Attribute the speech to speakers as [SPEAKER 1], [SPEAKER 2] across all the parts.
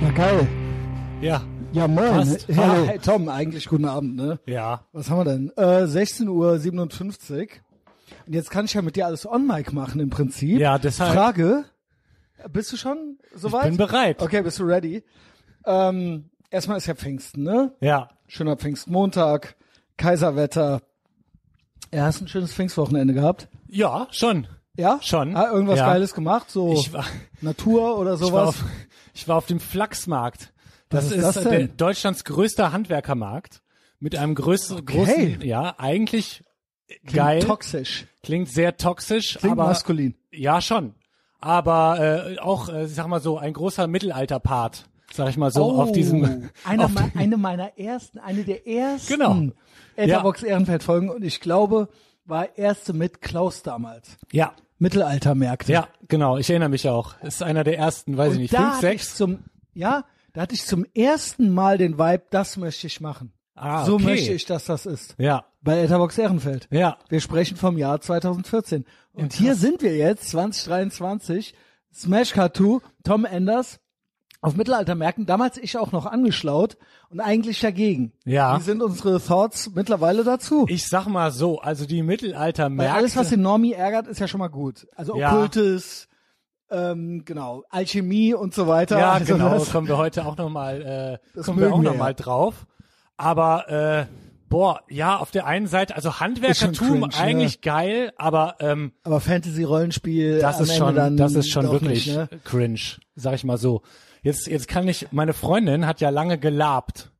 [SPEAKER 1] Na geil.
[SPEAKER 2] Ja.
[SPEAKER 1] Ja, moin.
[SPEAKER 2] Passt.
[SPEAKER 1] Hallo.
[SPEAKER 2] Hallo.
[SPEAKER 1] Hey, Tom, eigentlich guten Abend, ne?
[SPEAKER 2] Ja.
[SPEAKER 1] Was haben wir denn? Äh, 16.57 Uhr. Und jetzt kann ich ja mit dir alles on-mic machen im Prinzip.
[SPEAKER 2] Ja, deshalb.
[SPEAKER 1] Frage. Bist du schon soweit?
[SPEAKER 2] bin bereit.
[SPEAKER 1] Okay, bist du ready? Ähm, erstmal ist ja Pfingsten, ne?
[SPEAKER 2] Ja.
[SPEAKER 1] Schöner Pfingstmontag, Kaiserwetter. Ja, hast ein schönes Pfingstwochenende gehabt.
[SPEAKER 2] Ja, schon.
[SPEAKER 1] Ja?
[SPEAKER 2] Schon.
[SPEAKER 1] Ah, irgendwas
[SPEAKER 2] Ja.
[SPEAKER 1] Geiles gemacht, so
[SPEAKER 2] Ich war,
[SPEAKER 1] Natur oder
[SPEAKER 2] ich, war
[SPEAKER 1] sowas.
[SPEAKER 2] auf, ich war auf dem Flachsmarkt. Das
[SPEAKER 1] Was ist das
[SPEAKER 2] ist, äh,
[SPEAKER 1] denn?
[SPEAKER 2] Der, Deutschlands größter Handwerkermarkt. Mit einem größeren, großen, ja, eigentlich geil.
[SPEAKER 1] Toxisch.
[SPEAKER 2] klingt sehr toxisch,
[SPEAKER 1] Klingt
[SPEAKER 2] aber
[SPEAKER 1] maskulin.
[SPEAKER 2] ja schon. Aber äh, auch, äh, ich sag mal so, ein großer Mittelalterpart, sag ich mal so, auf diesem.
[SPEAKER 1] Oh, Einer
[SPEAKER 2] auf
[SPEAKER 1] mei- eine meiner ersten, eine der ersten
[SPEAKER 2] Genau.
[SPEAKER 1] Etherbox Ehrenfeld-Folgen und ich glaube, war erste mit Klaus damals.
[SPEAKER 2] ja,
[SPEAKER 1] Mittelaltermärkte.
[SPEAKER 2] ja, genau. Ich erinnere mich auch. Ist einer der ersten, weiß
[SPEAKER 1] und
[SPEAKER 2] ich nicht,
[SPEAKER 1] da
[SPEAKER 2] fünf,
[SPEAKER 1] hatte
[SPEAKER 2] sechs.
[SPEAKER 1] Ich zum, ja, da hatte ich zum ersten Mal den Vibe, das möchte ich machen.
[SPEAKER 2] Ah,
[SPEAKER 1] So
[SPEAKER 2] okay.
[SPEAKER 1] möchte ich, dass das ist.
[SPEAKER 2] Ja,
[SPEAKER 1] Bei Etherbox Ehrenfeld.
[SPEAKER 2] ja.
[SPEAKER 1] Wir sprechen vom Jahr 2014. Und hier sind wir jetzt, 2023, Smash Cartoon, Tom Enders, auf Mittelaltermärkten, damals ich auch noch angeschlaut und eigentlich dagegen.
[SPEAKER 2] Ja.
[SPEAKER 1] Wie sind unsere Thoughts mittlerweile dazu?
[SPEAKER 2] Ich sag mal so, also die
[SPEAKER 1] Weil
[SPEAKER 2] Mittelaltermärkte.
[SPEAKER 1] alles, was den Normie ärgert, ist ja schon mal gut. Also
[SPEAKER 2] Ja.
[SPEAKER 1] Okkultes, ähm, genau, Alchemie und so weiter.
[SPEAKER 2] ja,
[SPEAKER 1] also
[SPEAKER 2] genau,
[SPEAKER 1] Das,
[SPEAKER 2] kommen wir heute auch nochmal äh,
[SPEAKER 1] Das
[SPEAKER 2] kommen wir
[SPEAKER 1] mögen
[SPEAKER 2] auch
[SPEAKER 1] wir,
[SPEAKER 2] noch mal
[SPEAKER 1] ja.
[SPEAKER 2] drauf. Aber äh, boah, ja, auf der einen Seite, also Handwerkertum
[SPEAKER 1] cringe, ne?
[SPEAKER 2] eigentlich geil, aber ähm,
[SPEAKER 1] aber Fantasy-Rollenspiel,
[SPEAKER 2] das
[SPEAKER 1] am
[SPEAKER 2] ist
[SPEAKER 1] Ende
[SPEAKER 2] schon,
[SPEAKER 1] dann
[SPEAKER 2] das ist schon
[SPEAKER 1] doch
[SPEAKER 2] wirklich
[SPEAKER 1] Nicht, ne?
[SPEAKER 2] cringe, sag ich mal so. Jetzt, jetzt kann ich, meine Freundin hat ja lange gelabt.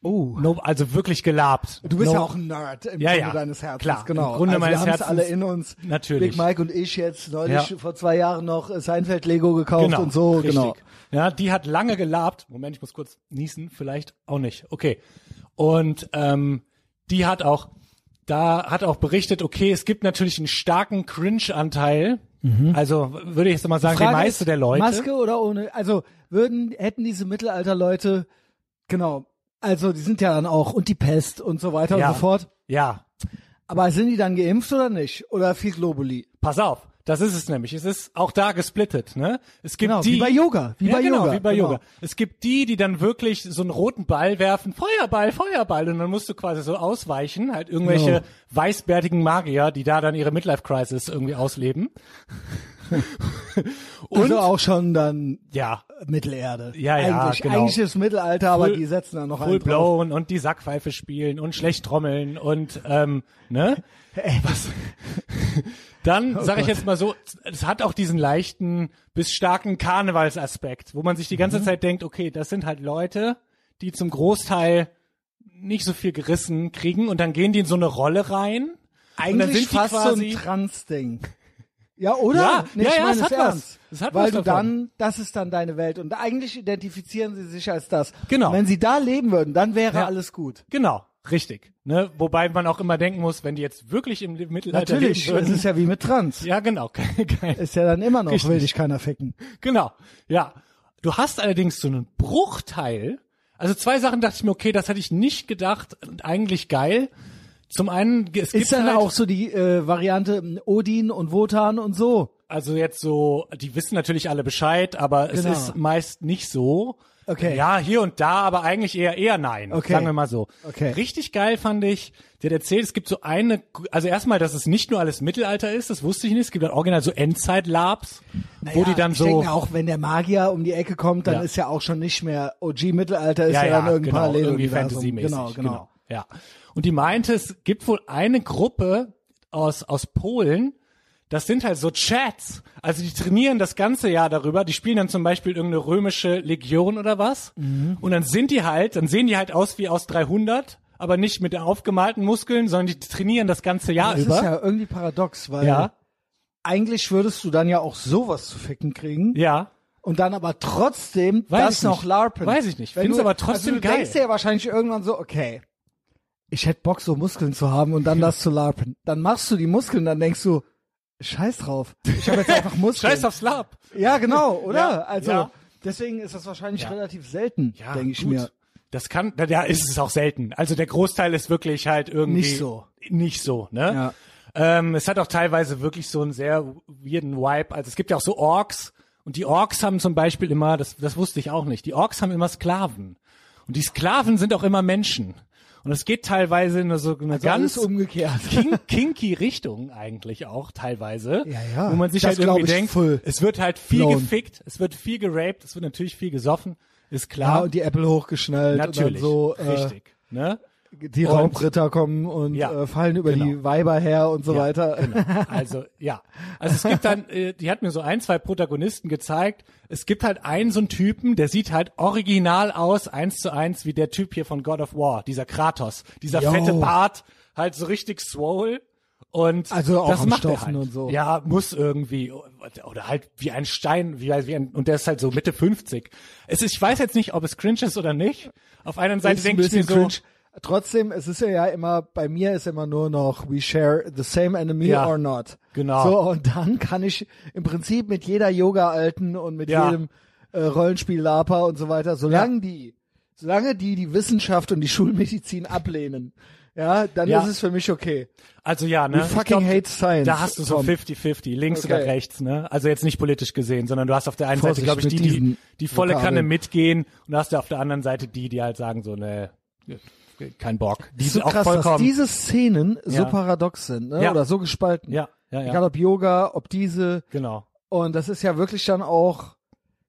[SPEAKER 1] Oh.
[SPEAKER 2] No, also wirklich gelabt.
[SPEAKER 1] Du bist
[SPEAKER 2] no,
[SPEAKER 1] ja auch ein Nerd im
[SPEAKER 2] Ja,
[SPEAKER 1] Grunde
[SPEAKER 2] ja,
[SPEAKER 1] deines Herzens,
[SPEAKER 2] klar.
[SPEAKER 1] genau.
[SPEAKER 2] Im Grunde
[SPEAKER 1] also
[SPEAKER 2] meines
[SPEAKER 1] wir haben's
[SPEAKER 2] Herzens
[SPEAKER 1] alle in uns.
[SPEAKER 2] natürlich.
[SPEAKER 1] Big Mike und ich jetzt neulich
[SPEAKER 2] Ja.
[SPEAKER 1] vor zwei Jahren noch äh, Seinfeld Lego gekauft
[SPEAKER 2] genau,
[SPEAKER 1] und so,
[SPEAKER 2] richtig.
[SPEAKER 1] genau.
[SPEAKER 2] Ja, die hat lange gelabt. Moment, ich muss kurz niesen, vielleicht auch nicht. Okay. Und ähm, die hat auch, da hat auch berichtet, okay, es gibt natürlich einen starken Cringe-Anteil. Also w- würde ich jetzt mal sagen, die
[SPEAKER 1] Mhm. Frage
[SPEAKER 2] meiste
[SPEAKER 1] ist,
[SPEAKER 2] der Leute.
[SPEAKER 1] Maske oder ohne? Also würden hätten diese Mittelalter-Leute genau. Also die sind ja dann auch und die Pest und so weiter
[SPEAKER 2] Ja.
[SPEAKER 1] und so fort.
[SPEAKER 2] Ja,
[SPEAKER 1] Aber sind die dann geimpft oder nicht? Oder viel Globuli?
[SPEAKER 2] pass auf. Das ist es nämlich. Es ist auch da gesplittet, ne? Es gibt
[SPEAKER 1] Genau,
[SPEAKER 2] die
[SPEAKER 1] wie bei Yoga, wie
[SPEAKER 2] ja,
[SPEAKER 1] bei
[SPEAKER 2] genau,
[SPEAKER 1] Yoga,
[SPEAKER 2] wie bei
[SPEAKER 1] genau.
[SPEAKER 2] Yoga. Es gibt die, die dann wirklich so einen roten Ball werfen, Feuerball, Feuerball, und dann musst du quasi so ausweichen, halt irgendwelche
[SPEAKER 1] Genau.
[SPEAKER 2] weißbärtigen Magier, die da dann ihre Midlife Crisis irgendwie ausleben. und
[SPEAKER 1] also auch schon dann
[SPEAKER 2] ja,
[SPEAKER 1] Mittelerde.
[SPEAKER 2] Ja, ja,
[SPEAKER 1] eigentlich,
[SPEAKER 2] genau.
[SPEAKER 1] eigentlich ist Mittelalter, aber
[SPEAKER 2] Full-
[SPEAKER 1] die setzen dann noch
[SPEAKER 2] Full
[SPEAKER 1] einen drauf.
[SPEAKER 2] blown und die Sackpfeife spielen und schlecht trommeln und ähm, ne?
[SPEAKER 1] Ey, was? Oh
[SPEAKER 2] Dann sag sage ich jetzt mal so, es hat auch diesen leichten bis starken Karnevalsaspekt, wo man sich die
[SPEAKER 1] Mhm.
[SPEAKER 2] ganze Zeit denkt, okay, das sind halt Leute, die zum Großteil nicht so viel gerissen kriegen und dann gehen die in so eine Rolle rein. und dann
[SPEAKER 1] Eigentlich
[SPEAKER 2] sind die
[SPEAKER 1] fast so ein
[SPEAKER 2] quasi,
[SPEAKER 1] Trans-Ding. Ja, oder?
[SPEAKER 2] Ja,
[SPEAKER 1] nee,
[SPEAKER 2] ja,
[SPEAKER 1] ich
[SPEAKER 2] ja,
[SPEAKER 1] meine
[SPEAKER 2] es
[SPEAKER 1] es
[SPEAKER 2] hat was.
[SPEAKER 1] ernst.
[SPEAKER 2] Es hat
[SPEAKER 1] Weil
[SPEAKER 2] was
[SPEAKER 1] du
[SPEAKER 2] davon.
[SPEAKER 1] dann, das ist dann deine Welt. Und eigentlich identifizieren sie sich als das.
[SPEAKER 2] Genau.
[SPEAKER 1] Wenn sie da leben würden, dann wäre
[SPEAKER 2] Ja.
[SPEAKER 1] alles gut.
[SPEAKER 2] genau, richtig. Ne? Wobei man auch immer denken muss, wenn die jetzt wirklich im Mittelalter
[SPEAKER 1] Natürlich,
[SPEAKER 2] leben
[SPEAKER 1] es
[SPEAKER 2] würden.
[SPEAKER 1] ist ja wie mit Trans.
[SPEAKER 2] ja, genau, keine, keine,
[SPEAKER 1] Ist ja dann immer noch,
[SPEAKER 2] Richtig.
[SPEAKER 1] will dich keiner ficken.
[SPEAKER 2] Genau, ja. Du hast allerdings so einen Bruchteil. Also zwei Sachen dachte ich mir, okay, das hatte ich nicht gedacht und eigentlich geil. Zum einen, es gibt
[SPEAKER 1] Ist dann
[SPEAKER 2] halt,
[SPEAKER 1] auch so die äh, Variante m, Odin und Wotan und so.
[SPEAKER 2] also jetzt so, die wissen natürlich alle Bescheid, aber
[SPEAKER 1] Genau.
[SPEAKER 2] es ist meist nicht so.
[SPEAKER 1] Okay.
[SPEAKER 2] Ja, hier und da, aber eigentlich eher eher nein.
[SPEAKER 1] Okay.
[SPEAKER 2] Sagen wir mal so.
[SPEAKER 1] Okay.
[SPEAKER 2] Richtig geil fand ich, der hat erzählt, es gibt so eine, also erstmal, dass es nicht nur alles Mittelalter ist, das wusste ich nicht, es gibt dann original so Endzeit-Labs, wo
[SPEAKER 1] Naja,
[SPEAKER 2] die dann
[SPEAKER 1] ich
[SPEAKER 2] so,
[SPEAKER 1] denke mir auch wenn der Magier um die Ecke kommt, dann
[SPEAKER 2] Ja.
[SPEAKER 1] ist ja auch schon nicht mehr OG Mittelalter, ist ja, dann irgendein
[SPEAKER 2] genau, irgendwie
[SPEAKER 1] Paralleluniversum.
[SPEAKER 2] Fantasy-mäßig.
[SPEAKER 1] Genau, genau.
[SPEAKER 2] Ja. Und die meinte, es gibt wohl eine Gruppe aus, aus Polen, das sind halt so Chats. Also die trainieren das ganze Jahr darüber. Die spielen dann zum Beispiel irgendeine römische Legion oder was.
[SPEAKER 1] Mhm.
[SPEAKER 2] Und dann sind die halt, dann sehen die halt aus wie aus 300, aber nicht mit aufgemalten Muskeln, sondern die trainieren das ganze Jahr
[SPEAKER 1] Das
[SPEAKER 2] Ah, über.
[SPEAKER 1] ist ja irgendwie paradox, weil
[SPEAKER 2] ja,
[SPEAKER 1] eigentlich würdest du dann ja auch sowas zu ficken kriegen
[SPEAKER 2] ja.
[SPEAKER 1] und dann aber trotzdem
[SPEAKER 2] Weiß
[SPEAKER 1] das
[SPEAKER 2] ich
[SPEAKER 1] noch
[SPEAKER 2] nicht.
[SPEAKER 1] larpen.
[SPEAKER 2] Weiß ich nicht.
[SPEAKER 1] Wenn
[SPEAKER 2] Find's
[SPEAKER 1] du-
[SPEAKER 2] aber trotzdem
[SPEAKER 1] also du
[SPEAKER 2] geil.
[SPEAKER 1] denkst dir ja wahrscheinlich irgendwann so, okay, ich hätte Bock so Muskeln zu haben und dann das zu larpen. Dann machst du die Muskeln, dann denkst du, scheiß drauf. Ich habe jetzt einfach Muskeln.
[SPEAKER 2] Scheiß aufs Lab.
[SPEAKER 1] Ja, genau, oder?
[SPEAKER 2] Ja,
[SPEAKER 1] also
[SPEAKER 2] ja.
[SPEAKER 1] deswegen ist das wahrscheinlich
[SPEAKER 2] Ja.
[SPEAKER 1] relativ selten,
[SPEAKER 2] Ja,
[SPEAKER 1] denke ich
[SPEAKER 2] gut.
[SPEAKER 1] mir.
[SPEAKER 2] Das kann, da- da ist es auch selten. Also der Großteil ist wirklich halt irgendwie
[SPEAKER 1] Nicht so.
[SPEAKER 2] Nicht so, ne?
[SPEAKER 1] Ja.
[SPEAKER 2] Ähm, es hat auch teilweise wirklich so einen sehr weirden Vibe. Also es gibt ja auch so Orks Und die Orks haben zum Beispiel immer, das, das wusste ich auch nicht, die Orks haben immer Sklaven. Und die Sklaven sind auch immer Menschen. Und es geht teilweise in so eine
[SPEAKER 1] Ganz
[SPEAKER 2] ganz
[SPEAKER 1] umgekehrt.
[SPEAKER 2] kin kinky Richtung eigentlich auch teilweise,
[SPEAKER 1] Ja, ja.
[SPEAKER 2] wo man sich
[SPEAKER 1] Das
[SPEAKER 2] halt irgendwie
[SPEAKER 1] glaub ich
[SPEAKER 2] denkt,
[SPEAKER 1] voll.
[SPEAKER 2] es wird halt viel
[SPEAKER 1] Blown.
[SPEAKER 2] gefickt, es wird viel geraped, es wird natürlich viel gesoffen, ist
[SPEAKER 1] Ja,
[SPEAKER 2] klar,
[SPEAKER 1] und die Apple hochgeschnallt
[SPEAKER 2] natürlich,
[SPEAKER 1] und dann so äh,
[SPEAKER 2] richtig, ne?
[SPEAKER 1] die
[SPEAKER 2] Und-
[SPEAKER 1] Raubritter kommen und
[SPEAKER 2] Ja,
[SPEAKER 1] äh, fallen über die
[SPEAKER 2] genau.
[SPEAKER 1] Weiber her und so
[SPEAKER 2] Ja,
[SPEAKER 1] weiter.
[SPEAKER 2] Genau. Also ja, also es gibt dann, äh, die hat mir so ein, zwei Protagonisten gezeigt. Es gibt halt einen so einen Typen, der sieht halt original aus, eins zu eins wie der Typ hier von God of War, dieser Kratos, dieser
[SPEAKER 1] Yo.
[SPEAKER 2] fette Bart, halt so richtig swole. Und
[SPEAKER 1] Also auch
[SPEAKER 2] das
[SPEAKER 1] am
[SPEAKER 2] macht er
[SPEAKER 1] Stoffen
[SPEAKER 2] halt.
[SPEAKER 1] und so.
[SPEAKER 2] Ja, muss irgendwie oder halt wie ein Stein, wie, wie ein, und der ist halt so Mitte 50. Es ist, ich weiß jetzt nicht, ob es cringe ist oder nicht. Auf einer Seite
[SPEAKER 1] Ist ein
[SPEAKER 2] denke ich mir
[SPEAKER 1] bisschen
[SPEAKER 2] so,
[SPEAKER 1] cringe. Trotzdem, es ist ja, ja immer, bei mir ist immer nur noch, we share the same enemy
[SPEAKER 2] Ja,
[SPEAKER 1] or not.
[SPEAKER 2] genau.
[SPEAKER 1] So, und dann kann ich im Prinzip mit jeder Yoga-Alten und mit
[SPEAKER 2] Ja.
[SPEAKER 1] jedem äh, Rollenspiel-Laper und so weiter, solange die, solange die die Wissenschaft und die Schulmedizin ablehnen, ja, dann
[SPEAKER 2] Ja.
[SPEAKER 1] ist es für mich okay.
[SPEAKER 2] Also ja, ne?
[SPEAKER 1] We
[SPEAKER 2] Ich
[SPEAKER 1] fucking hate science,
[SPEAKER 2] Da hast du so
[SPEAKER 1] Tom.
[SPEAKER 2] 50-50, links
[SPEAKER 1] Okay.
[SPEAKER 2] oder rechts, ne? Also jetzt nicht politisch gesehen, sondern du hast auf der einen
[SPEAKER 1] Vorsicht
[SPEAKER 2] Seite, glaube ich,
[SPEAKER 1] mit
[SPEAKER 2] die, die,
[SPEAKER 1] diesen
[SPEAKER 2] die volle
[SPEAKER 1] Vokabeln.
[SPEAKER 2] Kanne mitgehen und hast du auf der anderen Seite die, die halt sagen so, ne, kein Bock. Die
[SPEAKER 1] Ist so
[SPEAKER 2] sind auch
[SPEAKER 1] krass, dass
[SPEAKER 2] vollkommen.
[SPEAKER 1] diese Szenen so
[SPEAKER 2] Ja.
[SPEAKER 1] paradox sind, ne?
[SPEAKER 2] Ja.
[SPEAKER 1] oder so gespalten.
[SPEAKER 2] ja, ja,
[SPEAKER 1] Egal
[SPEAKER 2] ja.
[SPEAKER 1] ob Yoga, ob diese,
[SPEAKER 2] Genau.
[SPEAKER 1] Und das ist ja wirklich dann auch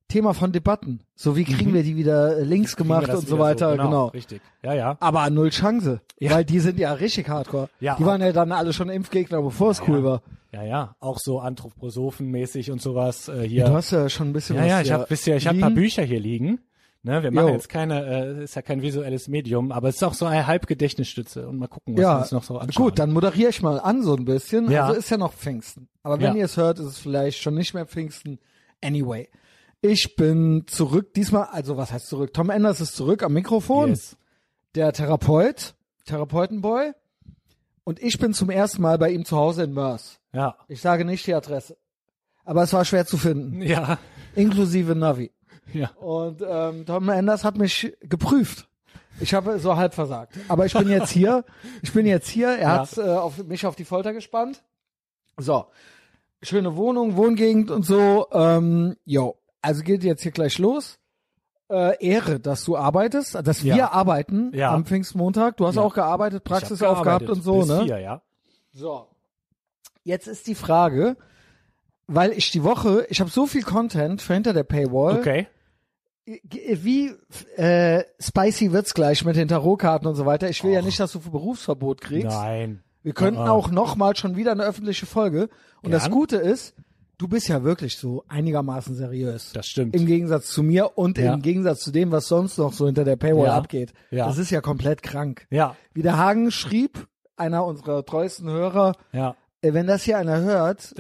[SPEAKER 1] Thema von Debatten. So, wie kriegen wir die wieder äh, links
[SPEAKER 2] Mhm. Kriegen wir
[SPEAKER 1] gemacht
[SPEAKER 2] das
[SPEAKER 1] und so
[SPEAKER 2] wieder
[SPEAKER 1] weiter,
[SPEAKER 2] genau,
[SPEAKER 1] genau.
[SPEAKER 2] Richtig. Ja, ja.
[SPEAKER 1] Aber null Chance,
[SPEAKER 2] Ja.
[SPEAKER 1] weil die sind ja richtig hardcore.
[SPEAKER 2] Ja.
[SPEAKER 1] Die waren ja dann alle schon Impfgegner, bevor es cool war.
[SPEAKER 2] Ja, ja. Auch so Anthroposophen-mäßig und sowas äh, hier.
[SPEAKER 1] Du hast ja schon ein bisschen
[SPEAKER 2] Ja,
[SPEAKER 1] was
[SPEAKER 2] ja, ich
[SPEAKER 1] hier
[SPEAKER 2] habe bisher, ich habe ein paar
[SPEAKER 1] liegen.
[SPEAKER 2] Bücher hier liegen. Ne, wir machen
[SPEAKER 1] Jo.
[SPEAKER 2] jetzt keine, äh, ist ja kein visuelles Medium, aber es ist auch so eine Halbgedächtnisstütze und mal gucken, was wir
[SPEAKER 1] Ja,
[SPEAKER 2] uns noch so anschauen.
[SPEAKER 1] gut, dann moderiere ich mal an so ein bisschen.
[SPEAKER 2] Ja.
[SPEAKER 1] Also ist ja noch Pfingsten. Aber wenn
[SPEAKER 2] Ja.
[SPEAKER 1] ihr es hört, ist es vielleicht schon nicht mehr Pfingsten. Anyway, ich bin zurück. Diesmal, also was heißt zurück? Tom Enders ist zurück am Mikrofon.
[SPEAKER 2] yes.
[SPEAKER 1] der Therapeut, Therapeutenboy. Und ich bin zum ersten Mal bei ihm zu Hause in Mörs.
[SPEAKER 2] Ja.
[SPEAKER 1] Ich sage nicht die Adresse. Aber es war schwer zu finden,
[SPEAKER 2] Ja.
[SPEAKER 1] inklusive Navi.
[SPEAKER 2] Ja.
[SPEAKER 1] Und ähm, Tom Anders hat mich geprüft. Ich habe so halb versagt. Aber ich bin jetzt hier. Ich bin jetzt hier. Er
[SPEAKER 2] Ja.
[SPEAKER 1] hat äh, auf, mich auf die Folter gespannt. So. Schöne Wohnung, Wohngegend und so. Ähm, jo. Also geht jetzt hier gleich los. Äh, Ehre, dass du arbeitest, dass
[SPEAKER 2] Ja.
[SPEAKER 1] wir arbeiten
[SPEAKER 2] Ja.
[SPEAKER 1] am Pfingstmontag. Du hast
[SPEAKER 2] Ja.
[SPEAKER 1] auch gearbeitet, Praxis
[SPEAKER 2] Ich hab
[SPEAKER 1] aufgehabt
[SPEAKER 2] gearbeitet.
[SPEAKER 1] und so,
[SPEAKER 2] Bis
[SPEAKER 1] ne?
[SPEAKER 2] Vier, ja.
[SPEAKER 1] So. Jetzt ist die Frage, weil ich die Woche, ich habe so viel Content für hinter der Paywall
[SPEAKER 2] Okay.
[SPEAKER 1] wie äh, spicy wird's gleich mit den Tarotkarten und so weiter. Ich will ja nicht, dass du Berufsverbot kriegst.
[SPEAKER 2] Nein.
[SPEAKER 1] Wir könnten
[SPEAKER 2] Ah.
[SPEAKER 1] auch nochmal schon wieder eine öffentliche Folge. Und das
[SPEAKER 2] Gern.
[SPEAKER 1] Gute ist, du bist ja wirklich so einigermaßen seriös.
[SPEAKER 2] Das stimmt.
[SPEAKER 1] Im Gegensatz zu mir und
[SPEAKER 2] Ja.
[SPEAKER 1] im Gegensatz zu dem, was sonst noch so hinter der Paywall
[SPEAKER 2] Ja.
[SPEAKER 1] abgeht.
[SPEAKER 2] Ja.
[SPEAKER 1] Das ist ja komplett krank.
[SPEAKER 2] Ja.
[SPEAKER 1] Wie der Hagen schrieb, einer unserer treuesten Hörer,
[SPEAKER 2] Ja.
[SPEAKER 1] äh, wenn das hier einer hört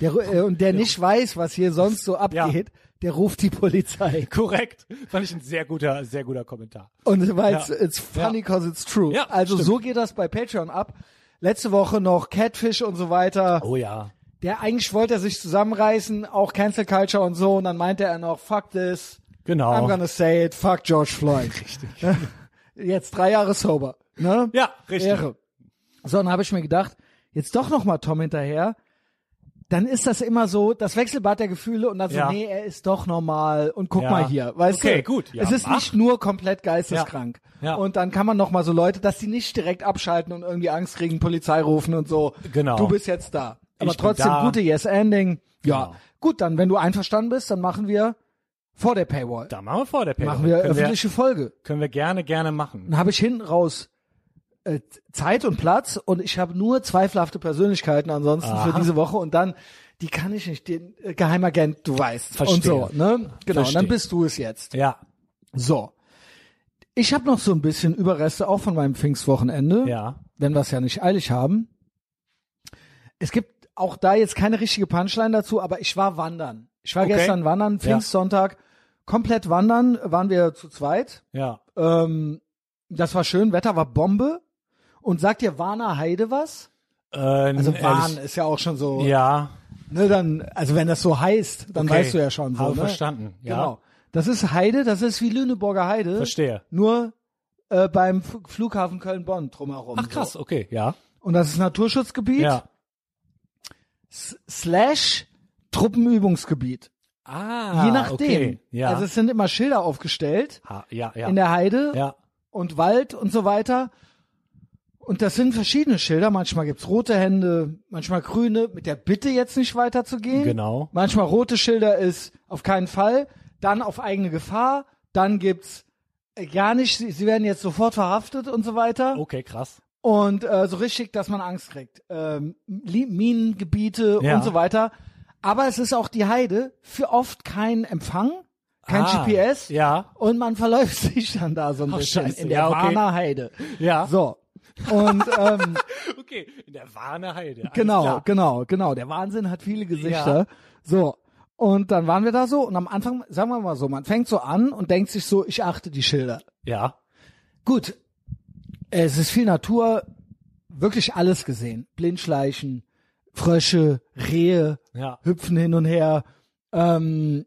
[SPEAKER 1] der, ru- äh, und der nicht weiß, was hier sonst so abgeht, der ruft die Polizei.
[SPEAKER 2] Korrekt. Fand ich ein sehr guter, sehr guter Kommentar.
[SPEAKER 1] Und weil
[SPEAKER 2] Ja.
[SPEAKER 1] it's, it's funny cause it's true.
[SPEAKER 2] Ja,
[SPEAKER 1] also
[SPEAKER 2] stimmt.
[SPEAKER 1] so geht das bei Patreon ab. Letzte Woche noch Catfish und so weiter.
[SPEAKER 2] Oh ja.
[SPEAKER 1] Der eigentlich wollte er sich zusammenreißen, auch Cancel Culture und so. Und dann meinte er noch, fuck this, I'm
[SPEAKER 2] Genau.
[SPEAKER 1] gonna say it, fuck George Floyd.
[SPEAKER 2] Richtig.
[SPEAKER 1] Jetzt drei Jahre sober. Ne?
[SPEAKER 2] Ja, richtig.
[SPEAKER 1] Ehre. So, dann habe ich mir gedacht, jetzt doch nochmal Tom hinterher. Dann ist das immer so, das Wechselbad der Gefühle und dann so,
[SPEAKER 2] Ja.
[SPEAKER 1] nee, er ist doch normal und guck
[SPEAKER 2] Ja.
[SPEAKER 1] mal hier, weißt du?
[SPEAKER 2] Okay, gut. Ja,
[SPEAKER 1] es ist
[SPEAKER 2] mach.
[SPEAKER 1] nicht nur komplett geisteskrank.
[SPEAKER 2] Ja. Ja.
[SPEAKER 1] Und dann kann man nochmal so Leute, dass die nicht direkt abschalten und irgendwie Angst kriegen, Polizei rufen und so.
[SPEAKER 2] Genau.
[SPEAKER 1] Du bist jetzt da. Aber
[SPEAKER 2] Ich bin
[SPEAKER 1] trotzdem
[SPEAKER 2] da.
[SPEAKER 1] gute Yes-Ending. Ja.
[SPEAKER 2] Genau.
[SPEAKER 1] Gut, dann, wenn du einverstanden bist, dann machen wir vor der Paywall.
[SPEAKER 2] Da machen wir vor der Paywall.
[SPEAKER 1] machen wir
[SPEAKER 2] können, wir
[SPEAKER 1] öffentliche Folge.
[SPEAKER 2] können wir gerne, gerne machen.
[SPEAKER 1] Dann habe ich hinten raus äh, Zeit und Platz und ich habe nur zweifelhafte Persönlichkeiten ansonsten für
[SPEAKER 2] Aha.
[SPEAKER 1] diese Woche und dann die kann ich nicht, den äh, Geheimagent, du weißt und
[SPEAKER 2] Verstehe.
[SPEAKER 1] so, ne? Genau, und dann
[SPEAKER 2] Verstehe.
[SPEAKER 1] bist du es jetzt.
[SPEAKER 2] Ja.
[SPEAKER 1] So. Ich habe noch so ein bisschen Überreste auch von meinem Pfingstwochenende,
[SPEAKER 2] Ja.
[SPEAKER 1] wenn wir es ja nicht eilig haben. Es gibt auch da jetzt keine richtige Punchline dazu, aber ich war wandern. Ich war
[SPEAKER 2] Okay.
[SPEAKER 1] gestern wandern,
[SPEAKER 2] Ja.
[SPEAKER 1] Pfingstsonntag, komplett wandern, waren wir zu zweit.
[SPEAKER 2] Ja.
[SPEAKER 1] Ähm, das war schön, Wetter war Bombe. Und sagt dir Warner Heide was?
[SPEAKER 2] Äh,
[SPEAKER 1] Also
[SPEAKER 2] ehrlich-
[SPEAKER 1] Warn ist ja auch schon so,
[SPEAKER 2] Ja.
[SPEAKER 1] ne, dann, also wenn das so heißt, dann
[SPEAKER 2] Okay.
[SPEAKER 1] weißt du ja schon so.
[SPEAKER 2] Habe
[SPEAKER 1] ne?
[SPEAKER 2] verstanden. Ja.
[SPEAKER 1] Genau. Das ist Heide, das ist wie Lüneburger Heide,
[SPEAKER 2] Verstehe.
[SPEAKER 1] nur äh, beim F Flughafen Köln-Bonn drumherum.
[SPEAKER 2] Ach krass, okay. Ja.
[SPEAKER 1] So. Und das ist Naturschutzgebiet
[SPEAKER 2] Ja.
[SPEAKER 1] slash Truppenübungsgebiet.
[SPEAKER 2] Ah,
[SPEAKER 1] Je nachdem.
[SPEAKER 2] Okay. Ja.
[SPEAKER 1] Also es sind immer Schilder aufgestellt
[SPEAKER 2] ha, ja, ja.
[SPEAKER 1] in der Heide
[SPEAKER 2] ja.
[SPEAKER 1] und Wald und so weiter. Und das sind verschiedene Schilder. Manchmal gibt's rote Hände, manchmal grüne, mit der Bitte jetzt nicht weiterzugehen.
[SPEAKER 2] Genau.
[SPEAKER 1] Manchmal rote Schilder ist auf keinen Fall, dann auf eigene Gefahr, dann gibt's äh, gar nicht, sie, sie werden jetzt sofort verhaftet und so weiter.
[SPEAKER 2] Okay, krass.
[SPEAKER 1] Und äh, so richtig, dass man Angst kriegt. Ähm, Li- Minengebiete
[SPEAKER 2] Ja.
[SPEAKER 1] und so weiter. Aber es ist auch die Heide, für oft kein Empfang, kein
[SPEAKER 2] Ah,
[SPEAKER 1] GPS.
[SPEAKER 2] Ja.
[SPEAKER 1] Und man verläuft sich dann da so ein
[SPEAKER 2] Ach,
[SPEAKER 1] bisschen
[SPEAKER 2] scheiße.
[SPEAKER 1] in der
[SPEAKER 2] Ja, okay.
[SPEAKER 1] Warner Heide.
[SPEAKER 2] Ja.
[SPEAKER 1] So. Und ähm,
[SPEAKER 2] Okay, in der Warne Heide. alles
[SPEAKER 1] genau,
[SPEAKER 2] klar.
[SPEAKER 1] genau, genau. Der Wahnsinn hat viele Gesichter. So. Und dann waren wir da so und am Anfang, sagen wir mal so, man fängt so an und denkt sich so, ich achte die Schilder.
[SPEAKER 2] Ja.
[SPEAKER 1] Gut, es ist viel Natur, wirklich alles gesehen. Blindschleichen, Frösche, Rehe,
[SPEAKER 2] Ja.
[SPEAKER 1] hüpfen hin und her. Ähm,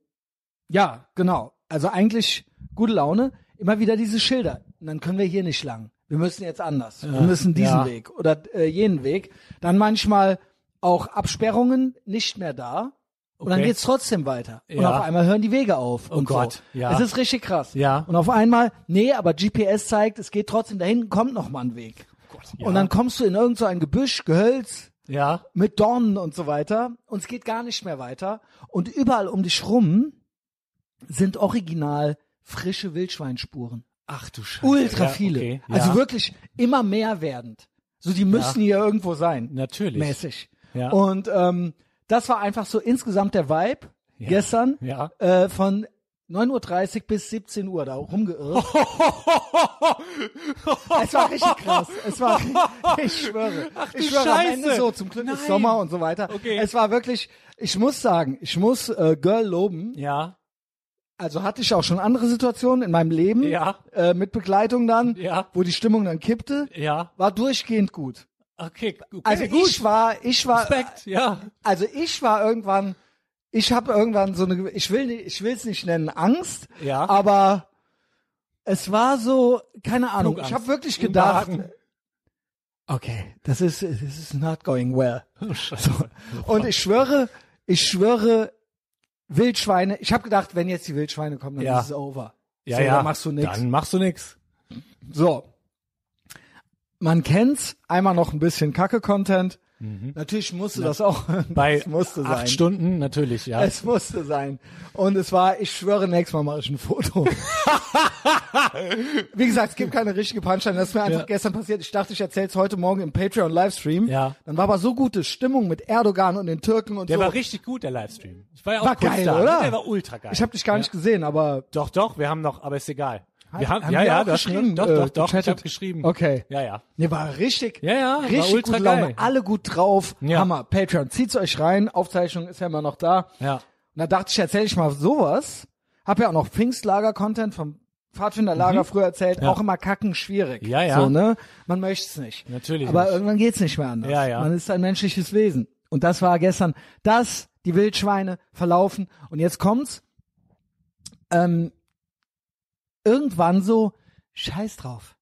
[SPEAKER 1] ja, genau. Also eigentlich gute Laune. Immer wieder diese Schilder. Und dann können wir hier nicht lang. Wir müssen jetzt anders. wir müssen diesen
[SPEAKER 2] ja.
[SPEAKER 1] Weg oder äh, jenen Weg. Dann manchmal auch Absperrungen nicht mehr da. Und dann
[SPEAKER 2] Okay.
[SPEAKER 1] geht's trotzdem weiter. Und
[SPEAKER 2] Ja. Oh
[SPEAKER 1] auf einmal hören die Wege auf. und
[SPEAKER 2] Gott,
[SPEAKER 1] so.
[SPEAKER 2] ja.
[SPEAKER 1] Es ist richtig krass.
[SPEAKER 2] Ja.
[SPEAKER 1] Und auf einmal, nee, aber GPS zeigt, es geht trotzdem, da hinten kommt noch mal ein Weg.
[SPEAKER 2] Oh
[SPEAKER 1] Und dann kommst du in irgend so ein Gebüsch, Gehölz,
[SPEAKER 2] Ja.
[SPEAKER 1] mit Dornen und so weiter. Und es geht gar nicht mehr weiter. Und überall um dich rum sind original frische Wildschweinspuren.
[SPEAKER 2] Ach du Scheiße.
[SPEAKER 1] Ultra
[SPEAKER 2] ja,
[SPEAKER 1] viele.
[SPEAKER 2] Okay. Ja.
[SPEAKER 1] Also wirklich immer mehr werdend. So, die müssen hier irgendwo sein.
[SPEAKER 2] Natürlich.
[SPEAKER 1] Mäßig.
[SPEAKER 2] Ja.
[SPEAKER 1] Und ähm, das war einfach so insgesamt der Vibe
[SPEAKER 2] Ja.
[SPEAKER 1] gestern
[SPEAKER 2] Ja.
[SPEAKER 1] äh, von 9.30 Uhr bis 17 Uhr da rumgeirrt. es war richtig krass. Es war, ich schwöre.
[SPEAKER 2] Ach du
[SPEAKER 1] ich schwöre, am Ende
[SPEAKER 2] Scheiße.
[SPEAKER 1] so, zum Glück
[SPEAKER 2] Nein.
[SPEAKER 1] ist Sommer und so weiter.
[SPEAKER 2] Okay.
[SPEAKER 1] Es war wirklich, ich muss sagen, ich muss äh, Girl loben.
[SPEAKER 2] Ja.
[SPEAKER 1] Also hatte ich auch schon andere Situationen in meinem Leben
[SPEAKER 2] Ja.
[SPEAKER 1] äh, mit Begleitung dann,
[SPEAKER 2] Ja.
[SPEAKER 1] wo die Stimmung dann kippte.
[SPEAKER 2] Ja.
[SPEAKER 1] War durchgehend gut.
[SPEAKER 2] Okay. okay
[SPEAKER 1] Also
[SPEAKER 2] gut.
[SPEAKER 1] ich war, ich war,
[SPEAKER 2] Respekt. Ja.
[SPEAKER 1] also ich war irgendwann, ich habe irgendwann so eine, ich will, ni- ich will es nicht nennen Angst,
[SPEAKER 2] Ja.
[SPEAKER 1] aber es war so, keine Ahnung,
[SPEAKER 2] Flugangst.
[SPEAKER 1] ich habe wirklich gedacht,
[SPEAKER 2] Unbehagen.
[SPEAKER 1] okay, das ist, this is not going well.
[SPEAKER 2] Oh, Scheiße.
[SPEAKER 1] Und ich schwöre, ich schwöre, Wildschweine, ich habe gedacht, wenn jetzt die Wildschweine kommen, dann
[SPEAKER 2] Ja.
[SPEAKER 1] ist es over.
[SPEAKER 2] Ja,
[SPEAKER 1] so,
[SPEAKER 2] ja.
[SPEAKER 1] Dann machst du nichts.
[SPEAKER 2] Dann machst du nix.
[SPEAKER 1] So. Man kennt's, einmal noch ein bisschen Kacke-Content. Natürlich musste das auch.
[SPEAKER 2] Mhm. Bei
[SPEAKER 1] das musste
[SPEAKER 2] acht
[SPEAKER 1] sein.
[SPEAKER 2] Stunden natürlich, ja.
[SPEAKER 1] Es musste sein. Und es war, ich schwöre, nächstes Mal mache ich ein Foto. Wie gesagt, es gibt keine richtige Punchline. Das ist mir einfach
[SPEAKER 2] Ja.
[SPEAKER 1] gestern passiert. Ich dachte, ich erzähle es heute Morgen im Patreon-Livestream.
[SPEAKER 2] Ja.
[SPEAKER 1] Dann war aber so gute Stimmung mit Erdogan und den Türken und
[SPEAKER 2] der
[SPEAKER 1] so.
[SPEAKER 2] war richtig gut, der Livestream. Ich war ja auch
[SPEAKER 1] War
[SPEAKER 2] kurz
[SPEAKER 1] geil,
[SPEAKER 2] da. ne?
[SPEAKER 1] oder?
[SPEAKER 2] Der war ultra geil.
[SPEAKER 1] ich habe dich gar nicht gesehen, aber
[SPEAKER 2] Doch, doch, wir haben noch, aber ist egal. Wir haben,
[SPEAKER 1] haben
[SPEAKER 2] ja,
[SPEAKER 1] wir
[SPEAKER 2] ja,
[SPEAKER 1] auch
[SPEAKER 2] du hast
[SPEAKER 1] geschrieben,
[SPEAKER 2] Doch,
[SPEAKER 1] äh,
[SPEAKER 2] doch, doch, ich
[SPEAKER 1] gechattet?
[SPEAKER 2] hab geschrieben.
[SPEAKER 1] okay.
[SPEAKER 2] Ja, ja.
[SPEAKER 1] Ne, war richtig,
[SPEAKER 2] Ja, ja, war
[SPEAKER 1] richtig
[SPEAKER 2] ultra
[SPEAKER 1] gut Laune.
[SPEAKER 2] geil.
[SPEAKER 1] Alle gut drauf.
[SPEAKER 2] Ja.
[SPEAKER 1] Hammer. Patreon, zieht's euch rein. Aufzeichnung ist ja immer noch da.
[SPEAKER 2] Ja.
[SPEAKER 1] Und da dachte ich, erzähle ich mal sowas. Hab ja auch noch Pfingstlager-Content vom Pfadfinderlager früher erzählt. Auch immer kacken schwierig.
[SPEAKER 2] Mhm. Ja, ja.
[SPEAKER 1] So, ne? Man möchte's nicht.
[SPEAKER 2] Natürlich
[SPEAKER 1] Aber
[SPEAKER 2] nicht.
[SPEAKER 1] irgendwann geht's nicht mehr anders.
[SPEAKER 2] Ja, ja.
[SPEAKER 1] Man ist ein menschliches Wesen. Und das war gestern. Das, die Wildschweine verlaufen. Und jetzt kommt's. Ähm, irgendwann so, scheiß drauf.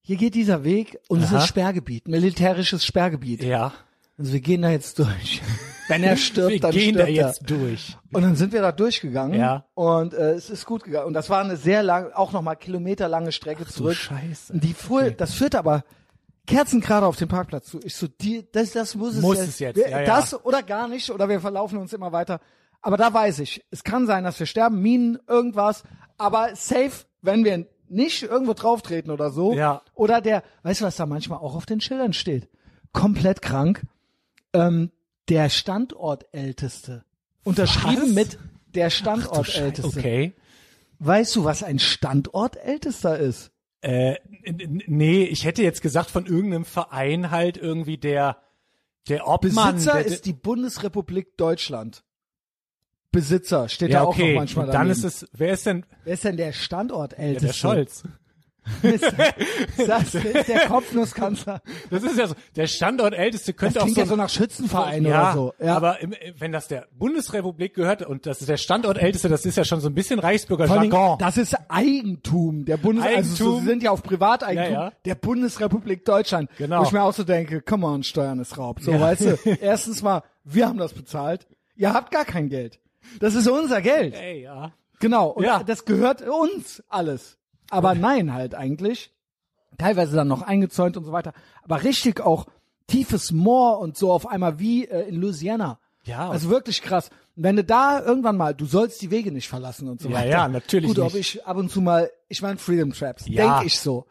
[SPEAKER 1] Hier geht dieser Weg und es
[SPEAKER 2] Aha.
[SPEAKER 1] ist Sperrgebiet, militärisches Sperrgebiet.
[SPEAKER 2] Ja.
[SPEAKER 1] Also wir gehen da jetzt durch. Wenn er stirbt,
[SPEAKER 2] Wir
[SPEAKER 1] dann
[SPEAKER 2] gehen da
[SPEAKER 1] stirbt er.
[SPEAKER 2] jetzt durch.
[SPEAKER 1] Und dann sind wir da durchgegangen
[SPEAKER 2] Ja.
[SPEAKER 1] und äh, es ist gut gegangen. Und das war eine sehr lange, auch nochmal kilometerlange Strecke zurück.
[SPEAKER 2] Scheiße.
[SPEAKER 1] Und Die fuhr, das führte aber kerzengerade auf den Parkplatz zu. Ich so, die, das, das muss es
[SPEAKER 2] Muss
[SPEAKER 1] jetzt.
[SPEAKER 2] es jetzt,
[SPEAKER 1] Wir-
[SPEAKER 2] ja, ja.
[SPEAKER 1] das oder gar nicht oder wir verlaufen uns immer weiter. Aber da weiß ich, es kann sein, dass wir sterben, Minen, irgendwas. Aber safe, wenn wir nicht irgendwo drauf treten oder so.
[SPEAKER 2] Ja.
[SPEAKER 1] Oder der, weißt du, was da manchmal auch auf den Schildern steht? Komplett krank. Ähm, der Standortälteste. Unterschrieben
[SPEAKER 2] Was?
[SPEAKER 1] mit der
[SPEAKER 2] Du Schei-
[SPEAKER 1] Standortälteste.
[SPEAKER 2] Okay.
[SPEAKER 1] Weißt du, was ein Standortältester ist?
[SPEAKER 2] Äh, n- n- nee, ich hätte jetzt gesagt von irgendeinem Verein halt irgendwie der, der Obmann.
[SPEAKER 1] Besitzer
[SPEAKER 2] der,
[SPEAKER 1] ist die Bundesrepublik Deutschland. Besitzer steht
[SPEAKER 2] ja,
[SPEAKER 1] da auch
[SPEAKER 2] okay.
[SPEAKER 1] noch manchmal
[SPEAKER 2] Und dann
[SPEAKER 1] daneben.
[SPEAKER 2] ist es, wer ist denn,
[SPEAKER 1] Wer ist denn der Standortälteste?
[SPEAKER 2] ja, der Scholz.
[SPEAKER 1] Das ist der Kopfnusskanzler.
[SPEAKER 2] Das ist ja so, der Standortälteste könnte
[SPEAKER 1] Das
[SPEAKER 2] auch
[SPEAKER 1] klingt
[SPEAKER 2] so
[SPEAKER 1] ja so nach Schützenverein oder
[SPEAKER 2] ja,
[SPEAKER 1] so. Ja,
[SPEAKER 2] aber im, wenn das der Bundesrepublik gehört und das ist der Standortälteste, das ist ja schon so ein bisschen
[SPEAKER 1] Vor allen Dingen,
[SPEAKER 2] Reichsbürger-Jargon.
[SPEAKER 1] das ist Eigentum der Bundes Also so,
[SPEAKER 2] Eigentum.
[SPEAKER 1] sie sind ja auf Privateigentum
[SPEAKER 2] Ja, ja.
[SPEAKER 1] der Bundesrepublik Deutschland.
[SPEAKER 2] Genau.
[SPEAKER 1] Wo ich mir auch so denke, come on, Steuern ist Raub. So, weißt du, erstens mal, wir haben das bezahlt. Ihr habt gar kein Geld. Das ist unser Geld.
[SPEAKER 2] Ey, ja.
[SPEAKER 1] Genau. Und
[SPEAKER 2] Ja.
[SPEAKER 1] das gehört uns alles. Aber nein, halt eigentlich. Teilweise dann noch eingezäunt und so weiter. Aber richtig auch tiefes Moor und so auf einmal wie äh, in Louisiana.
[SPEAKER 2] Ja, und-
[SPEAKER 1] Also wirklich krass. Und Wenn du da irgendwann mal, du sollst die Wege nicht verlassen und so
[SPEAKER 2] Ja,
[SPEAKER 1] weiter.
[SPEAKER 2] ja, natürlich
[SPEAKER 1] Gut, ob
[SPEAKER 2] nicht.
[SPEAKER 1] ich ab und zu mal, ich meine Freedom Traps,
[SPEAKER 2] Ja.
[SPEAKER 1] denk ich so.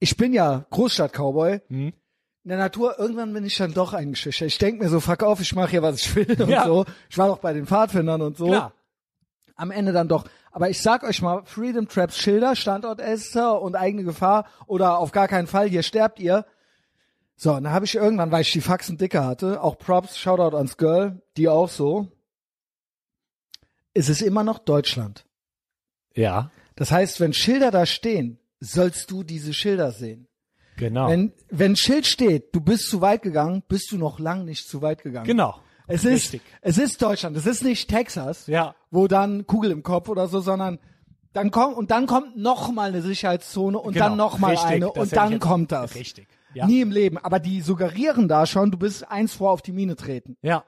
[SPEAKER 1] Ich bin ja Großstadt-Cowboy.
[SPEAKER 2] Hm.
[SPEAKER 1] In der Natur, irgendwann bin ich dann doch eingeschüchtert. Ich denk mir so, fuck auf, ich mache hier, was ich will und
[SPEAKER 2] Ja.
[SPEAKER 1] so. Ich war doch bei den Pfadfindern und so
[SPEAKER 2] Klar.
[SPEAKER 1] am Ende dann doch. Aber ich sag euch mal, Freedom Traps Schilder, Standort Esther und eigene Gefahr oder auf gar keinen Fall, hier sterbt ihr. So, und dann habe ich irgendwann, weil ich die Faxen dicker hatte, auch Props, Shoutout ans Girl, die auch so. Es ist immer noch Deutschland.
[SPEAKER 2] Ja,
[SPEAKER 1] Das heißt, wenn Schilder da stehen, sollst du diese Schilder sehen.
[SPEAKER 2] genau.
[SPEAKER 1] Wenn, wenn ein Schild steht, du bist zu weit gegangen, bist du noch lang nicht zu weit gegangen.
[SPEAKER 2] genau.
[SPEAKER 1] Es ist,
[SPEAKER 2] Richtig.
[SPEAKER 1] es ist Deutschland. Es ist nicht Texas,
[SPEAKER 2] Ja.
[SPEAKER 1] wo dann Kugel im Kopf oder so, sondern dann kommt und dann kommt noch mal eine Sicherheitszone und
[SPEAKER 2] Genau.
[SPEAKER 1] dann noch mal
[SPEAKER 2] Richtig,
[SPEAKER 1] eine
[SPEAKER 2] das hätte
[SPEAKER 1] und
[SPEAKER 2] ich
[SPEAKER 1] dann
[SPEAKER 2] jetzt-
[SPEAKER 1] kommt das.
[SPEAKER 2] Richtig, ja.
[SPEAKER 1] Nie im Leben. Aber die suggerieren da schon, du bist eins vor auf die Mine treten.
[SPEAKER 2] Ja.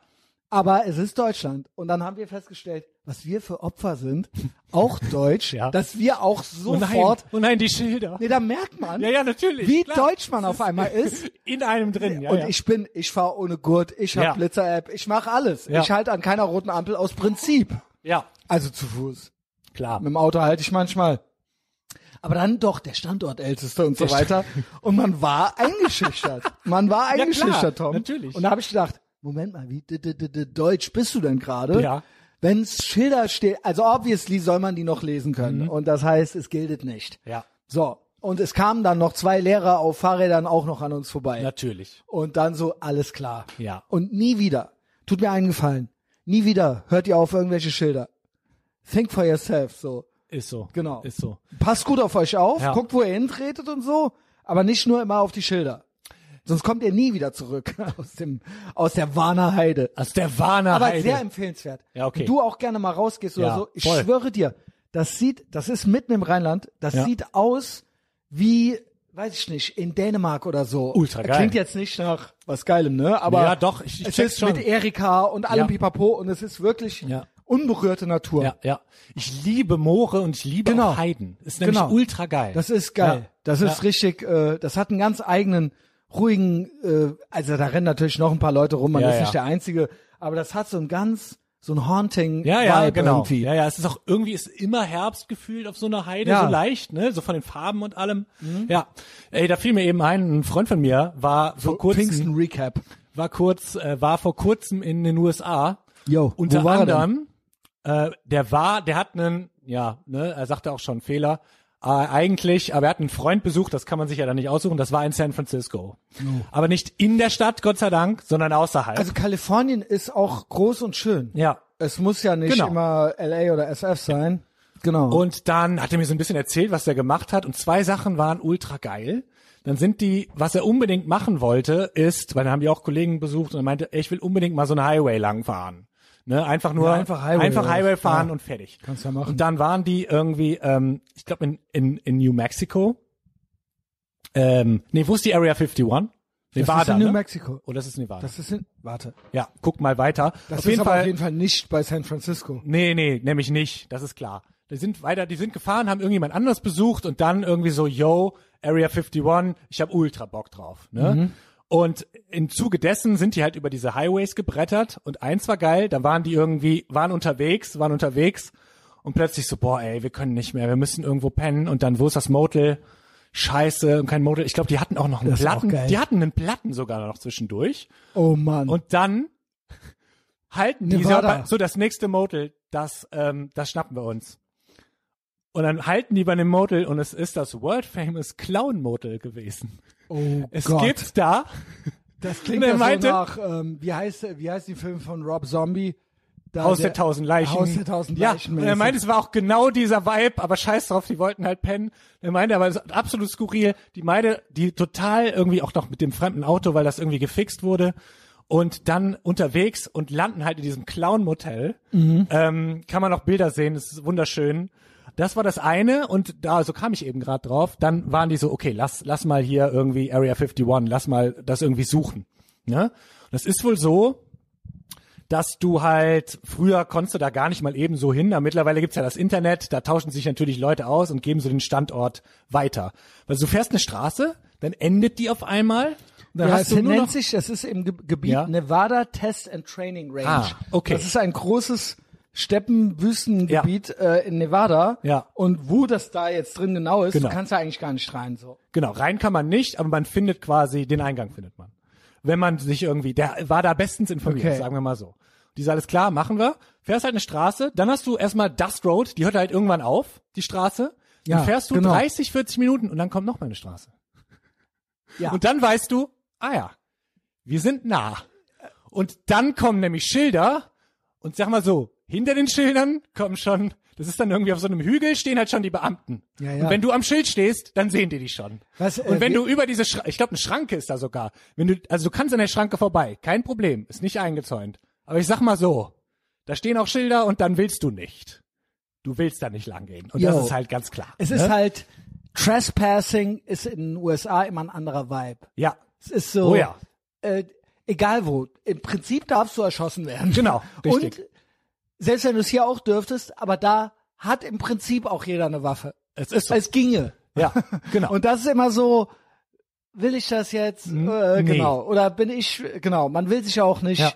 [SPEAKER 1] Aber es ist Deutschland. Und dann haben wir festgestellt, was wir für Opfer sind, auch deutsch,
[SPEAKER 2] Ja.
[SPEAKER 1] dass wir auch
[SPEAKER 2] Oh nein,
[SPEAKER 1] sofort,
[SPEAKER 2] oh nein, die Schilder.
[SPEAKER 1] nee, da merkt man,
[SPEAKER 2] Ja, ja, natürlich.
[SPEAKER 1] wie
[SPEAKER 2] klar.
[SPEAKER 1] deutsch man auf einmal ist.
[SPEAKER 2] In einem drin, ja.
[SPEAKER 1] und
[SPEAKER 2] ja.
[SPEAKER 1] ich bin, ich fahre ohne Gurt, ich habe
[SPEAKER 2] Ja.
[SPEAKER 1] Blitzer-App, ich mache alles.
[SPEAKER 2] Ja.
[SPEAKER 1] Ich halte an keiner roten Ampel aus Prinzip.
[SPEAKER 2] ja,
[SPEAKER 1] Also zu Fuß.
[SPEAKER 2] klar.
[SPEAKER 1] Mit dem Auto halte ich manchmal. Aber dann doch der Standortälteste und so weiter. Und man war eingeschüchtert. Man war
[SPEAKER 2] klar,
[SPEAKER 1] eingeschüchtert, Tom.
[SPEAKER 2] natürlich.
[SPEAKER 1] Und da habe ich gedacht, Moment mal, wie d- d- d- d- deutsch bist du denn gerade?
[SPEAKER 2] Ja.
[SPEAKER 1] Wenn Schilder steht, also obviously soll man die noch lesen können.
[SPEAKER 2] Mhm.
[SPEAKER 1] Und das heißt, es gilt nicht.
[SPEAKER 2] Ja,
[SPEAKER 1] So. Und es kamen dann noch zwei Lehrer auf Fahrrädern auch noch an uns vorbei.
[SPEAKER 2] natürlich.
[SPEAKER 1] Und dann so, alles klar.
[SPEAKER 2] Ja.
[SPEAKER 1] Und nie wieder, tut mir einen Gefallen, nie wieder hört ihr auf irgendwelche Schilder. Think for yourself, so.
[SPEAKER 2] Ist so.
[SPEAKER 1] Genau.
[SPEAKER 2] Ist so.
[SPEAKER 1] Passt gut auf euch auf,
[SPEAKER 2] Ja.
[SPEAKER 1] guckt, wo ihr hintretet und so, aber nicht nur immer auf die Schilder. Sonst kommt ihr nie wieder zurück aus dem, aus der Warner Heide.
[SPEAKER 2] Aus der Warner
[SPEAKER 1] Aber
[SPEAKER 2] Heide.
[SPEAKER 1] sehr empfehlenswert.
[SPEAKER 2] Ja, okay.
[SPEAKER 1] Wenn du auch gerne mal rausgehst oder
[SPEAKER 2] Ja,
[SPEAKER 1] so, ich
[SPEAKER 2] voll.
[SPEAKER 1] schwöre dir, das sieht, das ist mitten im Rheinland, das
[SPEAKER 2] Ja.
[SPEAKER 1] sieht aus wie, weiß ich nicht, in Dänemark oder so.
[SPEAKER 2] Ultra geil.
[SPEAKER 1] Klingt jetzt nicht nach was Geilem, ne? Aber
[SPEAKER 2] Ja, doch, ich- ich
[SPEAKER 1] es
[SPEAKER 2] check's
[SPEAKER 1] ist
[SPEAKER 2] schon.
[SPEAKER 1] mit Erika und allem
[SPEAKER 2] Ja.
[SPEAKER 1] Pipapo und es ist wirklich
[SPEAKER 2] Ja.
[SPEAKER 1] unberührte Natur.
[SPEAKER 2] ja, ja. Ich liebe Moore und ich liebe
[SPEAKER 1] Genau.
[SPEAKER 2] auch Heiden. Ist nämlich
[SPEAKER 1] Genau.
[SPEAKER 2] ultra geil.
[SPEAKER 1] Das ist geil.
[SPEAKER 2] Ja.
[SPEAKER 1] Das ist
[SPEAKER 2] Ja.
[SPEAKER 1] richtig, äh, das hat einen ganz eigenen, ruhigen, äh, also da rennen natürlich noch ein paar Leute rum, man
[SPEAKER 2] Ja,
[SPEAKER 1] ist
[SPEAKER 2] ja.
[SPEAKER 1] nicht der Einzige, aber das hat so ein ganz, so ein haunting
[SPEAKER 2] Ja, ja,
[SPEAKER 1] Vibe
[SPEAKER 2] genau.
[SPEAKER 1] irgendwie.
[SPEAKER 2] Ja, ja, es ist auch irgendwie ist immer Herbst gefühlt auf so einer Heide,
[SPEAKER 1] Ja. Mhm.
[SPEAKER 2] so leicht, ne, so von den Farben und allem. Ja. Ey, da fiel mir eben ein, ein Freund von mir war vor kurzem
[SPEAKER 1] Pfingsten Recap.
[SPEAKER 2] war kurz äh, war vor kurzem in den USA.
[SPEAKER 1] Yo, wo
[SPEAKER 2] unter
[SPEAKER 1] war er denn?
[SPEAKER 2] anderem äh, der war, der hat einen ja, ne, er sagte auch schon Fehler. Äh, eigentlich, aber er hat einen Freund besucht, das kann man sich ja dann nicht aussuchen, das war in San Francisco. Aber nicht in der Stadt, Gott sei Dank, sondern außerhalb.
[SPEAKER 1] Oh. Also Kalifornien ist auch groß und schön.
[SPEAKER 2] ja.
[SPEAKER 1] Es muss ja nicht
[SPEAKER 2] Genau.
[SPEAKER 1] immer LA oder SF sein. Genau.
[SPEAKER 2] Und dann hat er mir so ein bisschen erzählt, was er gemacht hat. Und zwei Sachen waren ultra geil. Dann sind die, was er unbedingt machen wollte, ist, weil dann haben die auch Kollegen besucht und er meinte, ey, ich will unbedingt mal so einen Highway lang fahren. Ne, einfach nur
[SPEAKER 1] Ja, einfach Highway
[SPEAKER 2] einfach
[SPEAKER 1] oder
[SPEAKER 2] Highway
[SPEAKER 1] was?
[SPEAKER 2] fahren
[SPEAKER 1] Ja.
[SPEAKER 2] und fertig.
[SPEAKER 1] Kannst ja machen.
[SPEAKER 2] Und dann waren die irgendwie, ähm, ich glaube in, in, in New Mexico. Ähm, nee, wo ist die Area 51?
[SPEAKER 1] das
[SPEAKER 2] Nevada,
[SPEAKER 1] ist in New
[SPEAKER 2] ne?
[SPEAKER 1] Mexico.
[SPEAKER 2] Oh, das ist Nevada.
[SPEAKER 1] Das ist in, warte.
[SPEAKER 2] ja, guck mal weiter.
[SPEAKER 1] Das
[SPEAKER 2] auf
[SPEAKER 1] ist
[SPEAKER 2] jeden
[SPEAKER 1] aber
[SPEAKER 2] Fall,
[SPEAKER 1] auf jeden Fall nicht bei San Francisco.
[SPEAKER 2] Nee, nee, nämlich nicht. Das ist klar. Die sind weiter, die sind gefahren, haben irgendjemand anders besucht und dann irgendwie so, yo, Area 51, ich hab ultra Bock drauf. Ne?
[SPEAKER 1] Mhm.
[SPEAKER 2] Und im Zuge dessen sind die halt über diese Highways gebrettert und eins war geil, da waren die irgendwie, waren unterwegs, waren unterwegs und plötzlich so, boah, ey, wir können nicht mehr, wir müssen irgendwo pennen und dann, wo ist das Motel? Scheiße, und kein Motel. Ich glaube, die hatten auch noch einen
[SPEAKER 1] Das ist auch
[SPEAKER 2] Platten,
[SPEAKER 1] geil.
[SPEAKER 2] die hatten einen Platten sogar noch zwischendurch.
[SPEAKER 1] Oh Mann.
[SPEAKER 2] Und dann halten die
[SPEAKER 1] Nevada.
[SPEAKER 2] so, so das nächste Motel, das, ähm, das schnappen wir uns. Und dann halten die bei dem Motel und es ist das World Famous Clown Motel gewesen.
[SPEAKER 1] oh
[SPEAKER 2] Es
[SPEAKER 1] Gott.
[SPEAKER 2] gibt da,
[SPEAKER 1] das klingt
[SPEAKER 2] Und er
[SPEAKER 1] ja so
[SPEAKER 2] meinte-
[SPEAKER 1] nach, ähm, wie heißt, wie heißt die Film von Rob Zombie? Da
[SPEAKER 2] Haus der tausend Leichen.
[SPEAKER 1] Haus der tausend
[SPEAKER 2] ja,
[SPEAKER 1] Leichen.
[SPEAKER 2] Und er meinte, es war auch genau dieser Vibe, aber scheiß drauf, die wollten halt pennen. Er meinte aber, es ist absolut skurril. Die meinte, die total irgendwie auch noch mit dem fremden Auto, weil das irgendwie gefixt wurde. Und dann unterwegs und landen halt in diesem Clown-Motel.
[SPEAKER 1] Mhm.
[SPEAKER 2] Ähm, kann man auch Bilder sehen, es ist wunderschön. Das war das eine und da, so kam ich eben gerade drauf. Dann waren die so, okay, lass, lass mal hier irgendwie Area 51, lass mal das irgendwie suchen. Ne? Das ist wohl so, dass du halt, früher konntest du da gar nicht mal eben so hin, aber mittlerweile gibt's ja das Internet, da tauschen sich natürlich Leute aus und geben so den Standort weiter. Also du fährst eine Straße, dann endet die auf einmal. und Dann
[SPEAKER 1] ja,
[SPEAKER 2] hast
[SPEAKER 1] es
[SPEAKER 2] du nur
[SPEAKER 1] nennt
[SPEAKER 2] noch,
[SPEAKER 1] sich, das ist im Ge Gebiet
[SPEAKER 2] Ja.
[SPEAKER 1] Nevada Test and Training Range.
[SPEAKER 2] Ah, okay.
[SPEAKER 1] Das ist ein großes Steppenwüstengebiet äh, in Nevada.
[SPEAKER 2] Ja.
[SPEAKER 1] Und wo das da jetzt drin genau ist,
[SPEAKER 2] Genau.
[SPEAKER 1] kannst du eigentlich gar nicht rein. So.
[SPEAKER 2] Genau, rein kann man nicht, aber man findet quasi, den Eingang findet man. Wenn man sich irgendwie, der war da bestens informiert,
[SPEAKER 1] Okay.
[SPEAKER 2] sagen wir mal so. Die ist alles klar, machen wir. Fährst halt eine Straße, dann hast du erstmal Dust Road, die hört halt irgendwann auf, die Straße.
[SPEAKER 1] Ja,
[SPEAKER 2] dann fährst du
[SPEAKER 1] genau.
[SPEAKER 2] 30, 40 Minuten und dann kommt noch mal eine Straße.
[SPEAKER 1] Ja.
[SPEAKER 2] Und dann weißt du, ah ja, wir sind nah. Und dann kommen nämlich Schilder und sag mal so, hinter den Schildern kommen schon, das ist dann irgendwie auf so einem Hügel, stehen halt schon die Beamten.
[SPEAKER 1] Ja, ja.
[SPEAKER 2] Und wenn du am Schild stehst, dann sehen die dich schon.
[SPEAKER 1] Was, äh,
[SPEAKER 2] und wenn
[SPEAKER 1] wir-
[SPEAKER 2] du über diese, Schra ich glaube, eine Schranke ist da sogar. Wenn du, also du kannst an der Schranke vorbei, kein Problem, ist nicht eingezäunt. Aber ich sag mal so, da stehen auch Schilder und dann willst du nicht. Du willst da nicht langgehen. Und das
[SPEAKER 1] Jo.
[SPEAKER 2] ist halt ganz klar.
[SPEAKER 1] Es
[SPEAKER 2] ne?
[SPEAKER 1] ist halt, Trespassing ist in den USA immer ein anderer Vibe.
[SPEAKER 2] ja,
[SPEAKER 1] Es ist so,
[SPEAKER 2] Oh ja.
[SPEAKER 1] äh, egal wo, im Prinzip darfst du erschossen werden.
[SPEAKER 2] Genau, richtig.
[SPEAKER 1] Und selbst wenn du es hier auch dürftest, aber da hat im Prinzip auch jeder eine Waffe.
[SPEAKER 2] es ist so.
[SPEAKER 1] Es ginge.
[SPEAKER 2] ja, genau.
[SPEAKER 1] Also Und das ist immer so, will ich das jetzt? Äh,
[SPEAKER 2] nee.
[SPEAKER 1] Genau. Oder bin ich, genau, man will sich ja auch nicht
[SPEAKER 2] Ja.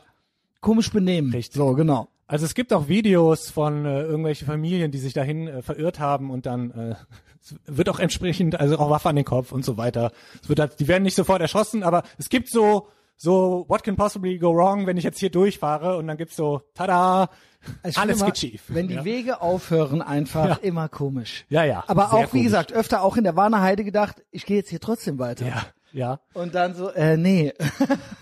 [SPEAKER 1] komisch benehmen.
[SPEAKER 2] Richtig.
[SPEAKER 1] So, genau.
[SPEAKER 2] Also es gibt auch Videos von äh, irgendwelchen Familien, die sich dahin äh, verirrt haben und dann äh, es wird auch entsprechend, also auch Waffe an den Kopf und so weiter. Es wird halt, die werden nicht sofort erschossen, aber es gibt so so what can possibly go wrong, wenn ich jetzt hier durchfahre und dann gibt's so tada,
[SPEAKER 1] Ich finde
[SPEAKER 2] alles
[SPEAKER 1] immer,
[SPEAKER 2] geht schief.
[SPEAKER 1] Wenn die
[SPEAKER 2] ja.
[SPEAKER 1] Wege aufhören, einfach immer komisch.
[SPEAKER 2] Ja, ja,
[SPEAKER 1] Aber
[SPEAKER 2] sehr
[SPEAKER 1] auch, wie
[SPEAKER 2] komisch.
[SPEAKER 1] gesagt, öfter auch in der Warnerheide gedacht, ich gehe jetzt hier trotzdem weiter.
[SPEAKER 2] ja, ja.
[SPEAKER 1] Und dann so, äh, nee.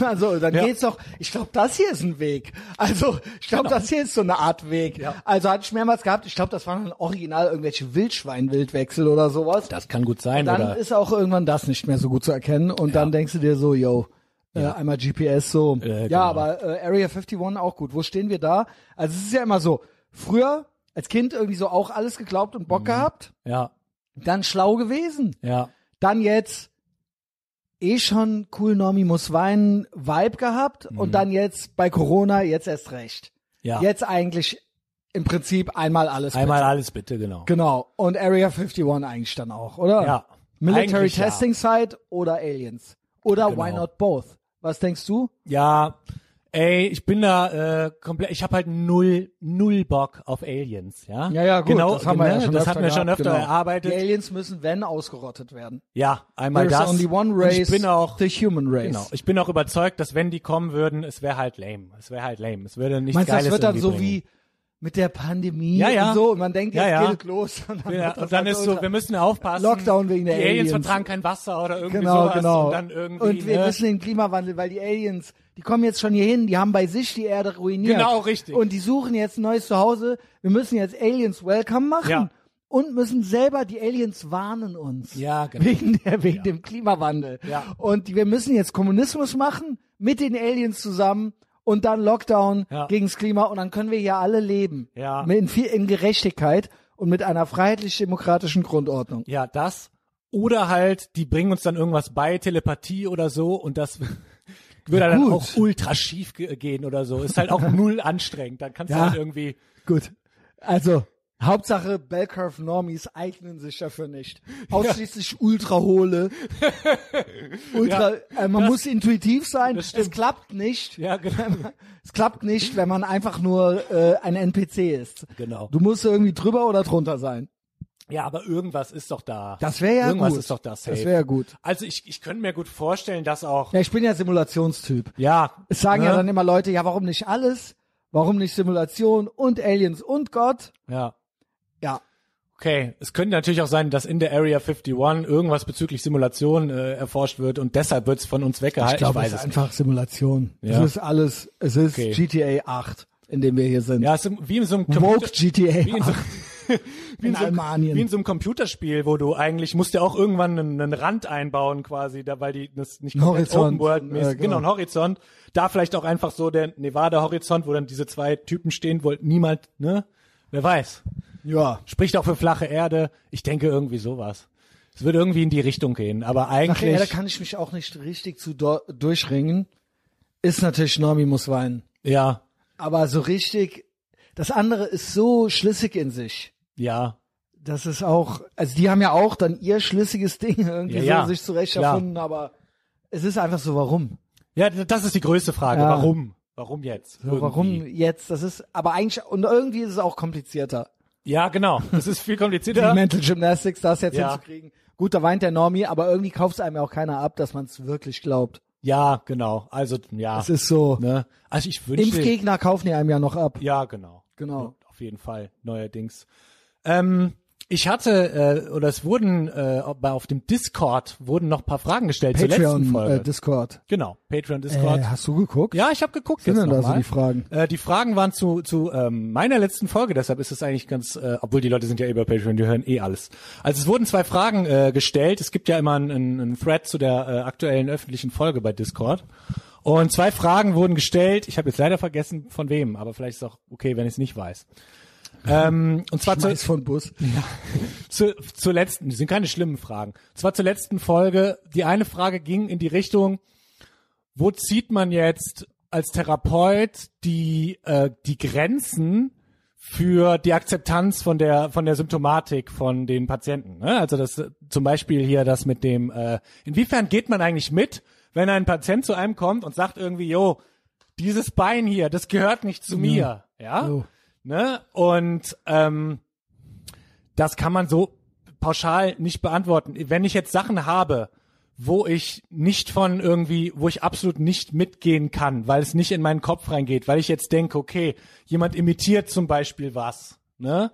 [SPEAKER 1] also, dann
[SPEAKER 2] Ja.
[SPEAKER 1] geht's doch, ich glaube, das hier ist ein Weg. Also, ich glaube, das hier ist so eine Art Weg.
[SPEAKER 2] Genau. Ja.
[SPEAKER 1] Also hatte ich mehrmals gehabt, ich glaube, das waren dann original irgendwelche Wildschwein-Wildwechsel oder sowas.
[SPEAKER 2] Das kann gut sein
[SPEAKER 1] dann
[SPEAKER 2] oder
[SPEAKER 1] ist auch irgendwann das nicht mehr so gut zu erkennen und dann denkst du dir so, yo, äh, einmal GPS so.
[SPEAKER 2] Äh,
[SPEAKER 1] ja,
[SPEAKER 2] genau.
[SPEAKER 1] aber äh, Area 51 auch gut. Wo stehen wir da? Also es ist ja immer so, früher als Kind irgendwie so auch alles geglaubt und
[SPEAKER 2] Mhm.
[SPEAKER 1] Bock gehabt,
[SPEAKER 2] ja,
[SPEAKER 1] dann schlau gewesen.
[SPEAKER 2] ja,
[SPEAKER 1] Dann jetzt eh schon cool Normie muss weinen Vibe gehabt und dann jetzt bei Corona jetzt erst recht.
[SPEAKER 2] Mhm. ja.
[SPEAKER 1] Jetzt eigentlich im Prinzip einmal alles.
[SPEAKER 2] Einmal alles bitte, genau.
[SPEAKER 1] Genau. Und Area 51 eigentlich dann auch, oder?
[SPEAKER 2] Ja.
[SPEAKER 1] Military
[SPEAKER 2] Eigentlich ja.
[SPEAKER 1] Testing Site oder Aliens. Oder
[SPEAKER 2] Genau.
[SPEAKER 1] why not both? Was denkst du?
[SPEAKER 2] Ja, ey, ich bin da äh, komplett, ich habe halt null, null Bock auf Aliens, ja?
[SPEAKER 1] Ja, ja, gut.
[SPEAKER 2] genau,
[SPEAKER 1] das haben wir ja
[SPEAKER 2] ne?
[SPEAKER 1] schon
[SPEAKER 2] das
[SPEAKER 1] öfter
[SPEAKER 2] hatten wir schon
[SPEAKER 1] gehabt,
[SPEAKER 2] öfter
[SPEAKER 1] genau.
[SPEAKER 2] erarbeitet.
[SPEAKER 1] Die Aliens müssen, wenn, ausgerottet werden.
[SPEAKER 2] ja, einmal
[SPEAKER 1] There's
[SPEAKER 2] das.
[SPEAKER 1] only one
[SPEAKER 2] Und
[SPEAKER 1] race,
[SPEAKER 2] ich bin auch,
[SPEAKER 1] the human race.
[SPEAKER 2] genau, ich bin auch überzeugt, dass wenn die kommen würden, es wäre halt lame, es wäre halt lame, es würde nichts
[SPEAKER 1] Meinst du,
[SPEAKER 2] Geiles
[SPEAKER 1] das wird dann
[SPEAKER 2] irgendwie
[SPEAKER 1] so
[SPEAKER 2] bringen.
[SPEAKER 1] wie mit der Pandemie
[SPEAKER 2] Ja, ja.
[SPEAKER 1] und so und man denkt,
[SPEAKER 2] Ja,
[SPEAKER 1] jetzt
[SPEAKER 2] ja.
[SPEAKER 1] geht es los. Und dann,
[SPEAKER 2] ja,
[SPEAKER 1] wird das
[SPEAKER 2] und dann
[SPEAKER 1] halt
[SPEAKER 2] ist so,
[SPEAKER 1] ultra-
[SPEAKER 2] wir müssen aufpassen.
[SPEAKER 1] Lockdown wegen der
[SPEAKER 2] die Aliens.
[SPEAKER 1] Aliens.
[SPEAKER 2] vertragen kein Wasser oder irgendwie
[SPEAKER 1] Genau,
[SPEAKER 2] sowas
[SPEAKER 1] genau.
[SPEAKER 2] und dann irgendwie
[SPEAKER 1] Und wir
[SPEAKER 2] ne?
[SPEAKER 1] müssen den Klimawandel, weil die Aliens, die kommen jetzt schon hier hin, die haben bei sich die Erde ruiniert.
[SPEAKER 2] Genau, richtig.
[SPEAKER 1] Und die suchen jetzt ein neues Zuhause. Wir müssen jetzt Aliens welcome machen.
[SPEAKER 2] Ja.
[SPEAKER 1] Und müssen selber, die Aliens warnen uns.
[SPEAKER 2] Ja, genau.
[SPEAKER 1] Wegen, der, wegen dem Klimawandel.
[SPEAKER 2] Ja.
[SPEAKER 1] Und wir müssen jetzt Kommunismus machen, mit den Aliens zusammen und dann Lockdown
[SPEAKER 2] Ja.
[SPEAKER 1] gegens Klima und dann können wir hier alle leben.
[SPEAKER 2] Ja.
[SPEAKER 1] Mit- In, viel- in Gerechtigkeit und mit einer freiheitlich-demokratischen Grundordnung.
[SPEAKER 2] Ja, das. Oder halt, die bringen uns dann irgendwas bei, Telepathie oder so, und das würde dann
[SPEAKER 1] Gut.
[SPEAKER 2] auch ultra schief ge- gehen oder so. Ist halt auch null anstrengend. Dann kannst du
[SPEAKER 1] Ja.
[SPEAKER 2] halt irgendwie.
[SPEAKER 1] Gut. Also, Hauptsache Bellcurve Normies eignen sich dafür nicht. Ausschließlich ultrahohle. Ultra, äh, man muss intuitiv sein.
[SPEAKER 2] das
[SPEAKER 1] Es
[SPEAKER 2] stimmt.
[SPEAKER 1] klappt nicht.
[SPEAKER 2] Ja, genau.
[SPEAKER 1] Es klappt nicht, wenn man einfach nur äh, ein NPC ist.
[SPEAKER 2] Genau.
[SPEAKER 1] Du musst irgendwie drüber oder drunter sein.
[SPEAKER 2] Ja, aber irgendwas ist doch da.
[SPEAKER 1] Das wäre ja
[SPEAKER 2] irgendwas
[SPEAKER 1] gut.
[SPEAKER 2] ist doch da safe.
[SPEAKER 1] Das wäre gut.
[SPEAKER 2] also ich, ich könnte mir gut vorstellen, dass auch.
[SPEAKER 1] Ja, ich bin ja Simulationstyp.
[SPEAKER 2] Ja.
[SPEAKER 1] Es sagen ja
[SPEAKER 2] ne?
[SPEAKER 1] dann immer Leute, ja, warum nicht alles? Warum nicht Simulation und Aliens und Gott?
[SPEAKER 2] Ja.
[SPEAKER 1] Ja,
[SPEAKER 2] Okay, es könnte natürlich auch sein, dass in der Area 51 irgendwas bezüglich Simulation äh, erforscht wird und deshalb wird's von uns weggehalten.
[SPEAKER 1] Ich glaube,
[SPEAKER 2] weiß
[SPEAKER 1] es ist
[SPEAKER 2] es nicht.
[SPEAKER 1] einfach Simulation.
[SPEAKER 2] Ja.
[SPEAKER 1] Es ist alles, es ist
[SPEAKER 2] Okay.
[SPEAKER 1] GTA 8, in dem wir hier sind.
[SPEAKER 2] Ja, es ist wie in so einem
[SPEAKER 1] Woke
[SPEAKER 2] Computer-
[SPEAKER 1] GTA
[SPEAKER 2] wie in so,
[SPEAKER 1] 8.
[SPEAKER 2] wie
[SPEAKER 1] In
[SPEAKER 2] in so,
[SPEAKER 1] Almanien.
[SPEAKER 2] Wie in so einem Computerspiel, wo du eigentlich musst ja auch irgendwann einen, einen Rand einbauen quasi, da, weil die das nicht komplett
[SPEAKER 1] Horizont,
[SPEAKER 2] Open World mäßig,
[SPEAKER 1] äh, genau.
[SPEAKER 2] genau. ein Horizont. Da vielleicht auch einfach so der Nevada Horizont, wo dann diese zwei Typen stehen, wo niemand, ne? Wer weiß.
[SPEAKER 1] Ja.
[SPEAKER 2] Spricht auch für flache Erde. Ich denke irgendwie sowas. Es wird irgendwie in die Richtung gehen, aber
[SPEAKER 1] Ach, ja, da
[SPEAKER 2] eigentlich
[SPEAKER 1] kann ich mich auch nicht richtig zu do- durchringen. Ist natürlich Normi muss weinen.
[SPEAKER 2] Ja,
[SPEAKER 1] Aber so richtig, das andere ist so schlüssig in sich.
[SPEAKER 2] ja.
[SPEAKER 1] Das ist auch, also die haben ja auch dann ihr schlüssiges Ding irgendwie
[SPEAKER 2] Ja, ja.
[SPEAKER 1] so sich zurecht
[SPEAKER 2] Klar.
[SPEAKER 1] erfunden, aber es ist einfach so, warum?
[SPEAKER 2] Ja, d- das ist die größte Frage.
[SPEAKER 1] Ja.
[SPEAKER 2] Warum? Warum jetzt?
[SPEAKER 1] So,
[SPEAKER 2] Irgendwie.
[SPEAKER 1] warum jetzt? Das ist, aber eigentlich, und irgendwie ist es auch komplizierter.
[SPEAKER 2] Ja, genau. Das ist viel
[SPEAKER 1] Die
[SPEAKER 2] komplizierter.
[SPEAKER 1] Mental Gymnastics, das jetzt
[SPEAKER 2] Ja.
[SPEAKER 1] hinzukriegen. Gut, da weint der Normie, aber irgendwie kauft es einem ja auch keiner ab, dass man es wirklich glaubt.
[SPEAKER 2] ja, genau. Also, ja.
[SPEAKER 1] Es ist so,
[SPEAKER 2] ne? Also ich wünschte.
[SPEAKER 1] Impfgegner kaufen die einem ja noch ab.
[SPEAKER 2] Ja, genau.
[SPEAKER 1] Genau.
[SPEAKER 2] Auf jeden Fall, neuerdings. Ähm, ich hatte, äh, oder es wurden äh, auf- bei- auf dem Discord wurden noch ein paar Fragen gestellt zur letzten
[SPEAKER 1] Patreon,
[SPEAKER 2] Folge.
[SPEAKER 1] äh, Discord.
[SPEAKER 2] genau, Patreon,
[SPEAKER 1] Äh,
[SPEAKER 2] Discord.
[SPEAKER 1] hast du geguckt?
[SPEAKER 2] ja, ich habe geguckt.
[SPEAKER 1] sind
[SPEAKER 2] jetzt
[SPEAKER 1] denn da
[SPEAKER 2] noch
[SPEAKER 1] so
[SPEAKER 2] mal.
[SPEAKER 1] die Fragen?
[SPEAKER 2] Äh, die Fragen waren zu, zu ähm, meiner letzten Folge, deshalb ist es eigentlich ganz, äh, obwohl die Leute sind ja eh bei Patreon, die hören eh alles. Also es wurden zwei Fragen äh, gestellt. Es gibt ja immer einen, einen, einen Thread zu der äh, aktuellen öffentlichen Folge bei Discord. Und zwei Fragen wurden gestellt. Ich habe jetzt leider vergessen, von wem, aber vielleicht ist auch okay, wenn ich es nicht weiß. Ähm, und zwar zu,
[SPEAKER 1] Schmeiß von Bus.
[SPEAKER 2] zu, zur letzten, das sind keine schlimmen Fragen. Zwar zur letzten Folge, die eine Frage ging in die Richtung, wo zieht man jetzt als Therapeut die, äh, die Grenzen für die Akzeptanz von der, von der Symptomatik von den Patienten? Ne? Also das äh, zum Beispiel hier das mit dem, äh, inwiefern geht man eigentlich mit, wenn ein Patient zu einem kommt und sagt irgendwie, jo, dieses Bein hier, das gehört nicht zu mir. Ja?
[SPEAKER 1] Jo.
[SPEAKER 2] Ne? Und ähm, das kann man so pauschal nicht beantworten. Wenn ich jetzt Sachen habe, wo ich nicht von irgendwie, wo ich absolut nicht mitgehen kann, weil es nicht in meinen Kopf reingeht, weil ich jetzt denke, okay, jemand imitiert zum Beispiel was, ne?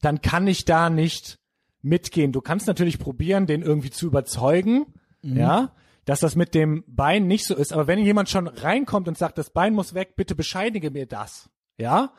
[SPEAKER 2] Dann kann ich da nicht mitgehen. Du kannst natürlich probieren, den irgendwie zu überzeugen, ja, dass das mit dem Bein nicht so ist. Aber wenn jemand schon reinkommt und sagt, das Bein muss weg, bitte bescheinige mir das, ja?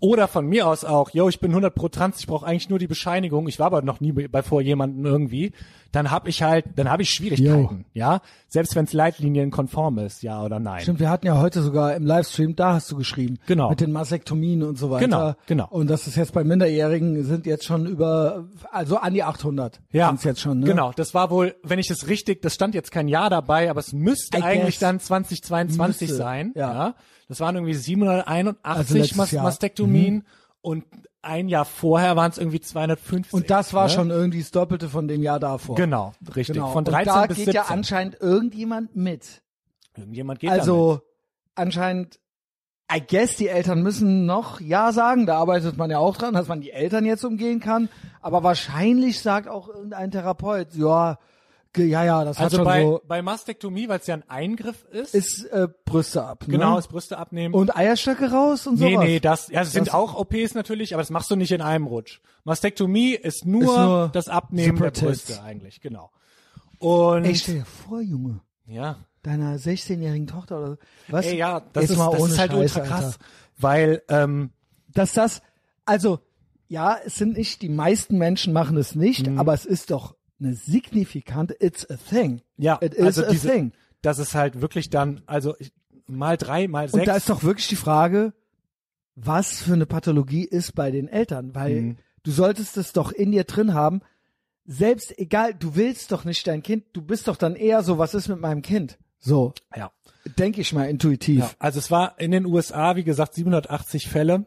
[SPEAKER 2] Oder von mir aus auch, yo, ich bin 100 pro trans, ich brauche eigentlich nur die Bescheinigung, ich war aber noch nie bei vor jemanden irgendwie, dann habe ich halt, dann habe ich Schwierigkeiten, ja? Selbst wenn es leitlinienkonform ist, ja oder nein.
[SPEAKER 1] Stimmt, wir hatten ja heute sogar im Livestream, da hast du geschrieben.
[SPEAKER 2] Genau.
[SPEAKER 1] Mit den Mastektomien und so weiter.
[SPEAKER 2] Genau, genau.
[SPEAKER 1] Und das ist jetzt bei Minderjährigen sind jetzt schon über, also an die 800.
[SPEAKER 2] Ja,
[SPEAKER 1] Sind's jetzt schon, ne?
[SPEAKER 2] genau. Das war wohl, wenn ich das richtig, das stand jetzt kein Jahr dabei, aber es müsste
[SPEAKER 1] I
[SPEAKER 2] eigentlich
[SPEAKER 1] guess.
[SPEAKER 2] dann 2022
[SPEAKER 1] Müsste,
[SPEAKER 2] sein.
[SPEAKER 1] ja. Also
[SPEAKER 2] Das waren irgendwie 781
[SPEAKER 1] letztes
[SPEAKER 2] Mas
[SPEAKER 1] Jahr. Mhm.
[SPEAKER 2] Mastektomien und ein Jahr vorher waren es irgendwie 250.
[SPEAKER 1] Und das war
[SPEAKER 2] ne?
[SPEAKER 1] schon irgendwie das Doppelte von dem Jahr davor.
[SPEAKER 2] genau, richtig.
[SPEAKER 1] Genau.
[SPEAKER 2] Von 13
[SPEAKER 1] und da
[SPEAKER 2] bis
[SPEAKER 1] geht
[SPEAKER 2] 17.
[SPEAKER 1] ja anscheinend irgendjemand mit.
[SPEAKER 2] Irgendjemand geht
[SPEAKER 1] also anscheinend, I guess die Eltern müssen noch Ja sagen, da arbeitet man ja auch dran, dass man die Eltern jetzt umgehen kann. Aber wahrscheinlich sagt auch irgendein Therapeut, ja, ge- ja, ja, das
[SPEAKER 2] damit.
[SPEAKER 1] hat
[SPEAKER 2] Also
[SPEAKER 1] schon
[SPEAKER 2] bei,
[SPEAKER 1] so,
[SPEAKER 2] bei Mastektomie, weil es ja ein Eingriff ist,
[SPEAKER 1] ist äh, Brüste ab.
[SPEAKER 2] genau,
[SPEAKER 1] ne?
[SPEAKER 2] ist Brüste abnehmen.
[SPEAKER 1] Und Eierstöcke raus und
[SPEAKER 2] Nee,
[SPEAKER 1] sowas.
[SPEAKER 2] nee, das, ja, es sind
[SPEAKER 1] Das-
[SPEAKER 2] auch OPs natürlich, aber das machst du nicht in einem Rutsch. Mastektomie ist nur,
[SPEAKER 1] Ist nur
[SPEAKER 2] das Abnehmen der
[SPEAKER 1] Separatives.
[SPEAKER 2] Brüste eigentlich, genau. Und
[SPEAKER 1] Ey, stell dir vor, Junge,
[SPEAKER 2] ja,
[SPEAKER 1] deiner 16-jährigen Tochter oder so. was?
[SPEAKER 2] ey, ja, das
[SPEAKER 1] Jetzt
[SPEAKER 2] ist,
[SPEAKER 1] mal
[SPEAKER 2] das
[SPEAKER 1] ohne
[SPEAKER 2] ist halt
[SPEAKER 1] Scheiß,
[SPEAKER 2] ultra krass,
[SPEAKER 1] Alter.
[SPEAKER 2] weil ähm,
[SPEAKER 1] Dass das, also, ja, es sind nicht, die meisten Menschen machen es nicht,
[SPEAKER 2] Mhm.
[SPEAKER 1] aber es ist doch eine signifikante, it's a thing.
[SPEAKER 2] ja,
[SPEAKER 1] It is
[SPEAKER 2] also
[SPEAKER 1] a
[SPEAKER 2] diese,
[SPEAKER 1] thing.
[SPEAKER 2] das ist halt wirklich dann, also ich, mal drei, mal
[SPEAKER 1] Und
[SPEAKER 2] sechs.
[SPEAKER 1] da ist doch wirklich die Frage, was für eine Pathologie ist bei den Eltern, weil
[SPEAKER 2] Mhm.
[SPEAKER 1] du solltest es doch in dir drin haben. Selbst egal, du willst doch nicht dein Kind, du bist doch dann eher so, was ist mit meinem Kind? So,
[SPEAKER 2] ja.
[SPEAKER 1] denke ich mal intuitiv.
[SPEAKER 2] Ja, also es war in den USA, wie gesagt, 780 Fälle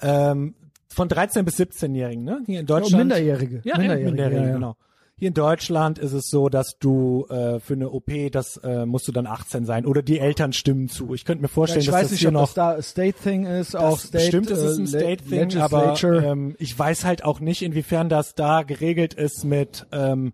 [SPEAKER 2] ähm, von 13 bis 17-Jährigen, ne? Hier in Deutschland.
[SPEAKER 1] Ja, Minderjährige.
[SPEAKER 2] Ja,
[SPEAKER 1] Minderjährige,
[SPEAKER 2] Minderjährige,
[SPEAKER 1] ja, ja.
[SPEAKER 2] genau. Hier in Deutschland ist es so, dass du äh, für eine OP, das äh, musst du dann 18 sein oder die Eltern stimmen zu. Ich könnte mir vorstellen,
[SPEAKER 1] ich
[SPEAKER 2] dass
[SPEAKER 1] weiß
[SPEAKER 2] das
[SPEAKER 1] nicht,
[SPEAKER 2] hier
[SPEAKER 1] ob
[SPEAKER 2] noch
[SPEAKER 1] das da a State-Thing ist, auch State,
[SPEAKER 2] stimmt, es ist ein
[SPEAKER 1] äh,
[SPEAKER 2] State-Thing,
[SPEAKER 1] Le-
[SPEAKER 2] aber
[SPEAKER 1] Legislature.
[SPEAKER 2] ähm, ich weiß halt auch nicht, inwiefern das da geregelt ist mit, ähm,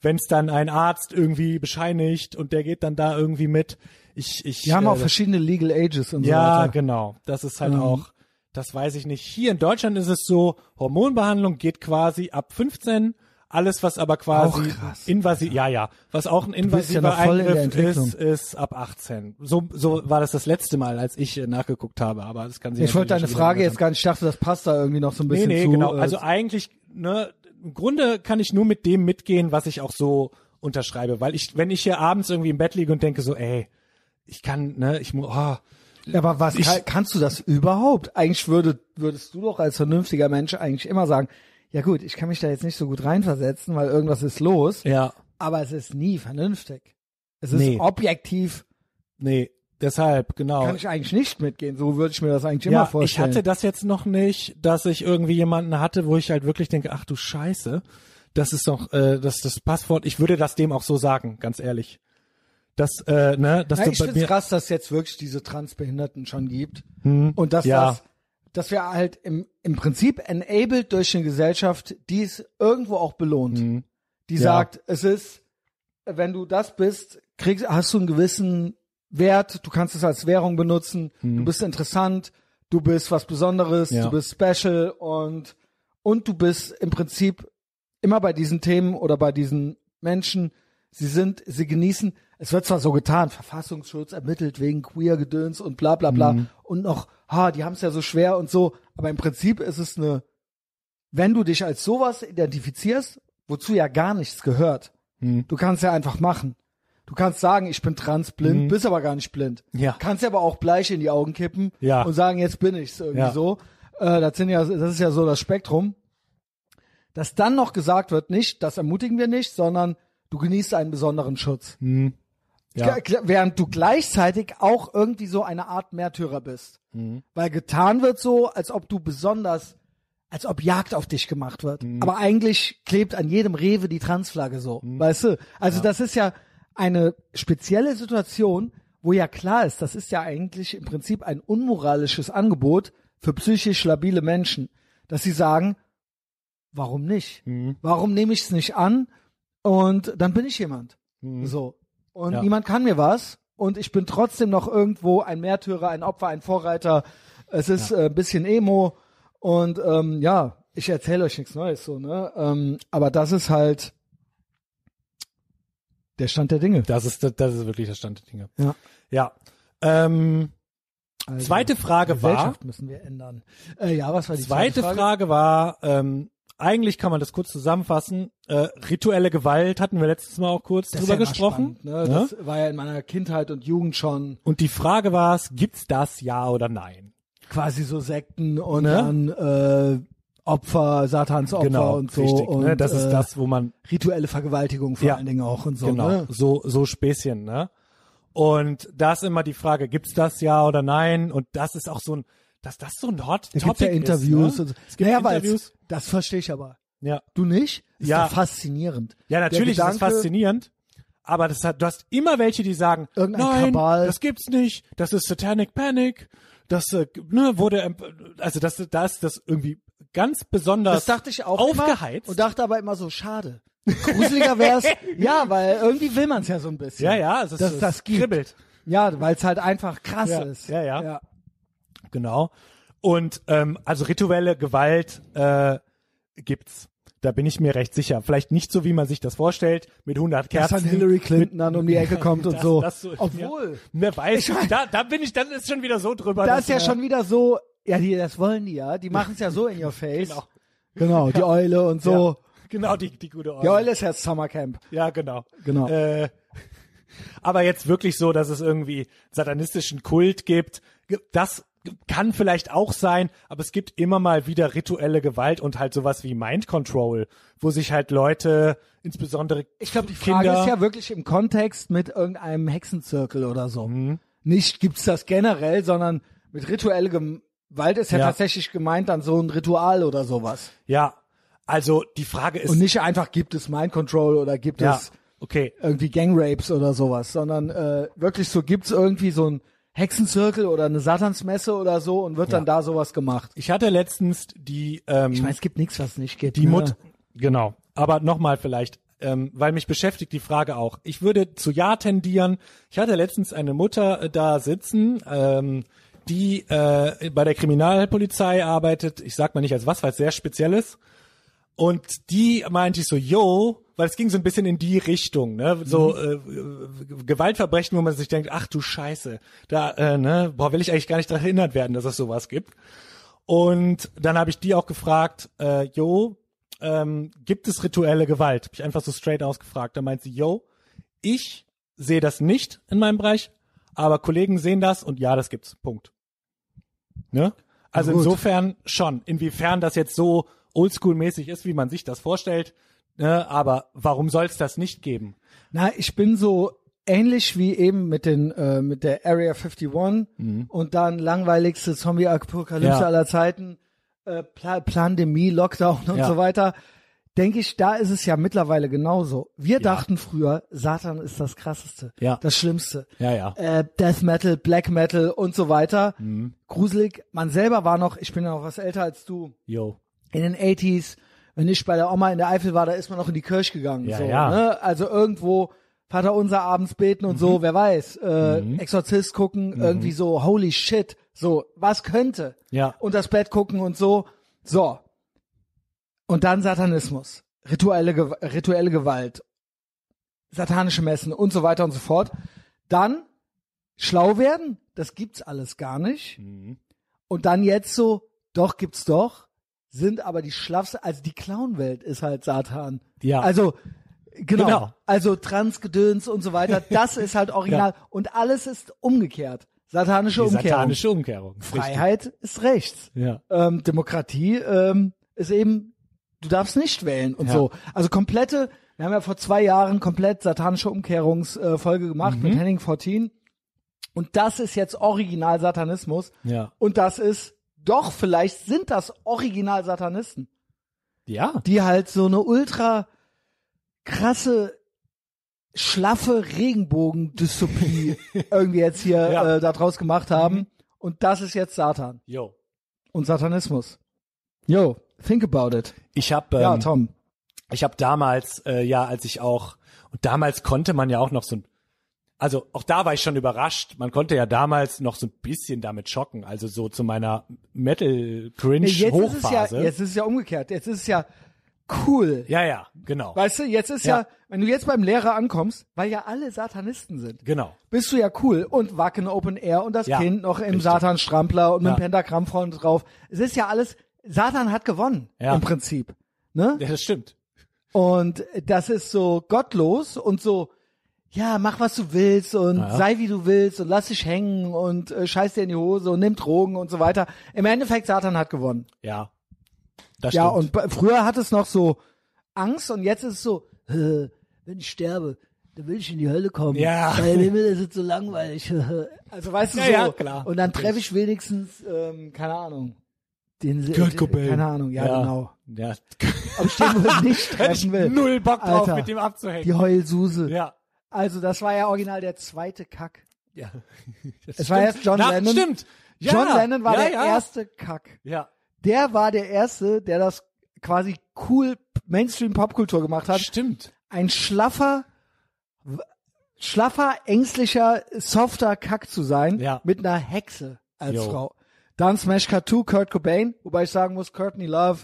[SPEAKER 2] wenn es dann ein Arzt irgendwie bescheinigt und der geht dann da irgendwie mit. Ich, ich,
[SPEAKER 1] die haben auch
[SPEAKER 2] äh,
[SPEAKER 1] verschiedene Legal Ages und so
[SPEAKER 2] ja,
[SPEAKER 1] weiter.
[SPEAKER 2] genau. Das ist halt
[SPEAKER 1] Ähm.
[SPEAKER 2] auch, das weiß ich nicht. Hier in Deutschland ist es so, Hormonbehandlung geht quasi ab 15. Alles, was aber quasi
[SPEAKER 1] Auch krass.
[SPEAKER 2] invasiv, ja, ja, was auch ein
[SPEAKER 1] bist ja
[SPEAKER 2] invasiver
[SPEAKER 1] noch voll in der
[SPEAKER 2] Eingriff ist,
[SPEAKER 1] Entwicklung.
[SPEAKER 2] ist ab 18. So, so war das das letzte Mal, als ich äh, nachgeguckt habe, aber das kann sich
[SPEAKER 1] Ich wollte deine
[SPEAKER 2] natürlich schon wieder
[SPEAKER 1] Frage
[SPEAKER 2] ändern.
[SPEAKER 1] jetzt gar nicht, ich dachte, das passt da irgendwie noch so ein bisschen
[SPEAKER 2] Nee, nee,
[SPEAKER 1] zu.
[SPEAKER 2] genau.
[SPEAKER 1] äh,
[SPEAKER 2] Also eigentlich, ne, im Grunde kann ich nur mit dem mitgehen, was ich auch so unterschreibe, weil ich, wenn ich hier abends irgendwie im Bett liege und denke so, ey, ich kann, ne, ich muss, oh,
[SPEAKER 1] Ja, aber was
[SPEAKER 2] Ich-
[SPEAKER 1] ka- kannst du das überhaupt? Eigentlich würde, würdest du doch als vernünftiger Mensch eigentlich immer sagen, ja gut, ich kann mich da jetzt nicht so gut reinversetzen, weil irgendwas ist los,
[SPEAKER 2] ja,
[SPEAKER 1] aber es ist nie vernünftig. Es ist
[SPEAKER 2] Nee.
[SPEAKER 1] objektiv
[SPEAKER 2] Nee, Deshalb, genau.
[SPEAKER 1] Kann ich eigentlich nicht mitgehen. So würde ich mir das eigentlich
[SPEAKER 2] ja,
[SPEAKER 1] immer vorstellen.
[SPEAKER 2] ich hatte das jetzt noch nicht, dass ich irgendwie jemanden hatte, wo ich halt wirklich denke, ach du Scheiße, das ist doch, äh, das das Passwort. Ich würde das dem auch so sagen, ganz ehrlich. Das, äh, ne, dass
[SPEAKER 1] Ja,
[SPEAKER 2] du
[SPEAKER 1] ich
[SPEAKER 2] bei
[SPEAKER 1] finde
[SPEAKER 2] mir,
[SPEAKER 1] es krass, dass es jetzt wirklich diese Transbehinderten schon gibt. Und dass
[SPEAKER 2] Hm, ja.
[SPEAKER 1] das, dass wir halt im, im Prinzip enabled durch eine Gesellschaft, die es irgendwo auch belohnt.
[SPEAKER 2] Hm.
[SPEAKER 1] Die sagt, es ist, wenn du das bist, kriegst, hast du einen gewissen Wert, du kannst es als Währung benutzen, du bist interessant, du bist was Besonderes,
[SPEAKER 2] Ja.
[SPEAKER 1] du bist special und, und du bist im Prinzip immer bei diesen Themen oder bei diesen Menschen, sie sind, sie genießen, es wird zwar so getan, Verfassungsschutz ermittelt wegen Queer-Gedöns und bla bla bla und noch, ha, die haben es ja so schwer und so, aber im Prinzip ist es eine, wenn du dich als sowas identifizierst, wozu ja gar nichts gehört,
[SPEAKER 2] Hm.
[SPEAKER 1] du kannst ja einfach machen. Du kannst sagen, ich bin transblind, bist aber gar nicht blind.
[SPEAKER 2] Hm. Ja.
[SPEAKER 1] Kannst ja aber auch Bleich in die Augen kippen
[SPEAKER 2] Ja.
[SPEAKER 1] und sagen, jetzt bin ich's irgendwie
[SPEAKER 2] Ja.
[SPEAKER 1] so. Äh, das sind ja, das ist ja so das Spektrum dass dann noch gesagt wird, nicht, das ermutigen wir nicht, sondern du genießt einen besonderen Schutz.
[SPEAKER 2] ja.
[SPEAKER 1] Ge- ge- Während du gleichzeitig auch irgendwie so eine Art Märtyrer bist. Weil getan wird so, als ob du besonders, als ob Jagd auf dich gemacht wird. Aber eigentlich klebt an jedem Rewe die Transflagge so. Weißt du? Also das ist ja eine spezielle Situation, wo ja klar ist, das ist ja eigentlich im Prinzip ein unmoralisches Angebot für psychisch labile Menschen, dass sie sagen, warum nicht?
[SPEAKER 2] Mhm.
[SPEAKER 1] Warum nehme ich es nicht an? Und dann bin ich jemand. So. Und
[SPEAKER 2] Mhm. Ja.
[SPEAKER 1] niemand kann mir was. Und ich bin trotzdem noch irgendwo ein Märtyrer, ein Opfer, ein Vorreiter. Es ist äh, ein bisschen Emo. Und ähm, ja, ich erzähle euch nichts Neues so, ne? Ähm, aber das ist halt der Stand der Dinge.
[SPEAKER 2] Das ist, das, ist wirklich der Stand der Dinge.
[SPEAKER 1] Ja.
[SPEAKER 2] Ja. Ähm,
[SPEAKER 1] Also,
[SPEAKER 2] zweite Frage war,
[SPEAKER 1] Gesellschaft müssen wir ändern. Äh, ja, was war die
[SPEAKER 2] zweite Frage, war, ähm, eigentlich kann man das kurz zusammenfassen. Äh, rituelle Gewalt hatten wir letztes Mal auch kurz
[SPEAKER 1] Das ist
[SPEAKER 2] drüber
[SPEAKER 1] ja immer
[SPEAKER 2] gesprochen.
[SPEAKER 1] Spannend, ne?
[SPEAKER 2] ne?
[SPEAKER 1] Das war ja in meiner Kindheit und Jugend schon
[SPEAKER 2] Und die Frage war es, gibt's das ja oder nein?
[SPEAKER 1] quasi so Sekten und
[SPEAKER 2] Ne?
[SPEAKER 1] dann äh, Opfer, Satans Opfer
[SPEAKER 2] genau,
[SPEAKER 1] und so.
[SPEAKER 2] richtig.
[SPEAKER 1] und,
[SPEAKER 2] ne? Das
[SPEAKER 1] äh,
[SPEAKER 2] ist das, wo man
[SPEAKER 1] Rituelle Vergewaltigung vor
[SPEAKER 2] Ja,
[SPEAKER 1] allen Dingen auch und so.
[SPEAKER 2] genau
[SPEAKER 1] Ne?
[SPEAKER 2] so so Späßchen, ne? Und das immer die Frage, gibt's das ja oder nein? Und das ist auch so ein, dass das so ein Hot
[SPEAKER 1] Da
[SPEAKER 2] Topic
[SPEAKER 1] gibt's ja Interviews
[SPEAKER 2] ist, ne?
[SPEAKER 1] und so.
[SPEAKER 2] Es gibt
[SPEAKER 1] naja, aber
[SPEAKER 2] Interviews.
[SPEAKER 1] Jetzt, das verstehe ich aber.
[SPEAKER 2] Ja,
[SPEAKER 1] Du nicht? Ist
[SPEAKER 2] Ja.
[SPEAKER 1] doch faszinierend.
[SPEAKER 2] ja,
[SPEAKER 1] Der
[SPEAKER 2] natürlich ist das
[SPEAKER 1] Gedanke,
[SPEAKER 2] faszinierend. Aber das hat, du hast immer welche, die sagen,
[SPEAKER 1] Irgendein
[SPEAKER 2] nein,
[SPEAKER 1] Kabal.
[SPEAKER 2] das gibt's nicht, das ist Satanic Panic, das äh, ne, wurde, ähm, also das, da ist das irgendwie ganz
[SPEAKER 1] Das
[SPEAKER 2] besonders
[SPEAKER 1] dachte ich auch
[SPEAKER 2] aufgeheizt.
[SPEAKER 1] immer und dachte aber immer so, schade. Gruseliger wär's. ja, weil irgendwie will man's ja so ein bisschen.
[SPEAKER 2] ja, ja, es ist,
[SPEAKER 1] dass
[SPEAKER 2] es
[SPEAKER 1] das gibt.
[SPEAKER 2] kribbelt.
[SPEAKER 1] Ja, weil's halt einfach krass
[SPEAKER 2] Ja,
[SPEAKER 1] ist.
[SPEAKER 2] ja, ja.
[SPEAKER 1] ja.
[SPEAKER 2] Genau. Und ähm, also rituelle Gewalt äh, gibt's. Da bin ich mir recht sicher. Vielleicht nicht so, wie man sich das vorstellt, mit 100
[SPEAKER 1] Dass
[SPEAKER 2] Kerzen.
[SPEAKER 1] dann halt Hillary Clinton dann um die Ecke kommt und
[SPEAKER 2] das,
[SPEAKER 1] so.
[SPEAKER 2] Das so
[SPEAKER 1] Obwohl,
[SPEAKER 2] Ja, wer weiß, da, da bin ich, dann ist schon wieder so drüber.
[SPEAKER 1] da
[SPEAKER 2] dass,
[SPEAKER 1] ist ja
[SPEAKER 2] äh,
[SPEAKER 1] schon wieder so, ja, die, das wollen die ja. Die machen's ja so in your face.
[SPEAKER 2] Genau.
[SPEAKER 1] Genau, die Eule und so.
[SPEAKER 2] Ja, genau, die, die gute Ordnung.
[SPEAKER 1] Die Eule ist ja das Summercamp.
[SPEAKER 2] Ja, genau.
[SPEAKER 1] Genau.
[SPEAKER 2] Äh, aber jetzt wirklich so, dass es irgendwie satanistischen Kult gibt. Ge- Das kann vielleicht auch sein, aber es gibt immer mal wieder rituelle Gewalt und halt sowas wie Mind Control, wo sich halt Leute, insbesondere
[SPEAKER 1] Ich glaube, die Frage
[SPEAKER 2] Kinder,
[SPEAKER 1] ist ja wirklich im Kontext mit irgendeinem Hexenzirkel oder so. Nicht gibt's das generell, sondern mit rituell Gewalt ist ja,
[SPEAKER 2] Ja.
[SPEAKER 1] tatsächlich gemeint dann so ein Ritual oder sowas.
[SPEAKER 2] ja, also die Frage ist,
[SPEAKER 1] Und nicht einfach gibt es Mind Control oder gibt
[SPEAKER 2] ja,
[SPEAKER 1] es
[SPEAKER 2] okay,
[SPEAKER 1] irgendwie Gangrapes oder sowas, sondern äh, wirklich so gibt's irgendwie so ein Hexenzirkel oder eine Satansmesse oder so und wird dann da sowas gemacht.
[SPEAKER 2] ich hatte letztens die, ähm,
[SPEAKER 1] Ich meine, es gibt nichts, was nicht gibt.
[SPEAKER 2] Die
[SPEAKER 1] ne?
[SPEAKER 2] Mut, genau. Aber nochmal vielleicht, ähm, weil mich beschäftigt die Frage auch. Ich würde zu Ja tendieren. Ich hatte letztens eine Mutter äh, da sitzen, ähm, die äh, bei der Kriminalpolizei arbeitet. Ich sag mal nicht als was, weil es sehr speziell ist. Und die meinte ich so, yo, weil es ging so ein bisschen in die Richtung, ne? So äh, äh, Gewaltverbrechen, wo man sich denkt, ach du Scheiße, da, äh, ne, boah, will ich eigentlich gar nicht daran erinnert werden, dass es sowas gibt. Und dann habe ich die auch gefragt, äh, yo, ähm, gibt es rituelle Gewalt? Hab ich einfach so straight ausgefragt. Da meint sie, yo, ich sehe das nicht in meinem Bereich, aber Kollegen sehen das und ja, das gibt's. Punkt. Ne? Also
[SPEAKER 1] Na gut.
[SPEAKER 2] insofern schon. Inwiefern das jetzt so oldschool-mäßig ist, wie man sich das vorstellt, ne? aber warum soll es das nicht geben?
[SPEAKER 1] Na, ich bin so, ähnlich wie eben mit den äh, mit der Area 51 und dann langweiligste Zombie-Apokalypse
[SPEAKER 2] Mhm. Ja.
[SPEAKER 1] aller Zeiten, äh, Pla Pandemie, Lockdown und
[SPEAKER 2] Ja.
[SPEAKER 1] so weiter. Denke ich, da ist es ja mittlerweile genauso. Wir dachten früher, Satan ist das krasseste,
[SPEAKER 2] Ja.
[SPEAKER 1] das Schlimmste.
[SPEAKER 2] Ja, ja.
[SPEAKER 1] Äh, Death Metal, Black Metal und so weiter.
[SPEAKER 2] Mhm.
[SPEAKER 1] Gruselig. Man selber war noch, ich bin ja noch was älter als du,
[SPEAKER 2] Yo.
[SPEAKER 1] in den 80s, wenn ich bei der Oma in der Eifel war, da ist man noch in die Kirche gegangen.
[SPEAKER 2] Ja,
[SPEAKER 1] so,
[SPEAKER 2] ja.
[SPEAKER 1] Ne? Also irgendwo Vater unser abends beten und
[SPEAKER 2] Mhm.
[SPEAKER 1] so, wer weiß. Äh, Exorzist gucken, irgendwie so, holy shit, so, was könnte?
[SPEAKER 2] Ja.
[SPEAKER 1] Und das Bett gucken und so. So. Und dann Satanismus, rituelle, Gew rituelle Gewalt, satanische Messen und so weiter und so fort. Dann schlau werden, das gibt's alles gar nicht.
[SPEAKER 2] Mhm.
[SPEAKER 1] Und dann jetzt so, doch gibt's doch, sind aber die schlaffste, also die Clownwelt ist halt Satan.
[SPEAKER 2] Ja.
[SPEAKER 1] Also genau,
[SPEAKER 2] Genau.
[SPEAKER 1] also Transgedöns und so weiter, das ist halt original und alles ist umgekehrt. Satanische
[SPEAKER 2] Die
[SPEAKER 1] Umkehrung.
[SPEAKER 2] satanische Umkehrung.
[SPEAKER 1] Freiheit ist rechts.
[SPEAKER 2] Richtig. Ja.
[SPEAKER 1] Ähm, Demokratie ähm, ist eben, du darfst nicht wählen und
[SPEAKER 2] Ja.
[SPEAKER 1] so. Also komplette, wir haben ja vor zwei Jahren komplett satanische Umkehrungsfolge äh, Folge gemacht
[SPEAKER 2] Mhm.
[SPEAKER 1] mit Henning 14. Und das ist jetzt Original Satanismus.
[SPEAKER 2] Ja.
[SPEAKER 1] Und das ist, doch, vielleicht sind das Original Satanisten,
[SPEAKER 2] Ja.
[SPEAKER 1] die halt so eine ultra krasse, schlaffe Regenbogendystopie irgendwie jetzt hier
[SPEAKER 2] Ja. Mhm.
[SPEAKER 1] äh, daraus gemacht haben. Und das ist jetzt Satan
[SPEAKER 2] Yo.
[SPEAKER 1] und Satanismus. Yo, think about it.
[SPEAKER 2] Ich habe ähm,
[SPEAKER 1] ja, Tom.
[SPEAKER 2] ich habe damals, äh, ja, als ich auch, und damals konnte man ja auch noch so ein, also auch da war ich schon überrascht, man konnte ja damals noch so ein bisschen damit schocken, also so zu meiner
[SPEAKER 1] Nee, jetzt
[SPEAKER 2] Metal-Cringe-Hochphase.
[SPEAKER 1] ist es ja, jetzt ist es ja umgekehrt. Jetzt ist es ja cool.
[SPEAKER 2] ja, ja, genau.
[SPEAKER 1] Weißt du, jetzt ist ja.
[SPEAKER 2] Ja.
[SPEAKER 1] wenn du jetzt beim Lehrer ankommst, weil ja alle Satanisten sind,
[SPEAKER 2] Genau.
[SPEAKER 1] bist du ja cool und Wacken Open Air und das
[SPEAKER 2] Ja,
[SPEAKER 1] Kind noch im
[SPEAKER 2] richtig.
[SPEAKER 1] Satan-Strampler und mit
[SPEAKER 2] Ja.
[SPEAKER 1] dem Pentagramm vorne drauf. Es ist ja alles, Satan hat gewonnen
[SPEAKER 2] Ja.
[SPEAKER 1] im Prinzip. Ne?
[SPEAKER 2] Ja, das stimmt.
[SPEAKER 1] Und das ist so gottlos und so, ja, mach was du willst und
[SPEAKER 2] Ja.
[SPEAKER 1] sei wie du willst und lass dich hängen und äh, scheiß dir in die Hose und nimm Drogen und so weiter. Im Endeffekt, Satan hat gewonnen.
[SPEAKER 2] Ja. Das
[SPEAKER 1] Ja,
[SPEAKER 2] stimmt.
[SPEAKER 1] und b- früher hat es noch so Angst und jetzt ist es so, äh, wenn ich sterbe, dann will ich in die Hölle kommen.
[SPEAKER 2] Ja.
[SPEAKER 1] Weil im Himmel ist es so langweilig. also weißt du
[SPEAKER 2] Ja,
[SPEAKER 1] so.
[SPEAKER 2] ja, klar.
[SPEAKER 1] Und dann treffe ich wenigstens, ähm, keine Ahnung. Den,
[SPEAKER 2] Kurt Cobain.
[SPEAKER 1] äh, Keine Ahnung, ja, genau.
[SPEAKER 2] Ja.
[SPEAKER 1] Ob ich den wohl nicht treffen will.
[SPEAKER 2] Null Bock drauf,
[SPEAKER 1] Alter,
[SPEAKER 2] mit dem abzuhängen.
[SPEAKER 1] Die Heulsuse.
[SPEAKER 2] ja.
[SPEAKER 1] Also das war ja original der zweite Kack.
[SPEAKER 2] Ja. Das
[SPEAKER 1] Es war
[SPEAKER 2] stimmt.
[SPEAKER 1] erst John
[SPEAKER 2] Na,
[SPEAKER 1] Lennon.
[SPEAKER 2] Stimmt. Ja.
[SPEAKER 1] John Lennon war
[SPEAKER 2] ja,
[SPEAKER 1] der
[SPEAKER 2] ja.
[SPEAKER 1] erste Kack.
[SPEAKER 2] Ja.
[SPEAKER 1] Der war der erste, der das quasi cool Mainstream Popkultur gemacht hat.
[SPEAKER 2] Stimmt.
[SPEAKER 1] Ein schlaffer, w- schlaffer, ängstlicher, softer Kack zu sein
[SPEAKER 2] Ja.
[SPEAKER 1] mit einer Hexe als
[SPEAKER 2] Jo.
[SPEAKER 1] Frau. Dann Smash Cut 2, Kurt Cobain, wobei ich sagen muss, Courtney Love.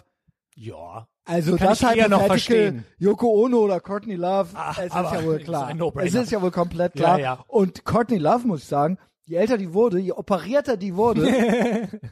[SPEAKER 2] Ja.
[SPEAKER 1] Also
[SPEAKER 2] Kann
[SPEAKER 1] das
[SPEAKER 2] ich
[SPEAKER 1] halt
[SPEAKER 2] eher
[SPEAKER 1] eine
[SPEAKER 2] noch
[SPEAKER 1] fertige
[SPEAKER 2] verstehen.
[SPEAKER 1] Yoko Ono oder Courtney Love,
[SPEAKER 2] Ah,
[SPEAKER 1] es ist
[SPEAKER 2] aber
[SPEAKER 1] ja wohl
[SPEAKER 2] ist
[SPEAKER 1] klar.
[SPEAKER 2] ein No-Brainer.
[SPEAKER 1] es ist ja wohl komplett klar.
[SPEAKER 2] Ja, ja.
[SPEAKER 1] Und Courtney Love muss ich sagen, je älter die wurde, je operierter die wurde,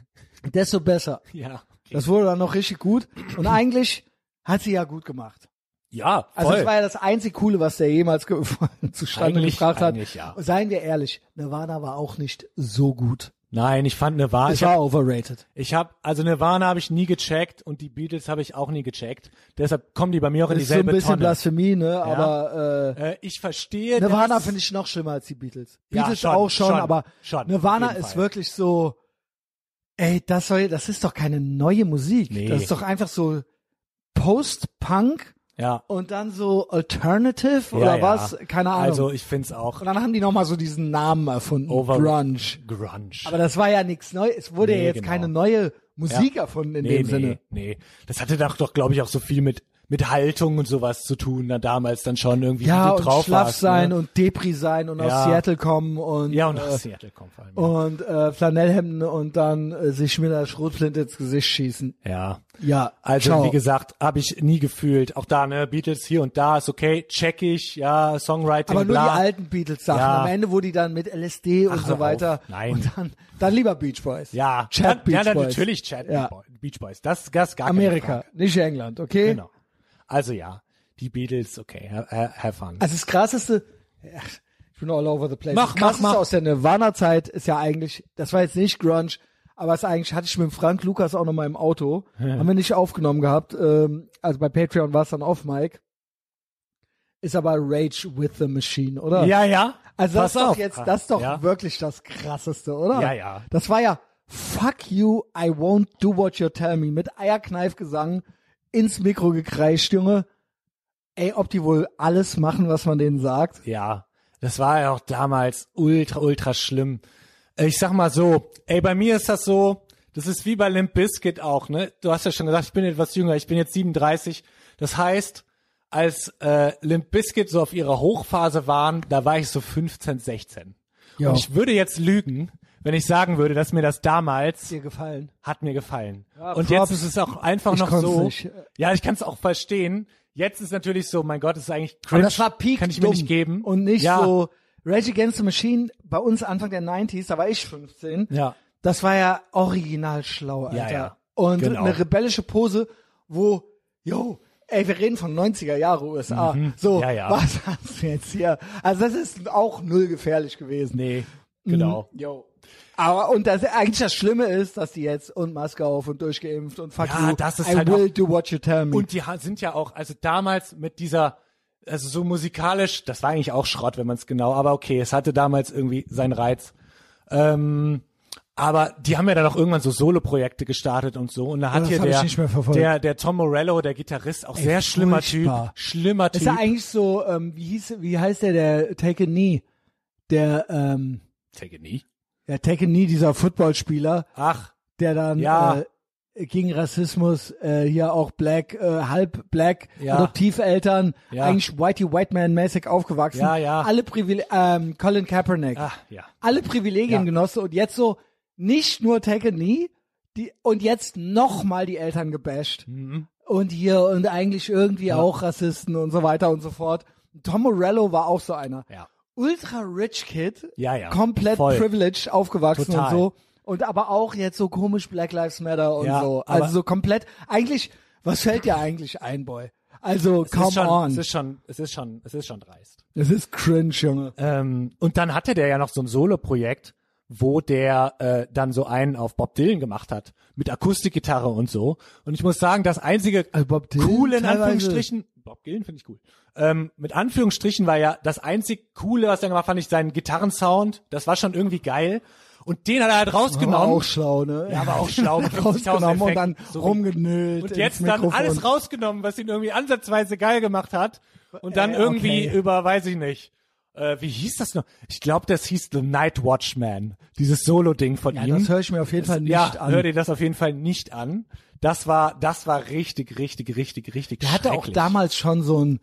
[SPEAKER 1] desto besser.
[SPEAKER 2] Ja.
[SPEAKER 1] Das wurde dann noch richtig gut. Und eigentlich hat sie ja gut gemacht.
[SPEAKER 2] Ja. Voll.
[SPEAKER 1] Also es war ja das einzig Coole, was der jemals ge- zustande
[SPEAKER 2] Eigentlich-
[SPEAKER 1] gebracht hat.
[SPEAKER 2] eigentlich ja.
[SPEAKER 1] Und Seien wir ehrlich, Nirvana war auch nicht so gut.
[SPEAKER 2] Nein, ich fand Nirvana.
[SPEAKER 1] Es
[SPEAKER 2] Also Ich hab,
[SPEAKER 1] war overrated.
[SPEAKER 2] ich hab, also Nirvana habe ich nie gecheckt und die Beatles habe ich auch nie gecheckt. Deshalb kommen die bei mir auch in
[SPEAKER 1] Ist so ein
[SPEAKER 2] dieselbe
[SPEAKER 1] bisschen
[SPEAKER 2] Tonne.
[SPEAKER 1] Blasphemie, ne? Aber äh,
[SPEAKER 2] Äh, ich verstehe.
[SPEAKER 1] Nirvana
[SPEAKER 2] das.
[SPEAKER 1] finde ich noch schlimmer als die Beatles.
[SPEAKER 2] Ja,
[SPEAKER 1] Beatles
[SPEAKER 2] schon,
[SPEAKER 1] auch schon,
[SPEAKER 2] schon,
[SPEAKER 1] aber
[SPEAKER 2] schon,
[SPEAKER 1] Nirvana
[SPEAKER 2] auf jeden
[SPEAKER 1] ist
[SPEAKER 2] Fall.
[SPEAKER 1] wirklich so, ey, das soll, das ist doch keine neue Musik.
[SPEAKER 2] Nee.
[SPEAKER 1] Das ist doch einfach so Post-Punk
[SPEAKER 2] Ja.
[SPEAKER 1] und dann so Alternative
[SPEAKER 2] ja,
[SPEAKER 1] oder
[SPEAKER 2] ja.
[SPEAKER 1] was, keine Ahnung.
[SPEAKER 2] Also ich find's auch
[SPEAKER 1] und dann haben die nochmal so diesen Namen erfunden,
[SPEAKER 2] Over-
[SPEAKER 1] Grunge.
[SPEAKER 2] grunge.
[SPEAKER 1] Aber das war ja nichts Neues, es wurde
[SPEAKER 2] Nee,
[SPEAKER 1] ja jetzt
[SPEAKER 2] genau.
[SPEAKER 1] keine neue Musik erfunden in
[SPEAKER 2] nee,
[SPEAKER 1] dem
[SPEAKER 2] nee,
[SPEAKER 1] Sinne.
[SPEAKER 2] Nee, das hatte doch, doch glaube ich, auch so viel mit mit Haltung und sowas zu tun, dann damals dann schon irgendwie
[SPEAKER 1] Ja,
[SPEAKER 2] wie du
[SPEAKER 1] und
[SPEAKER 2] drauf
[SPEAKER 1] schlaff
[SPEAKER 2] warst,
[SPEAKER 1] sein
[SPEAKER 2] ne?
[SPEAKER 1] und Depri sein und aus
[SPEAKER 2] Ja.
[SPEAKER 1] Seattle kommen und
[SPEAKER 2] Ja, und
[SPEAKER 1] äh,
[SPEAKER 2] aus Seattle kommt vor allem. ja.
[SPEAKER 1] und äh, Flanellhemden und dann äh, sich mit einer Schrotflinte ins Gesicht schießen.
[SPEAKER 2] Ja.
[SPEAKER 1] Ja,
[SPEAKER 2] Also
[SPEAKER 1] ciao.
[SPEAKER 2] wie gesagt, habe ich nie gefühlt. Auch da, ne, Beatles hier und da ist okay, check ich, ja, Songwriting,
[SPEAKER 1] aber nur
[SPEAKER 2] bla.
[SPEAKER 1] die alten Beatles-Sachen.
[SPEAKER 2] Ja.
[SPEAKER 1] Am Ende, wo die dann mit LSD und
[SPEAKER 2] Ach, hör
[SPEAKER 1] so
[SPEAKER 2] auf.
[SPEAKER 1] weiter.
[SPEAKER 2] Nein.
[SPEAKER 1] Und dann, dann lieber Beach Boys.
[SPEAKER 2] Ja,
[SPEAKER 1] Chat
[SPEAKER 2] dann,
[SPEAKER 1] Beach
[SPEAKER 2] ja,
[SPEAKER 1] Boys.
[SPEAKER 2] natürlich Chat
[SPEAKER 1] Ja.
[SPEAKER 2] Beach Boys. Das, das gar keine
[SPEAKER 1] Amerika,
[SPEAKER 2] Frage.
[SPEAKER 1] nicht England, okay?
[SPEAKER 2] Genau. Also ja, die Beatles, okay, ha- ha- have fun.
[SPEAKER 1] Also das krasseste, ach, ich bin all over the place.
[SPEAKER 2] Mach,
[SPEAKER 1] das
[SPEAKER 2] mach,
[SPEAKER 1] krasseste
[SPEAKER 2] mach.
[SPEAKER 1] aus der Nirvana-Zeit ist ja eigentlich, das war jetzt nicht Grunge, aber es eigentlich hatte ich mit dem Frank Lukas auch noch mal im Auto, haben wir nicht aufgenommen gehabt. Ähm, also bei Patreon war es dann off Mike. ist aber Rage with the Machine, oder?
[SPEAKER 2] Ja, ja.
[SPEAKER 1] Also das
[SPEAKER 2] Pass
[SPEAKER 1] ist doch
[SPEAKER 2] auf.
[SPEAKER 1] jetzt, das ist doch
[SPEAKER 2] ja.
[SPEAKER 1] wirklich das krasseste, oder?
[SPEAKER 2] Ja, ja.
[SPEAKER 1] Das war ja Fuck you, I won't do what you tell me mit Eierkneifgesang ins Mikro gekreischt, Junge. Ey, ob die wohl alles machen, was man denen sagt?
[SPEAKER 2] Ja, das war ja auch damals ultra, ultra schlimm. Äh, Ich sag mal so, ey, bei mir ist das so, das ist wie bei Limp Bizkit auch, ne? Du hast ja schon gesagt, ich bin etwas jünger, ich bin jetzt 37. Das heißt, als äh, Limp Bizkit so auf ihrer Hochphase waren, da war ich so 15, 16.
[SPEAKER 1] Ja.
[SPEAKER 2] Und ich würde jetzt lügen, wenn ich sagen würde, dass mir das damals
[SPEAKER 1] Dir gefallen.
[SPEAKER 2] hat mir gefallen.
[SPEAKER 1] Ja, Props.
[SPEAKER 2] und jetzt ist es auch einfach
[SPEAKER 1] Ich
[SPEAKER 2] noch
[SPEAKER 1] konnte es
[SPEAKER 2] so.
[SPEAKER 1] nicht.
[SPEAKER 2] Ja, ich kann es auch verstehen. Jetzt ist natürlich so, mein Gott, das ist eigentlich cringe.
[SPEAKER 1] Aber das war Peak
[SPEAKER 2] Kann ich
[SPEAKER 1] dumm
[SPEAKER 2] mir nicht geben.
[SPEAKER 1] und nicht
[SPEAKER 2] ja,
[SPEAKER 1] so Rage Against the Machine bei uns Anfang der 90s, da war ich 15.
[SPEAKER 2] Ja.
[SPEAKER 1] Das war ja original schlau, Alter.
[SPEAKER 2] Ja, ja.
[SPEAKER 1] Und
[SPEAKER 2] Genau.
[SPEAKER 1] eine rebellische Pose, wo, yo, ey, wir reden von 90er Jahre USA. So,
[SPEAKER 2] Mhm. Ja, ja.
[SPEAKER 1] was hast du jetzt hier? Also das ist auch null gefährlich gewesen.
[SPEAKER 2] Nee, genau.
[SPEAKER 1] Mhm, Yo. Aber und das eigentlich das Schlimme ist, dass die jetzt und Maske auf und durchgeimpft und fuck
[SPEAKER 2] Ja,
[SPEAKER 1] you,
[SPEAKER 2] das ist
[SPEAKER 1] I
[SPEAKER 2] halt
[SPEAKER 1] will do what you tell me.
[SPEAKER 2] Und die ha- sind ja auch, also damals mit dieser, also so musikalisch, das war eigentlich auch Schrott, wenn man es genau, aber okay, es hatte damals irgendwie seinen Reiz. Ähm, aber die haben ja dann auch irgendwann so Solo-Projekte gestartet und so. Und da hat
[SPEAKER 1] das
[SPEAKER 2] hier
[SPEAKER 1] hab ich
[SPEAKER 2] der,
[SPEAKER 1] nicht mehr verfolgt.
[SPEAKER 2] der, der Tom Morello, der Gitarrist, auch sehr schlimmer
[SPEAKER 1] furchtbar.
[SPEAKER 2] Typ. Schlimmer
[SPEAKER 1] ist ja
[SPEAKER 2] Typ.
[SPEAKER 1] eigentlich so, ähm, wie hieß, wie heißt der, der Take a Knee, der, ähm,
[SPEAKER 2] Take it nie.
[SPEAKER 1] der Take a Knee, dieser Footballspieler,
[SPEAKER 2] Ach,
[SPEAKER 1] der dann
[SPEAKER 2] Ja.
[SPEAKER 1] äh, gegen Rassismus äh, hier auch Black, äh, halb Black,
[SPEAKER 2] Ja.
[SPEAKER 1] Adoptiveltern,
[SPEAKER 2] Ja.
[SPEAKER 1] eigentlich Whitey White Man mäßig aufgewachsen.
[SPEAKER 2] Ja, ja.
[SPEAKER 1] Alle Privile ähm, Colin Kaepernick,
[SPEAKER 2] ah, ja.
[SPEAKER 1] alle Privilegien
[SPEAKER 2] Ja.
[SPEAKER 1] genossen und jetzt so nicht nur Take a Knee, die, und jetzt nochmal die Eltern gebasht.
[SPEAKER 2] Mhm.
[SPEAKER 1] Und hier und eigentlich irgendwie auch Rassisten und so weiter und so fort. Tom Morello war auch so einer
[SPEAKER 2] Ja.
[SPEAKER 1] ultra rich Kid,
[SPEAKER 2] Ja, ja.
[SPEAKER 1] komplett
[SPEAKER 2] Voll.
[SPEAKER 1] privileged aufgewachsen
[SPEAKER 2] Total.
[SPEAKER 1] und so. Und aber auch jetzt so komisch Black Lives Matter und
[SPEAKER 2] Ja,
[SPEAKER 1] so.
[SPEAKER 2] aber-
[SPEAKER 1] Also so komplett, eigentlich, was fällt dir eigentlich ein, Boy? Also,
[SPEAKER 2] Es
[SPEAKER 1] come
[SPEAKER 2] ist schon,
[SPEAKER 1] on.
[SPEAKER 2] Es ist schon, es ist schon, es ist schon dreist.
[SPEAKER 1] es ist cringe, Junge.
[SPEAKER 2] Ähm, und dann hatte der ja noch so ein Solo-Projekt, wo der äh, dann so einen auf Bob Dylan gemacht hat, mit Akustikgitarre und so. Und ich muss sagen, das einzige
[SPEAKER 1] Also Bob Dylan
[SPEAKER 2] coole in
[SPEAKER 1] teilweise.
[SPEAKER 2] Anführungsstrichen, Bob Dylan finde ich cool. Ähm, mit Anführungsstrichen war ja das einzig coole, was er gemacht hat, fand ich seinen Gitarrensound. Das war schon irgendwie geil. Und den hat er halt
[SPEAKER 1] Aber
[SPEAKER 2] rausgenommen.
[SPEAKER 1] auch schlau, ne?
[SPEAKER 2] Ja, aber auch schlau. 50.000
[SPEAKER 1] rausgenommen und dann
[SPEAKER 2] Effekten, so wie-
[SPEAKER 1] rumgenölt.
[SPEAKER 2] und
[SPEAKER 1] ins
[SPEAKER 2] jetzt dann
[SPEAKER 1] Mikrofon.
[SPEAKER 2] alles rausgenommen, was ihn irgendwie ansatzweise geil gemacht hat. Und dann
[SPEAKER 1] Äh,
[SPEAKER 2] irgendwie
[SPEAKER 1] okay.
[SPEAKER 2] über, weiß ich nicht. Äh, wie hieß das noch? Ich glaube, das hieß The Night Watchman. Dieses Solo-Ding von
[SPEAKER 1] Ja,
[SPEAKER 2] ihm.
[SPEAKER 1] das höre ich mir auf jeden Fall nicht
[SPEAKER 2] ja,
[SPEAKER 1] an.
[SPEAKER 2] hör dir das auf jeden Fall nicht an. Das war, das war richtig, richtig, richtig, richtig
[SPEAKER 1] Der hatte auch
[SPEAKER 2] schrecklich.
[SPEAKER 1] damals schon so ein,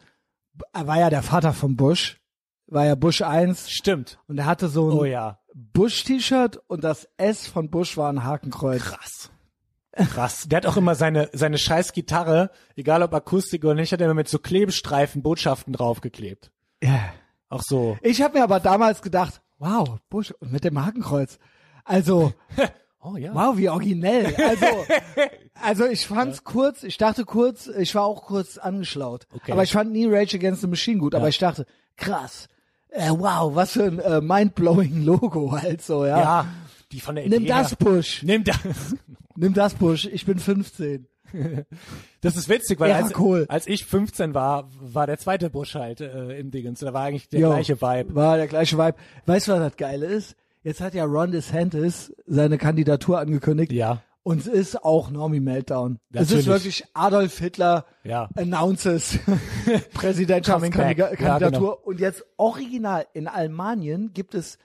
[SPEAKER 1] er war ja der Vater von Bush, war ja Bush 1
[SPEAKER 2] Stimmt.
[SPEAKER 1] und er hatte so ein
[SPEAKER 2] Oh ja.
[SPEAKER 1] Bush-T-Shirt und das S von Bush war ein Hakenkreuz.
[SPEAKER 2] Krass. Krass. Der hat auch immer seine, seine scheiß Gitarre, egal ob Akustik oder nicht, hat er immer mit so Klebestreifen Botschaften draufgeklebt.
[SPEAKER 1] Ja.
[SPEAKER 2] Auch so.
[SPEAKER 1] Ich habe mir aber damals gedacht, wow, Bush und mit dem Hakenkreuz. Also,
[SPEAKER 2] Oh ja.
[SPEAKER 1] wow, wie originell. Also, also ich fand's kurz, ich dachte kurz, ich war auch kurz angeschlaut.
[SPEAKER 2] Okay.
[SPEAKER 1] Aber ich fand nie Rage Against the Machine gut, aber ich dachte, krass. Äh, wow, was für ein äh, mindblowing Logo halt so, ja.
[SPEAKER 2] Ja. Die von der
[SPEAKER 1] Nimm
[SPEAKER 2] Idee
[SPEAKER 1] das,
[SPEAKER 2] her-
[SPEAKER 1] Bush.
[SPEAKER 2] Nimm das.
[SPEAKER 1] Nimm das, Bush. Ich bin 15.
[SPEAKER 2] Das ist witzig, weil
[SPEAKER 1] Ja,
[SPEAKER 2] als,
[SPEAKER 1] cool.
[SPEAKER 2] als ich 15 war, war der zweite Busch halt äh, im Dingens. Da war eigentlich der
[SPEAKER 1] Jo,
[SPEAKER 2] gleiche Vibe.
[SPEAKER 1] War der gleiche Vibe. Weißt du, was das Geile ist? Jetzt hat ja Ron DeSantis seine Kandidatur angekündigt.
[SPEAKER 2] Ja.
[SPEAKER 1] Und es ist auch Normie Meltdown. Es ist
[SPEAKER 2] Natürlich.
[SPEAKER 1] wirklich Adolf Hitler
[SPEAKER 2] Ja.
[SPEAKER 1] announces
[SPEAKER 2] Coming back. Ja,
[SPEAKER 1] Präsidentschaftskandidatur.
[SPEAKER 2] genau.
[SPEAKER 1] Und jetzt original in Almanien gibt es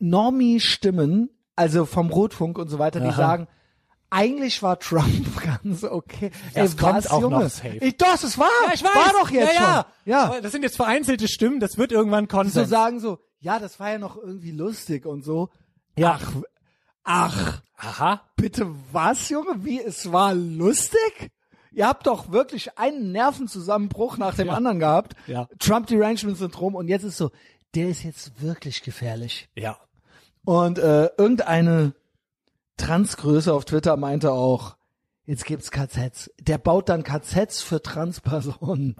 [SPEAKER 1] Normie-Stimmen, also vom Rotfunk und so weiter, die
[SPEAKER 2] Aha.
[SPEAKER 1] sagen, eigentlich war Trump ganz okay.
[SPEAKER 2] Das
[SPEAKER 1] Ey,
[SPEAKER 2] kommt
[SPEAKER 1] was,
[SPEAKER 2] auch noch
[SPEAKER 1] Junge?
[SPEAKER 2] safe.
[SPEAKER 1] Ich, das ist wahr.
[SPEAKER 2] Ja, ich weiß.
[SPEAKER 1] War doch jetzt
[SPEAKER 2] ja, ja.
[SPEAKER 1] schon. Ja.
[SPEAKER 2] Aber Das sind jetzt vereinzelte Stimmen, das wird irgendwann
[SPEAKER 1] so
[SPEAKER 2] Konsens.
[SPEAKER 1] sagen so, ja, das war ja noch irgendwie lustig und so.
[SPEAKER 2] Ja.
[SPEAKER 1] Ach, ach,
[SPEAKER 2] Aha.
[SPEAKER 1] bitte was, Junge? Wie, es war lustig? Ihr habt doch wirklich einen Nervenzusammenbruch nach dem anderen gehabt.
[SPEAKER 2] Ja.
[SPEAKER 1] Trump Derangement Syndrom und jetzt ist so, der ist jetzt wirklich gefährlich.
[SPEAKER 2] Ja.
[SPEAKER 1] Und äh, irgendeine Transgröße auf Twitter meinte auch, jetzt gibt's KZs. Der baut dann KZs für Transpersonen.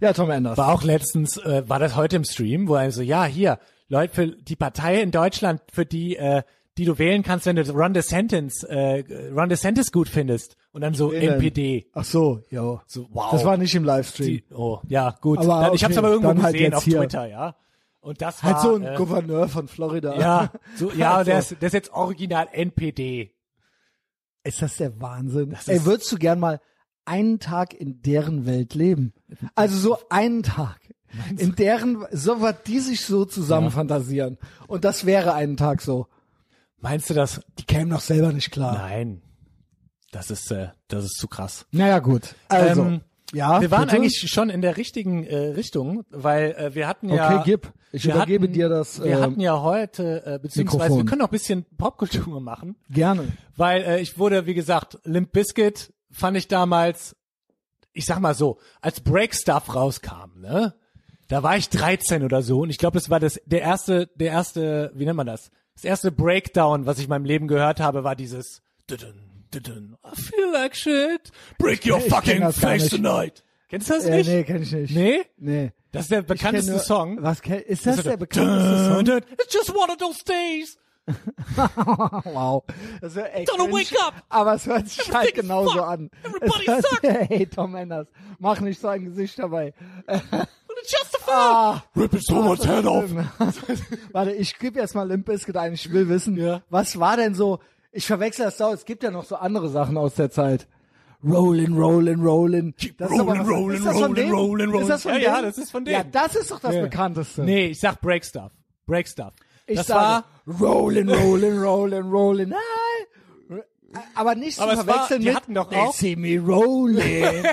[SPEAKER 1] Ja, Tom Enders.
[SPEAKER 2] War auch letztens, äh, war das heute im Stream, wo er so, ja, hier, Leute, für die Partei in Deutschland, für die äh, die du wählen kannst, wenn du Run DeSantis, äh, Run DeSantis gut findest. Und dann so
[SPEAKER 1] denn?
[SPEAKER 2] NPD.
[SPEAKER 1] Ach so, ja.
[SPEAKER 2] So, wow.
[SPEAKER 1] Das war nicht im Livestream.
[SPEAKER 2] Die- oh, ja, gut.
[SPEAKER 1] Aber
[SPEAKER 2] dann, ich hab's
[SPEAKER 1] okay,
[SPEAKER 2] aber irgendwo
[SPEAKER 1] dann halt
[SPEAKER 2] gesehen
[SPEAKER 1] jetzt
[SPEAKER 2] auf
[SPEAKER 1] hier.
[SPEAKER 2] Twitter, ja. Und das war
[SPEAKER 1] Halt so ein
[SPEAKER 2] äh,
[SPEAKER 1] Gouverneur von Florida.
[SPEAKER 2] ja, so, ja,
[SPEAKER 1] Also,
[SPEAKER 2] der ist, der ist jetzt original NPD.
[SPEAKER 1] Ist das der Wahnsinn?
[SPEAKER 2] Das
[SPEAKER 1] Ey,
[SPEAKER 2] ist-
[SPEAKER 1] würdest du gern mal einen Tag in deren Welt leben? Also so einen Tag. In deren, so was die sich so zusammen fantasieren. Und das wäre einen Tag so.
[SPEAKER 2] Meinst du das?
[SPEAKER 1] Die kämen doch selber nicht klar.
[SPEAKER 2] Nein. Das ist, äh, das ist zu krass.
[SPEAKER 1] Naja, gut. Also,
[SPEAKER 2] Ähm,
[SPEAKER 1] ja.
[SPEAKER 2] wir waren
[SPEAKER 1] bitte?
[SPEAKER 2] eigentlich schon in der richtigen äh, Richtung, weil äh, wir hatten
[SPEAKER 1] Okay,
[SPEAKER 2] ja.
[SPEAKER 1] gib. Ich
[SPEAKER 2] wir
[SPEAKER 1] übergebe
[SPEAKER 2] hatten,
[SPEAKER 1] dir das
[SPEAKER 2] Wir
[SPEAKER 1] äh,
[SPEAKER 2] hatten ja heute, äh, beziehungsweise wir
[SPEAKER 1] Mikrofon.
[SPEAKER 2] können auch ein bisschen Popkultur machen,
[SPEAKER 1] gerne.
[SPEAKER 2] weil äh, ich wurde, wie gesagt, Limp Bizkit fand ich damals, ich sag mal so, als Break Stuff rauskam, ne? Da war ich 13 oder so und ich glaube, das war das der erste, der erste, wie nennt man das? Das erste Breakdown, was ich in meinem Leben gehört habe, war dieses Dudun, dudun, I feel like shit. Break your
[SPEAKER 1] Ich kenn
[SPEAKER 2] fucking
[SPEAKER 1] das gar
[SPEAKER 2] face
[SPEAKER 1] nicht.
[SPEAKER 2] tonight. Kennst du das
[SPEAKER 1] Äh,
[SPEAKER 2] nicht?
[SPEAKER 1] nee, kenn ich nicht.
[SPEAKER 2] Nee?
[SPEAKER 1] Nee.
[SPEAKER 2] Das ist der bekannteste
[SPEAKER 1] Kenn nur-
[SPEAKER 2] Song.
[SPEAKER 1] Was, kenn- ist das
[SPEAKER 2] Also,
[SPEAKER 1] der bekannteste Song?
[SPEAKER 2] dun, dun, It's just one of those days.
[SPEAKER 1] Wow. Das wär echt
[SPEAKER 2] Don't
[SPEAKER 1] cringe,
[SPEAKER 2] wake up!
[SPEAKER 1] Aber es hört sich halt
[SPEAKER 2] Everything's
[SPEAKER 1] genauso
[SPEAKER 2] fucked.
[SPEAKER 1] an.
[SPEAKER 2] Everybody
[SPEAKER 1] Es hört-
[SPEAKER 2] sucks.
[SPEAKER 1] Hey, Tom Enders, mach nicht so ein Gesicht dabei.
[SPEAKER 2] Und it's just a fun.
[SPEAKER 1] Ah,
[SPEAKER 2] Rip his someone's head off.
[SPEAKER 1] Warte, ich gebe jetzt mal Limp Bizkit ein. Ich will wissen,
[SPEAKER 2] Ja.
[SPEAKER 1] was war denn so, ich verwechsel das da, es gibt ja noch so andere Sachen aus der Zeit. Rollin, rollin, rollin.
[SPEAKER 2] Keep
[SPEAKER 1] Das ist aber
[SPEAKER 2] rollin',
[SPEAKER 1] was-
[SPEAKER 2] rollin',
[SPEAKER 1] ist das von
[SPEAKER 2] rollin',
[SPEAKER 1] dem?
[SPEAKER 2] rollin',
[SPEAKER 1] Ist das von
[SPEAKER 2] rollin'. Ja,
[SPEAKER 1] dem?
[SPEAKER 2] ja, das ist von
[SPEAKER 1] Ja,
[SPEAKER 2] dem.
[SPEAKER 1] das ist doch das
[SPEAKER 2] Ja.
[SPEAKER 1] Bekannteste.
[SPEAKER 2] Nee, ich sag Break Stuff. Break Stuff.
[SPEAKER 1] Ich
[SPEAKER 2] das
[SPEAKER 1] sage,
[SPEAKER 2] war,
[SPEAKER 1] rollin, rollin, rollin, rollin, hi. Aber nicht
[SPEAKER 2] Aber
[SPEAKER 1] zu
[SPEAKER 2] es war-
[SPEAKER 1] verwechseln
[SPEAKER 2] die
[SPEAKER 1] mit
[SPEAKER 2] hatten doch
[SPEAKER 1] They
[SPEAKER 2] auch-
[SPEAKER 1] see me rollin.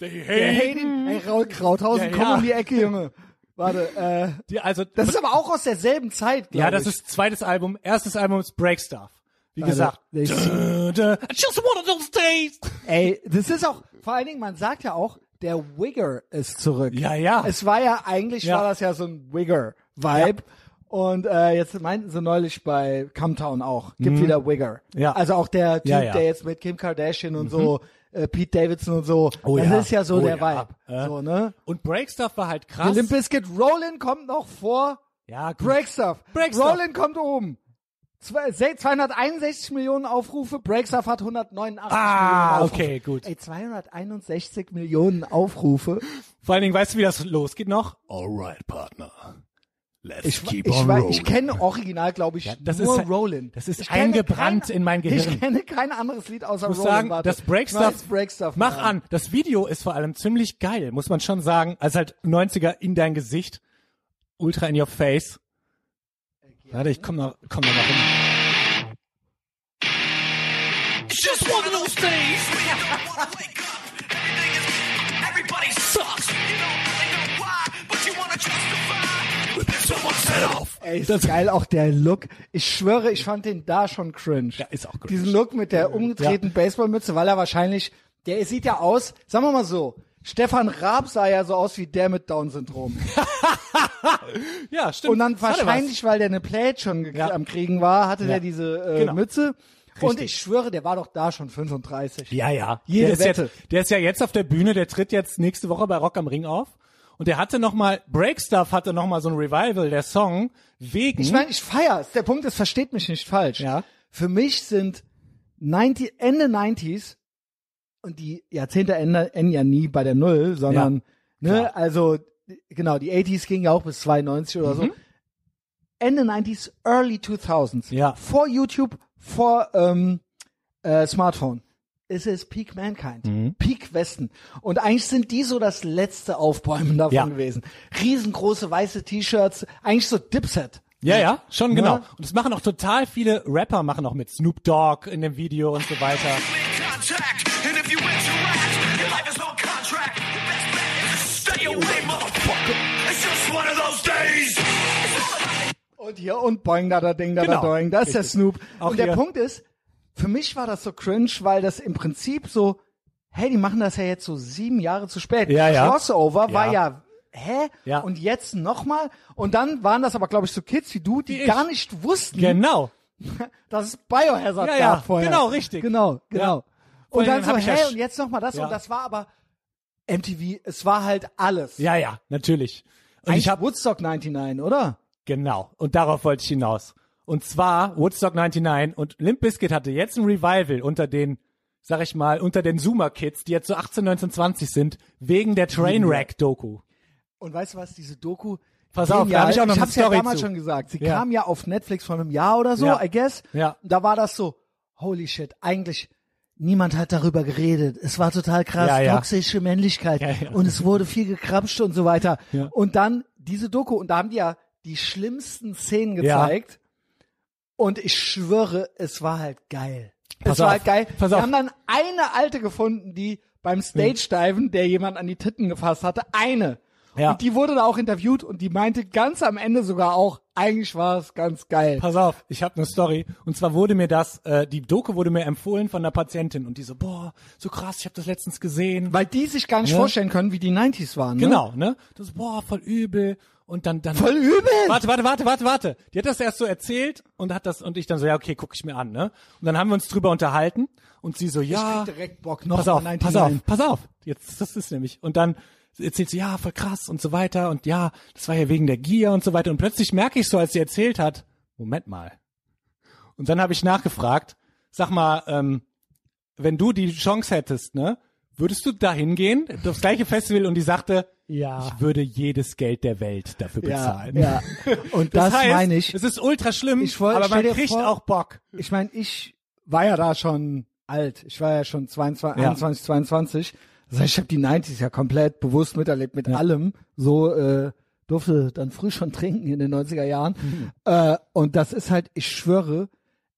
[SPEAKER 2] They
[SPEAKER 1] Hey,
[SPEAKER 2] hate
[SPEAKER 1] Hayden, hey, Raul Krauthausen,
[SPEAKER 2] Ja,
[SPEAKER 1] komm
[SPEAKER 2] ja.
[SPEAKER 1] um die Ecke, Junge. Warte, äh,
[SPEAKER 2] die, also,
[SPEAKER 1] das ist aber auch aus derselben Zeit, glaube
[SPEAKER 2] ja, das
[SPEAKER 1] ich.
[SPEAKER 2] ist zweites Album. Erstes Album ist Break Stuff. Wie
[SPEAKER 1] Warte,
[SPEAKER 2] gesagt.
[SPEAKER 1] Also, they see
[SPEAKER 2] Dun, dun, it's just one of those days.
[SPEAKER 1] Ey, das ist auch, vor allen Dingen, man sagt ja auch, der Wigger ist zurück.
[SPEAKER 2] Ja, ja.
[SPEAKER 1] Es war ja, eigentlich
[SPEAKER 2] Ja.
[SPEAKER 1] war das ja so ein Wigger-Vibe. Und äh, jetzt meinten sie neulich bei Camtown auch, gibt wieder Wigger.
[SPEAKER 2] Mhm. Ja.
[SPEAKER 1] Also auch der Typ,
[SPEAKER 2] Ja, ja. Mhm.
[SPEAKER 1] der jetzt mit Kim Kardashian und so, äh, Pete Davidson und so,
[SPEAKER 2] Oh
[SPEAKER 1] das
[SPEAKER 2] ja.
[SPEAKER 1] ist ja so
[SPEAKER 2] Oh
[SPEAKER 1] der
[SPEAKER 2] ja.
[SPEAKER 1] Vibe.
[SPEAKER 2] Äh.
[SPEAKER 1] So, ne?
[SPEAKER 2] Und Break Stuff war halt
[SPEAKER 1] Die
[SPEAKER 2] krass.
[SPEAKER 1] Limp Bizkit Rollin kommt noch vor
[SPEAKER 2] ja, gut.
[SPEAKER 1] Breakstuff.
[SPEAKER 2] Breakstuff.
[SPEAKER 1] Rollin kommt oben. Zwei- se- 261 Millionen Aufrufe, Breakstuff hat 189
[SPEAKER 2] Ah,
[SPEAKER 1] Millionen Aufrufe.
[SPEAKER 2] okay, gut.
[SPEAKER 1] Ey, 261 Millionen Aufrufe.
[SPEAKER 2] Vor allen Dingen, weißt du, wie das losgeht noch? Alright, Partner. Let's
[SPEAKER 1] Ich,
[SPEAKER 2] keep
[SPEAKER 1] ich,
[SPEAKER 2] on
[SPEAKER 1] wei-
[SPEAKER 2] rolling.
[SPEAKER 1] ich kenne original, glaube ich,
[SPEAKER 2] das
[SPEAKER 1] nur
[SPEAKER 2] ist-
[SPEAKER 1] Rollin.
[SPEAKER 2] das ist
[SPEAKER 1] ich kenne
[SPEAKER 2] eingebrannt in mein Gehirn.
[SPEAKER 1] Ich kenne kein anderes Lied außer
[SPEAKER 2] muss
[SPEAKER 1] Rollin.
[SPEAKER 2] sagen,
[SPEAKER 1] Warte.
[SPEAKER 2] das
[SPEAKER 1] Schmeiß
[SPEAKER 2] Breakstuff,
[SPEAKER 1] Breakstuff
[SPEAKER 2] mach
[SPEAKER 1] mal
[SPEAKER 2] an. Das Video ist vor allem ziemlich geil, muss man schon sagen. Also halt 90er in dein Gesicht, ultra in your face. Warte, ich komm noch, komm noch mal hin.
[SPEAKER 3] just one of those days. Wake up. Everything is. Everybody sucks. You don't really know why, but you want to justify. Ripping someone's head off.
[SPEAKER 1] Ey, ist geil, auch der Look. Ich schwöre, ich fand den da schon cringe.
[SPEAKER 2] Ja, ist auch cringe.
[SPEAKER 1] Diesen Look mit der umgedrehten Baseballmütze, weil er wahrscheinlich, der sieht ja aus, sagen wir mal so, Stefan Raab sah ja so aus wie der mit Down-Syndrom.
[SPEAKER 2] Ja, stimmt.
[SPEAKER 1] Und dann
[SPEAKER 2] Das hatte was.
[SPEAKER 1] wahrscheinlich, weil der eine Plate schon gekrie-
[SPEAKER 2] Ja.
[SPEAKER 1] am Kriegen war, hatte
[SPEAKER 2] Ja.
[SPEAKER 1] der diese äh,
[SPEAKER 2] Genau.
[SPEAKER 1] Mütze. Und
[SPEAKER 2] Richtig.
[SPEAKER 1] ich schwöre, der war doch da schon 35.
[SPEAKER 2] Ja, ja.
[SPEAKER 1] Jede
[SPEAKER 2] der, ist
[SPEAKER 1] Wette.
[SPEAKER 2] Jetzt, der ist ja jetzt auf der Bühne, der tritt jetzt nächste Woche bei Rock am Ring auf. Und der hatte nochmal, Breakstuff hatte nochmal so ein Revival, der Song, wegen.
[SPEAKER 1] Ich meine, ich feier's. Der Punkt ist, versteht mich nicht falsch.
[SPEAKER 2] Ja.
[SPEAKER 1] Für mich sind 90, Ende 90s und die Jahrzehnte enden, enden ja nie bei der Null, sondern, ne,
[SPEAKER 2] klar.
[SPEAKER 1] also, genau, die 80s gingen ja auch bis 92 oder
[SPEAKER 2] Mhm.
[SPEAKER 1] so. Ende 90s, early 2000s.
[SPEAKER 2] Ja.
[SPEAKER 1] Vor YouTube, vor ähm, äh, Smartphone. Es ist Peak Mankind,
[SPEAKER 2] Mhm.
[SPEAKER 1] Peak Westen. Und eigentlich sind die so das letzte Aufbäumen davon
[SPEAKER 2] Ja.
[SPEAKER 1] gewesen. Riesengroße weiße T-Shirts, eigentlich so Dipset.
[SPEAKER 2] Ja, ja, schon genau.
[SPEAKER 1] Ne?
[SPEAKER 2] Und das machen auch total viele Rapper, machen auch mit Snoop Dogg in dem Video und so weiter.
[SPEAKER 3] Make contact. And if you interact, your life is no contract. Your best bet is to stay away, motherfucker. It's just one of those days.
[SPEAKER 1] Und hier und boing da da ding da
[SPEAKER 2] Genau.
[SPEAKER 1] da doing, das ist der Snoop.
[SPEAKER 2] Auch
[SPEAKER 1] und der
[SPEAKER 2] hier.
[SPEAKER 1] Punkt ist, für mich war das so cringe, weil das im Prinzip so, hey, die machen das ja jetzt so sieben Jahre zu spät.
[SPEAKER 2] Ja, ja.
[SPEAKER 1] Crossover war
[SPEAKER 2] Ja.
[SPEAKER 1] ja, hä?
[SPEAKER 2] Ja.
[SPEAKER 1] Und jetzt nochmal? Und dann waren das aber, glaube ich, so Kids wie du, die
[SPEAKER 2] ich.
[SPEAKER 1] gar nicht wussten,
[SPEAKER 2] Genau.
[SPEAKER 1] dass es Biohazard
[SPEAKER 2] Ja, ja,
[SPEAKER 1] gab vorher.
[SPEAKER 2] genau, richtig.
[SPEAKER 1] Genau, genau.
[SPEAKER 2] Ja.
[SPEAKER 1] Und
[SPEAKER 2] Vorher
[SPEAKER 1] dann so,
[SPEAKER 2] hab ich ja
[SPEAKER 1] hey,
[SPEAKER 2] sch-
[SPEAKER 1] und jetzt nochmal das.
[SPEAKER 2] Ja.
[SPEAKER 1] Und das war aber MTV, es war halt alles.
[SPEAKER 2] Ja, ja, natürlich. Und
[SPEAKER 1] Eigentlich
[SPEAKER 2] ich habe
[SPEAKER 1] Woodstock 99, oder?
[SPEAKER 2] genau. Und darauf wollte ich hinaus. Und zwar Woodstock 99 und Limp Bizkit hatte jetzt ein Revival unter den, sag ich mal, unter den Zoomer Kids, die jetzt so 18, 19, 20 sind, wegen der Trainwreck Doku.
[SPEAKER 1] Und weißt du was, diese Doku,
[SPEAKER 2] Pass auf, da hab ich auch noch
[SPEAKER 1] ich
[SPEAKER 2] eine
[SPEAKER 1] hab's
[SPEAKER 2] Story
[SPEAKER 1] ja damals
[SPEAKER 2] zu.
[SPEAKER 1] schon gesagt, sie
[SPEAKER 2] Ja.
[SPEAKER 1] kam ja auf Netflix vor einem Jahr oder so,
[SPEAKER 2] Ja.
[SPEAKER 1] I guess.
[SPEAKER 2] Ja.
[SPEAKER 1] Und da war das so, holy shit, eigentlich niemand hat darüber geredet. Es war total krass,
[SPEAKER 2] Ja, ja.
[SPEAKER 1] toxische Männlichkeit
[SPEAKER 2] Ja, ja.
[SPEAKER 1] und es wurde viel gekrapscht und so weiter.
[SPEAKER 2] Ja.
[SPEAKER 1] Und dann diese Doku und da haben die ja die schlimmsten Szenen
[SPEAKER 2] Ja.
[SPEAKER 1] gezeigt. Und ich schwöre, es war halt geil.
[SPEAKER 2] Pass
[SPEAKER 1] es war
[SPEAKER 2] auf,
[SPEAKER 1] halt geil.
[SPEAKER 2] pass
[SPEAKER 1] Wir
[SPEAKER 2] auf.
[SPEAKER 1] haben dann eine alte gefunden, die beim Stage-Diven, der jemand an die Titten gefasst hatte, eine.
[SPEAKER 2] Ja.
[SPEAKER 1] Und die wurde da auch interviewt und die meinte ganz am Ende sogar auch, eigentlich war es ganz geil.
[SPEAKER 2] Pass auf, ich habe eine Story. Und zwar wurde mir das, äh, die Doku wurde mir empfohlen von einer Patientin und die so, boah, so krass, ich habe das letztens gesehen.
[SPEAKER 1] Weil die sich gar nicht
[SPEAKER 2] Ja.
[SPEAKER 1] vorstellen können, wie die 90s waren. Ne?
[SPEAKER 2] Genau, ne? Das boah, voll übel und dann dann
[SPEAKER 1] Voll übel?
[SPEAKER 2] Warte, warte, warte, warte, warte. Die hat das erst so erzählt und hat das und ich dann so ja, okay, guck ich mir an, ne? Und dann haben wir uns drüber unterhalten und sie so ja,
[SPEAKER 1] krieg direkt Bock, noch
[SPEAKER 2] pass auf,
[SPEAKER 1] mal
[SPEAKER 2] pass
[SPEAKER 1] 99.
[SPEAKER 2] auf, pass auf. Jetzt das ist nämlich und dann erzählt sie ja, voll krass und so weiter und ja, das war ja wegen der Gier und so weiter und plötzlich merke ich so, als sie erzählt hat, Moment mal. Und dann habe ich nachgefragt, sag mal, ähm, wenn du die Chance hättest, ne, würdest du dahin gehen, aufs gleiche Festival und die sagte,
[SPEAKER 1] Ja.
[SPEAKER 2] ich würde jedes Geld der Welt dafür
[SPEAKER 1] Ja,
[SPEAKER 2] bezahlen.
[SPEAKER 1] ja. Und das,
[SPEAKER 2] heißt,
[SPEAKER 1] meine ich.
[SPEAKER 2] Es ist ultra schlimm,
[SPEAKER 1] Ich woll-
[SPEAKER 2] aber
[SPEAKER 1] stell
[SPEAKER 2] man
[SPEAKER 1] dir
[SPEAKER 2] kriegt
[SPEAKER 1] vor-
[SPEAKER 2] auch Bock.
[SPEAKER 1] ich meine, ich war ja da schon alt. Ich war ja schon 22,
[SPEAKER 2] Ja.
[SPEAKER 1] 21, 22. Das heißt, ich habe die 90s ja komplett bewusst miterlebt mit allem. So äh, durfte dann früh schon trinken in den 90er Jahren. Äh, und das ist halt, ich schwöre,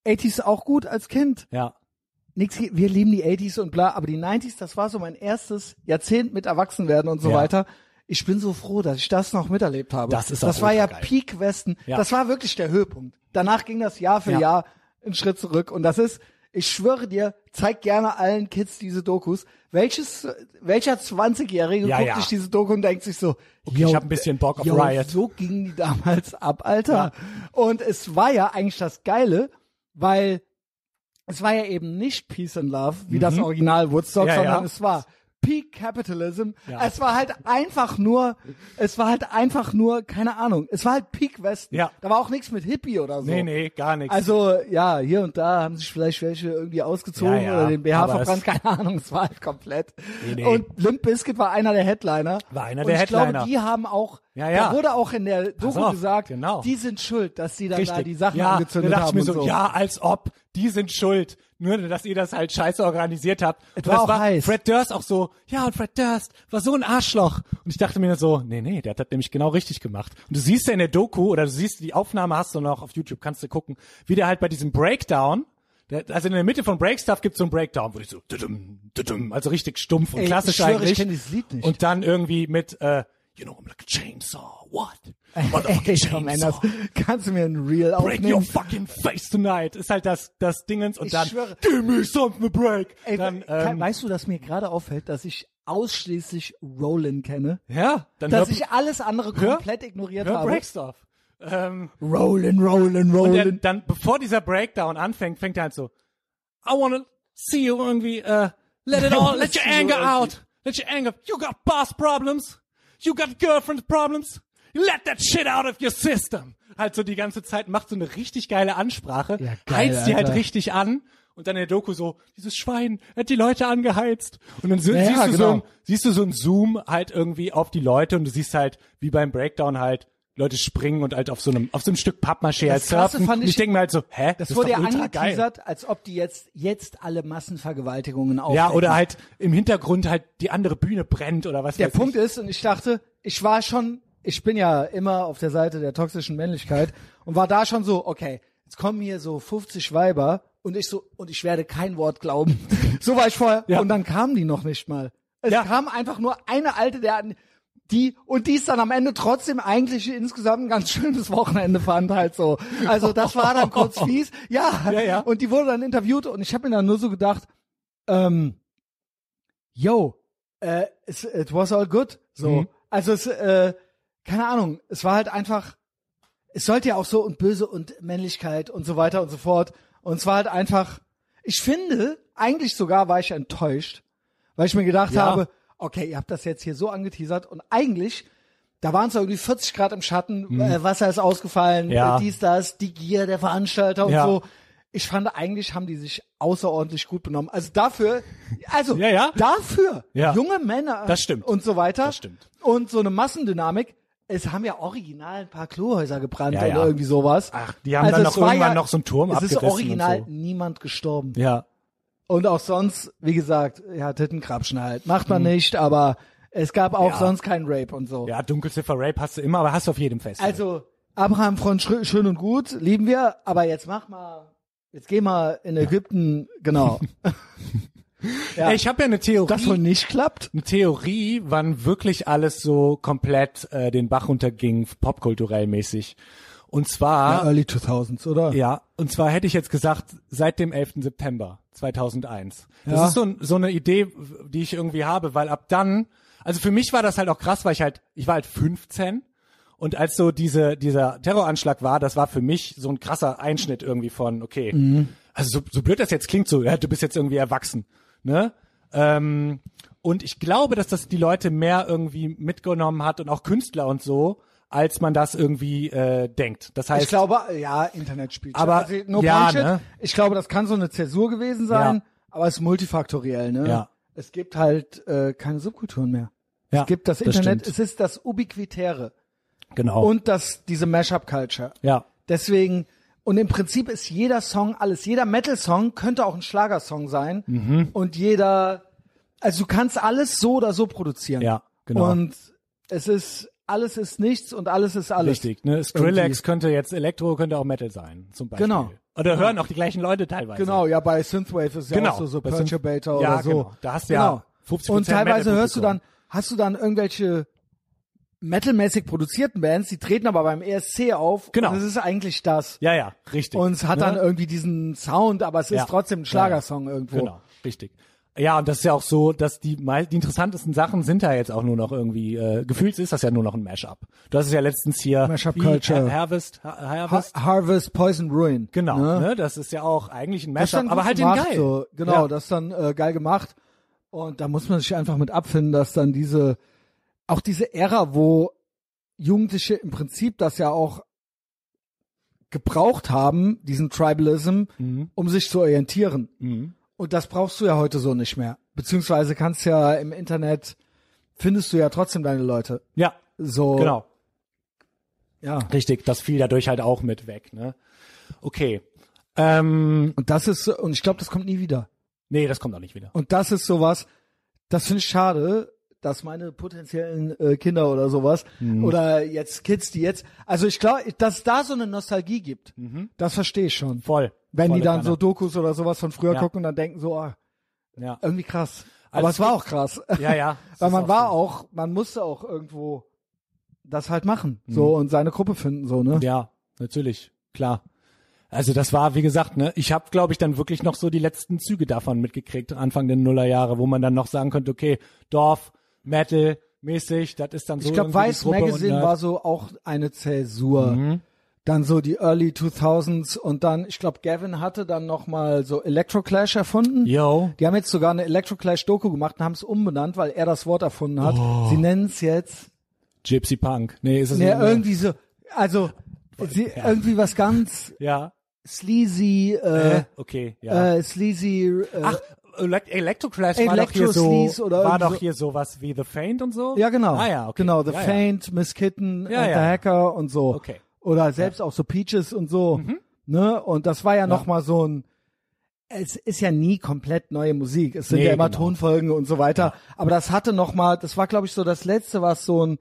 [SPEAKER 1] 80s auch gut als Kind.
[SPEAKER 2] Ja.
[SPEAKER 1] Nix, ge- wir lieben die 80s und bla, aber die 90s, das war so mein erstes Jahrzehnt mit Erwachsenwerden und so
[SPEAKER 2] Ja.
[SPEAKER 1] weiter. Ich bin so froh, dass ich das noch miterlebt habe.
[SPEAKER 2] Das ist
[SPEAKER 1] das
[SPEAKER 2] auch
[SPEAKER 1] war ja
[SPEAKER 2] ultra geil.
[SPEAKER 1] Peak Westen.
[SPEAKER 2] Ja.
[SPEAKER 1] Das war wirklich der Höhepunkt. Danach ging das Jahr für
[SPEAKER 2] Ja.
[SPEAKER 1] Jahr einen Schritt zurück und das ist, ich schwöre dir, zeig gerne allen Kids diese Dokus. Welches, welcher 20-Jährige
[SPEAKER 2] Ja,
[SPEAKER 1] guckt
[SPEAKER 2] ja.
[SPEAKER 1] sich diese Doku und denkt sich so,
[SPEAKER 2] Okay,
[SPEAKER 1] yo,
[SPEAKER 2] ich hab ein bisschen Bock auf
[SPEAKER 1] yo,
[SPEAKER 2] Riot.
[SPEAKER 1] so gingen die damals ab, Alter. Und es war ja eigentlich das Geile, weil es war ja eben nicht Peace and Love, wie das Original Woodstock,
[SPEAKER 2] Mhm. Ja,
[SPEAKER 1] sondern
[SPEAKER 2] ja.
[SPEAKER 1] es war Peak Capitalism.
[SPEAKER 2] Ja.
[SPEAKER 1] Es war halt einfach nur, es war halt einfach nur, keine Ahnung, es war halt Peak Westen.
[SPEAKER 2] Ja.
[SPEAKER 1] Da war auch nichts mit Hippie oder so.
[SPEAKER 2] Nee, nee, gar nichts.
[SPEAKER 1] Also, ja, hier und da haben sich vielleicht welche irgendwie ausgezogen
[SPEAKER 2] Ja, ja,
[SPEAKER 1] oder den BH
[SPEAKER 2] aber
[SPEAKER 1] verbrannt,
[SPEAKER 2] es-
[SPEAKER 1] keine Ahnung, es war halt komplett.
[SPEAKER 2] Nee, nee.
[SPEAKER 1] Und Limp Bizkit war einer der Headliner.
[SPEAKER 2] War einer
[SPEAKER 1] und
[SPEAKER 2] der
[SPEAKER 1] ich
[SPEAKER 2] Headliner.
[SPEAKER 1] glaube, die haben auch,
[SPEAKER 2] Ja, ja.
[SPEAKER 1] da wurde auch in der Doku
[SPEAKER 2] auf,
[SPEAKER 1] gesagt,
[SPEAKER 2] genau.
[SPEAKER 1] die sind schuld, dass sie dann da
[SPEAKER 2] Richtig.
[SPEAKER 1] die Sachen
[SPEAKER 2] ja,
[SPEAKER 1] angezündet
[SPEAKER 2] da dachte
[SPEAKER 1] haben
[SPEAKER 2] ich mir
[SPEAKER 1] und so.
[SPEAKER 2] Ja, als ob. Die sind schuld. Nur, dass ihr das halt scheiße organisiert habt. Und
[SPEAKER 1] war
[SPEAKER 2] das
[SPEAKER 1] auch heiß.
[SPEAKER 2] Fred Durst auch so, ja, und Fred Durst war so ein Arschloch. Und ich dachte mir so, nee, nee, der hat das nämlich genau richtig gemacht. Und du siehst ja in der Doku, oder du siehst, die Aufnahme hast du noch auf YouTube, kannst du gucken, wie der halt bei diesem Breakdown, der, also in der Mitte von Breakstuff gibt's so einen Breakdown, wo die so, tudum, tudum, also richtig stumpf und
[SPEAKER 1] Ey,
[SPEAKER 2] klassisch
[SPEAKER 1] ich schwöre, ich
[SPEAKER 2] eigentlich.
[SPEAKER 1] kenn dieses Lied nicht.
[SPEAKER 2] Und dann irgendwie mit, äh, you know, I'm like a chainsaw, what? Motherfucking
[SPEAKER 1] Ey, Tom Anders,
[SPEAKER 2] chainsaw.
[SPEAKER 1] kannst du mir ein Reel
[SPEAKER 2] Break your
[SPEAKER 1] aufnehmen?
[SPEAKER 2] fucking face tonight ist halt das das Dingens und
[SPEAKER 1] Ich
[SPEAKER 2] dann
[SPEAKER 1] schwöre.
[SPEAKER 2] give me something to break.
[SPEAKER 1] Ey,
[SPEAKER 2] dann
[SPEAKER 1] Kai,
[SPEAKER 2] ähm,
[SPEAKER 1] weißt du, dass mir gerade auffällt, dass ich ausschließlich Roland kenne?
[SPEAKER 2] ähm, ja, dann
[SPEAKER 1] Dass
[SPEAKER 2] hör,
[SPEAKER 1] ich alles andere
[SPEAKER 2] hör-
[SPEAKER 1] komplett ignoriert
[SPEAKER 2] hör
[SPEAKER 1] habe.
[SPEAKER 2] Breakstuff. Ähm,
[SPEAKER 1] Roland, Roland,
[SPEAKER 2] und
[SPEAKER 1] Roland.
[SPEAKER 2] der, dann bevor dieser Breakdown anfängt, fängt er halt so I wanna see you irgendwie uh, let it all let your
[SPEAKER 1] See you
[SPEAKER 2] anger
[SPEAKER 1] irgendwie.
[SPEAKER 2] out. Let your anger. You got boss problems. You got girlfriend problems. Let that shit out of your system. Halt so die ganze Zeit macht so eine richtig geile Ansprache.
[SPEAKER 1] Ja, geil,
[SPEAKER 2] heizt die halt
[SPEAKER 1] Alter.
[SPEAKER 2] richtig an. Und dann in der Doku so, dieses Schwein er hat die Leute angeheizt. Und dann so,
[SPEAKER 1] Ja,
[SPEAKER 2] siehst, du
[SPEAKER 1] genau.
[SPEAKER 2] so ein, siehst du so ein Zoom halt irgendwie auf die Leute und du siehst halt, wie beim Breakdown halt, Leute springen und halt auf so einem, auf so einem Stück Pappmaché halt
[SPEAKER 1] Das Krasse
[SPEAKER 2] surfen.
[SPEAKER 1] fand
[SPEAKER 2] Und ich
[SPEAKER 1] ich-
[SPEAKER 2] denke mir halt so, hä?
[SPEAKER 1] das,
[SPEAKER 2] ist
[SPEAKER 1] wurde ja
[SPEAKER 2] doch ultra geil.
[SPEAKER 1] angeteasert, als ob die jetzt, jetzt alle Massenvergewaltigungen aufdecken.
[SPEAKER 2] Ja, oder halt im Hintergrund halt die andere Bühne brennt oder was
[SPEAKER 1] Der
[SPEAKER 2] weiß
[SPEAKER 1] Punkt
[SPEAKER 2] ich.
[SPEAKER 1] ist, und ich dachte, ich war schon, ich bin ja immer auf der Seite der toxischen Männlichkeit und war da schon so, okay, jetzt kommen hier so 50 Weiber und ich so, und ich werde kein Wort glauben. so war ich vorher.
[SPEAKER 2] Ja.
[SPEAKER 1] Und dann kamen die noch nicht mal. Es
[SPEAKER 2] Ja.
[SPEAKER 1] kam einfach nur eine alte, der an- die, und die ist dann am Ende trotzdem eigentlich insgesamt ein ganz schönes Wochenende fand halt so. Also das war dann kurz fies. Ja.
[SPEAKER 2] Ja, ja.
[SPEAKER 1] Und die wurde dann interviewt und ich habe mir dann nur so gedacht, ähm, yo, äh, es- it was all good. So.
[SPEAKER 2] Mhm.
[SPEAKER 1] Also es, äh, keine Ahnung, es war halt einfach, es sollte ja auch so und böse und Männlichkeit und so weiter und so fort. Und es war halt einfach, ich finde, eigentlich sogar war ich enttäuscht, weil ich mir gedacht
[SPEAKER 2] Ja.
[SPEAKER 1] habe, okay, ihr habt das jetzt hier so angeteasert und eigentlich Da waren es irgendwie 40 Grad im Schatten, äh, Wasser ist ausgefallen,
[SPEAKER 2] Mhm. Ja.
[SPEAKER 1] äh, dies, das, die Gier der Veranstalter und
[SPEAKER 2] Ja.
[SPEAKER 1] so. Ich fand, eigentlich haben die sich außerordentlich gut benommen. Also dafür, also
[SPEAKER 2] Ja, ja.
[SPEAKER 1] dafür,
[SPEAKER 2] Ja.
[SPEAKER 1] junge Männer
[SPEAKER 2] Das stimmt.
[SPEAKER 1] und so weiter.
[SPEAKER 2] Das stimmt.
[SPEAKER 1] Und so eine Massendynamik. Es haben ja original ein paar Klohäuser gebrannt
[SPEAKER 2] Ja,
[SPEAKER 1] oder
[SPEAKER 2] ja.
[SPEAKER 1] irgendwie sowas.
[SPEAKER 2] Ach, die haben
[SPEAKER 1] also
[SPEAKER 2] dann
[SPEAKER 1] es
[SPEAKER 2] noch
[SPEAKER 1] war
[SPEAKER 2] irgendwann
[SPEAKER 1] ja,
[SPEAKER 2] noch so einen Turm
[SPEAKER 1] Es ist
[SPEAKER 2] abgerissen und
[SPEAKER 1] original
[SPEAKER 2] so.
[SPEAKER 1] niemand gestorben.
[SPEAKER 2] Ja.
[SPEAKER 1] Und auch sonst, wie gesagt, ja, Tittenkrapschen halt. Macht man nicht, aber es gab auch
[SPEAKER 2] Mhm. Ja.
[SPEAKER 1] sonst keinen Rape und so.
[SPEAKER 2] Ja, Dunkelziffer Rape hast du immer, aber hast du auf jedem Fest.
[SPEAKER 1] Also, Abraham von Schrö schön und gut, lieben wir, aber jetzt mach mal, jetzt geh mal in Ägypten, genau. ja.
[SPEAKER 2] Ey, ich habe ja eine Theorie.
[SPEAKER 1] das wohl nicht klappt.
[SPEAKER 2] eine Theorie, wann wirklich alles so komplett äh, den Bach runterging, popkulturell mäßig. Und zwar,
[SPEAKER 1] Early 2000s, oder?
[SPEAKER 2] ja, und zwar hätte ich jetzt gesagt, seit dem 11. September 2001. Das
[SPEAKER 1] Ja.
[SPEAKER 2] ist so, ein- so eine Idee, die ich irgendwie habe, weil ab dann, also für mich war das halt auch krass, weil ich halt, ich war halt 15 und als so diese, dieser Terroranschlag war, das war für mich so ein krasser Einschnitt irgendwie von, okay,
[SPEAKER 1] Mhm.
[SPEAKER 2] also so, so blöd das jetzt klingt, so, ja, du bist jetzt irgendwie erwachsen, ne? Ähm, und ich glaube, dass das die Leute mehr irgendwie mitgenommen hat und auch Künstler und so, als man das irgendwie äh, denkt. Das heißt,
[SPEAKER 1] Ich glaube, ja, Internet spielt.
[SPEAKER 2] Aber-
[SPEAKER 1] also, no
[SPEAKER 2] ja,
[SPEAKER 1] bullshit.
[SPEAKER 2] ne?
[SPEAKER 1] Ich glaube, das kann so eine Zäsur gewesen sein,
[SPEAKER 2] Ja.
[SPEAKER 1] aber es ist multifaktoriell, ne?
[SPEAKER 2] Ja.
[SPEAKER 1] Es gibt halt äh, keine Subkulturen mehr.
[SPEAKER 2] ja,
[SPEAKER 1] Es gibt das Oh. Internet,
[SPEAKER 2] stimmt.
[SPEAKER 1] es ist das Ubiquitäre
[SPEAKER 2] genau.
[SPEAKER 1] und das diese Mashup Culture.
[SPEAKER 2] ja.
[SPEAKER 1] Deswegen und im Prinzip ist jeder Song alles, jeder Metal Song könnte auch ein Schlagersong sein
[SPEAKER 2] Mhm.
[SPEAKER 1] und jeder also du kannst alles so oder so produzieren.
[SPEAKER 2] Ja, genau.
[SPEAKER 1] Und es ist alles ist nichts und alles ist alles.
[SPEAKER 2] Richtig, ne? Skrillex
[SPEAKER 1] Irgendwie.
[SPEAKER 2] könnte jetzt Elektro, könnte auch Metal sein, zum Beispiel.
[SPEAKER 1] Genau.
[SPEAKER 2] Oder hören auch die gleichen Leute teilweise.
[SPEAKER 1] Genau, ja, bei Synthwave ist ja
[SPEAKER 2] Genau.
[SPEAKER 1] auch so, so
[SPEAKER 2] Bei Synth-
[SPEAKER 1] Perturbator
[SPEAKER 2] Ja,
[SPEAKER 1] oder so.
[SPEAKER 2] genau. Da hast du ja 50%
[SPEAKER 1] Und teilweise
[SPEAKER 2] Metal-Publikum.
[SPEAKER 1] hörst du dann, hast du dann irgendwelche metalmäßig produzierten Bands, die treten aber beim ESC auf.
[SPEAKER 2] Genau.
[SPEAKER 1] Und es ist eigentlich das.
[SPEAKER 2] Ja, ja, richtig.
[SPEAKER 1] Und es hat
[SPEAKER 2] Ne?
[SPEAKER 1] dann irgendwie diesen Sound, aber es
[SPEAKER 2] Ja.
[SPEAKER 1] ist trotzdem ein Schlagersong irgendwo.
[SPEAKER 2] Genau, richtig. Ja, und das ist ja auch so, dass die, mei- die interessantesten Sachen sind da jetzt auch nur noch irgendwie, äh, gefühlt ist das ja nur noch ein Mashup. Du hast es ja letztens hier.
[SPEAKER 1] Mashup
[SPEAKER 2] wie,
[SPEAKER 1] Culture.
[SPEAKER 2] Har- Harvest, Har-
[SPEAKER 1] Ha
[SPEAKER 2] Harvest.
[SPEAKER 1] Harvest Poison Ruin.
[SPEAKER 2] genau,
[SPEAKER 1] Ne?
[SPEAKER 2] ne? Das ist ja auch eigentlich ein
[SPEAKER 1] Das ist
[SPEAKER 2] Mashup,
[SPEAKER 1] dann
[SPEAKER 2] aber
[SPEAKER 1] gut
[SPEAKER 2] halt in
[SPEAKER 1] gemacht,
[SPEAKER 2] geil.
[SPEAKER 1] So. Genau,
[SPEAKER 2] ja.
[SPEAKER 1] das ist dann äh, geil gemacht. Und da muss man sich einfach mit abfinden, dass dann diese, auch diese Ära, wo Jugendliche im Prinzip das ja auch gebraucht haben, diesen Tribalism,
[SPEAKER 2] Mhm.
[SPEAKER 1] um sich zu orientieren. Und das brauchst du ja heute so nicht mehr. Beziehungsweise kannst ja im Internet, findest du ja trotzdem deine Leute.
[SPEAKER 2] ja,
[SPEAKER 1] So,
[SPEAKER 2] genau.
[SPEAKER 1] ja.
[SPEAKER 2] Richtig, das fiel dadurch halt auch mit weg, ne? Okay. Ähm,
[SPEAKER 1] Und das ist, und ich glaube, das kommt nie wieder.
[SPEAKER 2] nee, das kommt auch nicht wieder.
[SPEAKER 1] Und das ist sowas, das finde ich schade, dass meine potenziellen äh, Kinder oder sowas
[SPEAKER 2] Mhm.
[SPEAKER 1] oder jetzt Kids, die jetzt, also ich glaube, dass da so eine Nostalgie gibt, das verstehe ich schon.
[SPEAKER 2] Mhm. Voll.
[SPEAKER 1] Wenn
[SPEAKER 2] Volle
[SPEAKER 1] die dann
[SPEAKER 2] Kanne.
[SPEAKER 1] so Dokus oder sowas von früher
[SPEAKER 2] Ja.
[SPEAKER 1] gucken und dann denken so, ah,
[SPEAKER 2] Ja,
[SPEAKER 1] irgendwie krass.
[SPEAKER 2] Also
[SPEAKER 1] Aber es
[SPEAKER 2] es
[SPEAKER 1] war
[SPEAKER 2] gibt-
[SPEAKER 1] auch krass.
[SPEAKER 2] ja. ja Das
[SPEAKER 1] Weil
[SPEAKER 2] ist
[SPEAKER 1] man war
[SPEAKER 2] so.
[SPEAKER 1] auch, man musste auch irgendwo das halt machen,
[SPEAKER 2] Mhm.
[SPEAKER 1] so und seine Gruppe finden, so, ne?
[SPEAKER 2] Ja, natürlich, klar. Also das war, wie gesagt, ne, ich habe, glaube ich, dann wirklich noch so die letzten Züge davon mitgekriegt, Anfang der Nullerjahre, wo man dann noch sagen konnte, okay, Dorf, Metal, mäßig, das ist dann so
[SPEAKER 1] Ich glaube,
[SPEAKER 2] irgendwie die
[SPEAKER 1] Weiß
[SPEAKER 2] Gruppe Mhm. und
[SPEAKER 1] Magazine
[SPEAKER 2] dann-
[SPEAKER 1] war so auch eine Zäsur. Dann so die Early 2000s und dann, ich glaube, Gavin hatte dann nochmal so Electroclash erfunden.
[SPEAKER 2] Yo.
[SPEAKER 1] Die haben jetzt sogar eine Electroclash-Doku gemacht und haben es umbenannt, weil er das Wort erfunden hat.
[SPEAKER 2] Oh.
[SPEAKER 1] Sie nennen es jetzt,
[SPEAKER 2] Gypsy Punk. Nee, ist es
[SPEAKER 1] ne,
[SPEAKER 2] nicht mehr.
[SPEAKER 1] irgendwie so, also sie, irgendwie was ganz
[SPEAKER 2] Ja.
[SPEAKER 1] sleazy, äh,
[SPEAKER 2] okay, ja.
[SPEAKER 1] äh, sleazy, äh,
[SPEAKER 2] Ach, Elect Electroclash war doch hier so,
[SPEAKER 1] Electrosleaze oder
[SPEAKER 2] war
[SPEAKER 1] irgend
[SPEAKER 2] doch
[SPEAKER 1] so-
[SPEAKER 2] hier sowas wie The Faint und so.
[SPEAKER 1] Ja, genau.
[SPEAKER 2] Ah ja, okay.
[SPEAKER 1] Genau, The
[SPEAKER 2] ja,
[SPEAKER 1] Faint, Miss Kitten,
[SPEAKER 2] Ja,
[SPEAKER 1] and
[SPEAKER 2] ja.
[SPEAKER 1] The Hacker und so.
[SPEAKER 2] Okay. Mhm.
[SPEAKER 1] Oder selbst auch so Peaches und so. Ne? Und das war ja, noch nochmal so ein, es ist ja nie komplett neue Musik. Es sind
[SPEAKER 2] Nee,
[SPEAKER 1] ja immer
[SPEAKER 2] genau.
[SPEAKER 1] Tonfolgen und so weiter. Aber das hatte nochmal, das war glaube ich so das letzte, was so ein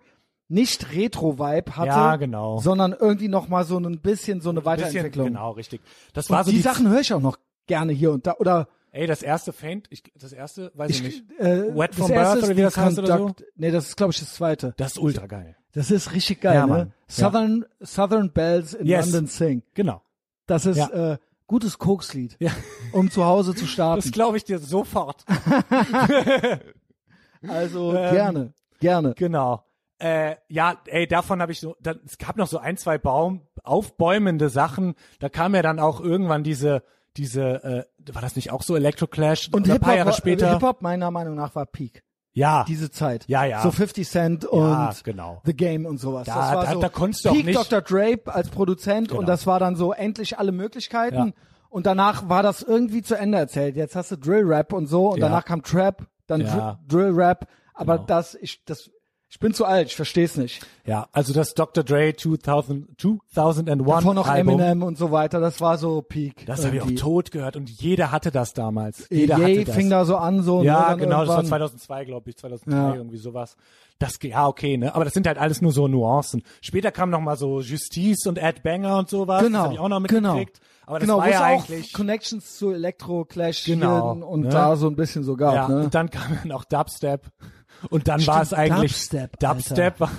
[SPEAKER 1] nicht Retro-Vibe hatte.
[SPEAKER 2] Ja, genau.
[SPEAKER 1] Sondern irgendwie nochmal so ein bisschen so eine
[SPEAKER 2] Ja. Bisschen,
[SPEAKER 1] Weiterentwicklung.
[SPEAKER 2] genau, richtig. Das
[SPEAKER 1] Und
[SPEAKER 2] war so
[SPEAKER 1] die,
[SPEAKER 2] die
[SPEAKER 1] Sachen höre ich auch noch gerne hier und da. Oder
[SPEAKER 2] Ey, das erste Faint, ich, das erste, weiß ich,
[SPEAKER 1] ich,
[SPEAKER 2] nicht.
[SPEAKER 1] äh,
[SPEAKER 2] Wet
[SPEAKER 1] das
[SPEAKER 2] from
[SPEAKER 1] erste ist
[SPEAKER 2] Birth oder wie
[SPEAKER 1] die
[SPEAKER 2] das heißt oder so?
[SPEAKER 1] Conduct- Nee, das ist glaube ich das zweite.
[SPEAKER 2] Das ist ultra geil.
[SPEAKER 1] Das ist richtig geil,
[SPEAKER 2] Ja, Mann.
[SPEAKER 1] ne? Southern, Southern Bells in
[SPEAKER 2] Yes.
[SPEAKER 1] London Sing.
[SPEAKER 2] Genau.
[SPEAKER 1] Das ist
[SPEAKER 2] Ja.
[SPEAKER 1] äh, gutes Kokslied,
[SPEAKER 2] Ja.
[SPEAKER 1] um zu Hause zu starten.
[SPEAKER 2] Das glaube ich dir sofort.
[SPEAKER 1] Also
[SPEAKER 2] Ähm,
[SPEAKER 1] gerne, gerne.
[SPEAKER 2] genau. Äh, ja, ey, davon habe ich so, da, es gab noch so ein, zwei Baum, aufbäumende Sachen. Da kam ja dann auch irgendwann diese, diese, äh, war das nicht auch so Electroclash?
[SPEAKER 1] Und
[SPEAKER 2] ein
[SPEAKER 1] Hip
[SPEAKER 2] paar Jahre
[SPEAKER 1] Hop,
[SPEAKER 2] später.
[SPEAKER 1] Hip Hop meiner äh, Meinung nach war Peak.
[SPEAKER 2] Ja.
[SPEAKER 1] Diese Zeit.
[SPEAKER 2] Ja, ja.
[SPEAKER 1] So 50 Cent und
[SPEAKER 2] Ja, genau.
[SPEAKER 1] The Game und sowas.
[SPEAKER 2] Da-
[SPEAKER 1] das war
[SPEAKER 2] da-
[SPEAKER 1] so
[SPEAKER 2] da konntest du auch
[SPEAKER 1] Peak
[SPEAKER 2] nicht-
[SPEAKER 1] Dr. Drape als Produzent
[SPEAKER 2] Genau.
[SPEAKER 1] und das war dann so endlich alle Möglichkeiten.
[SPEAKER 2] Ja.
[SPEAKER 1] Und danach war das irgendwie zu Ende erzählt. Jetzt hast du Drill Rap und so und
[SPEAKER 2] Ja.
[SPEAKER 1] danach kam Trap, dann Dr-
[SPEAKER 2] Ja.
[SPEAKER 1] Drill Rap. Aber
[SPEAKER 2] Genau.
[SPEAKER 1] das, ich, das, ich bin zu alt, ich versteh's nicht.
[SPEAKER 2] ja, also das Dr. Dre 2000, 2001
[SPEAKER 1] Davor noch
[SPEAKER 2] Album.
[SPEAKER 1] Eminem und so weiter, das war so Peak.
[SPEAKER 2] Das habe ich auch
[SPEAKER 1] irgendwie.
[SPEAKER 2] tot gehört und jeder hatte das damals. Jeder
[SPEAKER 1] Yay
[SPEAKER 2] hatte das.
[SPEAKER 1] fing da so an, so. ne,
[SPEAKER 2] ja,
[SPEAKER 1] dann
[SPEAKER 2] genau, das war
[SPEAKER 1] irgendwann-
[SPEAKER 2] 2002, glaube ich, 2003
[SPEAKER 1] Ja.
[SPEAKER 2] irgendwie sowas. Das ge- ja okay, ne, aber das sind halt alles nur so Nuancen. Später kam noch mal so Justice und Ed Banger und sowas,
[SPEAKER 1] Genau.
[SPEAKER 2] das habe ich auch noch
[SPEAKER 1] genau.
[SPEAKER 2] mitgekriegt, aber das
[SPEAKER 1] genau,
[SPEAKER 2] war
[SPEAKER 1] wo
[SPEAKER 2] ja
[SPEAKER 1] es auch
[SPEAKER 2] eigentlich
[SPEAKER 1] Connections zu Electro Clash
[SPEAKER 2] Genau,
[SPEAKER 1] hier und
[SPEAKER 2] ne?
[SPEAKER 1] da so ein bisschen so gab,
[SPEAKER 2] ja,
[SPEAKER 1] ne?
[SPEAKER 2] und dann kam dann auch Dubstep und dann
[SPEAKER 1] Stimmt,
[SPEAKER 2] war es eigentlich
[SPEAKER 1] Dubstep,
[SPEAKER 2] Dubstep war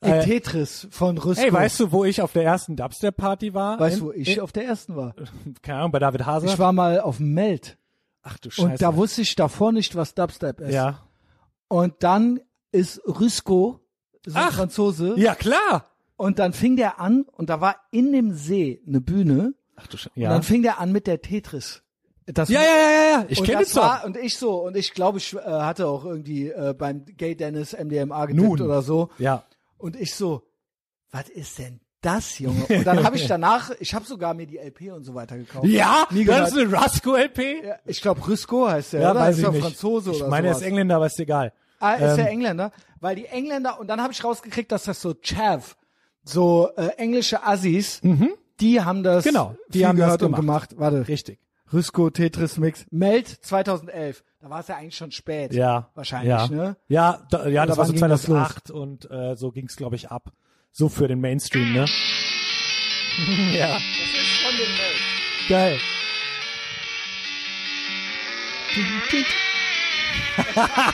[SPEAKER 1] Ey, Tetris von Rüsco.
[SPEAKER 2] äh, Hey, weißt du, wo ich auf der ersten Dubstep Party war?
[SPEAKER 1] weißt
[SPEAKER 2] In-
[SPEAKER 1] du, wo ich auf der ersten war?
[SPEAKER 2] in, keine Ahnung, bei David Hase.
[SPEAKER 1] Ich war mal auf dem Meld
[SPEAKER 2] Ach du Scheiße.
[SPEAKER 1] und da wusste ich davor nicht, was Dubstep ist.
[SPEAKER 2] ja.
[SPEAKER 1] Und dann ist Rüsco so ein
[SPEAKER 2] Ach.
[SPEAKER 1] Franzose
[SPEAKER 2] Ja, klar.
[SPEAKER 1] und dann fing der an und da war in dem See eine Bühne
[SPEAKER 2] Ach du Scheiße.
[SPEAKER 1] und
[SPEAKER 2] Ja.
[SPEAKER 1] dann fing der an mit der Tetris. Das
[SPEAKER 2] ja, ja, ja, ja, ja. Ich
[SPEAKER 1] Und
[SPEAKER 2] kenne
[SPEAKER 1] das
[SPEAKER 2] es doch.
[SPEAKER 1] war- Und ich so, und ich glaube, ich äh, hatte auch irgendwie äh, beim Gay Dennis MDMA getippt
[SPEAKER 2] Nun.
[SPEAKER 1] oder so.
[SPEAKER 2] Ja.
[SPEAKER 1] Und ich so, was ist denn das, Junge? Und dann habe ich danach, ich habe sogar mir die LP und so weiter gekauft.
[SPEAKER 2] Ja,
[SPEAKER 1] nie
[SPEAKER 2] das ist
[SPEAKER 1] gehört.
[SPEAKER 2] eine Rasco LP. Ja,
[SPEAKER 1] Ja, Ich glaube, Risco heißt der, oder? ist doch Franzose
[SPEAKER 2] ich
[SPEAKER 1] oder
[SPEAKER 2] meine, er
[SPEAKER 1] sowas.
[SPEAKER 2] ist Engländer, aber ist egal.
[SPEAKER 1] ah, ist
[SPEAKER 2] Ähm,
[SPEAKER 1] der Engländer? Weil die Engländer, und dann habe ich rausgekriegt, dass das so Chav, so äh, englische Assis, die haben das
[SPEAKER 2] Mhm. Genau, die
[SPEAKER 1] viel
[SPEAKER 2] haben das
[SPEAKER 1] gehört und gemacht. Warte,
[SPEAKER 2] Richtig.
[SPEAKER 1] Risco Tetris Mix, Meld 2011. Da war es ja eigentlich schon spät.
[SPEAKER 2] Ja.
[SPEAKER 1] Wahrscheinlich,
[SPEAKER 2] ja.
[SPEAKER 1] ne?
[SPEAKER 2] Ja, da, ja, das
[SPEAKER 1] Oder
[SPEAKER 2] war so
[SPEAKER 1] wann ging das
[SPEAKER 2] 2008 und äh, so ging's glaub glaube ich, ab. So für den Mainstream, ne? ja. Geil.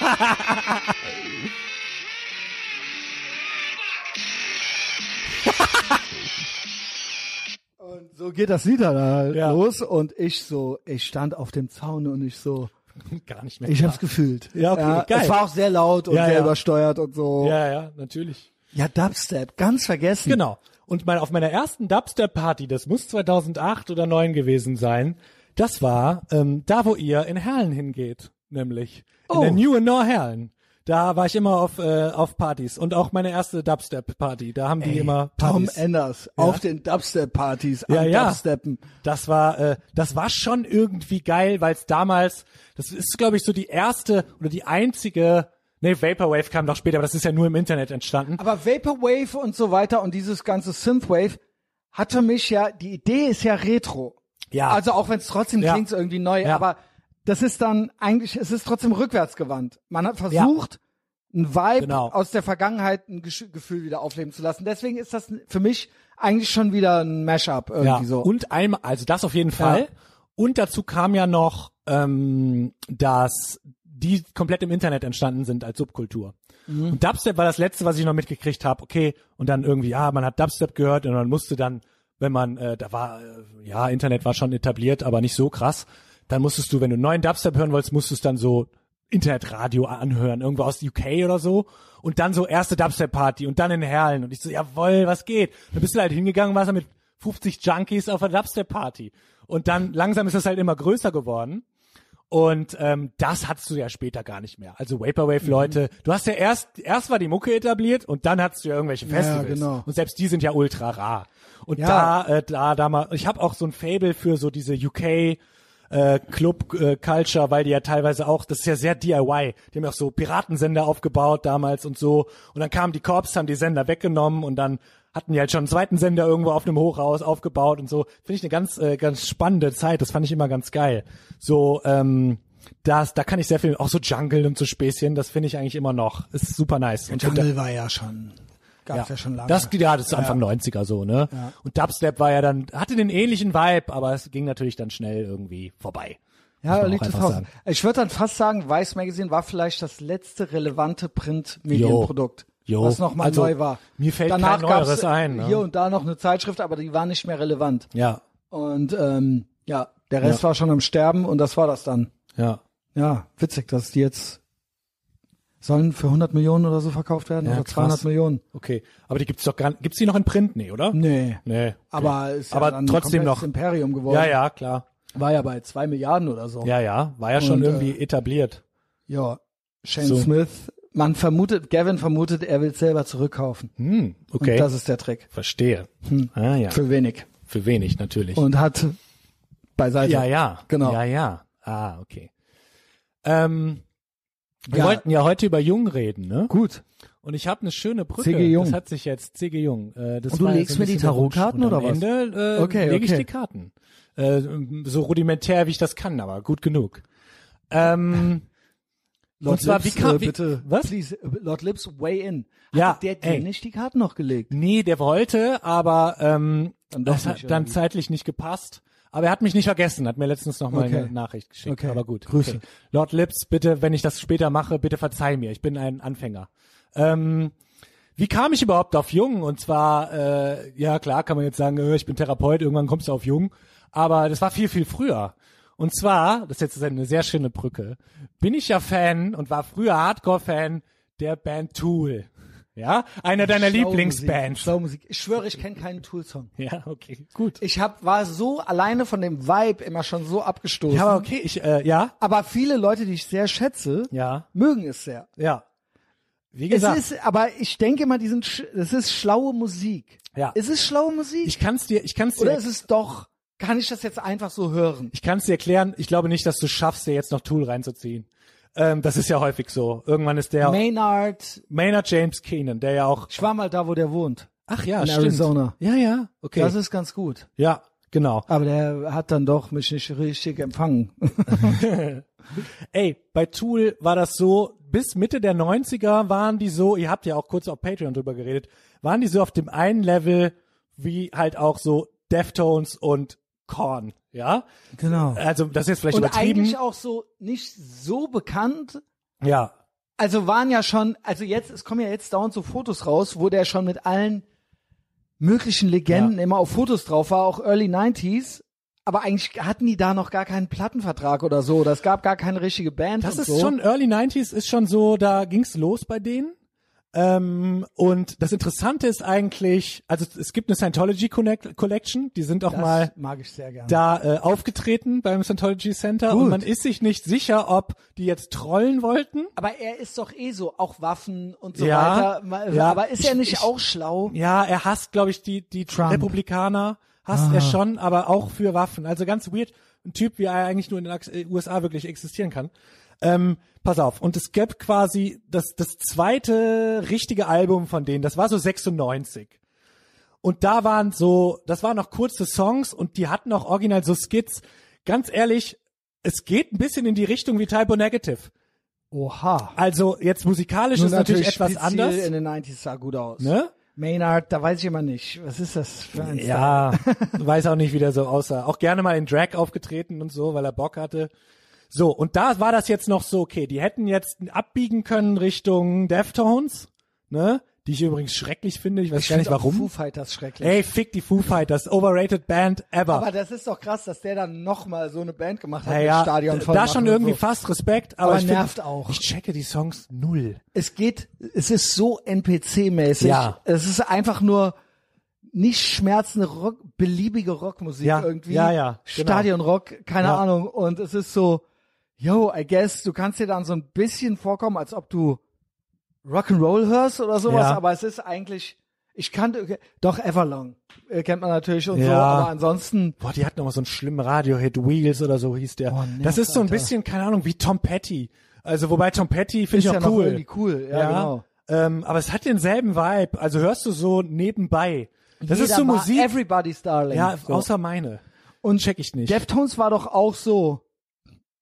[SPEAKER 1] Und so geht das Lied dann halt
[SPEAKER 2] Ja.
[SPEAKER 1] los und ich so, ich stand auf dem Zaun und ich so,
[SPEAKER 2] Gar nicht mehr.
[SPEAKER 1] ich
[SPEAKER 2] klar.
[SPEAKER 1] hab's gefühlt.
[SPEAKER 2] Ja, okay, geil.
[SPEAKER 1] Es war auch sehr laut und
[SPEAKER 2] Ja,
[SPEAKER 1] sehr
[SPEAKER 2] ja.
[SPEAKER 1] übersteuert und so. Ja.
[SPEAKER 2] Ja, ja, natürlich.
[SPEAKER 1] Dubstep, ganz vergessen.
[SPEAKER 2] Genau. Und mein, auf meiner ersten Dubstep-Party, das muss 2008 oder 2009 gewesen sein, das war ähm, da, wo ihr in Herlen hingeht, nämlich in
[SPEAKER 1] Oh.
[SPEAKER 2] der New and Nor Herlen. Da war ich immer auf, äh, auf Partys und auch meine erste Dubstep-Party. Da haben die immer
[SPEAKER 1] Tom
[SPEAKER 2] Partys.
[SPEAKER 1] Enders auf den Dubstep-Partys
[SPEAKER 2] Ja,
[SPEAKER 1] am
[SPEAKER 2] ja.
[SPEAKER 1] Dubsteppen.
[SPEAKER 2] Das war, äh, das war schon irgendwie geil, weil es damals, das ist, glaube ich, so die erste oder die einzige, nee, Vaporwave kam noch später, aber das ist ja nur im Internet entstanden.
[SPEAKER 1] Aber Vaporwave und so weiter und dieses ganze Synthwave hat für mich ja, die Idee ist ja Retro.
[SPEAKER 2] Ja.
[SPEAKER 1] Also auch wenn es trotzdem
[SPEAKER 2] Ja.
[SPEAKER 1] klingt so irgendwie neu,
[SPEAKER 2] Ja.
[SPEAKER 1] aber das ist dann eigentlich, es ist trotzdem rückwärtsgewandt. Man hat versucht, ein Vibe
[SPEAKER 2] Genau.
[SPEAKER 1] aus der Vergangenheit ein Gesch Gefühl wieder aufleben zu lassen. Deswegen ist das für mich eigentlich schon wieder ein Mashup irgendwie
[SPEAKER 2] Ja,
[SPEAKER 1] so.
[SPEAKER 2] und einmal, also das auf jeden Fall. Und dazu kam ja noch, ähm, dass die komplett im Internet entstanden sind als Subkultur.
[SPEAKER 1] Mhm.
[SPEAKER 2] Und Dubstep war das letzte, was ich noch mitgekriegt habe. Okay, und dann irgendwie, ja, man hat Dubstep gehört und man musste dann, wenn man, äh, da war, äh, ja, Internet war schon etabliert, aber nicht so krass. Dann musstest du, wenn du einen neuen Dubstep hören wolltest, musstest dann so Internetradio anhören, irgendwo aus UK oder so. Und dann so erste Dubstep-Party und dann in Herlen. Und ich so, jawoll, was geht? Dann bist du halt hingegangen, warst da mit 50 Junkies auf einer Dubstep-Party. Und dann langsam ist das halt immer größer geworden. Und ähm, das hattest du ja später gar nicht mehr. Also Vaporwave-Leute,
[SPEAKER 1] Mhm.
[SPEAKER 2] du hast ja erst, erst war die Mucke etabliert und dann hattest du ja irgendwelche Festivals.
[SPEAKER 1] genau.
[SPEAKER 2] Und selbst die sind ja ultra rar. Und
[SPEAKER 1] Ja.
[SPEAKER 2] da, äh, da, da mal, ich habe auch so ein Fable für so diese UK äh, Club äh, Culture, weil die ja teilweise auch, das ist ja sehr DIY. Die haben ja auch so Piratensender aufgebaut damals und so. Und dann kamen die Corps, haben die Sender weggenommen und dann hatten die halt schon einen zweiten Sender irgendwo auf einem Hochhaus aufgebaut und so. Finde ich eine ganz, äh, ganz spannende Zeit. Das fand ich immer ganz geil. So, ähm, das, da kann ich sehr viel, auch so Jungle und so Späßchen, das finde ich eigentlich immer noch. Ist super nice. Und
[SPEAKER 1] Jungle war ja schon, gab's ja, schon lange.
[SPEAKER 2] das, ja, das ist Anfang 90er so, ne? Und Dubstep war ja dann, hatte den ähnlichen Vibe, aber es ging natürlich dann schnell irgendwie vorbei. Muss
[SPEAKER 1] ja,
[SPEAKER 2] man
[SPEAKER 1] liegt
[SPEAKER 2] auch
[SPEAKER 1] es
[SPEAKER 2] einfach
[SPEAKER 1] auf.
[SPEAKER 2] sagen.
[SPEAKER 1] Ich würde dann fast sagen, Vice Magazine war vielleicht das letzte relevante Print-Medienprodukt,
[SPEAKER 2] Jo.
[SPEAKER 1] was nochmal
[SPEAKER 2] Also,
[SPEAKER 1] neu war.
[SPEAKER 2] mir fällt
[SPEAKER 1] Danach
[SPEAKER 2] kein Neueres
[SPEAKER 1] gab's
[SPEAKER 2] ein, ne?
[SPEAKER 1] Hier und da noch eine Zeitschrift, aber die war nicht mehr relevant.
[SPEAKER 2] Ja,
[SPEAKER 1] Und ähm, ja, der Rest war schon am Sterben und das war das dann.
[SPEAKER 2] ja.
[SPEAKER 1] Ja, witzig, dass die jetzt sollen für 100 Millionen oder so verkauft werden
[SPEAKER 2] Ja,
[SPEAKER 1] oder
[SPEAKER 2] krass.
[SPEAKER 1] 200 Millionen.
[SPEAKER 2] Okay. Aber die gibt's doch gar gibt's die noch in Print? Nee, oder?
[SPEAKER 1] Nee.
[SPEAKER 2] Nee. Okay.
[SPEAKER 1] Aber ist ja
[SPEAKER 2] Aber
[SPEAKER 1] dann ein
[SPEAKER 2] trotzdem
[SPEAKER 1] komplettes
[SPEAKER 2] noch.
[SPEAKER 1] Imperium geworden.
[SPEAKER 2] Ja, ja, klar.
[SPEAKER 1] War ja bei 2 Milliarden oder so.
[SPEAKER 2] Ja, ja. War ja schon
[SPEAKER 1] Und, äh,
[SPEAKER 2] irgendwie etabliert.
[SPEAKER 1] ja. Shane
[SPEAKER 2] So.
[SPEAKER 1] Smith. Man vermutet, Gavin vermutet, er will selber zurückkaufen.
[SPEAKER 2] Hm, okay.
[SPEAKER 1] Und das ist der Trick.
[SPEAKER 2] Verstehe. Ah ja. Für,
[SPEAKER 1] Für wenig.
[SPEAKER 2] wenig natürlich.
[SPEAKER 1] Und hat beiseite.
[SPEAKER 2] ja, ja.
[SPEAKER 1] Genau.
[SPEAKER 2] Ja, ja. Ah, okay. Ähm, wir
[SPEAKER 1] Ja.
[SPEAKER 2] wollten ja heute über Jung reden, ne?
[SPEAKER 1] Gut.
[SPEAKER 2] Und ich habe eine schöne Brücke.
[SPEAKER 1] C.G. Jung.
[SPEAKER 2] Das hat sich jetzt C.G. Jung. Äh, das
[SPEAKER 1] Und du
[SPEAKER 2] war jetzt
[SPEAKER 1] legst
[SPEAKER 2] ein
[SPEAKER 1] mir die
[SPEAKER 2] bisschen der Wunsch.
[SPEAKER 1] Tarotkarten
[SPEAKER 2] Und
[SPEAKER 1] oder
[SPEAKER 2] am
[SPEAKER 1] was?
[SPEAKER 2] Ende, äh,
[SPEAKER 1] Okay,
[SPEAKER 2] lege ich
[SPEAKER 1] okay.
[SPEAKER 2] die Karten. Äh, so rudimentär, wie ich das kann, aber gut genug. Ähm,
[SPEAKER 1] Lord
[SPEAKER 2] zwar,
[SPEAKER 1] Lips,
[SPEAKER 2] wie kam-
[SPEAKER 1] äh,
[SPEAKER 2] wie-
[SPEAKER 1] bitte,
[SPEAKER 2] was?
[SPEAKER 1] Please, äh, Lord Lips, way in. Hat
[SPEAKER 2] Ja,
[SPEAKER 1] der dir
[SPEAKER 2] ey.
[SPEAKER 1] nicht die Karten noch gelegt?
[SPEAKER 2] nee, der wollte, aber ähm,
[SPEAKER 1] Dann doch
[SPEAKER 2] das hat
[SPEAKER 1] nicht,
[SPEAKER 2] dann
[SPEAKER 1] oder wie?
[SPEAKER 2] zeitlich nicht gepasst. Aber er hat mich nicht vergessen, hat mir letztens nochmal
[SPEAKER 1] Okay.
[SPEAKER 2] eine Nachricht geschickt.
[SPEAKER 1] Okay.
[SPEAKER 2] Aber gut.
[SPEAKER 1] Grüße.
[SPEAKER 2] Okay. Lord Lips, bitte, wenn ich das später mache, bitte verzeih mir. Ich bin ein Anfänger. Ähm, Wie kam ich überhaupt auf Jung? Und zwar, äh, ja klar, kann man jetzt sagen, äh, ich bin Therapeut, irgendwann kommst du auf Jung. Aber das war viel, viel früher. Und zwar, das ist jetzt eine sehr schöne Brücke, bin ich ja Fan und war früher Hardcore-Fan der Band Tool. Ja, einer deiner
[SPEAKER 1] Schlaue Musik,
[SPEAKER 2] Lieblingsbands.
[SPEAKER 1] Schlaue Musik. Ich schwöre, ich kenne keinen Tool-Song.
[SPEAKER 2] Ja, okay, gut.
[SPEAKER 1] Ich hab, war so alleine von dem Vibe immer schon so abgestoßen.
[SPEAKER 2] Ja, aber okay, ich, äh, ja,
[SPEAKER 1] aber viele Leute, die ich sehr schätze,
[SPEAKER 2] ja,
[SPEAKER 1] mögen es sehr.
[SPEAKER 2] ja. Wie
[SPEAKER 1] Es
[SPEAKER 2] gesagt,
[SPEAKER 1] ist, aber ich denke mal, die sind, sch es ist schlaue Musik.
[SPEAKER 2] Ja.
[SPEAKER 1] Ist es schlaue Musik?
[SPEAKER 2] ich kann's dir, ich kann's dir
[SPEAKER 1] Oder ist es doch, kann ich das jetzt einfach so hören?
[SPEAKER 2] Ich kann es dir erklären, ich glaube nicht, dass du schaffst, dir jetzt noch Tool reinzuziehen. Ähm, das ist ja häufig so. Irgendwann ist der
[SPEAKER 1] Maynard,
[SPEAKER 2] Maynard James Keenan, der ja auch.
[SPEAKER 1] ich war mal da, wo der wohnt.
[SPEAKER 2] Ach ja,
[SPEAKER 1] In Arizona.
[SPEAKER 2] Ja, ja, okay.
[SPEAKER 1] Das ist ganz gut.
[SPEAKER 2] ja, genau.
[SPEAKER 1] Aber der hat dann doch mich nicht richtig empfangen.
[SPEAKER 2] Ey, bei Tool war das so, bis Mitte der 90er waren die so, ihr habt ja auch kurz auf Patreon drüber geredet, waren die so auf dem einen Level wie halt auch so Deftones und Korn, ja?
[SPEAKER 1] Genau.
[SPEAKER 2] Also, das ist jetzt vielleicht
[SPEAKER 1] Und
[SPEAKER 2] übertrieben.
[SPEAKER 1] eigentlich auch so nicht so bekannt.
[SPEAKER 2] Ja,
[SPEAKER 1] Also waren ja schon, also jetzt, es kommen ja jetzt dauernd so Fotos raus, wo der schon mit allen möglichen Legenden immer auf Fotos drauf war, auch Early 90s. Aber eigentlich hatten die da noch gar keinen Plattenvertrag oder so. Das gab gar keine richtige Band.
[SPEAKER 2] Das
[SPEAKER 1] und
[SPEAKER 2] ist
[SPEAKER 1] so.
[SPEAKER 2] schon Early 90s, ist schon so, da ging's los bei denen. Ähm, und das Interessante ist eigentlich, also es gibt eine Scientology Connect Collection, die sind auch
[SPEAKER 1] das
[SPEAKER 2] mal
[SPEAKER 1] mag ich sehr gerne.
[SPEAKER 2] da äh, aufgetreten beim Scientology Center und
[SPEAKER 1] Gut.
[SPEAKER 2] man ist sich nicht sicher, ob die jetzt trollen wollten.
[SPEAKER 1] aber er ist doch eh so, auch Waffen und so
[SPEAKER 2] Ja,
[SPEAKER 1] weiter. Mal-
[SPEAKER 2] ja.
[SPEAKER 1] aber ist
[SPEAKER 2] Ich-
[SPEAKER 1] er nicht
[SPEAKER 2] ich-
[SPEAKER 1] auch schlau?
[SPEAKER 2] Ja, er hasst, glaube ich, die, die
[SPEAKER 1] Trump. Ah.
[SPEAKER 2] Republikaner, hasst er schon, aber auch für Waffen. Also ganz weird, ein Typ, wie er eigentlich nur in den Ax- äh, USA wirklich existieren kann. Ähm, pass auf, und es gab quasi das, das zweite richtige Album von denen, das war so 96. Und da waren so, das waren noch kurze Songs und die hatten auch original so Skits. Ganz ehrlich, es geht ein bisschen in die Richtung wie Typo Negative.
[SPEAKER 1] Oha.
[SPEAKER 2] Also jetzt musikalisch
[SPEAKER 1] Nur
[SPEAKER 2] ist natürlich, etwas
[SPEAKER 1] Spitziel
[SPEAKER 2] anders.
[SPEAKER 1] in den 90s sah gut aus.
[SPEAKER 2] Ne?
[SPEAKER 1] Maynard, da weiß ich immer nicht. Was ist das für ein Style?
[SPEAKER 2] Ja, weiß auch nicht, wie der so aussah. Auch gerne mal in Drag aufgetreten und so, weil er Bock hatte. So, und da war das jetzt noch so, okay, die hätten jetzt abbiegen können Richtung Deftones, ne? Die ich übrigens schrecklich finde, ich weiß
[SPEAKER 1] Ich
[SPEAKER 2] gar nicht
[SPEAKER 1] find auch
[SPEAKER 2] warum.
[SPEAKER 1] Foo Fighters schrecklich.
[SPEAKER 2] Ey, fick die Foo Fighters, overrated Band ever.
[SPEAKER 1] Aber das ist doch krass, dass der dann nochmal so eine Band gemacht hat,
[SPEAKER 2] naja,
[SPEAKER 1] mit Stadion voll
[SPEAKER 2] da
[SPEAKER 1] machen
[SPEAKER 2] schon
[SPEAKER 1] und
[SPEAKER 2] irgendwie
[SPEAKER 1] so.
[SPEAKER 2] fast Respekt, aber,
[SPEAKER 1] Aber
[SPEAKER 2] ich find-
[SPEAKER 1] nervt auch.
[SPEAKER 2] Ich checke die Songs null.
[SPEAKER 1] Es geht, es ist so NPC-mäßig.
[SPEAKER 2] Ja.
[SPEAKER 1] Es ist einfach nur nicht schmerzende Rock, beliebige Rockmusik
[SPEAKER 2] Ja,
[SPEAKER 1] irgendwie.
[SPEAKER 2] ja, ja, genau.
[SPEAKER 1] Stadionrock, keine
[SPEAKER 2] Ja.
[SPEAKER 1] Ahnung. Und es ist so, yo, I guess, du kannst dir dann so ein bisschen vorkommen, als ob du Rock'n'Roll hörst oder sowas,
[SPEAKER 2] Ja.
[SPEAKER 1] aber es ist eigentlich, ich kannte, doch Everlong äh, kennt man natürlich und so,
[SPEAKER 2] Ja.
[SPEAKER 1] aber ansonsten,
[SPEAKER 2] Boah, die hatten noch mal so einen schlimmen Radio-Hit, Wheels oder so hieß der.
[SPEAKER 1] Boah, nervt,
[SPEAKER 2] das ist so ein
[SPEAKER 1] Oh, Alter.
[SPEAKER 2] bisschen, keine Ahnung, wie Tom Petty. Also wobei Tom Petty finde ich
[SPEAKER 1] Ist
[SPEAKER 2] auch
[SPEAKER 1] ja noch
[SPEAKER 2] cool.
[SPEAKER 1] irgendwie cool, ja, genau.
[SPEAKER 2] Ähm, aber es hat denselben Vibe. Also hörst du so nebenbei. Das
[SPEAKER 1] jeder
[SPEAKER 2] ist so
[SPEAKER 1] war
[SPEAKER 2] Musik.
[SPEAKER 1] Everybody's Darling.
[SPEAKER 2] ja,
[SPEAKER 1] so.
[SPEAKER 2] außer meine.
[SPEAKER 1] Und
[SPEAKER 2] check ich nicht.
[SPEAKER 1] Deftones war doch auch so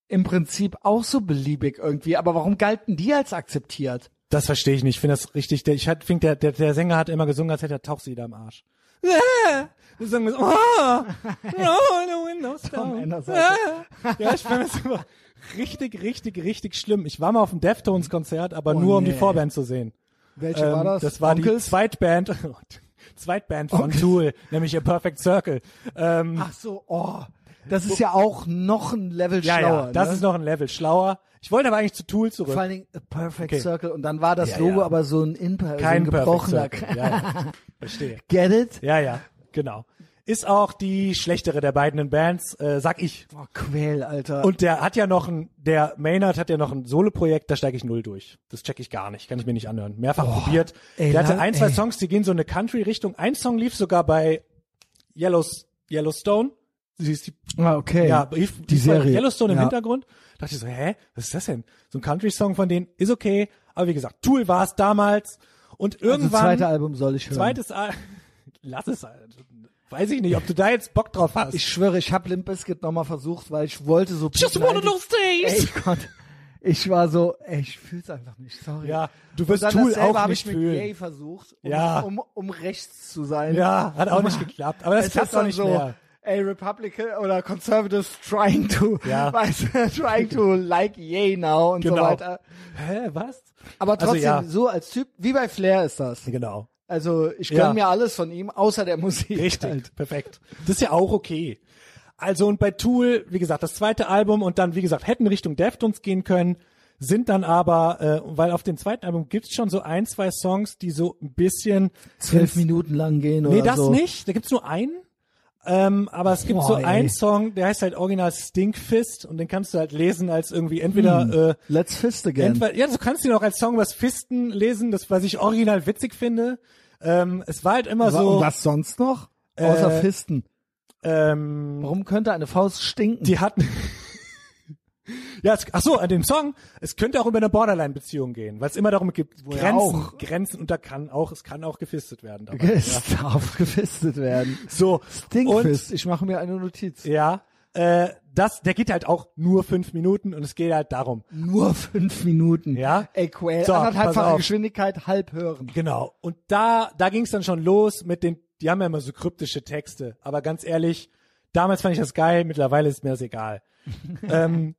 [SPEAKER 1] im Prinzip auch so beliebig irgendwie, aber warum galten die als akzeptiert?
[SPEAKER 2] Das verstehe ich nicht. Ich finde das richtig. Der, ich hat, find, der, der, der Sänger hat immer gesungen, als hätte er Tauchsieder am Arsch. Der Song ist, oh, roll the windows down.
[SPEAKER 1] Anderson.
[SPEAKER 2] Ja, ich finde das immer richtig, richtig, richtig schlimm. Ich war mal auf einem Deftones-Konzert, aber nur um die
[SPEAKER 1] Oh nee.
[SPEAKER 2] Vorband zu sehen.
[SPEAKER 1] Welche
[SPEAKER 2] Ähm,
[SPEAKER 1] war das?
[SPEAKER 2] Das war
[SPEAKER 1] Onkels?
[SPEAKER 2] die Zweitband, oh, Zweitband von Tool, nämlich A Perfect Circle. Ähm,
[SPEAKER 1] Ach so, oh, das ist ja auch noch ein Level
[SPEAKER 2] ja,
[SPEAKER 1] schlauer.
[SPEAKER 2] ja, das
[SPEAKER 1] ne?
[SPEAKER 2] ist noch ein Level schlauer. Ich wollte aber eigentlich zu Tool zurück.
[SPEAKER 1] vor allen Dingen a Perfect
[SPEAKER 2] Okay.
[SPEAKER 1] Circle und dann war das
[SPEAKER 2] Ja,
[SPEAKER 1] Logo
[SPEAKER 2] ja.
[SPEAKER 1] aber so ein, Imper so
[SPEAKER 2] Kein
[SPEAKER 1] ein
[SPEAKER 2] Perfect
[SPEAKER 1] gebrochener.
[SPEAKER 2] Circle. Ja, ja. Verstehe.
[SPEAKER 1] Get it?
[SPEAKER 2] Ja, ja, genau. Ist auch die schlechtere der beiden Bands, äh, sag ich.
[SPEAKER 1] Boah, Quell, Oh, Alter.
[SPEAKER 2] Und der hat ja noch ein, der Maynard hat ja noch ein Solo-Projekt, da steige ich null durch. Das check ich gar nicht, kann ich mir nicht anhören. Mehrfach probiert.
[SPEAKER 1] ey,
[SPEAKER 2] der hatte
[SPEAKER 1] lang-
[SPEAKER 2] ein, zwei
[SPEAKER 1] ey.
[SPEAKER 2] Songs, die gehen so in eine Country-Richtung. Ein Song lief sogar bei Yellows, Yellowstone. Sie ist die,
[SPEAKER 1] ah, okay.
[SPEAKER 2] ja, lief,
[SPEAKER 1] die
[SPEAKER 2] lief bei
[SPEAKER 1] Serie.
[SPEAKER 2] Yellowstone im
[SPEAKER 1] Ja.
[SPEAKER 2] Hintergrund. Dachte ich so, hä, was ist das denn? So ein Country-Song von denen ist okay, aber wie gesagt, Tool war es damals. Und
[SPEAKER 1] also
[SPEAKER 2] irgendwann.
[SPEAKER 1] zweite Album soll ich hören.
[SPEAKER 2] Zweites Al Lass es. Al- Weiß ich nicht, ob du da jetzt Bock drauf hast.
[SPEAKER 1] Ich schwöre, ich habe Limp Bizkit nochmal versucht, weil ich wollte so.
[SPEAKER 2] Just one of those days.
[SPEAKER 1] Ey, ich konnte. Ich war so, ey, ich fühl's einfach nicht, sorry.
[SPEAKER 2] Ja, du
[SPEAKER 1] Und
[SPEAKER 2] wirst
[SPEAKER 1] dann
[SPEAKER 2] Tool
[SPEAKER 1] dasselbe
[SPEAKER 2] auch
[SPEAKER 1] hab
[SPEAKER 2] nicht
[SPEAKER 1] ich
[SPEAKER 2] fühlen.
[SPEAKER 1] mit Yay versucht, um,
[SPEAKER 2] Ja.
[SPEAKER 1] um, um rechts zu sein.
[SPEAKER 2] ja, hat auch nicht geklappt. Aber das
[SPEAKER 1] Es ist
[SPEAKER 2] klappt auch
[SPEAKER 1] dann
[SPEAKER 2] nicht
[SPEAKER 1] so,
[SPEAKER 2] mehr.
[SPEAKER 1] ey, Republican oder Conservatives trying to,
[SPEAKER 2] Ja.
[SPEAKER 1] weißt du, trying to like Yay now und so
[SPEAKER 2] Genau.
[SPEAKER 1] weiter.
[SPEAKER 2] Hä, was?
[SPEAKER 1] Aber
[SPEAKER 2] Also,
[SPEAKER 1] trotzdem,
[SPEAKER 2] ja.
[SPEAKER 1] so als Typ, wie bei Flair ist das.
[SPEAKER 2] Genau.
[SPEAKER 1] Also, ich gönn
[SPEAKER 2] Ja.
[SPEAKER 1] mir alles von ihm, außer der Musik.
[SPEAKER 2] Richtig,
[SPEAKER 1] Halt.
[SPEAKER 2] perfekt. Das ist ja auch okay. Also und bei Tool, wie gesagt, das zweite Album und dann, wie gesagt, hätten Richtung Deftones gehen können, sind dann aber, äh, weil auf dem zweiten Album gibt's schon so ein, zwei Songs, die so ein bisschen...
[SPEAKER 1] Zwölf
[SPEAKER 2] ins-
[SPEAKER 1] Minuten lang gehen oder
[SPEAKER 2] Nee, das
[SPEAKER 1] so.
[SPEAKER 2] nicht. Da gibt's nur einen. Ähm, aber es gibt
[SPEAKER 1] Boah,
[SPEAKER 2] so
[SPEAKER 1] ey.
[SPEAKER 2] einen Song, der heißt halt original Stinkfist und den kannst du halt lesen als irgendwie entweder
[SPEAKER 1] Hm.
[SPEAKER 2] äh,
[SPEAKER 1] Let's fist again.
[SPEAKER 2] Entweder, ja, du kannst ihn auch als Song was Fisten lesen, das, was ich original witzig finde. Ähm, es war halt immer
[SPEAKER 1] Wa- und
[SPEAKER 2] so,
[SPEAKER 1] was sonst noch? Außer
[SPEAKER 2] Äh,
[SPEAKER 1] Fisten.
[SPEAKER 2] ähm,
[SPEAKER 1] Warum könnte eine Faust stinken?
[SPEAKER 2] die hatten, ja, es, ach so, an dem Song, es könnte auch über eine Borderline-Beziehung gehen, weil es immer darum gibt,
[SPEAKER 1] ja
[SPEAKER 2] Grenzen,
[SPEAKER 1] auch.
[SPEAKER 2] Grenzen, und da kann auch, es kann auch gefistet werden. Dabei, ja.
[SPEAKER 1] es darf gefistet werden.
[SPEAKER 2] So, und,
[SPEAKER 1] Stinkfist. Ich mache mir eine Notiz.
[SPEAKER 2] ja, äh, das, der geht halt auch nur fünf Minuten und es geht halt darum.
[SPEAKER 1] Nur fünf Minuten.
[SPEAKER 2] Ja.
[SPEAKER 1] Ey, Quell.
[SPEAKER 2] So, pass
[SPEAKER 1] anderthalbfache
[SPEAKER 2] auf.
[SPEAKER 1] Geschwindigkeit, halb hören.
[SPEAKER 2] Genau. Und da, da ging es dann schon los mit den, die haben ja immer so kryptische Texte. Aber ganz ehrlich, damals fand ich das geil, mittlerweile ist mir das egal. ähm,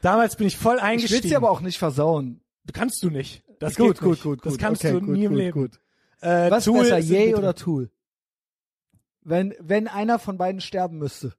[SPEAKER 2] damals bin ich voll
[SPEAKER 1] Ich
[SPEAKER 2] eingestiegen.
[SPEAKER 1] will sie aber auch nicht versauen.
[SPEAKER 2] Du kannst du nicht. Das
[SPEAKER 1] Gut,
[SPEAKER 2] geht
[SPEAKER 1] gut,
[SPEAKER 2] nicht.
[SPEAKER 1] gut,
[SPEAKER 2] Das
[SPEAKER 1] gut.
[SPEAKER 2] kannst
[SPEAKER 1] Okay,
[SPEAKER 2] du
[SPEAKER 1] gut,
[SPEAKER 2] nie im
[SPEAKER 1] gut,
[SPEAKER 2] Leben.
[SPEAKER 1] gut.
[SPEAKER 2] Äh,
[SPEAKER 1] Was
[SPEAKER 2] Tool
[SPEAKER 1] besser,
[SPEAKER 2] sind
[SPEAKER 1] Yay
[SPEAKER 2] mit
[SPEAKER 1] oder
[SPEAKER 2] drin.
[SPEAKER 1] Tool? Wenn, wenn einer von beiden sterben müsste.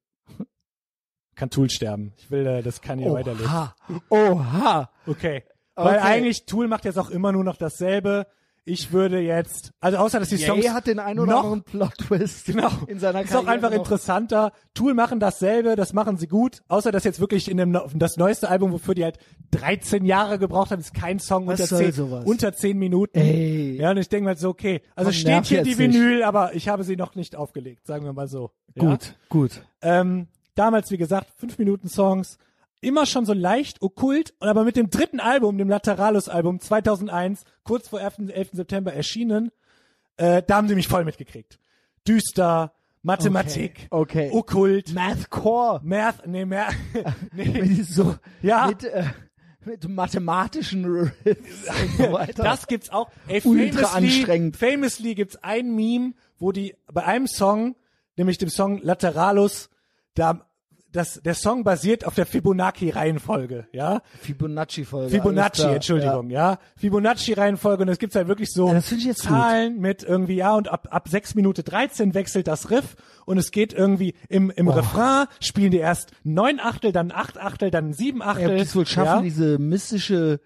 [SPEAKER 2] Kann Tool sterben. Ich will, äh, das kann hier weiterleben.
[SPEAKER 1] Oha. Oha.
[SPEAKER 2] Okay. Weil
[SPEAKER 1] Oh. Okay.
[SPEAKER 2] eigentlich Tool macht jetzt auch immer nur noch dasselbe. Ich würde jetzt, also außer dass die
[SPEAKER 1] Yay
[SPEAKER 2] Songs
[SPEAKER 1] hat den einen oder
[SPEAKER 2] noch
[SPEAKER 1] anderen Plot-Twist
[SPEAKER 2] Genau.
[SPEAKER 1] in seiner
[SPEAKER 2] Ist auch
[SPEAKER 1] Karriere
[SPEAKER 2] einfach
[SPEAKER 1] noch.
[SPEAKER 2] interessanter. Tool machen dasselbe, das machen sie gut. Außer dass jetzt wirklich in dem no- das neueste Album, wofür die halt 13 Jahre gebraucht haben, ist kein Song
[SPEAKER 1] Was
[SPEAKER 2] unter
[SPEAKER 1] soll
[SPEAKER 2] 10,
[SPEAKER 1] sowas?
[SPEAKER 2] unter 10 Minuten.
[SPEAKER 1] Ey.
[SPEAKER 2] Ja, und ich denke mal so, okay. Also
[SPEAKER 1] Komm,
[SPEAKER 2] steht
[SPEAKER 1] nerv
[SPEAKER 2] hier
[SPEAKER 1] jetzt
[SPEAKER 2] die
[SPEAKER 1] nicht.
[SPEAKER 2] Vinyl, aber ich habe sie noch nicht aufgelegt, sagen wir mal so.
[SPEAKER 1] Gut, gut.
[SPEAKER 2] Ja? Ähm, damals, wie gesagt, 5 Minuten Songs. Immer schon so leicht okkult, aber mit dem dritten Album, dem Lateralus-Album 2001, kurz vor 11. 11. September erschienen, äh, da haben sie mich voll mitgekriegt. Düster, Mathematik,
[SPEAKER 1] Okay. Okay.
[SPEAKER 2] Okkult,
[SPEAKER 1] Mathcore.
[SPEAKER 2] Math, nee, mehr, nee,
[SPEAKER 1] Mit so,
[SPEAKER 2] Ja.
[SPEAKER 1] mit, äh, mit mathematischen Riffs und so weiter.
[SPEAKER 2] das gibt's auch. Ey,
[SPEAKER 1] Ultra
[SPEAKER 2] famously,
[SPEAKER 1] anstrengend.
[SPEAKER 2] Famously gibt's ein Meme, wo die bei einem Song, nämlich dem Song Lateralus, da das, der Song basiert auf der Fibonacci-Reihenfolge, ja?
[SPEAKER 1] Fibonacci-Folge. alles
[SPEAKER 2] Fibonacci,
[SPEAKER 1] klar.
[SPEAKER 2] Entschuldigung, ja. Fibonacci-Reihenfolge und es gibt halt wirklich so
[SPEAKER 1] Ja, das finde ich jetzt gut.
[SPEAKER 2] Zahlen mit irgendwie, ja, und ab, ab 6 Minute 13 wechselt das Riff und es geht irgendwie im, im Refrain, spielen die erst neun Achtel, dann acht Achtel, dann sieben
[SPEAKER 1] Ja.
[SPEAKER 2] Achtel.
[SPEAKER 1] Ja, ob die es wohl schaffen,
[SPEAKER 2] ja?
[SPEAKER 1] diese mystische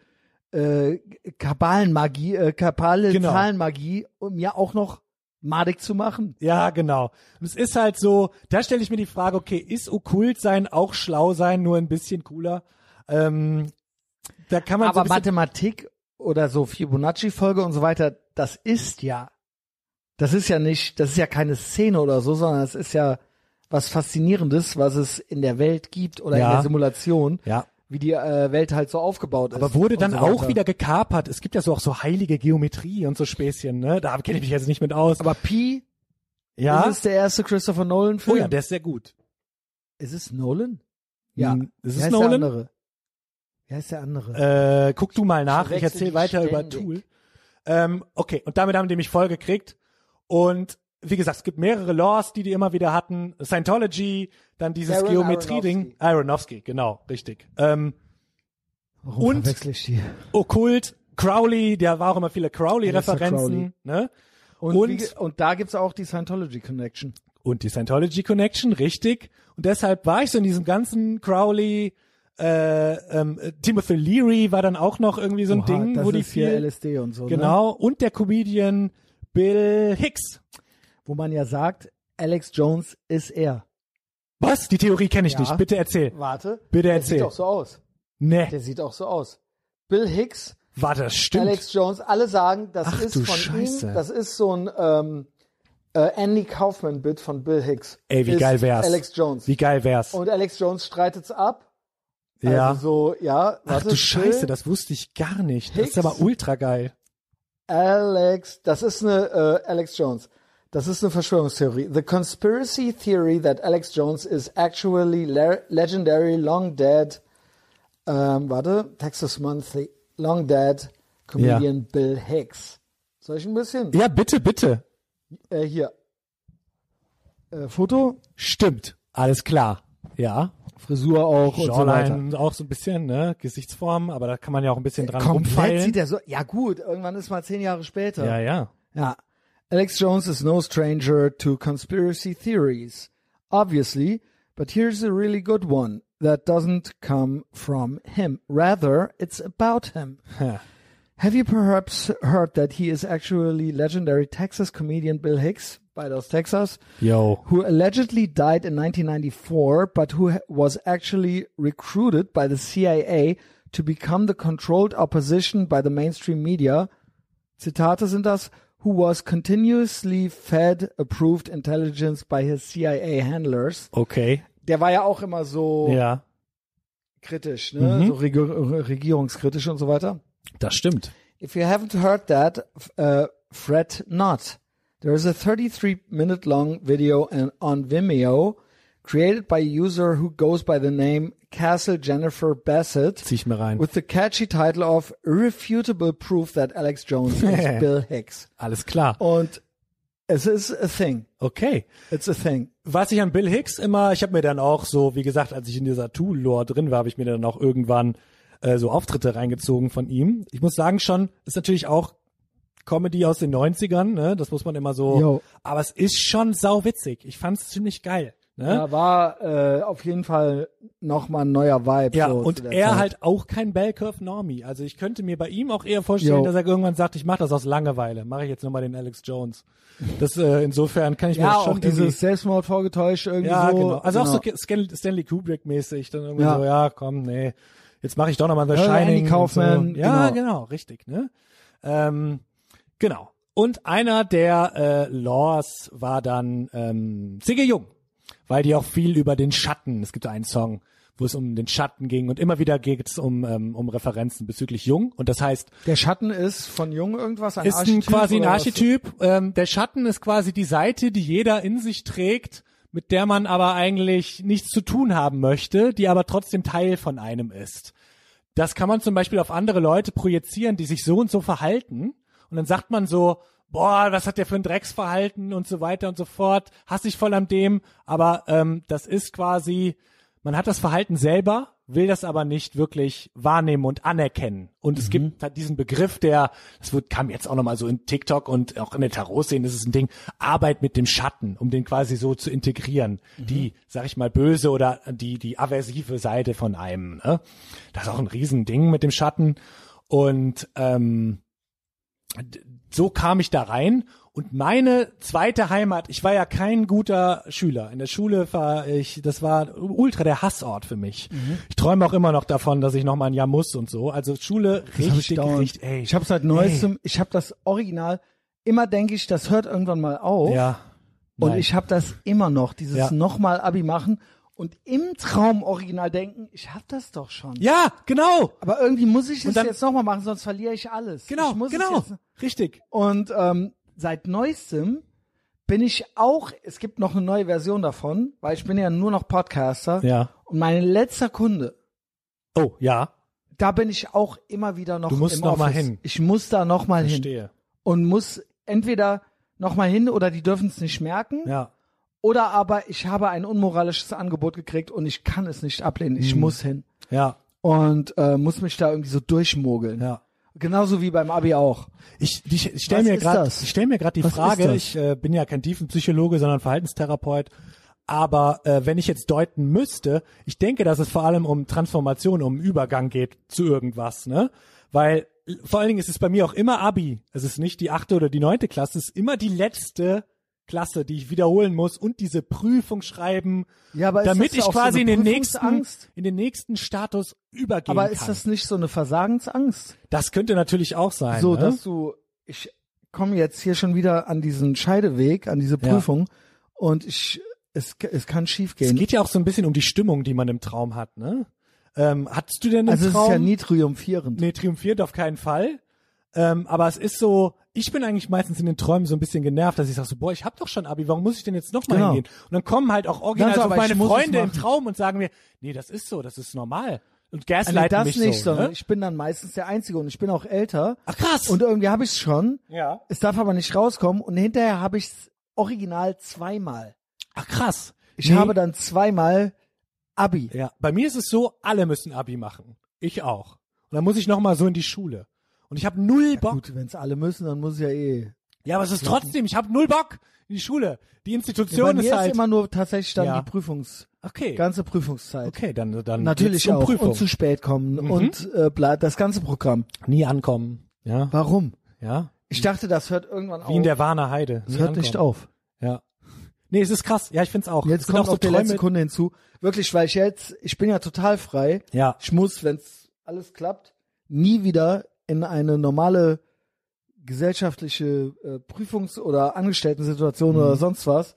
[SPEAKER 1] äh, Kabalenmagie, äh, Kabale
[SPEAKER 2] Genau.
[SPEAKER 1] Zahlenmagie, um ja auch noch madig zu machen.
[SPEAKER 2] Ja, genau. Und es ist halt so, da stelle ich mir die Frage, okay, ist okkult sein auch schlau sein, nur ein bisschen cooler? Ähm, da kann man so
[SPEAKER 1] Aber
[SPEAKER 2] ein bisschen,
[SPEAKER 1] Mathematik oder so Fibonacci-Folge und so weiter, das ist ja, das ist ja nicht, das ist ja keine Szene oder so, sondern es ist ja was Faszinierendes, was es in der Welt gibt oder
[SPEAKER 2] Ja.
[SPEAKER 1] in der Simulation,
[SPEAKER 2] ja.
[SPEAKER 1] wie die äh, Welt halt so aufgebaut ist.
[SPEAKER 2] Aber wurde
[SPEAKER 1] und
[SPEAKER 2] dann
[SPEAKER 1] so
[SPEAKER 2] auch
[SPEAKER 1] weiter.
[SPEAKER 2] wieder gekapert. Es gibt ja so auch so heilige Geometrie und so Späßchen, ne? Da kenne ich mich jetzt nicht mit aus.
[SPEAKER 1] Aber Pi
[SPEAKER 2] ja.
[SPEAKER 1] ist es der erste Christopher Nolan-Film.
[SPEAKER 2] oh ja, der ist sehr gut.
[SPEAKER 1] ist es Nolan?
[SPEAKER 2] Hm, Ist
[SPEAKER 1] Wie
[SPEAKER 2] es
[SPEAKER 1] heißt Der
[SPEAKER 2] Nolan?
[SPEAKER 1] andere? Wer ist der andere?
[SPEAKER 2] Äh, guck du mal nach,
[SPEAKER 1] Verwechsel
[SPEAKER 2] ich erzähle
[SPEAKER 1] die
[SPEAKER 2] weiter über
[SPEAKER 1] ständig.
[SPEAKER 2] Tool. Ähm, okay, und damit haben die mich voll gekriegt. Und wie gesagt, es gibt mehrere Laws, die die immer wieder hatten. Scientology, dann dieses
[SPEAKER 1] Darren
[SPEAKER 2] Geometrie-Ding. Aronofsky, genau, richtig. Ähm,
[SPEAKER 1] Warum
[SPEAKER 2] und-
[SPEAKER 1] verwechsel ich die?
[SPEAKER 2] Okkult, Crowley, der war auch immer viele
[SPEAKER 1] Aleister
[SPEAKER 2] Crowley-Referenzen.
[SPEAKER 1] Crowley.
[SPEAKER 2] Ne?
[SPEAKER 1] Und,
[SPEAKER 2] Und-
[SPEAKER 1] wie ge- und da gibt's auch die Scientology Connection.
[SPEAKER 2] Und die Scientology-Connection, richtig. Und deshalb war ich so in diesem ganzen Crowley, äh, ähm, Timothy Leary war dann auch noch irgendwie so ein
[SPEAKER 1] Oha,
[SPEAKER 2] Ding,
[SPEAKER 1] das
[SPEAKER 2] wo die
[SPEAKER 1] ist hier
[SPEAKER 2] viel...
[SPEAKER 1] LSD und so. Ne?
[SPEAKER 2] Genau, und der Comedian Bill Hicks.
[SPEAKER 1] wo man ja sagt, Alex Jones ist er.
[SPEAKER 2] Was? Die Theorie kenne ich
[SPEAKER 1] Ja.
[SPEAKER 2] nicht. Bitte erzähl.
[SPEAKER 1] Warte.
[SPEAKER 2] Bitte
[SPEAKER 1] der
[SPEAKER 2] erzähl.
[SPEAKER 1] sieht auch so aus. Der
[SPEAKER 2] Nee.
[SPEAKER 1] sieht auch so aus. Bill Hicks,
[SPEAKER 2] War das stimmt?
[SPEAKER 1] Alex Jones, alle sagen, das
[SPEAKER 2] Ach
[SPEAKER 1] ist
[SPEAKER 2] du
[SPEAKER 1] von
[SPEAKER 2] Scheiße.
[SPEAKER 1] ihm, das ist so ein ähm, äh, Andy Kaufman-Bit von Bill Hicks.
[SPEAKER 2] Ey, wie
[SPEAKER 1] ist
[SPEAKER 2] geil wär's.
[SPEAKER 1] Alex Jones.
[SPEAKER 2] Wie geil wär's?
[SPEAKER 1] Und Alex Jones streitet's ab.
[SPEAKER 2] ja.
[SPEAKER 1] Also so, ja,
[SPEAKER 2] Ach
[SPEAKER 1] warte,
[SPEAKER 2] du Scheiße,
[SPEAKER 1] Bill
[SPEAKER 2] das wusste ich gar nicht. Das ist
[SPEAKER 1] Hicks.
[SPEAKER 2] aber ultra geil.
[SPEAKER 1] Alex, das ist eine äh, Alex Jones. Das ist eine Verschwörungstheorie. The conspiracy theory that Alex Jones is actually le legendary long dead. Ähm, warte, Texas Monthly, long dead comedian Bill Hicks. Soll ich ein bisschen?
[SPEAKER 2] Ja, bitte, bitte.
[SPEAKER 1] Äh, hier. Äh, Foto,
[SPEAKER 2] Stimmt. Alles klar. Ja.
[SPEAKER 1] Frisur auch und so weiter. Äh,
[SPEAKER 2] Jawline auch so ein bisschen, ne? Gesichtsform, aber da kann man ja auch ein bisschen dran
[SPEAKER 1] Komplett sieht
[SPEAKER 2] rumfeilen.
[SPEAKER 1] er so. Ja gut, irgendwann ist mal zehn Jahre später.
[SPEAKER 2] Ja, ja.
[SPEAKER 1] Yeah. Alex Jones is no stranger to conspiracy theories, obviously, but here's a really good one that doesn't come from him. Rather, it's about him.
[SPEAKER 2] Huh.
[SPEAKER 1] Have you perhaps heard that he is actually legendary Texas comedian Bill Hicks, by those Texas,
[SPEAKER 2] Yo.
[SPEAKER 1] who allegedly died in 1994, but who ha- was actually recruited by the CIA to become the controlled opposition by the mainstream media. Zitate sind das, who was continuously fed approved intelligence by his CIA handlers.
[SPEAKER 2] Okay.
[SPEAKER 1] Der war ja auch immer so
[SPEAKER 2] Ja.
[SPEAKER 1] kritisch, ne? so regu- regierungskritisch und so weiter.
[SPEAKER 2] Das stimmt.
[SPEAKER 1] If you haven't heard that, f- uh, fret not. There is a 33 minute long video an- on Vimeo created by a user who goes by the name Castle Jennifer Bassett
[SPEAKER 2] Zieh ich mir rein.
[SPEAKER 1] with the catchy title of Irrefutable Proof that Alex Jones is Bill Hicks.
[SPEAKER 2] Alles klar.
[SPEAKER 1] Und es ist a thing.
[SPEAKER 2] Okay.
[SPEAKER 1] It's a thing.
[SPEAKER 2] was ich an Bill Hicks immer, ich habe mir dann auch so, wie gesagt, als ich in dieser Tool-Lore drin war, habe ich mir dann auch irgendwann äh, so Auftritte reingezogen von ihm. Ich muss sagen schon, ist natürlich auch Comedy aus den 90ern, ne? das muss man immer so,
[SPEAKER 1] Jo.
[SPEAKER 2] aber es ist schon sauwitzig. Ich fand's ziemlich geil. Ne?
[SPEAKER 1] Da war äh, auf jeden Fall nochmal ein neuer Vibe.
[SPEAKER 2] Ja,
[SPEAKER 1] so zu
[SPEAKER 2] und
[SPEAKER 1] der
[SPEAKER 2] er
[SPEAKER 1] Zeit.
[SPEAKER 2] halt auch kein Bell Curve Normie. Also ich könnte mir bei ihm auch eher vorstellen,
[SPEAKER 1] Jo.
[SPEAKER 2] dass er irgendwann sagt, ich mache das aus Langeweile. Mache ich jetzt nochmal den Alex Jones. Das äh, insofern kann ich mir
[SPEAKER 1] ja,
[SPEAKER 2] das schon
[SPEAKER 1] auch
[SPEAKER 2] irgendwie-
[SPEAKER 1] dieses Selbstmord vorgetäuscht irgendwie
[SPEAKER 2] Ja,
[SPEAKER 1] so.
[SPEAKER 2] genau. Also
[SPEAKER 1] genau.
[SPEAKER 2] auch so Stan- Stanley Kubrick mäßig, dann irgendwie
[SPEAKER 1] Ja.
[SPEAKER 2] so, ja, komm, nee, jetzt mache ich doch nochmal The
[SPEAKER 1] Ja, Andy
[SPEAKER 2] Shining. und
[SPEAKER 1] Kaufman,
[SPEAKER 2] so. Ja,
[SPEAKER 1] genau.
[SPEAKER 2] genau. richtig, ne? Ähm, genau. Und einer der äh, Laws war dann ähm, Sigge Jung, weil die auch viel über den Schatten, es gibt einen Song, wo es um den Schatten ging und immer wieder geht es um, ähm, um Referenzen bezüglich Jung und das heißt,
[SPEAKER 1] Der Schatten ist von Jung irgendwas ein
[SPEAKER 2] ist ein,
[SPEAKER 1] Archetyp
[SPEAKER 2] quasi ein
[SPEAKER 1] oder was?
[SPEAKER 2] Archetyp. Ähm, der Schatten ist quasi die Seite, die jeder in sich trägt, mit der man aber eigentlich nichts zu tun haben möchte, die aber trotzdem Teil von einem ist. Das kann man zum Beispiel auf andere Leute projizieren, die sich so und so verhalten. Und dann sagt man so, boah, was hat der für ein Drecksverhalten und so weiter und so fort, hasse ich voll an dem. Aber ähm, das ist quasi, man hat das Verhalten selber, will das aber nicht wirklich wahrnehmen und anerkennen. Und es
[SPEAKER 1] Mhm.
[SPEAKER 2] gibt halt diesen Begriff, der, das wird, kam jetzt auch nochmal so in TikTok und auch in der Tarot-Szene, das ist ein Ding, Arbeit mit dem Schatten, um den quasi so zu integrieren.
[SPEAKER 1] Mhm.
[SPEAKER 2] Die, sag ich mal, böse oder die, die aversive Seite von einem. Ne? Das ist auch ein Riesending mit dem Schatten. Und ähm, d- so kam ich da rein und meine zweite Heimat, ich war ja kein guter Schüler. In der Schule war ich, das war ultra der Hassort für mich.
[SPEAKER 1] Mhm.
[SPEAKER 2] Ich träume auch immer noch davon, dass ich noch mal ein Jahr muss und so. Also Schule
[SPEAKER 1] Das hab ich
[SPEAKER 2] richtig,
[SPEAKER 1] dauernd.
[SPEAKER 2] richtig, ey.
[SPEAKER 1] Ich habe seit neuestem, ich habe das Original. Immer denke ich, das hört irgendwann mal auf.
[SPEAKER 2] Ja.
[SPEAKER 1] und
[SPEAKER 2] nein.
[SPEAKER 1] ich habe das immer noch, dieses
[SPEAKER 2] Ja.
[SPEAKER 1] nochmal Abi machen und im Traum Original denken, ich habe das doch schon.
[SPEAKER 2] Ja, genau.
[SPEAKER 1] Aber irgendwie muss ich
[SPEAKER 2] Und
[SPEAKER 1] es
[SPEAKER 2] dann-
[SPEAKER 1] jetzt nochmal machen, sonst verliere ich alles.
[SPEAKER 2] Genau,
[SPEAKER 1] ich muss
[SPEAKER 2] genau.
[SPEAKER 1] Es jetzt,
[SPEAKER 2] Richtig.
[SPEAKER 1] und ähm, seit neuestem bin ich auch, es gibt noch eine neue Version davon, weil ich bin ja nur noch Podcaster.
[SPEAKER 2] Ja.
[SPEAKER 1] Und mein letzter Kunde,
[SPEAKER 2] Oh, ja.
[SPEAKER 1] da bin ich auch immer wieder noch
[SPEAKER 2] Du musst
[SPEAKER 1] im
[SPEAKER 2] noch mal
[SPEAKER 1] Office.
[SPEAKER 2] hin.
[SPEAKER 1] Ich muss da noch mal hin
[SPEAKER 2] Verstehe.
[SPEAKER 1] und muss entweder noch mal hin oder die dürfen es nicht merken
[SPEAKER 2] Ja.
[SPEAKER 1] oder aber ich habe ein unmoralisches Angebot gekriegt und ich kann es nicht ablehnen. Ich
[SPEAKER 2] Mhm.
[SPEAKER 1] muss hin
[SPEAKER 2] Ja.
[SPEAKER 1] und äh, muss mich da irgendwie so durchmogeln.
[SPEAKER 2] Ja.
[SPEAKER 1] Genauso wie beim Abi auch.
[SPEAKER 2] Ich, ich, ich stelle
[SPEAKER 1] Was
[SPEAKER 2] mir
[SPEAKER 1] ist
[SPEAKER 2] gerade
[SPEAKER 1] das?
[SPEAKER 2] ich stell mir gerade die
[SPEAKER 1] Was ist
[SPEAKER 2] Frage,
[SPEAKER 1] das?
[SPEAKER 2] ich äh, bin ja kein Tiefenpsychologe, sondern Verhaltenstherapeut, aber äh, wenn ich jetzt deuten müsste, ich denke, dass es vor allem um Transformation, um Übergang geht zu irgendwas, ne? Weil äh, vor allen Dingen ist es bei mir auch immer Abi. Es ist nicht die achte oder die neunte Klasse, es ist immer die letzte Klasse, die ich wiederholen muss und diese Prüfung schreiben,
[SPEAKER 1] Ja, aber ist
[SPEAKER 2] damit
[SPEAKER 1] das
[SPEAKER 2] ich
[SPEAKER 1] auch so
[SPEAKER 2] quasi in
[SPEAKER 1] eine
[SPEAKER 2] den nächsten
[SPEAKER 1] Prüfungsangst?
[SPEAKER 2] in den nächsten Status übergehen
[SPEAKER 1] Aber
[SPEAKER 2] kann.
[SPEAKER 1] ist das nicht so eine Versagensangst?
[SPEAKER 2] das könnte natürlich auch sein.
[SPEAKER 1] so,
[SPEAKER 2] ne?
[SPEAKER 1] dass du, ich komme jetzt hier schon wieder an diesen Scheideweg, an diese
[SPEAKER 2] Ja.
[SPEAKER 1] Prüfung und ich, es, es kann schief
[SPEAKER 2] es
[SPEAKER 1] gehen.
[SPEAKER 2] geht ja auch so ein bisschen um die Stimmung, die man im Traum hat. Ne? Ähm, hattest du denn einen
[SPEAKER 1] also es
[SPEAKER 2] Traum?
[SPEAKER 1] ist ja nie triumphierend.
[SPEAKER 2] Nee, triumphiert auf keinen Fall. Ähm, aber es ist so, ich bin eigentlich meistens in den Träumen so ein bisschen genervt, dass ich sage so, boah, ich hab doch schon Abi, warum muss ich denn jetzt nochmal
[SPEAKER 1] Genau.
[SPEAKER 2] hingehen? Und dann kommen halt auch original
[SPEAKER 1] Dann so,
[SPEAKER 2] so,
[SPEAKER 1] aber ich
[SPEAKER 2] meine
[SPEAKER 1] muss es
[SPEAKER 2] Freunde im
[SPEAKER 1] machen.
[SPEAKER 2] Traum und sagen mir, nee, das ist so, das ist normal. Und
[SPEAKER 1] Ah,
[SPEAKER 2] gaslighten
[SPEAKER 1] das
[SPEAKER 2] mich
[SPEAKER 1] nicht,
[SPEAKER 2] so.
[SPEAKER 1] sondern
[SPEAKER 2] Ne?
[SPEAKER 1] ich bin dann meistens der Einzige und ich bin auch älter.
[SPEAKER 2] Ach krass.
[SPEAKER 1] Und irgendwie habe ich es schon.
[SPEAKER 2] ja.
[SPEAKER 1] Es darf aber nicht rauskommen und hinterher habe ich es original zweimal.
[SPEAKER 2] Ach krass.
[SPEAKER 1] Ich habe dann zweimal Abi.
[SPEAKER 2] Ja, bei mir ist es so, alle müssen Abi machen. Ich auch. Und dann muss ich nochmal so in die Schule. Und ich habe null Bock.
[SPEAKER 1] Gut, wenn es alle müssen, dann muss ich ja eh.
[SPEAKER 2] Ja, aber es ist trotzdem, ich habe null Bock in die Schule. Die
[SPEAKER 1] Ja, bei
[SPEAKER 2] Institution
[SPEAKER 1] mir
[SPEAKER 2] ist halt.
[SPEAKER 1] ist immer nur tatsächlich dann
[SPEAKER 2] Ja.
[SPEAKER 1] die Prüfungs,
[SPEAKER 2] okay.
[SPEAKER 1] ganze Prüfungszeit.
[SPEAKER 2] Okay, dann dann geht's
[SPEAKER 1] Natürlich
[SPEAKER 2] um
[SPEAKER 1] auch.
[SPEAKER 2] Prüfung.
[SPEAKER 1] Und zu spät kommen und äh, bla, das ganze Programm.
[SPEAKER 2] nie ankommen. Ja,
[SPEAKER 1] Warum?
[SPEAKER 2] ja.
[SPEAKER 1] Ich dachte, das hört irgendwann auf.
[SPEAKER 2] Wie in der Warner Heide.
[SPEAKER 1] das
[SPEAKER 2] Nie
[SPEAKER 1] hört
[SPEAKER 2] ankommen.
[SPEAKER 1] nicht auf.
[SPEAKER 2] Ja. Nee, es ist krass. Ja, ich find's auch.
[SPEAKER 1] Jetzt
[SPEAKER 2] es sind
[SPEAKER 1] kommt
[SPEAKER 2] auch so
[SPEAKER 1] auch der
[SPEAKER 2] Träume.
[SPEAKER 1] letzte Kunde hinzu. Wirklich, weil ich jetzt, ich bin ja total frei.
[SPEAKER 2] Ja.
[SPEAKER 1] Ich muss, wenn alles klappt, nie wieder in eine normale gesellschaftliche äh, Prüfungs- oder Angestellten-Situation oder sonst was.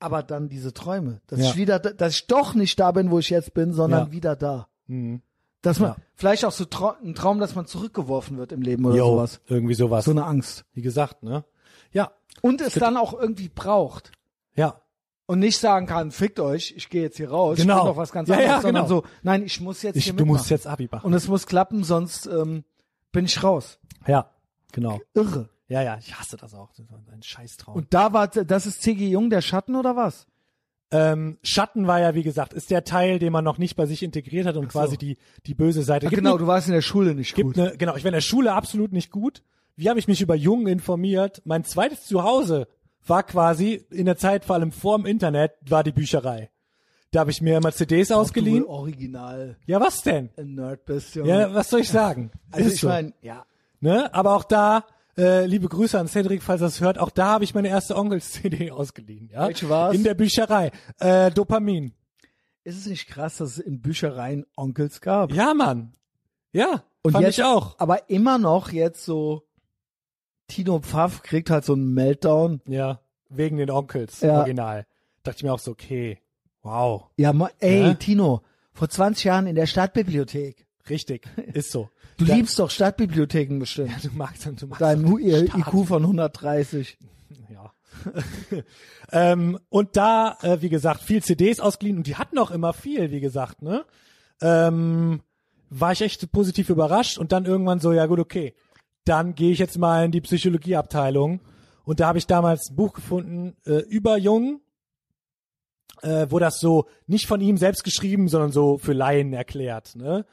[SPEAKER 1] Aber dann diese Träume, dass
[SPEAKER 2] Mhm. Ja.
[SPEAKER 1] ich wieder, da- dass ich doch nicht da bin, wo ich jetzt bin, sondern
[SPEAKER 2] Ja.
[SPEAKER 1] wieder da.
[SPEAKER 2] Mhm.
[SPEAKER 1] Dass man
[SPEAKER 2] Ja.
[SPEAKER 1] vielleicht auch so trau ein Traum, dass man zurückgeworfen wird im Leben oder
[SPEAKER 2] Yo,
[SPEAKER 1] sowas.
[SPEAKER 2] irgendwie sowas.
[SPEAKER 1] So eine Angst.
[SPEAKER 2] Wie gesagt, ne? Ja,
[SPEAKER 1] Und es dann auch irgendwie braucht.
[SPEAKER 2] ja.
[SPEAKER 1] Und nicht sagen kann, fickt euch, ich gehe jetzt hier raus,
[SPEAKER 2] Genau.
[SPEAKER 1] ich bin noch was ganz
[SPEAKER 2] Ja,
[SPEAKER 1] anderes,
[SPEAKER 2] ja,
[SPEAKER 1] sondern
[SPEAKER 2] genau.
[SPEAKER 1] so, nein, ich muss jetzt
[SPEAKER 2] Ich,
[SPEAKER 1] hier
[SPEAKER 2] du musst
[SPEAKER 1] mitmachen.
[SPEAKER 2] jetzt Abi machen.
[SPEAKER 1] Und es muss klappen, sonst ähm, bin ich raus.
[SPEAKER 2] ja, genau.
[SPEAKER 1] Irre.
[SPEAKER 2] Ja, ja. Ich hasse das auch. Das war ein Scheißtraum.
[SPEAKER 1] Und da war, das ist C.G. Jung, der Schatten oder was?
[SPEAKER 2] Ähm, Schatten war ja, wie gesagt, ist der Teil, den man noch nicht bei sich integriert hat und quasi die, die böse Seite.
[SPEAKER 1] Ach,
[SPEAKER 2] Gibt
[SPEAKER 1] genau,
[SPEAKER 2] ne-
[SPEAKER 1] du warst in der Schule nicht
[SPEAKER 2] gibt
[SPEAKER 1] gut.
[SPEAKER 2] ne, genau, ich war in der Schule absolut nicht gut. Wie habe ich mich über Jungen informiert? Mein zweites Zuhause war quasi in der Zeit, vor allem vor dem Internet, war die Bücherei. Da habe ich mir immer CDs ausgeliehen.
[SPEAKER 1] Du original
[SPEAKER 2] Ja, was denn?
[SPEAKER 1] ein Nerd bist, Junge.
[SPEAKER 2] Ja, was soll ich sagen?
[SPEAKER 1] Ähm, also
[SPEAKER 2] Ist
[SPEAKER 1] ich
[SPEAKER 2] so,
[SPEAKER 1] meine, ja.
[SPEAKER 2] ne? Aber auch da, äh, liebe Grüße an Cedric, falls er es hört, auch da habe ich meine erste Onkels-CD ausgeliehen. Ja?
[SPEAKER 1] Welche war's?
[SPEAKER 2] In der Bücherei. Äh, Dopamin.
[SPEAKER 1] Ist es nicht krass, dass es in Büchereien Onkels gab?
[SPEAKER 2] Ja, Mann. Ja,
[SPEAKER 1] Und
[SPEAKER 2] fand
[SPEAKER 1] jetzt,
[SPEAKER 2] ich auch.
[SPEAKER 1] Aber immer noch jetzt so, Tino Pfaff kriegt halt so einen Meltdown.
[SPEAKER 2] Ja, wegen den Onkels,
[SPEAKER 1] Ja.
[SPEAKER 2] original. Dachte ich mir auch so, okay, wow,
[SPEAKER 1] Ja, ma, ey,
[SPEAKER 2] Ja?
[SPEAKER 1] Tino, vor 20 Jahren in der Stadtbibliothek.
[SPEAKER 2] richtig, ist so.
[SPEAKER 1] Du
[SPEAKER 2] Da-
[SPEAKER 1] liebst doch Stadtbibliotheken bestimmt.
[SPEAKER 2] Du magst, du magst
[SPEAKER 1] Dein
[SPEAKER 2] doch
[SPEAKER 1] Hu-
[SPEAKER 2] den
[SPEAKER 1] ihr
[SPEAKER 2] Staat.
[SPEAKER 1] IQ von 130.
[SPEAKER 2] Ja. ähm, und da, äh, wie gesagt, viel CDs ausgeliehen und die hatten auch immer viel, wie gesagt, ne? Ähm, war ich echt positiv überrascht und dann irgendwann so, ja gut, okay, dann gehe ich jetzt mal in die Psychologieabteilung und da habe ich damals ein Buch gefunden äh, über Jung, äh, wo das so nicht von ihm selbst geschrieben, sondern so für Laien erklärt, ne?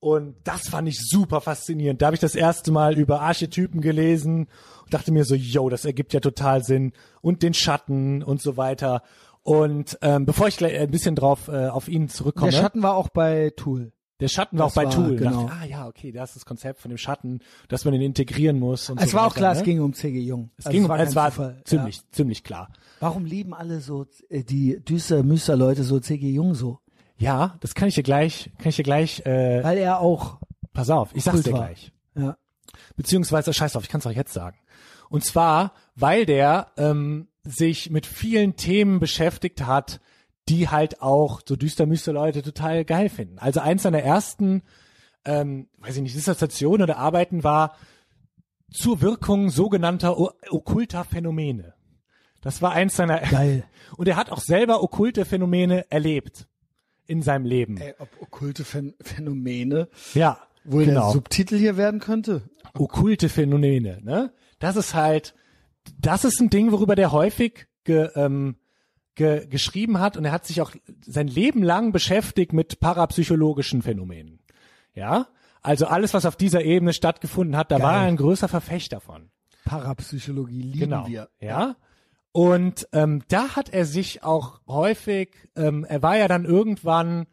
[SPEAKER 2] Und das fand ich super faszinierend. Da habe ich das erste Mal über Archetypen gelesen und dachte mir so, yo, das ergibt ja total Sinn. Und den Schatten und so weiter. Und ähm, bevor ich gleich ein bisschen drauf äh, auf ihn zurückkomme.
[SPEAKER 1] Der Schatten war auch bei Tool.
[SPEAKER 2] Der Schatten war auch
[SPEAKER 1] Das
[SPEAKER 2] bei
[SPEAKER 1] war-
[SPEAKER 2] Tool.
[SPEAKER 1] genau.
[SPEAKER 2] Dachte, ah ja, okay, das ist das Konzept von dem Schatten, dass man den integrieren muss. Und
[SPEAKER 1] es
[SPEAKER 2] so
[SPEAKER 1] war
[SPEAKER 2] weiter,
[SPEAKER 1] auch klar,
[SPEAKER 2] ne?
[SPEAKER 1] es ging um C.G. Jung.
[SPEAKER 2] Es ging,
[SPEAKER 1] kein
[SPEAKER 2] es war
[SPEAKER 1] Zufall.
[SPEAKER 2] ziemlich, ziemlich klar.
[SPEAKER 1] Ja. Warum lieben alle so äh, die düster müster Leute so C.G. Jung so?
[SPEAKER 2] Ja, das kann ich dir gleich, kann ich dir gleich. Äh,
[SPEAKER 1] Weil er auch.
[SPEAKER 2] pass auf, ich sag's
[SPEAKER 1] Kult
[SPEAKER 2] dir
[SPEAKER 1] war.
[SPEAKER 2] gleich.
[SPEAKER 1] Ja.
[SPEAKER 2] beziehungsweise scheiß drauf, ich kann es auch jetzt sagen. Und zwar, weil der ähm, sich mit vielen Themen beschäftigt hat, die halt auch so düstermüste Leute total geil finden. Also eins seiner ersten, ähm, weiß ich nicht, Dissertationen oder Arbeiten war zur Wirkung sogenannter o- okkulter Phänomene. Das war eins seiner
[SPEAKER 1] Geil.
[SPEAKER 2] und er hat auch selber okkulte Phänomene erlebt in seinem Leben.
[SPEAKER 1] Ey, ob okkulte Phän Phänomene
[SPEAKER 2] ja,
[SPEAKER 1] Äh, wohl der
[SPEAKER 2] genau.
[SPEAKER 1] Subtitel hier werden könnte?
[SPEAKER 2] okkulte Phänomene, ne? Das ist halt, das ist ein Ding, worüber der häufig ge, ähm, ge, geschrieben hat und er hat sich auch sein Leben lang beschäftigt mit parapsychologischen Phänomenen. Ja? Also alles, was auf dieser Ebene stattgefunden hat, da war er ein größer Verfechter von.
[SPEAKER 1] Parapsychologie lieben
[SPEAKER 2] Genau.
[SPEAKER 1] wir.
[SPEAKER 2] Ja. Und ähm, da hat er sich auch häufig, ähm, er war ja dann irgendwann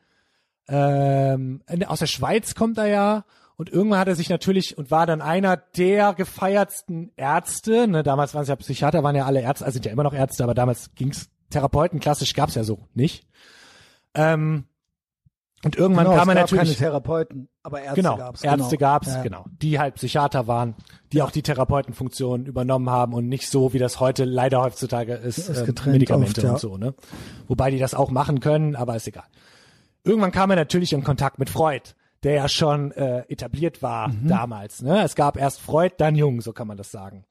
[SPEAKER 2] ähm, in- aus der Schweiz kommt er ja Und irgendwann hat er sich natürlich und war dann einer der gefeiertsten Ärzte. Ne, damals waren es ja Psychiater, waren ja alle Ärzte, also sind ja immer noch Ärzte, aber damals ging's Therapeuten klassisch gab's ja so nicht. Ähm, und irgendwann
[SPEAKER 1] Genau,
[SPEAKER 2] kam er
[SPEAKER 1] es gab
[SPEAKER 2] natürlich
[SPEAKER 1] keine Therapeuten, aber Ärzte
[SPEAKER 2] genau,
[SPEAKER 1] gab's.
[SPEAKER 2] Ärzte
[SPEAKER 1] genau.
[SPEAKER 2] gab's,
[SPEAKER 1] Ja.
[SPEAKER 2] genau, die halt Psychiater waren, die auch die Therapeutenfunktion übernommen haben und nicht so, wie das heute leider heutzutage ist,
[SPEAKER 1] Ist
[SPEAKER 2] ähm,
[SPEAKER 1] getrennt
[SPEAKER 2] Medikamente
[SPEAKER 1] oft, ja.
[SPEAKER 2] und so, ne? Wobei die das auch machen können, aber ist egal. Irgendwann kam er natürlich in Kontakt mit Freud, der ja schon äh, etabliert war
[SPEAKER 1] Mhm.
[SPEAKER 2] damals, ne? Es gab erst Freud, dann Jung, so kann man das sagen.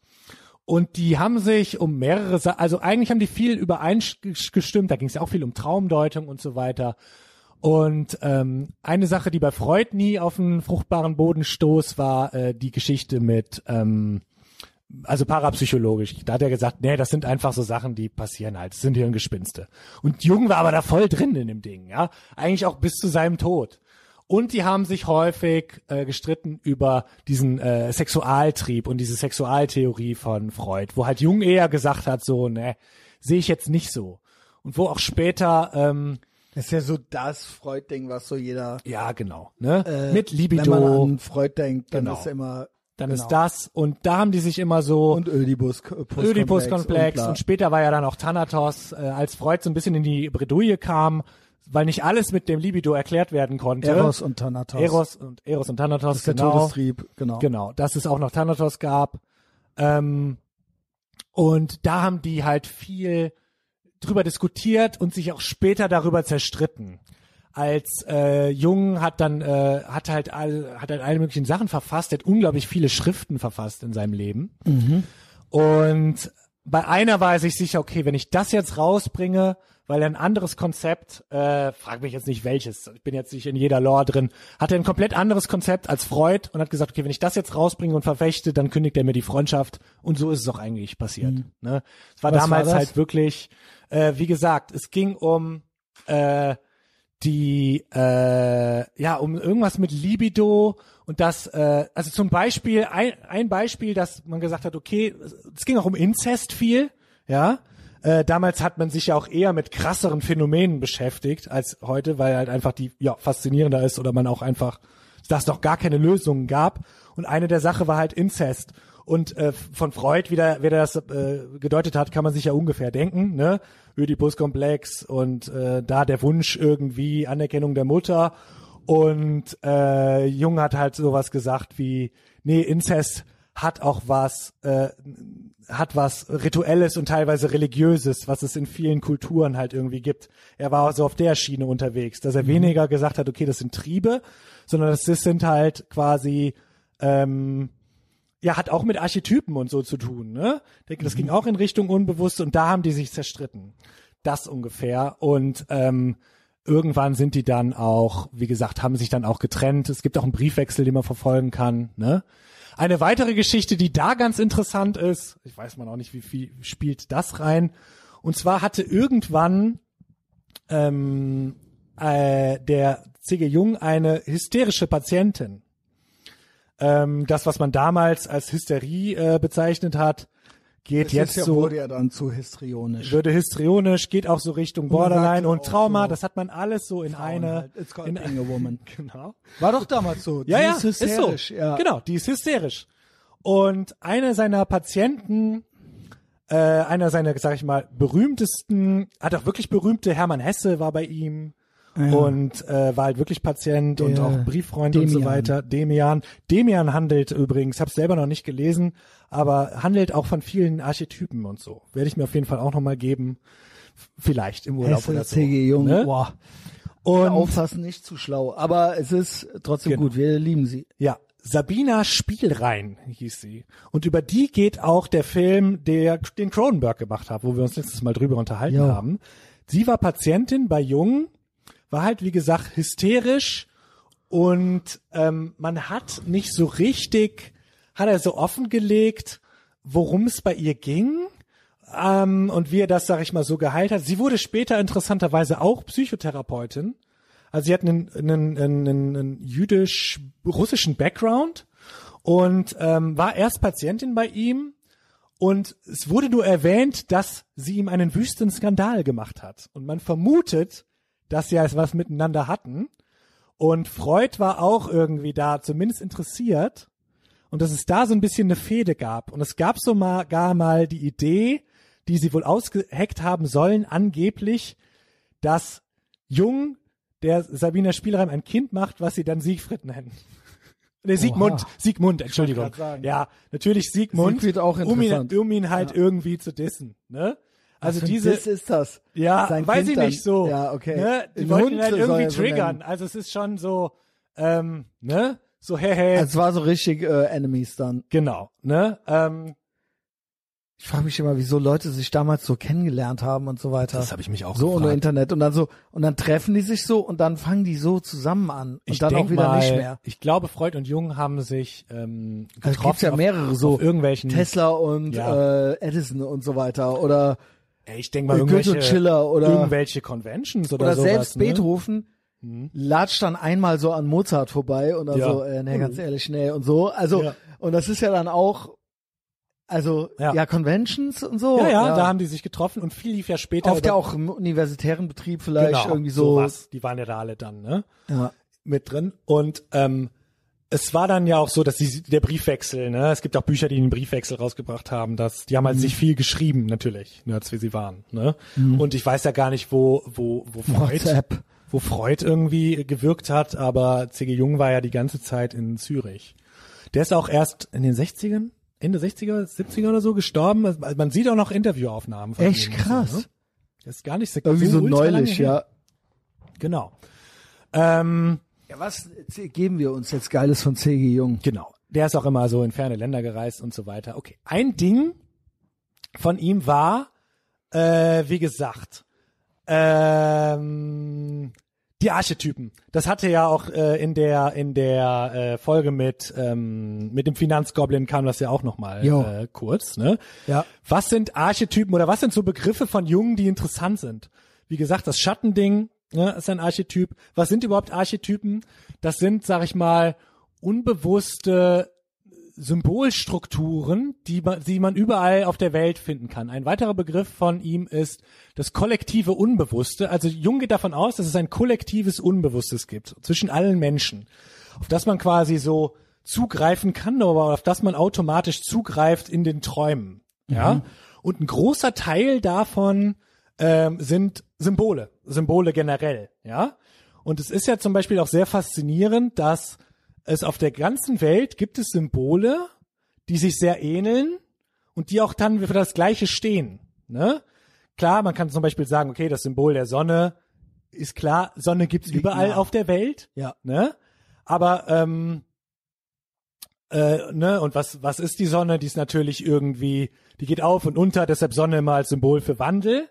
[SPEAKER 2] Und die haben sich um mehrere, Sa also eigentlich haben die viel übereingestimmt, da ging es ja auch viel um Traumdeutung und so weiter. Und ähm, eine Sache, die bei Freud nie auf einen fruchtbaren Boden stoß, war äh, die Geschichte mit, ähm, also parapsychologisch. Da hat er gesagt, nee, das sind einfach so Sachen, die passieren halt. Das sind Hirngespinste. Und Jung war aber da voll drin in dem Ding, ja. Eigentlich auch bis zu seinem Tod. Und die haben sich häufig äh, gestritten über diesen äh, Sexualtrieb und diese Sexualtheorie von Freud, wo halt Jung eher gesagt hat, so, ne, sehe ich jetzt nicht so. Und wo auch später, ähm,
[SPEAKER 1] Das ist ja so das Freud-Ding, was so jeder
[SPEAKER 2] ja, genau. Ne?
[SPEAKER 1] äh,
[SPEAKER 2] Mit
[SPEAKER 1] Wenn man
[SPEAKER 2] Libido,
[SPEAKER 1] an Freud denkt, dann
[SPEAKER 2] Genau.
[SPEAKER 1] ist immer
[SPEAKER 2] dann
[SPEAKER 1] genau.
[SPEAKER 2] ist das. Und da haben die sich immer so
[SPEAKER 1] und Ödipus, Ödipus-Komplex
[SPEAKER 2] Oedipus-Komplex und,
[SPEAKER 1] bla.
[SPEAKER 2] später war ja dann auch Thanatos, äh, als Freud so ein bisschen in die Bredouille kam, weil nicht alles mit dem Libido erklärt werden konnte.
[SPEAKER 1] Eros und Thanatos.
[SPEAKER 2] Eros und Eros und Thanatos,
[SPEAKER 1] das ist der
[SPEAKER 2] genau.
[SPEAKER 1] Todestrieb, genau.
[SPEAKER 2] Genau, dass es auch noch Thanatos gab. Ähm, und da haben die halt viel drüber diskutiert und sich auch später darüber zerstritten. Als äh, Jung hat dann äh, hat halt all, hat halt alle möglichen Sachen verfasst, er hat unglaublich viele Schriften verfasst in seinem Leben.
[SPEAKER 1] Mhm.
[SPEAKER 2] Und bei einer war er sich sicher, okay, wenn ich das jetzt rausbringe, weil er ein anderes Konzept, äh, frag mich jetzt nicht welches, ich bin jetzt nicht in jeder Lore drin, hat er ein komplett anderes Konzept als Freud und hat gesagt, okay, wenn ich das jetzt rausbringe und verfechte, dann kündigt er mir die Freundschaft und so ist es auch eigentlich passiert. Ne? Es war
[SPEAKER 1] Mhm. Was war
[SPEAKER 2] damals
[SPEAKER 1] das?
[SPEAKER 2] halt wirklich, äh, wie gesagt, es ging um äh, die äh, ja um irgendwas mit Libido und das äh, also zum Beispiel ein, ein Beispiel, dass man gesagt hat, okay, es ging auch um Inzest viel, ja. Äh, damals hat man sich ja auch eher mit krasseren Phänomenen beschäftigt als heute, weil halt einfach die ja faszinierender ist oder man auch einfach, dass es noch gar keine Lösungen gab. Und eine der Sache war halt Inzest. Und äh, von Freud, wie der, wie der das äh, gedeutet hat, kann man sich ja ungefähr denken, ne? Oedipus-Komplex und äh, da der Wunsch irgendwie Anerkennung der Mutter. Und äh, Jung hat halt sowas gesagt wie, nee, Inzest hat auch was, äh, hat was Rituelles und teilweise Religiöses, was es in vielen Kulturen halt irgendwie gibt. Er war so auf der Schiene unterwegs, dass er weniger gesagt hat, okay, das sind Triebe, sondern das das sind halt quasi ähm, ja, hat auch mit Archetypen und so zu tun, ne? Ich denke, Das ging auch in Richtung unbewusst und da haben die sich zerstritten. Das ungefähr. Und ähm, irgendwann sind die dann auch, wie gesagt, haben sich dann auch getrennt. Es gibt auch einen Briefwechsel, den man verfolgen kann, ne? Eine weitere Geschichte, die da ganz interessant ist, ich weiß man auch nicht, wie viel spielt das rein. Und zwar hatte irgendwann ähm, äh, der C.G. Jung eine hysterische Patientin ähm, das, was man damals als Hysterie äh, bezeichnet hat, geht
[SPEAKER 1] Das
[SPEAKER 2] jetzt
[SPEAKER 1] ist ja,
[SPEAKER 2] so,
[SPEAKER 1] wurde ja dann zu histrionisch.
[SPEAKER 2] würde histrionisch, geht auch so Richtung
[SPEAKER 1] man sagt
[SPEAKER 2] Borderline und
[SPEAKER 1] auch
[SPEAKER 2] Trauma,
[SPEAKER 1] so,
[SPEAKER 2] das hat man alles so in eine,
[SPEAKER 1] Halt, It's called
[SPEAKER 2] in,
[SPEAKER 1] being a woman.
[SPEAKER 2] genau.
[SPEAKER 1] War doch damals so.
[SPEAKER 2] Ja,
[SPEAKER 1] Die
[SPEAKER 2] ja,
[SPEAKER 1] ist hysterisch.
[SPEAKER 2] so.
[SPEAKER 1] Ja.
[SPEAKER 2] Genau, die ist hysterisch. Und einer seiner Patienten, äh, einer seiner, sag ich mal, berühmtesten, hat auch wirklich berühmte, Hermann Hesse war bei ihm und äh, war halt wirklich Patient
[SPEAKER 1] Ah,
[SPEAKER 2] und
[SPEAKER 1] Der
[SPEAKER 2] auch Brieffreund und so
[SPEAKER 1] Demian.
[SPEAKER 2] weiter. Demian. Demian handelt übrigens, hab's selber noch nicht gelesen, aber handelt auch von vielen Archetypen und so. Werde ich mir auf jeden Fall auch nochmal geben. F- Vielleicht im Urlaub
[SPEAKER 1] Hesse,
[SPEAKER 2] oder so.
[SPEAKER 1] C.G. Jung.
[SPEAKER 2] Genau. Ne?
[SPEAKER 1] Boah.
[SPEAKER 2] Und
[SPEAKER 1] Auffassen nicht zu schlau, aber es ist trotzdem
[SPEAKER 2] Genau.
[SPEAKER 1] gut. Wir lieben sie.
[SPEAKER 2] Ja, Sabina Spielrein hieß sie. Und über die geht auch der Film, der den Cronenberg gemacht hat, wo wir uns letztes Mal drüber unterhalten
[SPEAKER 1] Ja.
[SPEAKER 2] haben. Sie war Patientin bei Jung, war halt, wie gesagt, hysterisch und ähm, man hat nicht so richtig, hat er so offengelegt, worum es bei ihr ging ähm, und wie er das, sag ich mal, so geheilt hat. Sie wurde später interessanterweise auch Psychotherapeutin. Also sie hat einen, einen, einen, einen jüdisch-russischen Background und ähm, war erst Patientin bei ihm und es wurde nur erwähnt, dass sie ihm einen wüsten Skandal gemacht hat. Und man vermutet, dass sie es was miteinander hatten. Und Freud war auch irgendwie da, zumindest interessiert. Und dass es da so ein bisschen eine Fehde gab. Und es gab so mal, gar mal die Idee, die sie wohl ausgeheckt haben sollen, angeblich, dass Jung, der Sabina Spielreim, ein Kind macht, was sie dann Siegfried nennen. Ne, Siegmund, Siegmund, Entschuldigung.
[SPEAKER 1] grad sagen.
[SPEAKER 2] Ja, natürlich Siegmund,
[SPEAKER 1] Siegfried auch
[SPEAKER 2] um ihn,
[SPEAKER 1] interessant.
[SPEAKER 2] um ihn halt irgendwie zu dissen. Ne? Also diese,
[SPEAKER 1] Das ist das.
[SPEAKER 2] ja,
[SPEAKER 1] Sein
[SPEAKER 2] weiß
[SPEAKER 1] kind
[SPEAKER 2] ich
[SPEAKER 1] dann.
[SPEAKER 2] nicht so.
[SPEAKER 1] Ja, okay.
[SPEAKER 2] Ne? Die
[SPEAKER 1] Den
[SPEAKER 2] wollten
[SPEAKER 1] Hund
[SPEAKER 2] ihn halt
[SPEAKER 1] soll
[SPEAKER 2] irgendwie
[SPEAKER 1] er so
[SPEAKER 2] triggern.
[SPEAKER 1] nennen.
[SPEAKER 2] also es ist schon so, ähm, ne? So, hey, hey.
[SPEAKER 1] Also es war so richtig äh, Enemies dann.
[SPEAKER 2] genau, ne? Ähm,
[SPEAKER 1] Ich frage mich immer, wieso Leute sich damals so kennengelernt haben und so weiter.
[SPEAKER 2] Das hab ich mich auch
[SPEAKER 1] So ohne
[SPEAKER 2] gefragt.
[SPEAKER 1] Internet und dann so und dann treffen die sich so und dann fangen die so zusammen an und
[SPEAKER 2] ich
[SPEAKER 1] dann
[SPEAKER 2] denk
[SPEAKER 1] auch wieder
[SPEAKER 2] mal,
[SPEAKER 1] nicht mehr.
[SPEAKER 2] Ich glaube, Freud und Jung haben sich ähm,
[SPEAKER 1] Da
[SPEAKER 2] getroffen.
[SPEAKER 1] gibt's ja
[SPEAKER 2] auf-
[SPEAKER 1] mehrere so
[SPEAKER 2] Auf irgendwelchen.
[SPEAKER 1] Tesla und
[SPEAKER 2] Hm. Ja.
[SPEAKER 1] äh, Edison und so weiter oder
[SPEAKER 2] Ey, ich denke mal,
[SPEAKER 1] Goethe und
[SPEAKER 2] irgendwelche,
[SPEAKER 1] Schiller oder-
[SPEAKER 2] irgendwelche Conventions oder,
[SPEAKER 1] oder,
[SPEAKER 2] sowas.
[SPEAKER 1] selbst
[SPEAKER 2] ne? Hm.
[SPEAKER 1] Beethoven latscht dann einmal so an Mozart vorbei und dann
[SPEAKER 2] Ja. Hm.
[SPEAKER 1] so, äh, nee, ganz ehrlich, nee und so. Also
[SPEAKER 2] Ja.
[SPEAKER 1] und das ist ja dann auch also
[SPEAKER 2] Ja.
[SPEAKER 1] ja, Conventions und so.
[SPEAKER 2] Ja, ja, da haben die sich getroffen und viel lief ja später.
[SPEAKER 1] oft
[SPEAKER 2] oder-
[SPEAKER 1] ja auch im universitären Betrieb vielleicht
[SPEAKER 2] genau,
[SPEAKER 1] irgendwie so.
[SPEAKER 2] Sowas. Die waren ja da alle dann, ne?
[SPEAKER 1] Ja.
[SPEAKER 2] mit drin. Und ähm, es war dann ja auch so, dass die, der Briefwechsel, ne, es gibt auch Bücher, die den Briefwechsel rausgebracht haben, dass die haben
[SPEAKER 1] Mhm.
[SPEAKER 2] halt sich viel geschrieben, natürlich, Nerds wie sie waren. Ne? Und ich weiß ja gar nicht, wo, wo, wo Freud,
[SPEAKER 1] WhatsApp.
[SPEAKER 2] wo Freud irgendwie gewirkt hat, aber C.G. Jung war ja die ganze Zeit in Zürich. Der ist auch erst in den 60ern, Ende 60er, 70er oder so gestorben. Also man sieht auch noch Interviewaufnahmen von
[SPEAKER 1] Echt
[SPEAKER 2] ihm und
[SPEAKER 1] krass.
[SPEAKER 2] So, ne? Das ist gar nicht so,
[SPEAKER 1] Irgendwie so
[SPEAKER 2] ultra lange
[SPEAKER 1] neulich,
[SPEAKER 2] her.
[SPEAKER 1] ja.
[SPEAKER 2] Genau. Ähm,
[SPEAKER 1] Ja, was äh, geben wir uns jetzt Geiles von C.G. Jung?
[SPEAKER 2] Genau. Der ist auch immer so in ferne Länder gereist und so weiter. Okay. Ein Ding von ihm war, äh, wie gesagt, ähm, die Archetypen. Das hatte ja auch äh, in der in der äh, Folge mit ähm, mit dem Finanzgoblin kam das ja auch noch mal
[SPEAKER 1] Jo.
[SPEAKER 2] äh, kurz. Ne?
[SPEAKER 1] Ja.
[SPEAKER 2] Was sind Archetypen oder was sind so Begriffe von Jungen, die interessant sind? Wie gesagt, das Schattending ne, ist ein Archetyp. Was sind überhaupt Archetypen? Das sind, sag ich mal, unbewusste Symbolstrukturen, die man, die man überall auf der Welt finden kann. Ein weiterer Begriff von ihm ist das kollektive Unbewusste. Also Jung geht davon aus, dass es ein kollektives Unbewusstes gibt zwischen allen Menschen, auf das man quasi so zugreifen kann, aber auf das man automatisch zugreift in den Träumen. Ja. Und ein großer Teil davon ähm, sind Symbole, Symbole generell. Ja. Und es ist ja zum Beispiel auch sehr faszinierend, dass es auf der ganzen Welt gibt es Symbole, die sich sehr ähneln und die auch dann für das Gleiche stehen. Ne? Klar, man kann zum Beispiel sagen, okay, das Symbol der Sonne ist klar, Sonne gibt's
[SPEAKER 1] Liegt
[SPEAKER 2] überall
[SPEAKER 1] nah.
[SPEAKER 2] auf der Welt.
[SPEAKER 1] Ja.
[SPEAKER 2] Ne? Aber ähm, äh, ne, und was, was ist die Sonne? Die ist natürlich irgendwie, die geht auf und unter, deshalb Sonne immer als Symbol für Wandel,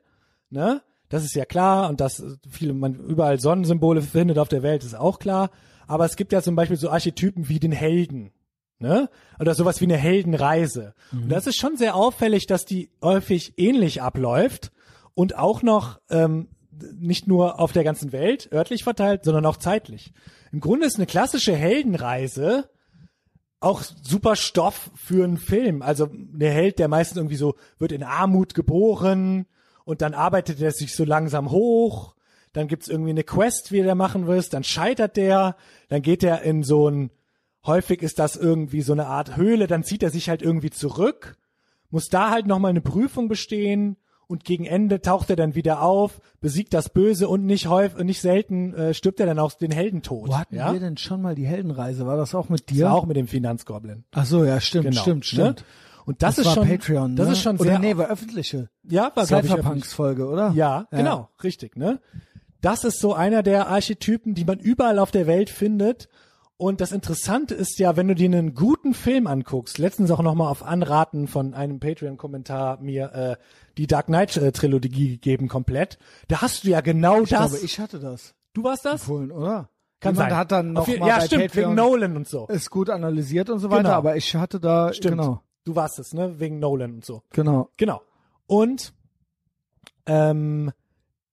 [SPEAKER 2] ne? Das ist ja klar und dass viele, man überall Sonnensymbole findet auf der Welt, ist auch klar. Aber es gibt ja zum Beispiel so Archetypen wie den Helden, ne? Oder sowas wie eine Heldenreise. Und das ist schon sehr auffällig, dass die häufig ähnlich abläuft und auch noch ähm, nicht nur auf der ganzen Welt örtlich verteilt, sondern auch zeitlich. Im Grunde ist eine klassische Heldenreise auch super Stoff für einen Film. Also der Held, der meistens irgendwie so wird in Armut geboren und dann arbeitet er sich so langsam hoch. Dann gibt's irgendwie eine Quest, wie der machen willst. Dann scheitert der. Dann geht er in so ein, häufig ist das irgendwie so eine Art Höhle. Dann zieht er sich halt irgendwie zurück, muss da halt nochmal eine Prüfung bestehen. Und gegen Ende taucht er dann wieder auf, besiegt das Böse und nicht häufig, nicht selten äh, stirbt er dann auch den Heldentod.
[SPEAKER 1] Wo hatten
[SPEAKER 2] ja?
[SPEAKER 1] wir denn schon mal die Heldenreise? War das auch mit
[SPEAKER 2] Das
[SPEAKER 1] dir?
[SPEAKER 2] war auch mit dem Finanzgoblin.
[SPEAKER 1] Ach so, ja, stimmt,
[SPEAKER 2] Genau,
[SPEAKER 1] stimmt,
[SPEAKER 2] ne?
[SPEAKER 1] stimmt.
[SPEAKER 2] Und das, ist
[SPEAKER 1] war
[SPEAKER 2] schon
[SPEAKER 1] Patreon,
[SPEAKER 2] das
[SPEAKER 1] ne?
[SPEAKER 2] ist schon
[SPEAKER 1] Oder
[SPEAKER 2] sehr
[SPEAKER 1] nee, war öffentliche.
[SPEAKER 2] ja, war glaub ich,
[SPEAKER 1] Cyberpunks Folge, oder?
[SPEAKER 2] ja, genau, richtig, ne? Das ist so einer der Archetypen, die man überall auf der Welt findet. Und das Interessante ist ja, wenn du dir einen guten Film anguckst, letztens auch nochmal auf Anraten von einem Patreon-Kommentar mir äh, die Dark Knight-Trilogie gegeben komplett, da hast du ja genau
[SPEAKER 1] Ich
[SPEAKER 2] das.
[SPEAKER 1] glaube, ich hatte das
[SPEAKER 2] du warst das?
[SPEAKER 1] empfohlen, oder?
[SPEAKER 2] Kann
[SPEAKER 1] Jemand
[SPEAKER 2] sein.
[SPEAKER 1] hat dann noch
[SPEAKER 2] Auf je-
[SPEAKER 1] mal
[SPEAKER 2] Ja,
[SPEAKER 1] bei
[SPEAKER 2] stimmt,
[SPEAKER 1] Patreon
[SPEAKER 2] wegen Nolan und so.
[SPEAKER 1] ist gut analysiert und so weiter,
[SPEAKER 2] Genau.
[SPEAKER 1] aber ich hatte da
[SPEAKER 2] Äh, Stimmt.
[SPEAKER 1] genau,
[SPEAKER 2] Du warst es, ne? Wegen Nolan und so.
[SPEAKER 1] genau.
[SPEAKER 2] Genau. Und ähm,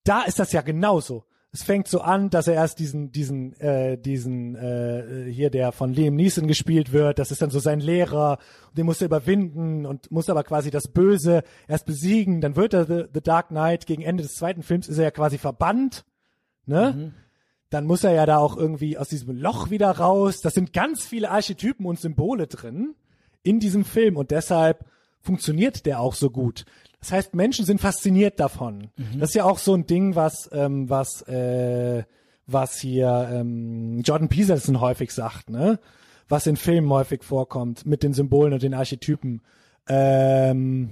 [SPEAKER 2] da ist das ja genauso. Es fängt so an, dass er erst diesen, diesen, äh, diesen äh, hier, der von Liam Neeson gespielt wird, das ist dann so sein Lehrer, den muss er überwinden und muss aber quasi das Böse erst besiegen, dann wird er The, The Dark Knight, gegen Ende des zweiten Films ist er ja quasi verbannt, ne? dann muss er ja da auch irgendwie aus diesem Loch wieder raus. Das sind ganz viele Archetypen und Symbole drin in diesem Film und deshalb funktioniert der auch so gut. Das heißt, Menschen sind fasziniert davon. Das ist ja auch so ein Ding, was ähm, was äh, was hier ähm, Jordan Peterson häufig sagt, ne? Was in Filmen häufig vorkommt mit den Symbolen und den Archetypen. Ähm,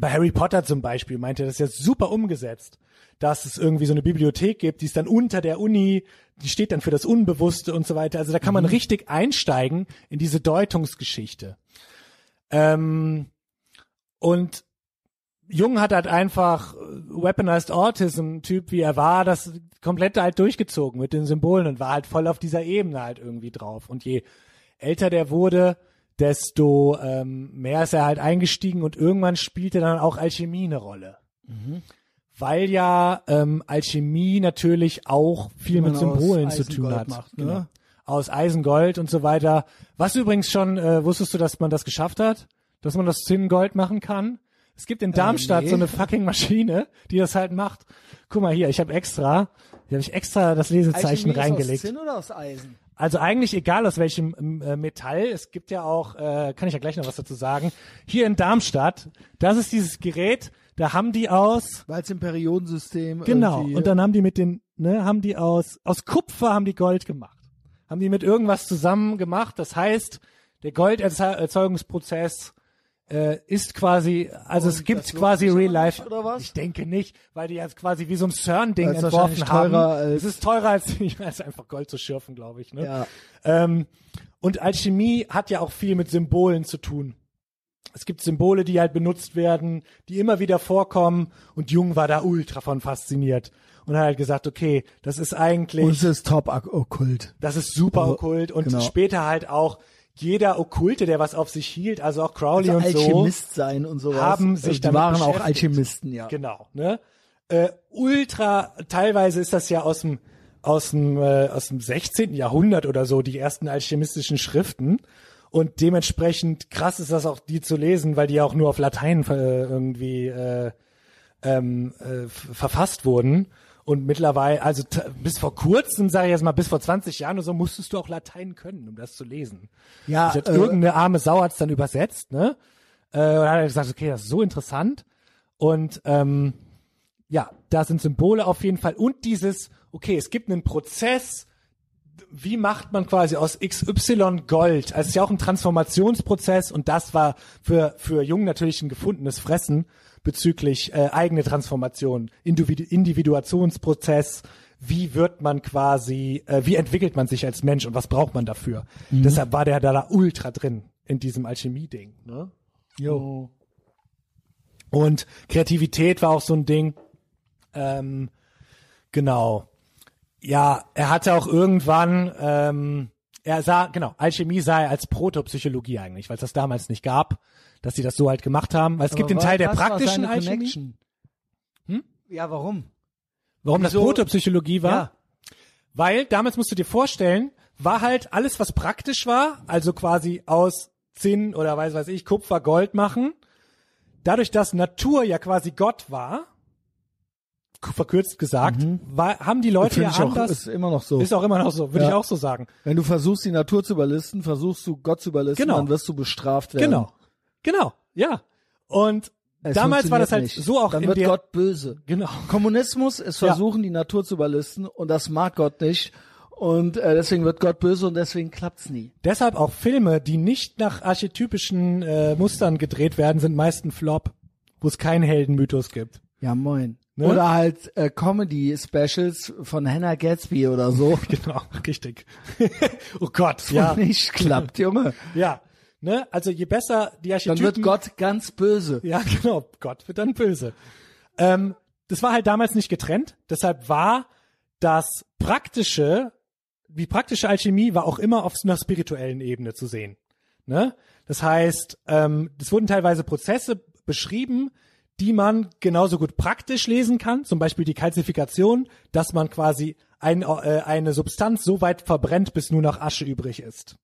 [SPEAKER 2] bei Harry Potter zum Beispiel meinte er das ist jetzt super umgesetzt, dass es irgendwie so eine Bibliothek gibt, die ist dann unter der Uni, die steht dann für das Unbewusste und so weiter. Also da kann man richtig einsteigen in diese Deutungsgeschichte. Ähm, und Jung hat halt einfach äh, Weaponized Autism Typ, wie er war, das komplett halt durchgezogen mit den Symbolen und war halt voll auf dieser Ebene halt irgendwie drauf. Und je älter der wurde, desto ähm, mehr ist er halt eingestiegen und irgendwann spielte dann auch Alchemie eine Rolle.
[SPEAKER 1] Mhm.
[SPEAKER 2] Weil ja ähm, Alchemie natürlich auch viel
[SPEAKER 1] man
[SPEAKER 2] mit
[SPEAKER 1] aus
[SPEAKER 2] Symbolen zu
[SPEAKER 1] Eisengold
[SPEAKER 2] tun hat.
[SPEAKER 1] macht, ne?
[SPEAKER 2] genau. Aus Eisengold und so weiter. Was übrigens schon, äh, wusstest du, dass man das geschafft hat? Dass man das Zinngold machen kann? Es gibt in Darmstadt
[SPEAKER 1] Äh, nee.
[SPEAKER 2] so eine fucking Maschine, die das halt macht. Guck mal hier, ich habe extra, hier habe ich extra das
[SPEAKER 1] Alchemie
[SPEAKER 2] Lesezeichen
[SPEAKER 1] Ist aus
[SPEAKER 2] reingelegt.
[SPEAKER 1] Zinn oder aus Eisen?
[SPEAKER 2] Also eigentlich egal aus welchem ähm, äh, Metall, es gibt ja auch, äh, kann ich ja gleich noch was dazu sagen, hier in Darmstadt, das ist dieses Gerät, da haben die aus,
[SPEAKER 1] Weil es im Periodensystem
[SPEAKER 2] genau,
[SPEAKER 1] irgendwie-
[SPEAKER 2] und dann haben die mit den, ne, haben die aus, aus Kupfer haben die Gold gemacht. Haben die mit irgendwas zusammen gemacht, das heißt, der Golderzeugungsprozess äh, ist quasi, also es
[SPEAKER 1] Und
[SPEAKER 2] gibt
[SPEAKER 1] das lohnt
[SPEAKER 2] quasi
[SPEAKER 1] sich aber
[SPEAKER 2] Real Life.
[SPEAKER 1] nicht, oder was?
[SPEAKER 2] Ich denke nicht, weil die jetzt quasi wie so ein CERN-Ding
[SPEAKER 1] Das ist
[SPEAKER 2] entworfen
[SPEAKER 1] wahrscheinlich
[SPEAKER 2] haben.
[SPEAKER 1] teurer als-
[SPEAKER 2] es ist teurer als, als einfach Gold zu schürfen, glaube ich. Ne?
[SPEAKER 1] ja.
[SPEAKER 2] Ähm, und Alchemie hat ja auch viel mit Symbolen zu tun. Es gibt Symbole, die halt benutzt werden, die immer wieder vorkommen. Und Jung war da ultra von fasziniert und hat halt gesagt, okay, das ist eigentlich,
[SPEAKER 1] Und es ist top ak- okkult.
[SPEAKER 2] das ist super
[SPEAKER 1] Also,
[SPEAKER 2] okkult und
[SPEAKER 1] genau.
[SPEAKER 2] später halt auch jeder Okkulte, der was auf sich hielt, also auch Crowley
[SPEAKER 1] Also
[SPEAKER 2] und so.
[SPEAKER 1] Alchemist sein und sowas.
[SPEAKER 2] haben sich
[SPEAKER 1] also die
[SPEAKER 2] damit
[SPEAKER 1] waren auch
[SPEAKER 2] beschäftigt.
[SPEAKER 1] Alchemisten, ja.
[SPEAKER 2] Genau, ne? Äh, ultra, teilweise ist das ja aus dem aus dem äh, aus dem 16. Jahrhundert oder so die ersten alchemistischen Schriften und dementsprechend krass ist das auch die zu lesen, weil die ja auch nur auf Latein äh, irgendwie äh, ähm, äh, f- verfasst wurden und mittlerweile also t- bis vor kurzem sage ich jetzt mal bis vor 20 Jahren oder so musstest du auch Latein können, um das zu lesen.
[SPEAKER 1] Ja,
[SPEAKER 2] Das hat
[SPEAKER 1] äh,
[SPEAKER 2] irgendeine arme Sau hat's dann übersetzt, ne? Äh, und dann hat er gesagt, okay, das ist so interessant. Und ähm, ja, da sind Symbole auf jeden Fall. Und dieses, okay, es gibt einen Prozess, wie macht man quasi aus XY Gold? Also es ist ja auch ein Transformationsprozess und das war für, für Jung natürlich ein gefundenes Fressen bezüglich äh, eigene Transformation, Individu Individuationsprozess, wie wird man quasi, äh, wie entwickelt man sich als Mensch und was braucht man dafür? Deshalb war der da, da ultra drin in diesem Alchemie-Ding. Ne?
[SPEAKER 1] Jo.
[SPEAKER 2] Und Kreativität war auch so ein Ding. Ähm, genau. Ja, er hatte auch irgendwann, ähm, er sah, genau, Alchemie sah er als Protopsychologie eigentlich, weil es das damals nicht gab, dass sie das so halt gemacht haben. Weil es gibt den Teil der praktischen Alchemie. Hm?
[SPEAKER 1] Ja, warum?
[SPEAKER 2] Warum
[SPEAKER 1] Wieso-
[SPEAKER 2] das Protopsychologie war?
[SPEAKER 1] Ja.
[SPEAKER 2] Weil damals musst du dir vorstellen, war halt alles, was praktisch war, also quasi aus Zinn oder weiß weiß ich, Kupfer, Gold machen. Dadurch, dass Natur ja quasi Gott war, k- verkürzt gesagt, war, haben die Leute ja
[SPEAKER 1] Mhm. Finde ich auch,
[SPEAKER 2] anders.
[SPEAKER 1] ist immer noch so.
[SPEAKER 2] ist auch immer noch so, würde
[SPEAKER 1] Ja.
[SPEAKER 2] ich auch so sagen.
[SPEAKER 1] Wenn du versuchst, die Natur zu überlisten, versuchst du Gott zu überlisten,
[SPEAKER 2] Genau.
[SPEAKER 1] dann wirst du bestraft werden.
[SPEAKER 2] Genau. Genau, ja. Und
[SPEAKER 1] Es
[SPEAKER 2] damals war
[SPEAKER 1] funktioniert
[SPEAKER 2] das halt
[SPEAKER 1] nicht.
[SPEAKER 2] so auch
[SPEAKER 1] Dann
[SPEAKER 2] in
[SPEAKER 1] wird
[SPEAKER 2] der
[SPEAKER 1] Gott böse.
[SPEAKER 2] Genau.
[SPEAKER 1] Kommunismus ist versuchen, die Natur zu überlisten und das mag Gott nicht. Und äh, deswegen wird Gott böse und deswegen klappt's nie.
[SPEAKER 2] Deshalb auch Filme, die nicht nach archetypischen äh, Mustern gedreht werden, sind meist ein Flop, wo es keinen Heldenmythos gibt.
[SPEAKER 1] Ja, moin.
[SPEAKER 2] Ne?
[SPEAKER 1] Oder halt äh, Comedy-Specials von Hannah Gatsby oder so.
[SPEAKER 2] Genau, richtig. oh Gott,
[SPEAKER 1] ja.
[SPEAKER 2] ja,
[SPEAKER 1] nicht klappt, Junge.
[SPEAKER 2] ja. Ne? Also je besser die
[SPEAKER 1] Dann
[SPEAKER 2] Archetypen...
[SPEAKER 1] wird Gott ganz böse.
[SPEAKER 2] Ja, genau, Gott wird dann böse. Ähm, das war halt damals nicht getrennt, deshalb war das Praktische, die praktische Alchemie war auch immer auf einer spirituellen Ebene zu sehen. Ne? Das heißt, ähm, es wurden teilweise Prozesse beschrieben, die man genauso gut praktisch lesen kann, zum Beispiel die Kalzifikation, dass man quasi ein, äh, eine Substanz so weit verbrennt, bis nur noch Asche übrig ist.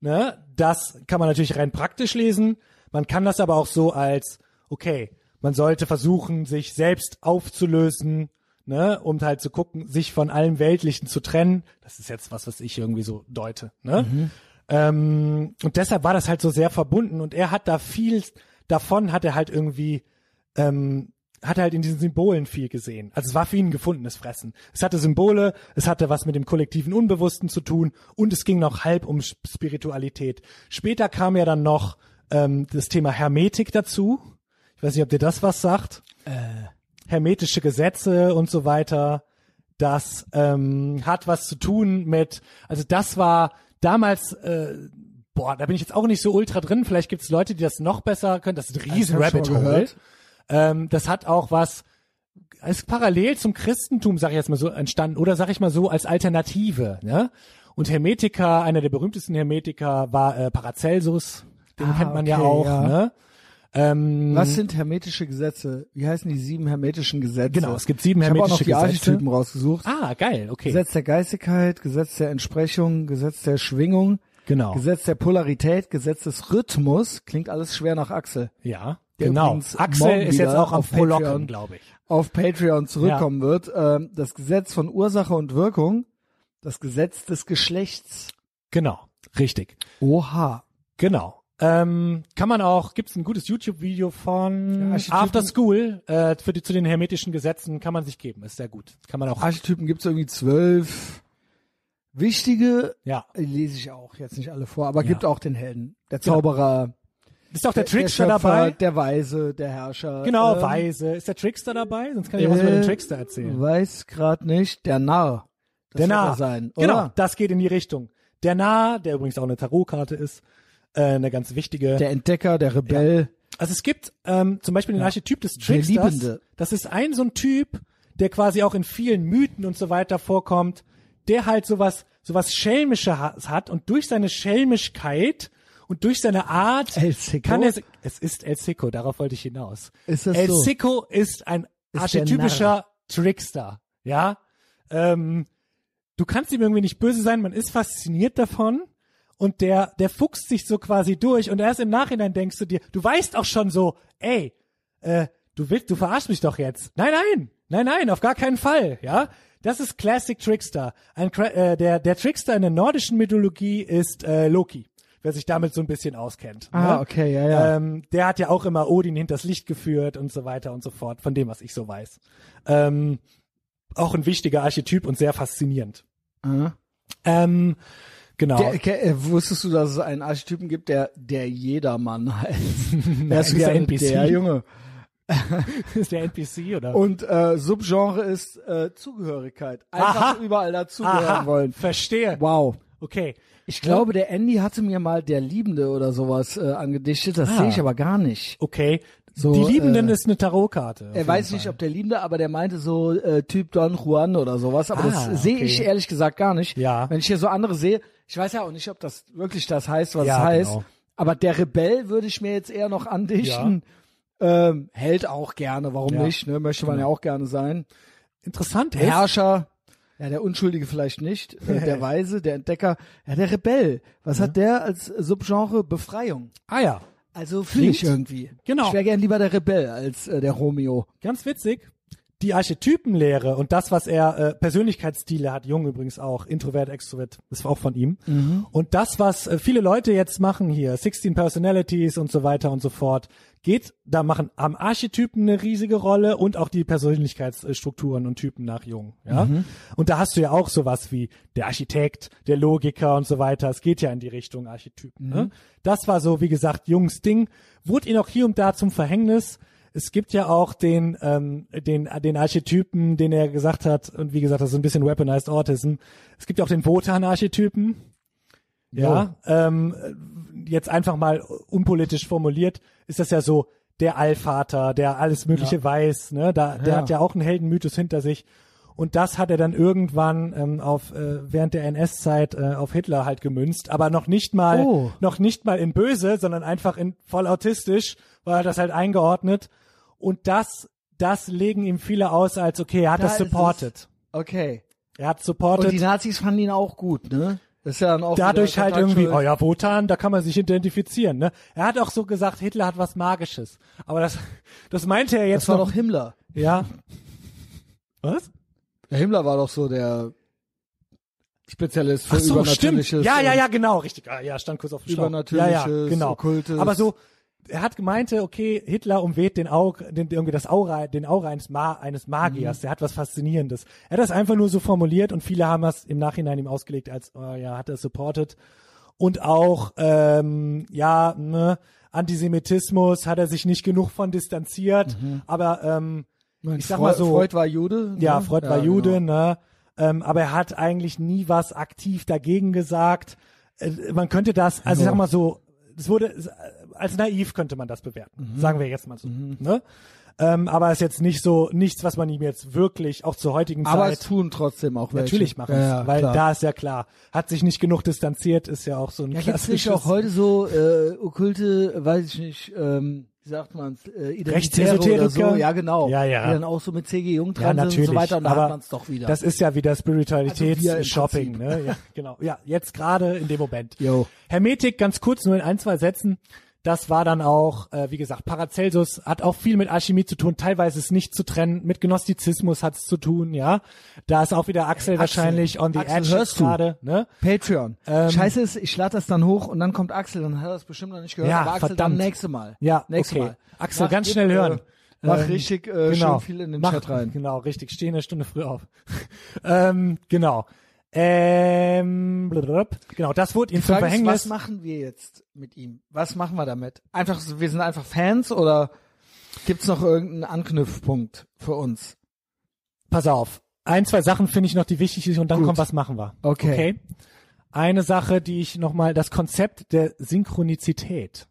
[SPEAKER 2] Ne? Das kann man natürlich rein praktisch lesen. Man kann das aber auch so als, okay, man sollte versuchen, sich selbst aufzulösen, ne, um halt zu gucken, sich von allem Weltlichen zu trennen. Das ist jetzt was, was ich irgendwie so deute, ne? Ähm, und deshalb war das halt so sehr verbunden und er hat da viel davon hat er halt irgendwie ähm, hat er halt in diesen Symbolen viel gesehen. Also es war für ihn ein gefundenes Fressen. Es hatte Symbole, es hatte was mit dem kollektiven Unbewussten zu tun und es ging noch halb um Sp- Spiritualität. Später kam ja dann noch ähm, das Thema Hermetik dazu. Ich weiß nicht, ob dir das was sagt.
[SPEAKER 1] Äh.
[SPEAKER 2] Hermetische Gesetze und so weiter. Das ähm, hat was zu tun mit, also das war damals, äh, boah, da bin ich jetzt auch nicht so ultra drin. Vielleicht gibt's Leute, die das noch besser können. Das ist ein riesen
[SPEAKER 1] hab ich schon
[SPEAKER 2] Rabbit
[SPEAKER 1] mal
[SPEAKER 2] Hole.
[SPEAKER 1] gehört.
[SPEAKER 2] Ähm, das hat auch was, ist parallel zum Christentum, sage ich jetzt mal so, entstanden oder sage ich mal so als Alternative. Ne? Und Hermetiker, einer der berühmtesten Hermetiker war äh, Paracelsus, den
[SPEAKER 1] Ah,
[SPEAKER 2] kennt man ja
[SPEAKER 1] okay,
[SPEAKER 2] auch.
[SPEAKER 1] ja.
[SPEAKER 2] Ne? Ähm,
[SPEAKER 1] Was sind hermetische Gesetze? Wie heißen die sieben hermetischen Gesetze?
[SPEAKER 2] Genau, es gibt sieben
[SPEAKER 1] ich
[SPEAKER 2] hermetische
[SPEAKER 1] Ich habe auch noch die
[SPEAKER 2] Gesetze.
[SPEAKER 1] Archetypen rausgesucht.
[SPEAKER 2] Ah, geil, okay.
[SPEAKER 1] Gesetz der Geistigkeit, Gesetz der Entsprechung, Gesetz der Schwingung,
[SPEAKER 2] genau.
[SPEAKER 1] Gesetz der Polarität, Gesetz des Rhythmus. Klingt alles schwer nach Axel.
[SPEAKER 2] ja,
[SPEAKER 1] der
[SPEAKER 2] genau.
[SPEAKER 1] übrigens
[SPEAKER 2] Axel
[SPEAKER 1] morgen
[SPEAKER 2] ist jetzt
[SPEAKER 1] wieder
[SPEAKER 2] auch am
[SPEAKER 1] auf Patreon-
[SPEAKER 2] Frohlocken, glaube ich.
[SPEAKER 1] Auf Patreon zurückkommen wird. Ähm, das Gesetz von Ursache und Wirkung, das Gesetz des Geschlechts.
[SPEAKER 2] Genau, richtig.
[SPEAKER 1] Oha.
[SPEAKER 2] Genau. Ähm, kann man auch, gibt's ein gutes YouTube-Video von
[SPEAKER 1] Ja, Archetypen-
[SPEAKER 2] After School äh, für die, zu den hermetischen Gesetzen, kann man sich geben, ist sehr gut. Kann man auch,
[SPEAKER 1] Archetypen gibt's irgendwie zwölf. Wichtige
[SPEAKER 2] ja.
[SPEAKER 1] äh, lese ich auch jetzt nicht alle vor, aber gibt auch den Helden. Der
[SPEAKER 2] Genau.
[SPEAKER 1] Zauberer,
[SPEAKER 2] Ist auch der, Trickster
[SPEAKER 1] der Schöpfer, äh,
[SPEAKER 2] dabei?
[SPEAKER 1] der Weise, der Herrscher.
[SPEAKER 2] genau,
[SPEAKER 1] ähm,
[SPEAKER 2] Weise. Ist der Trickster dabei? Sonst kann ich auch was über den
[SPEAKER 1] äh,
[SPEAKER 2] Trickster erzählen.
[SPEAKER 1] Weiß grad nicht. Der Narr. Das
[SPEAKER 2] der
[SPEAKER 1] wird er
[SPEAKER 2] Narr.
[SPEAKER 1] sein.
[SPEAKER 2] Genau,
[SPEAKER 1] Oder?
[SPEAKER 2] das geht in die Richtung. Der Narr, der übrigens auch eine Tarotkarte ist, äh, eine ganz wichtige.
[SPEAKER 1] Der Entdecker, der Rebell.
[SPEAKER 2] Also es gibt ähm, zum Beispiel den Archetyp des
[SPEAKER 1] Der
[SPEAKER 2] Tricksters.
[SPEAKER 1] Liebende.
[SPEAKER 2] Das ist ein so ein Typ, der quasi auch in vielen Mythen und so weiter vorkommt, der halt sowas sowas schelmisches ha- hat und durch seine Schelmischkeit und durch seine Art
[SPEAKER 1] El Cicco?
[SPEAKER 2] kann er es ist El Sico, darauf wollte ich hinaus.
[SPEAKER 1] Ist das
[SPEAKER 2] El
[SPEAKER 1] so?
[SPEAKER 2] Sico ist ein
[SPEAKER 1] der
[SPEAKER 2] archetypischer Trickster, ja? Ähm, du kannst ihm irgendwie nicht böse sein, man ist fasziniert davon und der, der fuchst sich so quasi durch und erst im Nachhinein denkst du dir, du weißt auch schon so, ey, äh, du willst, du verarschst mich doch jetzt. Nein, nein, nein, nein, auf gar keinen Fall, ja. Das ist Classic Trickster. Ein, Cra- äh, der, der Trickster in der nordischen Mythologie ist äh, Loki, wer sich damit so ein bisschen auskennt.
[SPEAKER 1] Ah,
[SPEAKER 2] ne?
[SPEAKER 1] okay, ja, ja.
[SPEAKER 2] Ähm, der hat ja auch immer Odin hinters Licht geführt und so weiter und so fort, von dem, was ich so weiß. Ähm, auch ein wichtiger Archetyp und sehr faszinierend.
[SPEAKER 1] Mhm.
[SPEAKER 2] Ähm, genau.
[SPEAKER 1] Der, ke- äh, wusstest du, dass es einen Archetypen gibt, der der Jedermann heißt? Der
[SPEAKER 2] ist der
[SPEAKER 1] wieder
[SPEAKER 2] NPC?
[SPEAKER 1] Der Junge.
[SPEAKER 2] ist der NPC oder?
[SPEAKER 1] Und äh, Subgenre ist äh, Zugehörigkeit. Einfach
[SPEAKER 2] Aha.
[SPEAKER 1] überall dazugehören wollen.
[SPEAKER 2] Ah, verstehe.
[SPEAKER 1] Wow.
[SPEAKER 2] Okay.
[SPEAKER 1] Ich glaube, der Andy hatte mir mal der Liebende oder sowas äh, angedichtet. Das
[SPEAKER 2] Ah.
[SPEAKER 1] sehe ich aber gar nicht.
[SPEAKER 2] Okay.
[SPEAKER 1] So,
[SPEAKER 2] die Liebenden
[SPEAKER 1] äh,
[SPEAKER 2] ist eine Tarotkarte. auf
[SPEAKER 1] Er
[SPEAKER 2] jeden
[SPEAKER 1] weiß
[SPEAKER 2] Fall.
[SPEAKER 1] nicht, ob der Liebende, aber der meinte so äh, Typ Don Juan oder sowas. Aber das
[SPEAKER 2] Ah,
[SPEAKER 1] sehe
[SPEAKER 2] okay.
[SPEAKER 1] ich ehrlich gesagt gar nicht.
[SPEAKER 2] Ja.
[SPEAKER 1] Wenn ich hier so andere sehe, ich weiß ja auch nicht, ob das wirklich das heißt, was
[SPEAKER 2] Ja,
[SPEAKER 1] es heißt.
[SPEAKER 2] genau.
[SPEAKER 1] Aber der Rebell würde ich mir jetzt eher noch andichten. Ähm, hält auch gerne, warum
[SPEAKER 2] Ja.
[SPEAKER 1] nicht? Ne? Möchte man ja auch gerne sein.
[SPEAKER 2] Interessant ist.
[SPEAKER 1] Herrscher, ja, der Unschuldige vielleicht nicht, äh, der Weise, der Entdecker, ja, der Rebell. Was hat der als Subgenre Befreiung?
[SPEAKER 2] Ah ja.
[SPEAKER 1] Also fühle ich
[SPEAKER 2] Klingt-
[SPEAKER 1] irgendwie.
[SPEAKER 2] Genau.
[SPEAKER 1] Ich wäre gern lieber der Rebell als äh, der Romeo.
[SPEAKER 2] Ganz witzig. Die Archetypenlehre und das, was er äh, Persönlichkeitsstile hat, Jung übrigens auch, Introvert, Extrovert, das war auch von ihm. Und das, was äh, viele Leute jetzt machen hier, 16 Personalities und so weiter und so fort, geht, da machen am Archetypen eine riesige Rolle und auch die Persönlichkeitsstrukturen und Typen nach Jung. Ja? Und da hast du ja auch sowas wie der Architekt, der Logiker und so weiter. Es geht ja in die Richtung Archetypen. Ne? Das war so, wie gesagt, Jungs Ding. Wurde ihn auch hier und da zum Verhängnis es gibt ja auch den, ähm, den, den Archetypen, den er gesagt hat, und wie gesagt, das ist ein bisschen weaponized Autism. Es gibt ja auch den Wotan-Archetypen. Ja, ähm, jetzt einfach mal unpolitisch formuliert, ist das ja so der Allvater, der alles Mögliche weiß, ne? Da, der
[SPEAKER 1] Ja.
[SPEAKER 2] hat ja auch einen Heldenmythos hinter sich. Und das hat er dann irgendwann ähm, auf äh, während der NS-Zeit äh, auf Hitler halt gemünzt, aber noch nicht mal
[SPEAKER 1] Oh.
[SPEAKER 2] noch nicht mal in böse, sondern einfach in voll autistisch war das halt eingeordnet. Und das das legen ihm viele aus als okay, er hat
[SPEAKER 1] Da
[SPEAKER 2] das
[SPEAKER 1] ist es.
[SPEAKER 2] supported,
[SPEAKER 1] Okay.
[SPEAKER 2] er hat
[SPEAKER 1] Und die
[SPEAKER 2] supported.
[SPEAKER 1] Nazis fanden ihn auch gut, ne? Das ist ja dann auch
[SPEAKER 2] dadurch
[SPEAKER 1] wieder
[SPEAKER 2] halt
[SPEAKER 1] total
[SPEAKER 2] irgendwie,
[SPEAKER 1] schön.
[SPEAKER 2] oh ja, Wotan, da kann man sich identifizieren, ne? Er hat auch so gesagt, Hitler hat was Magisches. Aber das, das meinte er jetzt
[SPEAKER 1] Das war
[SPEAKER 2] noch,
[SPEAKER 1] doch Himmler.
[SPEAKER 2] ja. Was?
[SPEAKER 1] Der Himmler war doch so der Spezialist für
[SPEAKER 2] Ach so, stimmt.
[SPEAKER 1] übernatürliches.
[SPEAKER 2] Ja, ja, ja, genau, richtig. Ah, Ja, stand kurz auf dem Schlauch.
[SPEAKER 1] Übernatürliches,
[SPEAKER 2] ja, ja, genau.
[SPEAKER 1] Okkultes.
[SPEAKER 2] Aber so, er hat gemeint, okay, Hitler umweht den Aug, den, irgendwie das Aura, den Aura eines, Ma eines Magiers.
[SPEAKER 1] Mhm.
[SPEAKER 2] Der hat was Faszinierendes. Er hat das einfach nur so formuliert und viele haben das im Nachhinein ihm ausgelegt als, oh, ja, hat er supported. Und auch, ähm, ja, ne, Antisemitismus hat er sich nicht genug von distanziert,
[SPEAKER 1] Mhm.
[SPEAKER 2] aber, ähm,
[SPEAKER 1] Und
[SPEAKER 2] ich sag mal
[SPEAKER 1] Freu-
[SPEAKER 2] so,
[SPEAKER 1] Freud war Jude.
[SPEAKER 2] ja,
[SPEAKER 1] ne?
[SPEAKER 2] Freud war Jude,
[SPEAKER 1] genau.
[SPEAKER 2] ne? Ähm, aber er hat eigentlich nie was aktiv dagegen gesagt. Äh, man könnte das, also ich sag mal so, es wurde es, äh, als naiv könnte man das bewerten,
[SPEAKER 1] Mhm.
[SPEAKER 2] sagen wir jetzt mal so. Ne? Ähm, aber es ist jetzt nicht so nichts, was man ihm jetzt wirklich auch zur heutigen
[SPEAKER 1] Aber es
[SPEAKER 2] Zeit
[SPEAKER 1] tun trotzdem auch welche.
[SPEAKER 2] natürlich machen,
[SPEAKER 1] ja, ja,
[SPEAKER 2] weil
[SPEAKER 1] klar.
[SPEAKER 2] da ist ja klar, hat sich nicht genug distanziert, ist ja auch so ein
[SPEAKER 1] Ja, gibt's
[SPEAKER 2] klassisches
[SPEAKER 1] nicht auch heute so äh, okkulte, weiß ich nicht, ähm, wie sagt man äh, Identitäre oder so?
[SPEAKER 2] Rechtsesoteriker?
[SPEAKER 1] Ja, genau.
[SPEAKER 2] Ja, ja.
[SPEAKER 1] Die dann auch so mit C.G. Jung
[SPEAKER 2] ja,
[SPEAKER 1] dran sind und
[SPEAKER 2] natürlich,
[SPEAKER 1] so weiter und da
[SPEAKER 2] aber
[SPEAKER 1] hat man's doch wieder.
[SPEAKER 2] das ist ja wieder
[SPEAKER 1] Also wir im
[SPEAKER 2] Spiritualitäts-Shopping,
[SPEAKER 1] Prinzip.
[SPEAKER 2] ne? Ja, genau. Ja, jetzt gerade in dem Moment.
[SPEAKER 1] Jo.
[SPEAKER 2] Hermetik, ganz kurz, nur in ein, zwei Sätzen. Das war dann auch, äh, wie gesagt, Paracelsus hat auch viel mit Alchemie zu tun, teilweise ist nicht zu trennen, mit Gnostizismus hat es zu tun, ja. Da ist auch wieder Axel, wahrscheinlich on the
[SPEAKER 1] Axel,
[SPEAKER 2] edge
[SPEAKER 1] hörst
[SPEAKER 2] jetzt
[SPEAKER 1] du?
[SPEAKER 2] gerade, ne?
[SPEAKER 1] Patreon. Scheiße ist, ich lade das dann hoch und dann kommt Axel, dann hat er das bestimmt noch nicht gehört.
[SPEAKER 2] Ja,
[SPEAKER 1] aber Axel,
[SPEAKER 2] verdammt.
[SPEAKER 1] dann nächste Mal.
[SPEAKER 2] Ja,
[SPEAKER 1] nächste
[SPEAKER 2] okay.
[SPEAKER 1] Mal.
[SPEAKER 2] Axel,
[SPEAKER 1] Mach
[SPEAKER 2] ganz
[SPEAKER 1] eben,
[SPEAKER 2] schnell hören.
[SPEAKER 1] Äh, mach
[SPEAKER 2] Ähm,
[SPEAKER 1] richtig äh, schön viel in den
[SPEAKER 2] Mach-
[SPEAKER 1] Chat rein.
[SPEAKER 2] Genau, richtig. Steh eine Stunde früh auf. ähm, genau. Ähm, blub. genau, das wurde ihm zum
[SPEAKER 1] Frage ist, was
[SPEAKER 2] Verhängnis.
[SPEAKER 1] machen wir jetzt mit ihm? Was machen wir damit? Einfach, so, wir sind einfach Fans oder gibt's noch irgendeinen Anknüpfpunkt für uns?
[SPEAKER 2] Pass auf. Ein, zwei Sachen finde ich noch, die wichtig sind und dann
[SPEAKER 1] Gut.
[SPEAKER 2] kommt, was machen wir.
[SPEAKER 1] Okay.
[SPEAKER 2] Eine Sache, die ich nochmal, das Konzept der Synchronizität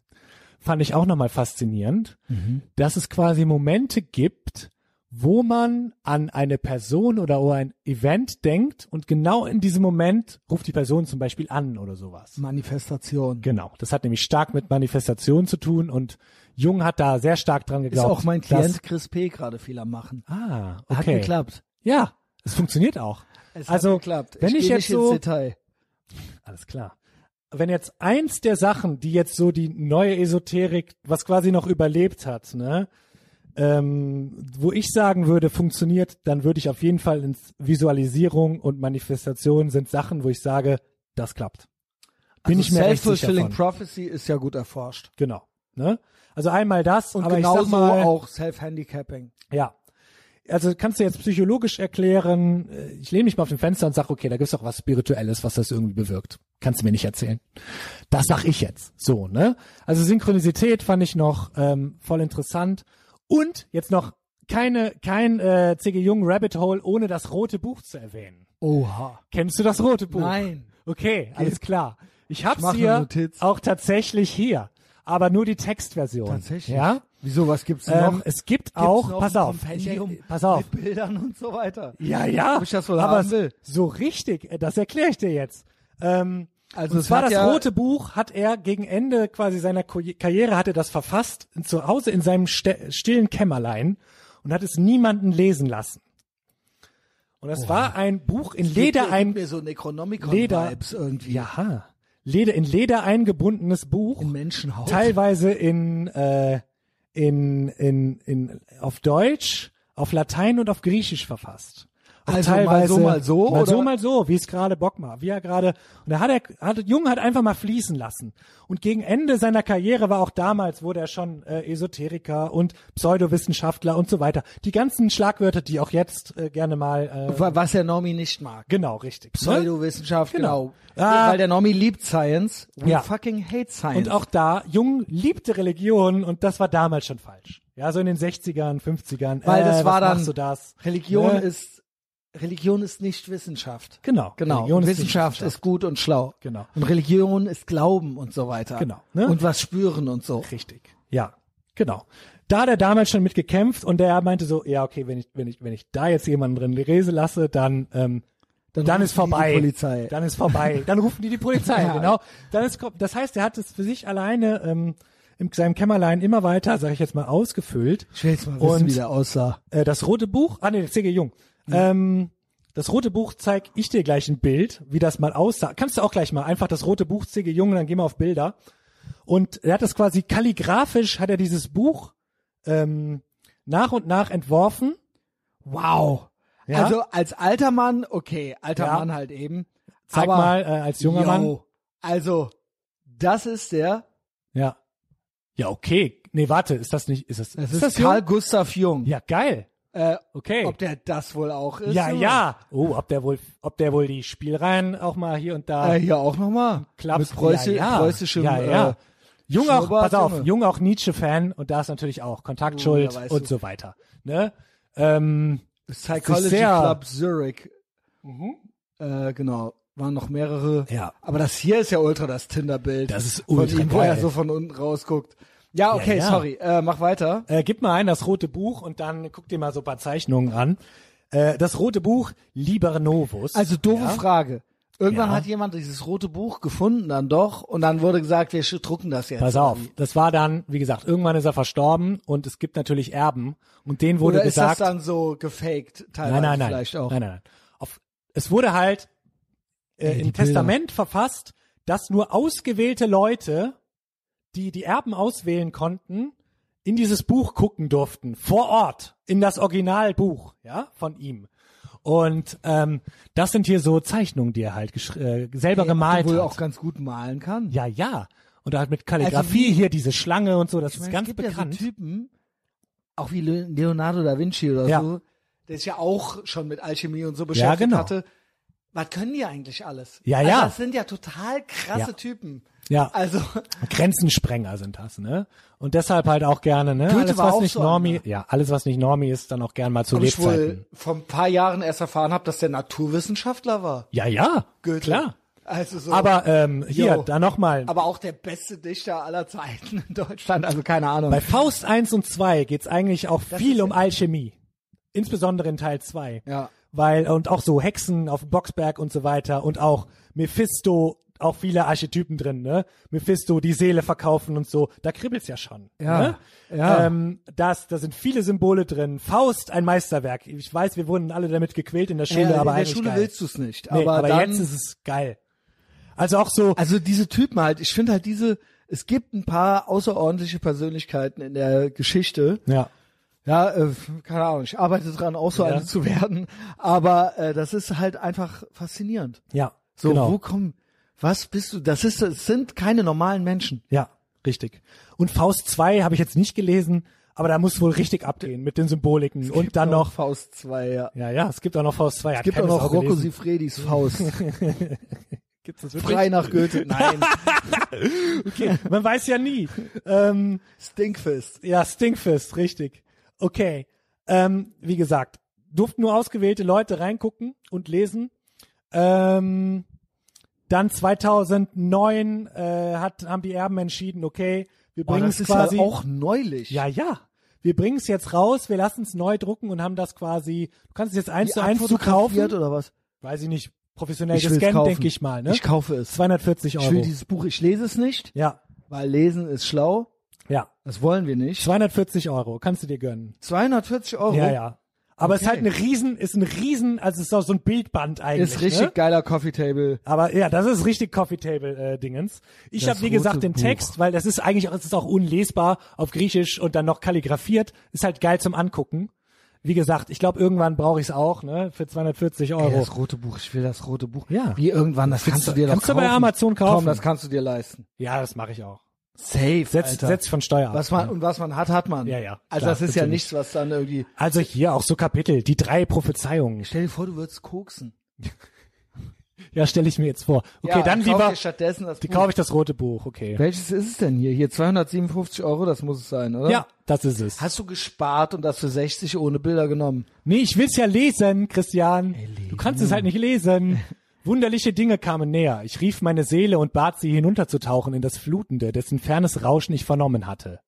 [SPEAKER 2] fand ich auch nochmal faszinierend,
[SPEAKER 1] Mhm.
[SPEAKER 2] dass es quasi Momente gibt, wo man an eine Person oder an ein Event denkt und genau in diesem Moment ruft die Person zum Beispiel an oder sowas.
[SPEAKER 1] Manifestation.
[SPEAKER 2] Genau. Das hat nämlich stark mit Manifestation zu tun und Jung hat da sehr stark dran
[SPEAKER 1] Ist
[SPEAKER 2] geglaubt.
[SPEAKER 1] auch mein Klient Chris P. gerade viel am Machen.
[SPEAKER 2] Dass, ah, okay.
[SPEAKER 1] Hat geklappt.
[SPEAKER 2] Ja, es funktioniert auch.
[SPEAKER 1] Es
[SPEAKER 2] also,
[SPEAKER 1] hat geklappt.
[SPEAKER 2] wenn
[SPEAKER 1] ich,
[SPEAKER 2] ich
[SPEAKER 1] geh
[SPEAKER 2] jetzt
[SPEAKER 1] nicht
[SPEAKER 2] so-
[SPEAKER 1] ins Detail.
[SPEAKER 2] Alles klar. Wenn jetzt eins der Sachen, die jetzt so die neue Esoterik, was quasi noch überlebt hat, ne, ähm, wo ich sagen würde, funktioniert, dann würde ich auf jeden Fall ins Visualisierung und Manifestation sind Sachen, wo ich sage, das klappt. Bin
[SPEAKER 1] also
[SPEAKER 2] ich mir echt sicher
[SPEAKER 1] Self-fulfilling
[SPEAKER 2] von.
[SPEAKER 1] Prophecy ist ja gut erforscht.
[SPEAKER 2] Genau. Ne? Also einmal das,
[SPEAKER 1] Und
[SPEAKER 2] aber ich
[SPEAKER 1] genauso
[SPEAKER 2] sag mal,
[SPEAKER 1] auch Self-Handicapping.
[SPEAKER 2] ja. Also kannst du jetzt psychologisch erklären, äh, ich lehne mich mal auf dem Fenster und sage, okay, da gibt's doch was Spirituelles, was das irgendwie bewirkt. Kannst du mir nicht erzählen. Das sag ich jetzt. So, ne? Also Synchronizität fand ich noch ähm, voll interessant. Und jetzt noch keine, kein äh, C.G. Jung Rabbit Hole, ohne das rote Buch zu erwähnen.
[SPEAKER 1] Oha.
[SPEAKER 2] Kennst du das rote Buch?
[SPEAKER 1] Nein.
[SPEAKER 2] Okay, alles klar. Ich hab's
[SPEAKER 1] mach eine
[SPEAKER 2] hier
[SPEAKER 1] Notiz.
[SPEAKER 2] auch tatsächlich hier, aber nur die Textversion.
[SPEAKER 1] Tatsächlich.
[SPEAKER 2] Ja?
[SPEAKER 1] Wieso, was gibt's denn noch?
[SPEAKER 2] Ähm, es gibt auch,
[SPEAKER 1] noch
[SPEAKER 2] pass
[SPEAKER 1] ein
[SPEAKER 2] auf,
[SPEAKER 1] Kompendium
[SPEAKER 2] ich, pass auf,
[SPEAKER 1] Mit Bildern und so weiter.
[SPEAKER 2] ja, ja.
[SPEAKER 1] Ob ich das wohl
[SPEAKER 2] aber
[SPEAKER 1] haben will?
[SPEAKER 2] s- so richtig, äh, das erkläre ich dir jetzt. Ähm,
[SPEAKER 1] Also
[SPEAKER 2] also und
[SPEAKER 1] es
[SPEAKER 2] zwar
[SPEAKER 1] hat
[SPEAKER 2] das
[SPEAKER 1] ja-
[SPEAKER 2] rote Buch hat er gegen Ende quasi seiner Ko- Karriere hat er das verfasst zu Hause in seinem ste stillen Kämmerlein und hat es niemanden lesen lassen. Und das war ein Buch in Leder ein
[SPEAKER 1] mir so
[SPEAKER 2] Leder
[SPEAKER 1] Necronomicon-Vibes irgendwie.
[SPEAKER 2] Ja, Leder in Leder eingebundenes Buch
[SPEAKER 1] In Menschenhaut.
[SPEAKER 2] teilweise in, äh, in, in, in, auf Deutsch, auf Latein und auf Griechisch verfasst. Auch
[SPEAKER 1] Also mal so, mal so,
[SPEAKER 2] Mal so,
[SPEAKER 1] oder?
[SPEAKER 2] mal so, wie es gerade Bock macht, wie er gerade, und da hat er, hat, Jung hat einfach mal fließen lassen. Und gegen Ende seiner Karriere war auch damals, wurde er schon äh, Esoteriker und Pseudowissenschaftler und so weiter. Die ganzen Schlagwörter, die auch jetzt äh, gerne mal, äh,
[SPEAKER 1] Wa- Was der Normi nicht mag.
[SPEAKER 2] genau, richtig. ne?
[SPEAKER 1] Pseudowissenschaft,
[SPEAKER 2] Genau.
[SPEAKER 1] genau.
[SPEAKER 2] Ah.
[SPEAKER 1] Weil der Normi liebt Science. We
[SPEAKER 2] Ja.
[SPEAKER 1] fucking hate Science.
[SPEAKER 2] Und auch da, Jung liebte Religion und das war damals schon falsch. Ja, so in den 60ern, 50ern.
[SPEAKER 1] Weil
[SPEAKER 2] äh,
[SPEAKER 1] das war
[SPEAKER 2] was
[SPEAKER 1] dann-
[SPEAKER 2] Machst du das?
[SPEAKER 1] Religion
[SPEAKER 2] Ne?
[SPEAKER 1] ist, Religion ist nicht Wissenschaft.
[SPEAKER 2] Genau.
[SPEAKER 1] Genau.
[SPEAKER 2] Religion
[SPEAKER 1] und
[SPEAKER 2] ist
[SPEAKER 1] Wissenschaft
[SPEAKER 2] Wissenschaft.
[SPEAKER 1] ist gut und schlau.
[SPEAKER 2] Genau.
[SPEAKER 1] Und Religion ist Glauben und so weiter.
[SPEAKER 2] Genau, ne?
[SPEAKER 1] Und was spüren und so.
[SPEAKER 2] Richtig. Ja, genau. Da hat er damals schon mit gekämpft und der meinte so, ja, okay, wenn ich, wenn ich, wenn ich da jetzt jemanden drin lese lasse, dann, ähm, dann,
[SPEAKER 1] rufen
[SPEAKER 2] ist
[SPEAKER 1] die die
[SPEAKER 2] vorbei.
[SPEAKER 1] Polizei.
[SPEAKER 2] Dann ist vorbei. Dann rufen die die Polizei,
[SPEAKER 1] Ja.
[SPEAKER 2] genau. Dann ist, das heißt, er hat es für sich alleine ähm, in seinem Kämmerlein immer weiter, sage ich jetzt mal, ausgefüllt.
[SPEAKER 1] Ich will jetzt mal wissen,
[SPEAKER 2] Und-
[SPEAKER 1] wie der aussah.
[SPEAKER 2] äh, das rote Buch, ah nee, C.G. Jung.
[SPEAKER 1] Mhm.
[SPEAKER 2] Ähm, das rote Buch zeig ich dir gleich ein Bild, wie das mal aussah. Kannst du auch gleich mal einfach das rote Buch C.G. Jung, dann gehen wir auf Bilder. Und er hat das quasi kalligrafisch, hat er dieses Buch ähm, nach und nach entworfen.
[SPEAKER 1] Wow.
[SPEAKER 2] Ja?
[SPEAKER 1] Also als alter Mann, okay, alter
[SPEAKER 2] Ja.
[SPEAKER 1] Mann halt eben.
[SPEAKER 2] Zeig
[SPEAKER 1] aber,
[SPEAKER 2] mal, äh, als junger
[SPEAKER 1] yo,
[SPEAKER 2] Mann.
[SPEAKER 1] Also, das ist der,
[SPEAKER 2] Ja. Ja, okay. Nee, warte, ist das nicht, ist das,
[SPEAKER 1] das
[SPEAKER 2] ist,
[SPEAKER 1] ist,
[SPEAKER 2] das
[SPEAKER 1] Karl
[SPEAKER 2] jung?
[SPEAKER 1] Gustav Jung.
[SPEAKER 2] Ja, geil.
[SPEAKER 1] Äh,
[SPEAKER 2] Okay.
[SPEAKER 1] Ob der das wohl auch ist?
[SPEAKER 2] ja,
[SPEAKER 1] oder?
[SPEAKER 2] ja. Oh, ob der wohl, ob der wohl die Spielreihen auch mal hier und da
[SPEAKER 1] Äh, hier auch nochmal.
[SPEAKER 2] klapst.
[SPEAKER 1] Mit preußi
[SPEAKER 2] ja, ja.
[SPEAKER 1] preußischem
[SPEAKER 2] ja, ja.
[SPEAKER 1] Äh,
[SPEAKER 2] Jung auch,
[SPEAKER 1] Schnurrbart,
[SPEAKER 2] pass auf,
[SPEAKER 1] Junge.
[SPEAKER 2] Jung auch Nietzsche-Fan und da ist natürlich auch Kontaktschuld
[SPEAKER 1] Oh, ja, weißt
[SPEAKER 2] und
[SPEAKER 1] du.
[SPEAKER 2] so weiter. Ne? Ähm,
[SPEAKER 1] äh, Psychology
[SPEAKER 2] sehr- Mhm.
[SPEAKER 1] Club Zurich. Äh, genau, waren noch mehrere.
[SPEAKER 2] Ja.
[SPEAKER 1] Aber das hier ist ja ultra das Tinder-Bild.
[SPEAKER 2] Das ist
[SPEAKER 1] Von
[SPEAKER 2] ultra
[SPEAKER 1] ihm, wo er
[SPEAKER 2] geil.
[SPEAKER 1] so von unten rausguckt. Ja, okay,
[SPEAKER 2] ja.
[SPEAKER 1] sorry. Äh, mach weiter.
[SPEAKER 2] äh, gib mal ein das rote Buch und dann guck dir mal so ein paar Zeichnungen an. Äh, das rote Buch Liber Novus.
[SPEAKER 1] Also doofe
[SPEAKER 2] ja?
[SPEAKER 1] Frage. Irgendwann
[SPEAKER 2] Ja.
[SPEAKER 1] hat jemand dieses rote Buch gefunden dann doch und dann wurde gesagt, wir sch- drucken das jetzt.
[SPEAKER 2] Pass auf, das war dann, wie gesagt, irgendwann ist er verstorben und es gibt natürlich Erben und denen wurde
[SPEAKER 1] Oder ist
[SPEAKER 2] gesagt,
[SPEAKER 1] das dann so gefaked teilweise
[SPEAKER 2] nein, nein, nein,
[SPEAKER 1] vielleicht auch?
[SPEAKER 2] nein, nein, nein. Auf, es wurde halt äh,
[SPEAKER 1] die
[SPEAKER 2] im
[SPEAKER 1] Bilder.
[SPEAKER 2] Testament verfasst, dass nur ausgewählte Leute, die die Erben auswählen konnten, in dieses Buch gucken durften, vor Ort, in das Originalbuch, ja, von ihm. Und ähm, das sind hier so Zeichnungen, die er halt gesch- äh, selber
[SPEAKER 1] Ey,
[SPEAKER 2] gemalt
[SPEAKER 1] Obwohl er
[SPEAKER 2] hat.
[SPEAKER 1] auch ganz gut malen kann.
[SPEAKER 2] Ja, ja. Und da halt mit Kalligrafie
[SPEAKER 1] Also wie-
[SPEAKER 2] hier diese Schlange und so, das
[SPEAKER 1] Ich meine,
[SPEAKER 2] ist ganz
[SPEAKER 1] es gibt
[SPEAKER 2] bekannt.
[SPEAKER 1] Ja so Typen, auch wie Le- Leonardo da Vinci oder
[SPEAKER 2] Ja.
[SPEAKER 1] so, der ist ja auch schon mit Alchemie und so beschäftigt
[SPEAKER 2] genau.
[SPEAKER 1] hatte. Was können die eigentlich alles?
[SPEAKER 2] Ja,
[SPEAKER 1] also
[SPEAKER 2] ja.
[SPEAKER 1] Das sind ja total krasse
[SPEAKER 2] Ja.
[SPEAKER 1] Typen.
[SPEAKER 2] Ja.
[SPEAKER 1] Also,
[SPEAKER 2] Grenzensprenger sind das, ne? Und deshalb halt auch gerne, ne?
[SPEAKER 1] Goethe
[SPEAKER 2] alles
[SPEAKER 1] war
[SPEAKER 2] was
[SPEAKER 1] auch
[SPEAKER 2] nicht
[SPEAKER 1] so
[SPEAKER 2] Normie,
[SPEAKER 1] einer.
[SPEAKER 2] ja, alles was nicht Normie ist, dann auch gern mal zu
[SPEAKER 1] ob ich
[SPEAKER 2] Lebzeiten.
[SPEAKER 1] wohl vor ein paar Jahren erst erfahren habe, dass der Naturwissenschaftler war.
[SPEAKER 2] Ja, ja,
[SPEAKER 1] Goethe.
[SPEAKER 2] klar.
[SPEAKER 1] Also so.
[SPEAKER 2] Aber ähm, hier,
[SPEAKER 1] Yo.
[SPEAKER 2] da nochmal.
[SPEAKER 1] aber auch der beste Dichter aller Zeiten in Deutschland. Also keine Ahnung.
[SPEAKER 2] Bei Faust 1 und 2 geht's eigentlich auch viel
[SPEAKER 1] ist-
[SPEAKER 2] um Alchemie. Insbesondere in Teil 2.
[SPEAKER 1] Ja.
[SPEAKER 2] Weil, und auch so Hexen auf dem Boxberg und so weiter und auch Mephisto, auch viele Archetypen drin, ne? Mephisto, die Seele verkaufen und so, da kribbelt's ja schon.
[SPEAKER 1] Ja,
[SPEAKER 2] Ne?
[SPEAKER 1] ja.
[SPEAKER 2] Ähm, das, da sind viele Symbole drin. Faust, ein Meisterwerk. Ich weiß, wir wurden alle damit gequält in der Schule,
[SPEAKER 1] ja,
[SPEAKER 2] aber
[SPEAKER 1] Äh, in der
[SPEAKER 2] eigentlich
[SPEAKER 1] Schule
[SPEAKER 2] geil.
[SPEAKER 1] willst du es nicht.
[SPEAKER 2] nee,
[SPEAKER 1] aber
[SPEAKER 2] aber
[SPEAKER 1] dann,
[SPEAKER 2] jetzt ist es geil. Also auch so,
[SPEAKER 1] Also diese Typen halt, ich finde halt diese, es gibt ein paar außerordentliche Persönlichkeiten in der Geschichte.
[SPEAKER 2] ja.
[SPEAKER 1] Ja, äh, keine Ahnung, ich arbeite dran, auch so
[SPEAKER 2] Ja.
[SPEAKER 1] eine zu werden. Aber äh, das ist halt einfach faszinierend.
[SPEAKER 2] Ja.
[SPEAKER 1] So,
[SPEAKER 2] genau.
[SPEAKER 1] wo kommen, was bist du? Das ist, es sind keine normalen Menschen.
[SPEAKER 2] Ja, richtig. Und Faust 2 habe ich jetzt nicht gelesen, aber da muss wohl richtig abgehen mit den Symboliken. Und dann noch,
[SPEAKER 1] Faust 2, ja.
[SPEAKER 2] ja, ja, es gibt auch noch Faust 2.
[SPEAKER 1] Es gibt auch noch Rocco Sifredis Faust.
[SPEAKER 2] Gibt's das
[SPEAKER 1] Frei
[SPEAKER 2] wirklich?
[SPEAKER 1] nach Goethe. Nein,
[SPEAKER 2] Okay, man weiß ja nie. ähm,
[SPEAKER 1] Stinkfist.
[SPEAKER 2] ja, Stinkfist, richtig. Okay, ähm, wie gesagt, durften nur ausgewählte Leute reingucken und lesen. Ähm, dann 2009 äh, hat, haben die Erben entschieden, okay, wir
[SPEAKER 1] Oh,
[SPEAKER 2] bringen
[SPEAKER 1] das
[SPEAKER 2] es
[SPEAKER 1] ist
[SPEAKER 2] quasi
[SPEAKER 1] ja auch neulich.
[SPEAKER 2] Ja, ja. Wir bringen es jetzt raus, wir lassen es neu drucken und haben das quasi, du kannst es jetzt eins
[SPEAKER 1] Wie
[SPEAKER 2] zu eins zu
[SPEAKER 1] abfotografiert
[SPEAKER 2] kaufen.
[SPEAKER 1] oder was?
[SPEAKER 2] Weiß ich nicht, professionell
[SPEAKER 1] will's
[SPEAKER 2] gescannt,
[SPEAKER 1] kaufen.
[SPEAKER 2] denke ich mal, ne?
[SPEAKER 1] Ich kaufe es.
[SPEAKER 2] 240
[SPEAKER 1] Ich will
[SPEAKER 2] Euro.
[SPEAKER 1] dieses Buch, ich lese es nicht,
[SPEAKER 2] Ja,
[SPEAKER 1] weil lesen ist schlau.
[SPEAKER 2] ja.
[SPEAKER 1] Das wollen wir nicht.
[SPEAKER 2] 240 Euro, kannst du dir gönnen.
[SPEAKER 1] 240 Euro
[SPEAKER 2] Ja, ja. Aber es ist
[SPEAKER 1] Okay.
[SPEAKER 2] halt eine Riesen, ist ein Riesen, also es ist auch so ein Bildband eigentlich.
[SPEAKER 1] ist richtig
[SPEAKER 2] Ne?
[SPEAKER 1] geiler Coffee Table.
[SPEAKER 2] Aber ja, das ist richtig Coffee Table äh, Dingens. Ich
[SPEAKER 1] Das
[SPEAKER 2] habe wie
[SPEAKER 1] rote
[SPEAKER 2] gesagt den
[SPEAKER 1] Buch.
[SPEAKER 2] Text, weil das ist eigentlich auch, es ist auch unlesbar auf Griechisch und dann noch kalligrafiert. Ist halt geil zum Angucken. Wie gesagt, ich glaube irgendwann brauche ich es auch, ne? Für 240 Euro.
[SPEAKER 1] Ey, das rote Buch, ich will das rote Buch.
[SPEAKER 2] Ja.
[SPEAKER 1] Wie irgendwann, das kannst du dir
[SPEAKER 2] kannst
[SPEAKER 1] doch
[SPEAKER 2] du bei
[SPEAKER 1] kaufen.
[SPEAKER 2] Amazon kaufen.
[SPEAKER 1] Tom, das kannst du dir leisten.
[SPEAKER 2] Ja, das mache ich auch.
[SPEAKER 1] Safe,
[SPEAKER 2] Setz,
[SPEAKER 1] Alter.
[SPEAKER 2] setz von Steuer ab.
[SPEAKER 1] was man, und was man hat, hat man.
[SPEAKER 2] Ja, ja,
[SPEAKER 1] Also
[SPEAKER 2] klar,
[SPEAKER 1] das ist ja
[SPEAKER 2] natürlich.
[SPEAKER 1] nichts, was dann irgendwie...
[SPEAKER 2] also hier auch so Kapitel, die drei Prophezeiungen.
[SPEAKER 1] Stell dir vor, du würdest koksen.
[SPEAKER 2] Ja, stelle ich mir jetzt vor. Okay,
[SPEAKER 1] ja,
[SPEAKER 2] dann
[SPEAKER 1] kauf
[SPEAKER 2] lieber,
[SPEAKER 1] Dir stattdessen das
[SPEAKER 2] die
[SPEAKER 1] Buch.
[SPEAKER 2] kaufe ich das rote Buch, okay.
[SPEAKER 1] Welches ist es denn hier? Hier 257 Euro, das muss es sein, oder?
[SPEAKER 2] Ja, das ist es.
[SPEAKER 1] Hast du gespart und das für 60 ohne Bilder genommen?
[SPEAKER 2] Nee, ich will's ja lesen, Christian.
[SPEAKER 1] lesen.
[SPEAKER 2] Du kannst es halt nicht lesen. Wunderliche Dinge kamen näher. Ich rief meine Seele und bat sie hinunterzutauchen in das Flutende, dessen fernes Rauschen ich vernommen hatte.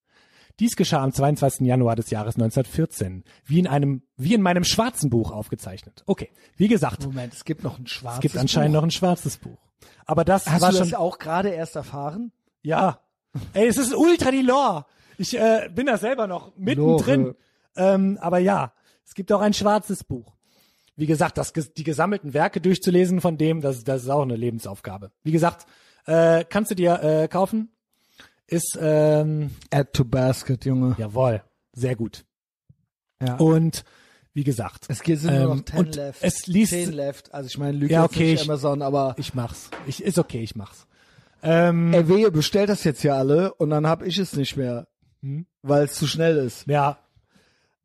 [SPEAKER 2] Dies geschah am 22. Januar des Jahres 1914, wie in einem, wie in meinem schwarzen Buch aufgezeichnet. Okay, wie gesagt,
[SPEAKER 1] Moment, es gibt noch ein schwarzes
[SPEAKER 2] es gibt anscheinend
[SPEAKER 1] Buch.
[SPEAKER 2] noch ein schwarzes Buch. Aber das
[SPEAKER 1] Hast
[SPEAKER 2] war
[SPEAKER 1] du
[SPEAKER 2] schon,
[SPEAKER 1] das auch gerade erst erfahren?
[SPEAKER 2] ja. Ey, es ist ultra die Lore. Ich äh, bin da selber noch mittendrin.
[SPEAKER 1] Lore.
[SPEAKER 2] Ähm, aber ja, es gibt auch ein schwarzes Buch. Wie gesagt, das, ges- die gesammelten Werke durchzulesen von dem, das, das ist auch eine Lebensaufgabe. Wie gesagt, äh, kannst du dir äh, kaufen? Ist, ähm,
[SPEAKER 1] Add to basket, Junge.
[SPEAKER 2] jawohl, sehr gut.
[SPEAKER 1] Ja.
[SPEAKER 2] Und Wie gesagt.
[SPEAKER 1] Es geht sind nur
[SPEAKER 2] Ähm,
[SPEAKER 1] noch 10
[SPEAKER 2] und
[SPEAKER 1] left.
[SPEAKER 2] Es liest,
[SPEAKER 1] 10 left. Also ich meine, lüge
[SPEAKER 2] Ja,
[SPEAKER 1] jetzt
[SPEAKER 2] okay,
[SPEAKER 1] nicht
[SPEAKER 2] ich-
[SPEAKER 1] Amazon, aber
[SPEAKER 2] ich mach's. Ich, ist okay, ich mach's. Mhm.
[SPEAKER 1] ey, wehe, bestellt das jetzt hier alle und dann hab ich es nicht mehr,
[SPEAKER 2] Mhm.
[SPEAKER 1] weil es zu schnell ist.
[SPEAKER 2] Ja.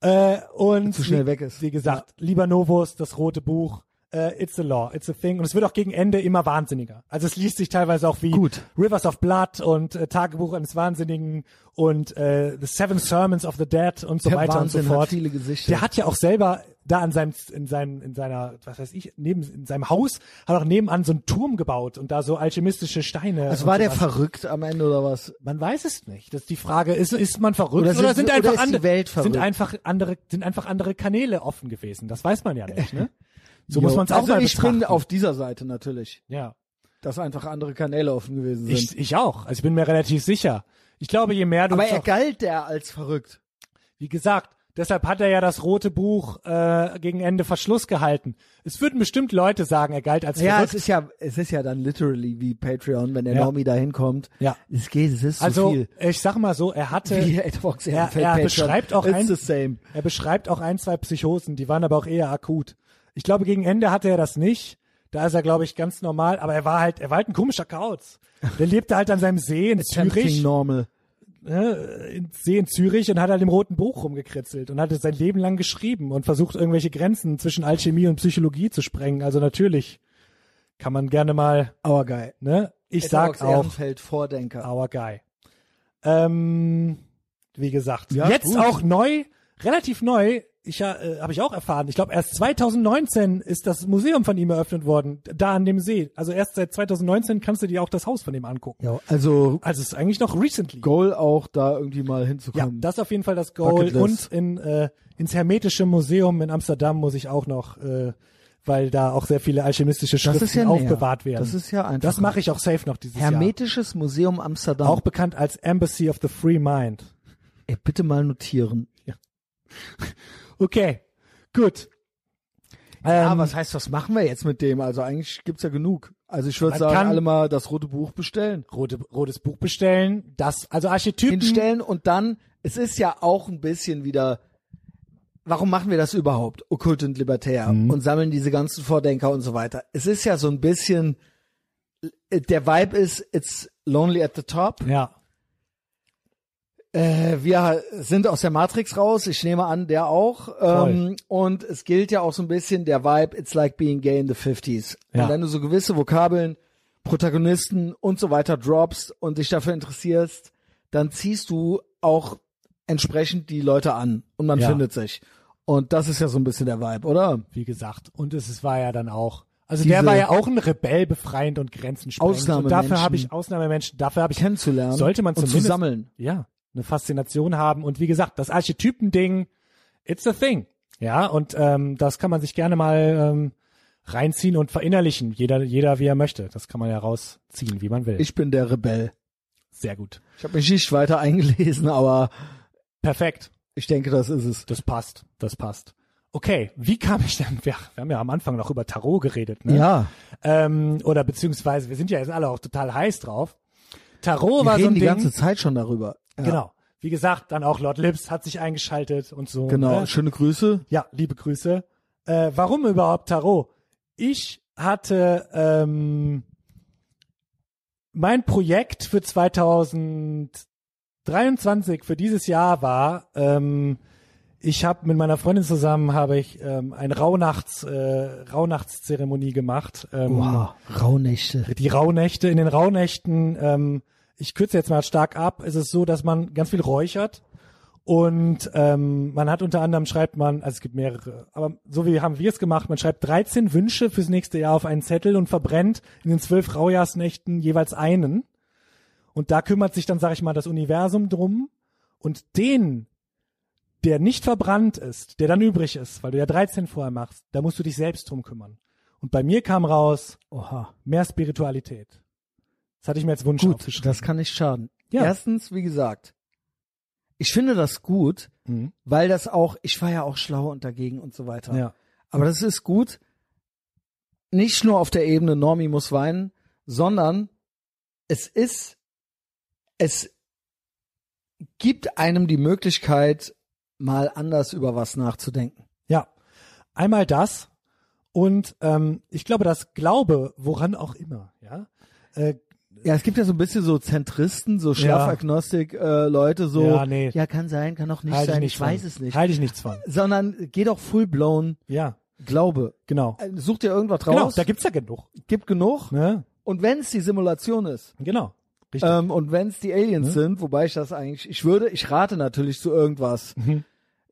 [SPEAKER 2] Äh, und
[SPEAKER 1] Zu schnell weg ist.
[SPEAKER 2] Wie gesagt, lieber Novus, das rote Buch, äh, It's a Law, It's a Thing. Und es wird auch gegen Ende immer wahnsinniger. Also es liest sich teilweise auch wie
[SPEAKER 1] Gut.
[SPEAKER 2] Rivers of Blood und äh, Tagebuch eines Wahnsinnigen und äh, The Seven Sermons of the Dead und so
[SPEAKER 1] Der
[SPEAKER 2] weiter
[SPEAKER 1] Wahnsinn
[SPEAKER 2] und so fort.
[SPEAKER 1] hat viele Gesichter.
[SPEAKER 2] Der hat ja auch selber da an seinem, in seinem, in seiner, was weiß ich, neben in seinem Haus hat auch nebenan so einen Turm gebaut und da so alchemistische Steine.
[SPEAKER 1] Also
[SPEAKER 2] und
[SPEAKER 1] war der
[SPEAKER 2] sowas.
[SPEAKER 1] verrückt am Ende oder was?
[SPEAKER 2] Man weiß es nicht. Das ist die Frage, ist, ist man verrückt
[SPEAKER 1] Oder
[SPEAKER 2] oder
[SPEAKER 1] sind-
[SPEAKER 2] sind,
[SPEAKER 1] oder
[SPEAKER 2] einfach
[SPEAKER 1] ist die
[SPEAKER 2] andere
[SPEAKER 1] Welt
[SPEAKER 2] sind
[SPEAKER 1] verrückt?
[SPEAKER 2] einfach andere sind einfach andere Kanäle offen gewesen. Das weiß man ja nicht, ne? So
[SPEAKER 1] Jo.
[SPEAKER 2] muss man es auch
[SPEAKER 1] also
[SPEAKER 2] mal
[SPEAKER 1] ich
[SPEAKER 2] betrachten.
[SPEAKER 1] bin auf dieser Seite natürlich,
[SPEAKER 2] ja.
[SPEAKER 1] dass einfach andere Kanäle offen gewesen sind.
[SPEAKER 2] Ich, ich auch. Also ich bin mir relativ sicher. Ich glaube, je mehr du
[SPEAKER 1] aber
[SPEAKER 2] es
[SPEAKER 1] er
[SPEAKER 2] auch-
[SPEAKER 1] galt der als verrückt.
[SPEAKER 2] wie gesagt, deshalb hat er ja das rote Buch äh, gegen Ende Verschluss gehalten. Es würden bestimmt Leute sagen, er galt als
[SPEAKER 1] Ja, es
[SPEAKER 2] verrückt.
[SPEAKER 1] ist ja, es ist ja dann literally wie Patreon, wenn der
[SPEAKER 2] Ja.
[SPEAKER 1] Normie da hinkommt.
[SPEAKER 2] Ja.
[SPEAKER 1] Es geht, es ist
[SPEAKER 2] also
[SPEAKER 1] zu viel.
[SPEAKER 2] ich sag mal so, er hatte
[SPEAKER 1] Wie Adbox
[SPEAKER 2] er, er beschreibt auch
[SPEAKER 1] It's
[SPEAKER 2] ein,
[SPEAKER 1] the same.
[SPEAKER 2] Er beschreibt auch ein, zwei Psychosen, die waren aber auch eher akut. Ich glaube, gegen Ende hatte er das nicht. Da ist er, glaube ich, ganz normal, aber er war halt, er war halt ein komischer Kauz. Der lebte halt an seinem See in
[SPEAKER 1] Tempting
[SPEAKER 2] Zürich,
[SPEAKER 1] normal.
[SPEAKER 2] äh, in See in Zürich und hat halt im roten Buch rumgekritzelt und hatte sein Leben lang geschrieben und versucht, irgendwelche Grenzen zwischen Alchemie und Psychologie zu sprengen. Also natürlich kann man gerne mal,
[SPEAKER 1] Aber geil.
[SPEAKER 2] ne? Ich
[SPEAKER 1] Adbox
[SPEAKER 2] sag auch,
[SPEAKER 1] Ehrenfeld Vordenker.
[SPEAKER 2] our guy. Ähm, wie gesagt,
[SPEAKER 1] Ja,
[SPEAKER 2] jetzt
[SPEAKER 1] gut.
[SPEAKER 2] auch neu, relativ neu. Ich äh, habe ich auch erfahren. Ich glaube, erst 2019 ist das Museum von ihm eröffnet worden, da an dem See. Also erst seit 2019 kannst du dir auch das Haus von ihm angucken.
[SPEAKER 1] Ja, also
[SPEAKER 2] Also es ist eigentlich noch recently.
[SPEAKER 1] Goal auch da irgendwie mal
[SPEAKER 2] Ja,
[SPEAKER 1] hinzukommen.
[SPEAKER 2] das ist auf jeden Fall das Goal. Und
[SPEAKER 1] Bucketlist.
[SPEAKER 2] in, äh, ins Hermetische Museum in Amsterdam muss ich auch noch, äh, weil da auch sehr viele alchemistische Schriften
[SPEAKER 1] ist ja näher.
[SPEAKER 2] aufbewahrt werden.
[SPEAKER 1] Das ist ja einfach.
[SPEAKER 2] Das mache ich auch safe noch dieses Jahr.
[SPEAKER 1] Hermetisches Museum Amsterdam.
[SPEAKER 2] Auch bekannt als Embassy of the Free Mind.
[SPEAKER 1] Ey, bitte mal notieren.
[SPEAKER 2] Okay, gut.
[SPEAKER 1] Ja,
[SPEAKER 2] Ähm,
[SPEAKER 1] was heißt, was machen wir jetzt mit dem? Also eigentlich gibt's ja genug. Also ich würde
[SPEAKER 2] Man
[SPEAKER 1] sagen,
[SPEAKER 2] kann-
[SPEAKER 1] alle mal das rote Buch bestellen.
[SPEAKER 2] rote, rotes Buch bestellen, das, also Archetypen.
[SPEAKER 1] Hinstellen und dann, es ist ja auch ein bisschen wieder, warum machen wir das überhaupt? Okkult und libertär und sammeln diese ganzen Vordenker und so weiter. Es ist ja so ein bisschen, äh, der Vibe ist, it's lonely at the top.
[SPEAKER 2] Ja,
[SPEAKER 1] Äh, wir sind aus der Matrix raus, ich nehme an, der auch. Ähm, und es gilt ja auch so ein bisschen der Vibe, it's like being gay in the 50s.
[SPEAKER 2] Ja.
[SPEAKER 1] Und wenn du so gewisse Vokabeln, Protagonisten und so weiter droppst und dich dafür interessierst, dann ziehst du auch entsprechend die Leute an und man
[SPEAKER 2] Ja.
[SPEAKER 1] findet sich. Und das ist ja so ein bisschen der Vibe, oder?
[SPEAKER 2] wie gesagt. Und es, es war ja dann auch. Also
[SPEAKER 1] Diese-
[SPEAKER 2] der war ja auch ein Rebell befreiend und grenzensprengend. Und dafür
[SPEAKER 1] Ausnahmemenschen.
[SPEAKER 2] habe ich Ausnahmemenschen, dafür habe ich
[SPEAKER 1] Kennenzulernen
[SPEAKER 2] Sollte man
[SPEAKER 1] und zu
[SPEAKER 2] zumindest-
[SPEAKER 1] sammeln.
[SPEAKER 2] ja, eine Faszination haben. Und wie gesagt, das Archetypen-Ding, it's a thing. Ja, und ähm, das kann man sich gerne mal ähm, reinziehen und verinnerlichen. Jeder, jeder wie er möchte. Das kann man ja rausziehen, wie man will.
[SPEAKER 1] Ich bin der Rebell.
[SPEAKER 2] Sehr gut.
[SPEAKER 1] Ich habe mich nicht weiter eingelesen, aber
[SPEAKER 2] Perfekt.
[SPEAKER 1] ich denke, das ist es.
[SPEAKER 2] Das passt, das passt. Okay, wie kam ich denn? Wir, wir haben ja am Anfang noch über Tarot geredet, ne?
[SPEAKER 1] Ja.
[SPEAKER 2] Ähm, oder beziehungsweise, wir sind ja jetzt alle auch total heiß drauf. Tarot
[SPEAKER 1] Wir
[SPEAKER 2] war so
[SPEAKER 1] reden
[SPEAKER 2] ein
[SPEAKER 1] die
[SPEAKER 2] Ding.
[SPEAKER 1] ganze Zeit schon darüber. Ja.
[SPEAKER 2] Genau. Wie gesagt, dann auch Lord Lips hat sich eingeschaltet und so.
[SPEAKER 1] Genau,
[SPEAKER 2] Ne?
[SPEAKER 1] schöne Grüße.
[SPEAKER 2] Ja, liebe Grüße. Äh, warum überhaupt Tarot? Ich hatte ähm, mein Projekt für 2023, für dieses Jahr war, ähm, ich habe mit meiner Freundin zusammen habe ich ähm, eine Rauhnachts, äh, Rauhnachtszeremonie gemacht. Ähm,
[SPEAKER 1] Wow, Rauhnächte.
[SPEAKER 2] die Rauhnächte. In den Rauhnächten, ähm, ich kürze jetzt mal stark ab, ist es so, dass man ganz viel räuchert und ähm, man hat unter anderem schreibt man, also es gibt mehrere, aber so wie haben wir es gemacht, man schreibt 13 Wünsche fürs nächste Jahr auf einen Zettel und verbrennt in den zwölf Rauhjahrsnächten jeweils einen. Und da kümmert sich dann, sag ich mal, das Universum drum und den der nicht verbrannt ist, der dann übrig ist, weil du ja 13 vorher machst, da musst du dich selbst drum kümmern. Und bei mir kam raus,
[SPEAKER 1] Oha.
[SPEAKER 2] mehr Spiritualität. Das hatte ich mir als Wunsch
[SPEAKER 1] Gut,
[SPEAKER 2] aufgeschrieben.
[SPEAKER 1] das kann nicht schaden.
[SPEAKER 2] Ja.
[SPEAKER 1] Erstens, wie gesagt, ich finde das gut,
[SPEAKER 2] Mhm.
[SPEAKER 1] weil das auch, ich war ja auch schlau und dagegen und so weiter.
[SPEAKER 2] ja.
[SPEAKER 1] Aber das ist gut, nicht nur auf der Ebene Normi muss weinen, sondern es ist, es gibt einem die Möglichkeit, mal anders über was nachzudenken.
[SPEAKER 2] ja. einmal das und ähm, ich glaube, das Glaube, woran auch immer, ja. Äh,
[SPEAKER 1] Ja, es gibt ja so ein bisschen so Zentristen, so Schärfagnostik-Leute, so,
[SPEAKER 2] Ja, nee.
[SPEAKER 1] kann sein, kann auch nicht
[SPEAKER 2] halte
[SPEAKER 1] sein,
[SPEAKER 2] ich nicht
[SPEAKER 1] ich
[SPEAKER 2] von. Halt-
[SPEAKER 1] weiß es nicht.
[SPEAKER 2] Halte ich nichts von.
[SPEAKER 1] Sondern geh doch full-blown
[SPEAKER 2] Ja,
[SPEAKER 1] Glaube.
[SPEAKER 2] genau.
[SPEAKER 1] Äh, Such dir irgendwas
[SPEAKER 2] Genau,
[SPEAKER 1] raus,
[SPEAKER 2] da gibt's ja genug.
[SPEAKER 1] gib genug
[SPEAKER 2] Ne?
[SPEAKER 1] und wenn es die Simulation ist,
[SPEAKER 2] Genau. Richtig. Ne.
[SPEAKER 1] ähm, und wenn es die Aliens sind, wobei ich das eigentlich, ich würde, ich rate natürlich zu irgendwas.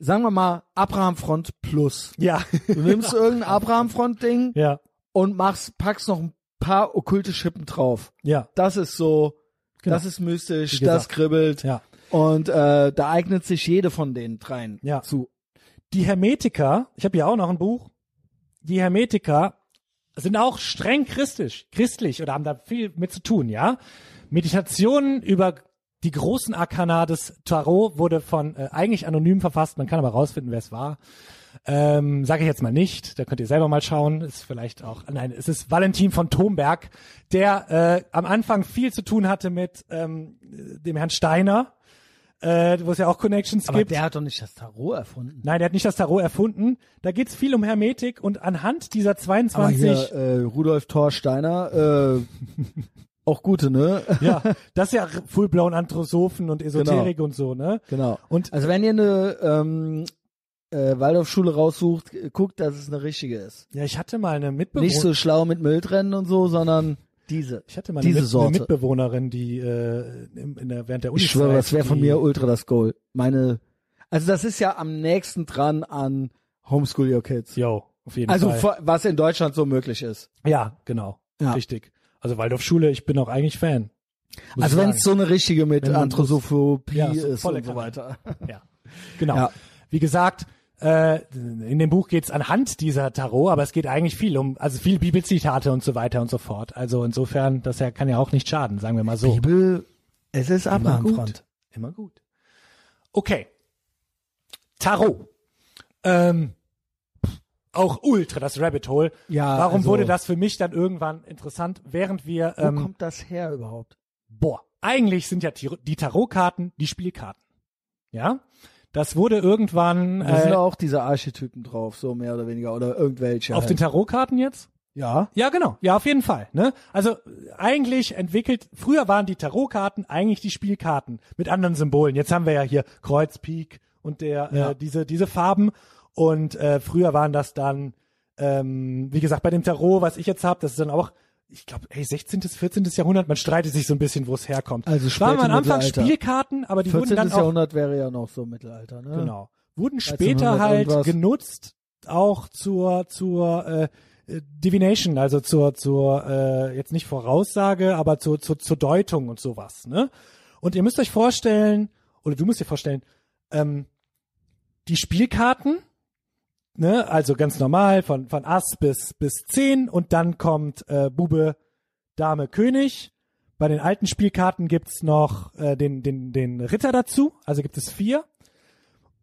[SPEAKER 1] Sagen wir mal Abraham Front Plus.
[SPEAKER 2] Mhm. ja.
[SPEAKER 1] Du nimmst irgendein Abraham Front Ding
[SPEAKER 2] ja.
[SPEAKER 1] und machst, packst noch ein paar okkulte Schippen drauf.
[SPEAKER 2] Ja.
[SPEAKER 1] Das ist so,
[SPEAKER 2] Genau.
[SPEAKER 1] das ist mystisch,
[SPEAKER 2] Wie gesagt.
[SPEAKER 1] das kribbelt.
[SPEAKER 2] Ja.
[SPEAKER 1] Und äh, da eignet sich jede von den dreien
[SPEAKER 2] Ja.
[SPEAKER 1] zu.
[SPEAKER 2] Die Hermetiker, ich habe ja auch noch ein Buch. Die Hermetiker sind auch streng christlich, christlich oder haben da viel mit zu tun, ja? Meditationen über die großen Arkana des Tarot wurde von äh, eigentlich anonym verfasst, man kann aber rausfinden, wer es war. Ähm, Sage ich jetzt mal nicht, da könnt ihr selber mal schauen. Ist vielleicht auch, nein, es ist Valentin von Thomberg, der äh, am Anfang viel zu tun hatte mit ähm, dem Herrn Steiner, äh, wo es ja auch Connections gibt.
[SPEAKER 1] hat doch nicht das Tarot erfunden.
[SPEAKER 2] Nein, der hat nicht das Tarot erfunden. Da geht's viel um Hermetik und anhand dieser
[SPEAKER 1] Aber
[SPEAKER 2] 22,
[SPEAKER 1] hier, äh, Rudolf Thorsteiner, äh, auch gute, ne?
[SPEAKER 2] ja, das ist ja fullblown Anthroposophen und Esoterik und so, ne?
[SPEAKER 1] Genau.
[SPEAKER 2] Und-
[SPEAKER 1] also wenn ihr eine ähm, äh, Waldorfschule raussucht, äh, guckt, dass es eine richtige ist.
[SPEAKER 2] Ja, ich hatte mal eine Mitbewohnerin.
[SPEAKER 1] Nicht so schlau mit Müll trennen und so, sondern diese.
[SPEAKER 2] ich hatte mal eine,
[SPEAKER 1] diese
[SPEAKER 2] Mit eine
[SPEAKER 1] Sorte.
[SPEAKER 2] Mitbewohnerin, die äh, in, in der, während der Uni
[SPEAKER 1] ich schwöre, das wäre von mir ultra das Goal. Meine, also das ist ja am nächsten dran an Homeschool Your Kids.
[SPEAKER 2] Yo, auf jeden
[SPEAKER 1] also
[SPEAKER 2] Fall.
[SPEAKER 1] vo- was in Deutschland so möglich ist.
[SPEAKER 2] ja, genau,
[SPEAKER 1] Ja.
[SPEAKER 2] richtig. Also Waldorfschule, ich bin auch eigentlich Fan. muss
[SPEAKER 1] also
[SPEAKER 2] ich
[SPEAKER 1] wenn
[SPEAKER 2] sagen.
[SPEAKER 1] es so eine richtige mit
[SPEAKER 2] Wenn man
[SPEAKER 1] Anthroposophie
[SPEAKER 2] Ja, so
[SPEAKER 1] ist
[SPEAKER 2] volle
[SPEAKER 1] und so
[SPEAKER 2] Kanne.
[SPEAKER 1] weiter.
[SPEAKER 2] Ja, genau.
[SPEAKER 1] Ja.
[SPEAKER 2] Wie gesagt, äh, in dem Buch geht's anhand dieser Tarot, aber es geht eigentlich viel um, also viel Bibelzitate und so weiter und so fort. Also insofern, das ja, kann ja auch nicht schaden, sagen wir mal so.
[SPEAKER 1] Bibel, es ist
[SPEAKER 2] Immer gut.
[SPEAKER 1] Abraham-Front.
[SPEAKER 2] Immer gut. Okay. Tarot. Ähm, auch ultra das Rabbit Hole.
[SPEAKER 1] Ja,
[SPEAKER 2] Warum
[SPEAKER 1] also-
[SPEAKER 2] wurde das für mich dann irgendwann interessant, während wir
[SPEAKER 1] Wo
[SPEAKER 2] ähm,
[SPEAKER 1] kommt das her überhaupt?
[SPEAKER 2] boah, eigentlich sind ja die die Tarotkarten die Spielkarten. Ja? Das wurde irgendwann
[SPEAKER 1] Da sind
[SPEAKER 2] äh,
[SPEAKER 1] auch diese Archetypen drauf, so mehr oder weniger, oder irgendwelche.
[SPEAKER 2] auf den
[SPEAKER 1] halt.
[SPEAKER 2] Tarotkarten jetzt?
[SPEAKER 1] Ja.
[SPEAKER 2] Ja, genau. Ja, auf jeden Fall. Ne? Also äh, eigentlich entwickelt, früher waren die Tarotkarten eigentlich die Spielkarten mit anderen Symbolen. Jetzt haben wir ja hier Kreuz, Pik und der,
[SPEAKER 1] Ja.
[SPEAKER 2] äh, diese, diese Farben. Und äh, früher waren das dann, ähm, wie gesagt, bei dem Tarot, was ich jetzt habe, das ist dann auch, ich glaube, ey, 16., 14. Jahrhundert, man streitet sich so ein bisschen, wo es herkommt.
[SPEAKER 1] Also
[SPEAKER 2] waren
[SPEAKER 1] späte
[SPEAKER 2] am Anfang
[SPEAKER 1] Mittelalter.
[SPEAKER 2] Spielkarten, aber die wurden
[SPEAKER 1] 14.
[SPEAKER 2] dann auch
[SPEAKER 1] Jahrhundert wäre ja noch so Mittelalter, ne?
[SPEAKER 2] Genau. Wurden später
[SPEAKER 1] 1300
[SPEAKER 2] halt
[SPEAKER 1] irgendwas.
[SPEAKER 2] genutzt auch zur zur äh, äh, Divination, also zur zur äh, jetzt nicht Voraussage, aber zur zur, zur Deutung und sowas. Ne? Und ihr müsst euch vorstellen oder du musst dir vorstellen, ähm, die Spielkarten, ne, also ganz normal von von Ass bis bis zehn und dann kommt äh, Bube, Dame, König. Bei den alten Spielkarten gibt's noch äh, den, den, den Ritter dazu, also gibt es vier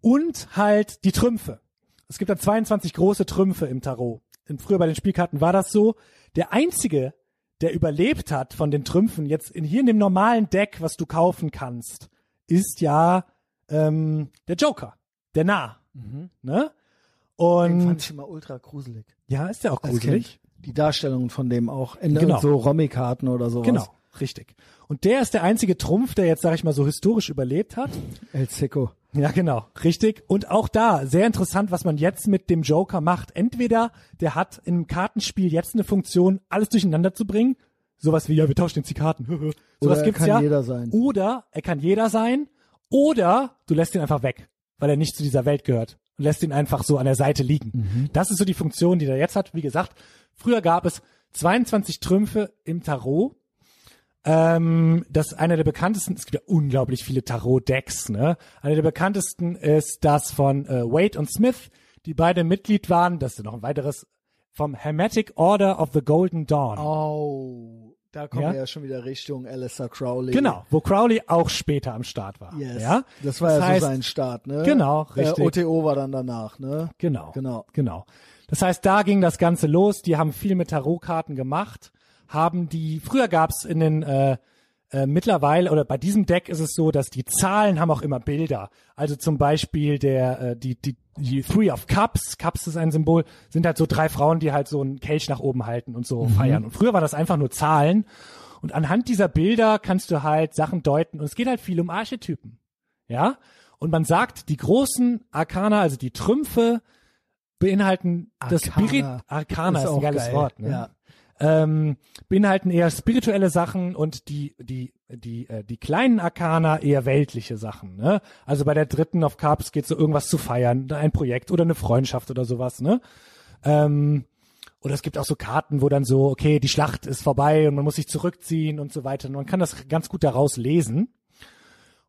[SPEAKER 2] und halt die Trümpfe. Es gibt dann 22 große Trümpfe im Tarot. Und früher bei den Spielkarten war das so. Der einzige, der überlebt hat von den Trümpfen, jetzt in, hier in dem normalen Deck, was du kaufen kannst, ist ja ähm, der Joker, der Nah. Ne?
[SPEAKER 1] Mhm. Den fand
[SPEAKER 2] Und
[SPEAKER 1] ich immer ultra gruselig.
[SPEAKER 2] ja, ist ja auch
[SPEAKER 1] als
[SPEAKER 2] gruselig.
[SPEAKER 1] Kind. Die Darstellungen von dem auch. In
[SPEAKER 2] Genau.
[SPEAKER 1] genau. so Romikarten oder sowas.
[SPEAKER 2] Genau, richtig. Und der ist der einzige Trumpf, der jetzt, sag ich mal, so historisch überlebt hat.
[SPEAKER 1] El Seco.
[SPEAKER 2] Ja, genau, richtig. Und auch da, sehr interessant, was man jetzt mit dem Joker macht. Entweder der hat im Kartenspiel jetzt eine Funktion, alles durcheinander zu bringen. Sowas wie, ja, wir tauschen jetzt die Karten.
[SPEAKER 1] Oder
[SPEAKER 2] Sowas
[SPEAKER 1] er
[SPEAKER 2] gibt's
[SPEAKER 1] kann
[SPEAKER 2] ja.
[SPEAKER 1] jeder sein.
[SPEAKER 2] Oder er kann jeder sein. Oder du lässt ihn einfach weg, weil er nicht zu dieser Welt gehört. Und lässt ihn einfach so an der Seite liegen.
[SPEAKER 1] Mhm.
[SPEAKER 2] Das ist so die Funktion, die er jetzt hat. Wie gesagt, früher gab es 22 Trümpfe im Tarot. Ähm, das ist einer der bekanntesten, es gibt ja unglaublich viele Tarot-Decks, ne? Einer der bekanntesten ist das von äh, Wade und Smith, die beide Mitglied waren, das ist noch ein weiteres, vom Hermetic Order of the Golden Dawn.
[SPEAKER 1] Oh, da kommen
[SPEAKER 2] Ja?
[SPEAKER 1] wir ja schon wieder Richtung Alistair Crowley.
[SPEAKER 2] Genau, wo Crowley auch später am Start war.
[SPEAKER 1] Yes.
[SPEAKER 2] Ja?
[SPEAKER 1] Das war ja
[SPEAKER 2] heißt,
[SPEAKER 1] so sein Start, ne?
[SPEAKER 2] Genau,
[SPEAKER 1] Äh,
[SPEAKER 2] richtig.
[SPEAKER 1] OTO war dann danach, ne?
[SPEAKER 2] Genau.
[SPEAKER 1] Genau.
[SPEAKER 2] Genau. Das heißt, da ging das Ganze los. Die haben viel mit Tarotkarten gemacht, haben die, früher gab's in den äh, äh, mittlerweile oder bei diesem Deck ist es so, dass die Zahlen haben auch immer Bilder. Also zum Beispiel der äh, die die die Three of Cups, Cups ist ein Symbol, sind halt so drei Frauen, die halt so einen Kelch nach oben halten und so feiern. Und früher war das einfach nur Zahlen. Und anhand dieser Bilder kannst du halt Sachen deuten. Und es geht halt viel um Archetypen. Ja? Und man sagt, die großen Arkana, also die Trümpfe, beinhalten das
[SPEAKER 1] Arkana.
[SPEAKER 2] Spirit. Arkana ist,
[SPEAKER 1] Ist
[SPEAKER 2] ein
[SPEAKER 1] auch
[SPEAKER 2] geiles
[SPEAKER 1] geil,
[SPEAKER 2] Wort. Ne?
[SPEAKER 1] ja.
[SPEAKER 2] Ähm, beinhalten eher spirituelle Sachen und die, die, die, äh, die kleinen Arkana eher weltliche Sachen. Ne? Also bei der dritten of Cups geht so irgendwas zu feiern, ein Projekt oder eine Freundschaft oder sowas. Ne? Ähm, oder es gibt auch so Karten, wo dann so, okay, die Schlacht ist vorbei und man muss sich zurückziehen und so weiter. Und man kann das ganz gut daraus lesen.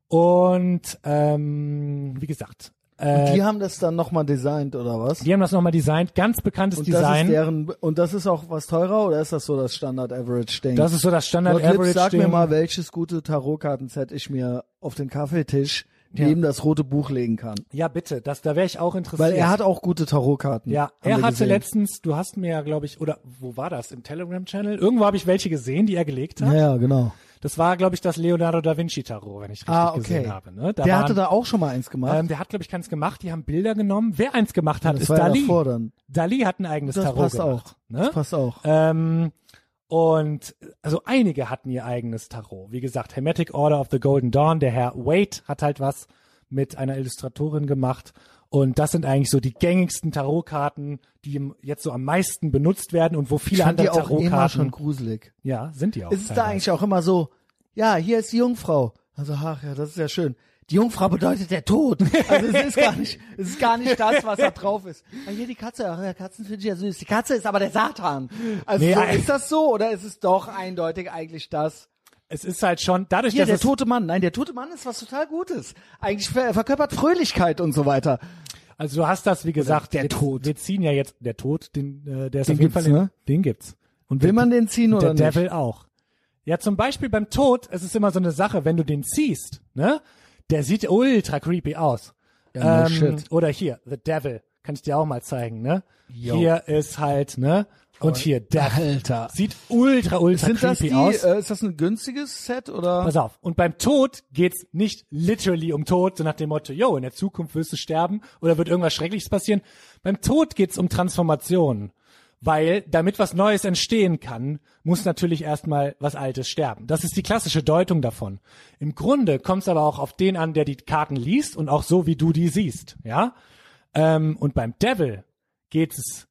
[SPEAKER 2] Und ähm, wie gesagt, äh,
[SPEAKER 1] Die haben das dann nochmal designt oder was?
[SPEAKER 2] die haben das nochmal designt. Ganz bekanntes
[SPEAKER 1] und das ist
[SPEAKER 2] Design.
[SPEAKER 1] deren und das ist auch was teurer oder ist das so das Standard Average Ding?
[SPEAKER 2] das ist so das Standard
[SPEAKER 1] Gottlieb,
[SPEAKER 2] Average.
[SPEAKER 1] sag mir
[SPEAKER 2] Ding.
[SPEAKER 1] mal, welches gute Tarotkartenset ich mir auf den Kaffeetisch neben das rote Buch legen kann.
[SPEAKER 2] Ja, bitte, das, da wäre ich auch interessiert.
[SPEAKER 1] Weil er hat auch gute Tarotkarten.
[SPEAKER 2] ja,
[SPEAKER 1] haben
[SPEAKER 2] er
[SPEAKER 1] wir
[SPEAKER 2] hatte
[SPEAKER 1] gesehen.
[SPEAKER 2] letztens, du hast mir ja, glaube ich, oder wo war das? Im Telegram-Channel? Irgendwo habe ich welche gesehen, die er gelegt hat.
[SPEAKER 1] Ja, ja, genau.
[SPEAKER 2] Das war, glaube ich, das Leonardo da Vinci Tarot, wenn ich richtig
[SPEAKER 1] Ah, okay.
[SPEAKER 2] gesehen habe. Ne? Da
[SPEAKER 1] der
[SPEAKER 2] waren,
[SPEAKER 1] hatte da auch schon mal eins gemacht.
[SPEAKER 2] ähm, der hat, glaube ich, keins gemacht. Die haben Bilder genommen. Wer eins gemacht hat,
[SPEAKER 1] das
[SPEAKER 2] ist
[SPEAKER 1] war ja
[SPEAKER 2] Dali.
[SPEAKER 1] davor dann.
[SPEAKER 2] Dali hat ein eigenes
[SPEAKER 1] Das
[SPEAKER 2] Tarot
[SPEAKER 1] passt
[SPEAKER 2] gemacht.
[SPEAKER 1] auch.
[SPEAKER 2] Ne?
[SPEAKER 1] Das passt auch.
[SPEAKER 2] Ähm, und also einige hatten ihr eigenes Tarot. Wie gesagt, Hermetic Order of the Golden Dawn, der Herr Wade hat halt was mit einer Illustratorin gemacht. Und das sind eigentlich so die gängigsten Tarotkarten, die im- jetzt so am meisten benutzt werden und wo
[SPEAKER 1] Ich
[SPEAKER 2] viele
[SPEAKER 1] fand
[SPEAKER 2] andere
[SPEAKER 1] die auch immer
[SPEAKER 2] Tarotkarten.
[SPEAKER 1] schon gruselig.
[SPEAKER 2] ja, sind die auch.
[SPEAKER 1] Ist es da
[SPEAKER 2] teilweise.
[SPEAKER 1] eigentlich auch immer so, ja, hier ist die Jungfrau. Also, ach ja, das ist ja schön. Die Jungfrau bedeutet der Tod. Also es ist gar nicht, es ist gar nicht das, was da drauf ist. Ah, hier die Katze, ach ja, Katzen finde ich ja süß. Die Katze ist aber der Satan. Also
[SPEAKER 2] Nee,
[SPEAKER 1] so,
[SPEAKER 2] ey.
[SPEAKER 1] ist das so oder ist es doch eindeutig eigentlich das?
[SPEAKER 2] Es ist halt schon, dadurch,
[SPEAKER 1] Hier,
[SPEAKER 2] dass
[SPEAKER 1] der
[SPEAKER 2] es
[SPEAKER 1] tote Mann. Nein, der tote Mann ist was total Gutes. Eigentlich ver verkörpert Fröhlichkeit und so weiter.
[SPEAKER 2] Also du hast das, wie gesagt,
[SPEAKER 1] der
[SPEAKER 2] wir,
[SPEAKER 1] Tod.
[SPEAKER 2] Wir ziehen ja jetzt der Tod, den äh, der ist
[SPEAKER 1] Den
[SPEAKER 2] auf jeden
[SPEAKER 1] gibt's,
[SPEAKER 2] Fall, in,
[SPEAKER 1] ne?
[SPEAKER 2] den gibt's. Und
[SPEAKER 1] Will
[SPEAKER 2] der-
[SPEAKER 1] man den ziehen oder
[SPEAKER 2] der
[SPEAKER 1] nicht?
[SPEAKER 2] Devil auch. Ja, zum Beispiel beim Tod, es ist immer so eine Sache, wenn du den ziehst, ne? Der sieht ultra creepy aus. Ähm,
[SPEAKER 1] Ja, no shit.
[SPEAKER 2] Oder hier, The Devil, kann ich dir auch mal zeigen, ne?
[SPEAKER 1] Yo.
[SPEAKER 2] Hier ist halt, ne? Und hier Death.
[SPEAKER 1] Oh, Alter.
[SPEAKER 2] Sieht ultra ultra
[SPEAKER 1] Sind das
[SPEAKER 2] creepy
[SPEAKER 1] die,
[SPEAKER 2] aus.
[SPEAKER 1] äh, ist das ein günstiges Set oder?
[SPEAKER 2] Pass auf. Und beim Tod geht's nicht literally um Tod, so nach dem Motto, yo, in der Zukunft wirst du sterben oder wird irgendwas Schreckliches passieren. Beim Tod geht's um Transformation. Weil, damit was Neues entstehen kann, muss natürlich erstmal was Altes sterben. Das ist die klassische Deutung davon. Im Grunde kommt's aber auch auf den an, der die Karten liest und auch so, wie du die siehst, ja? Ähm, und beim Devil geht's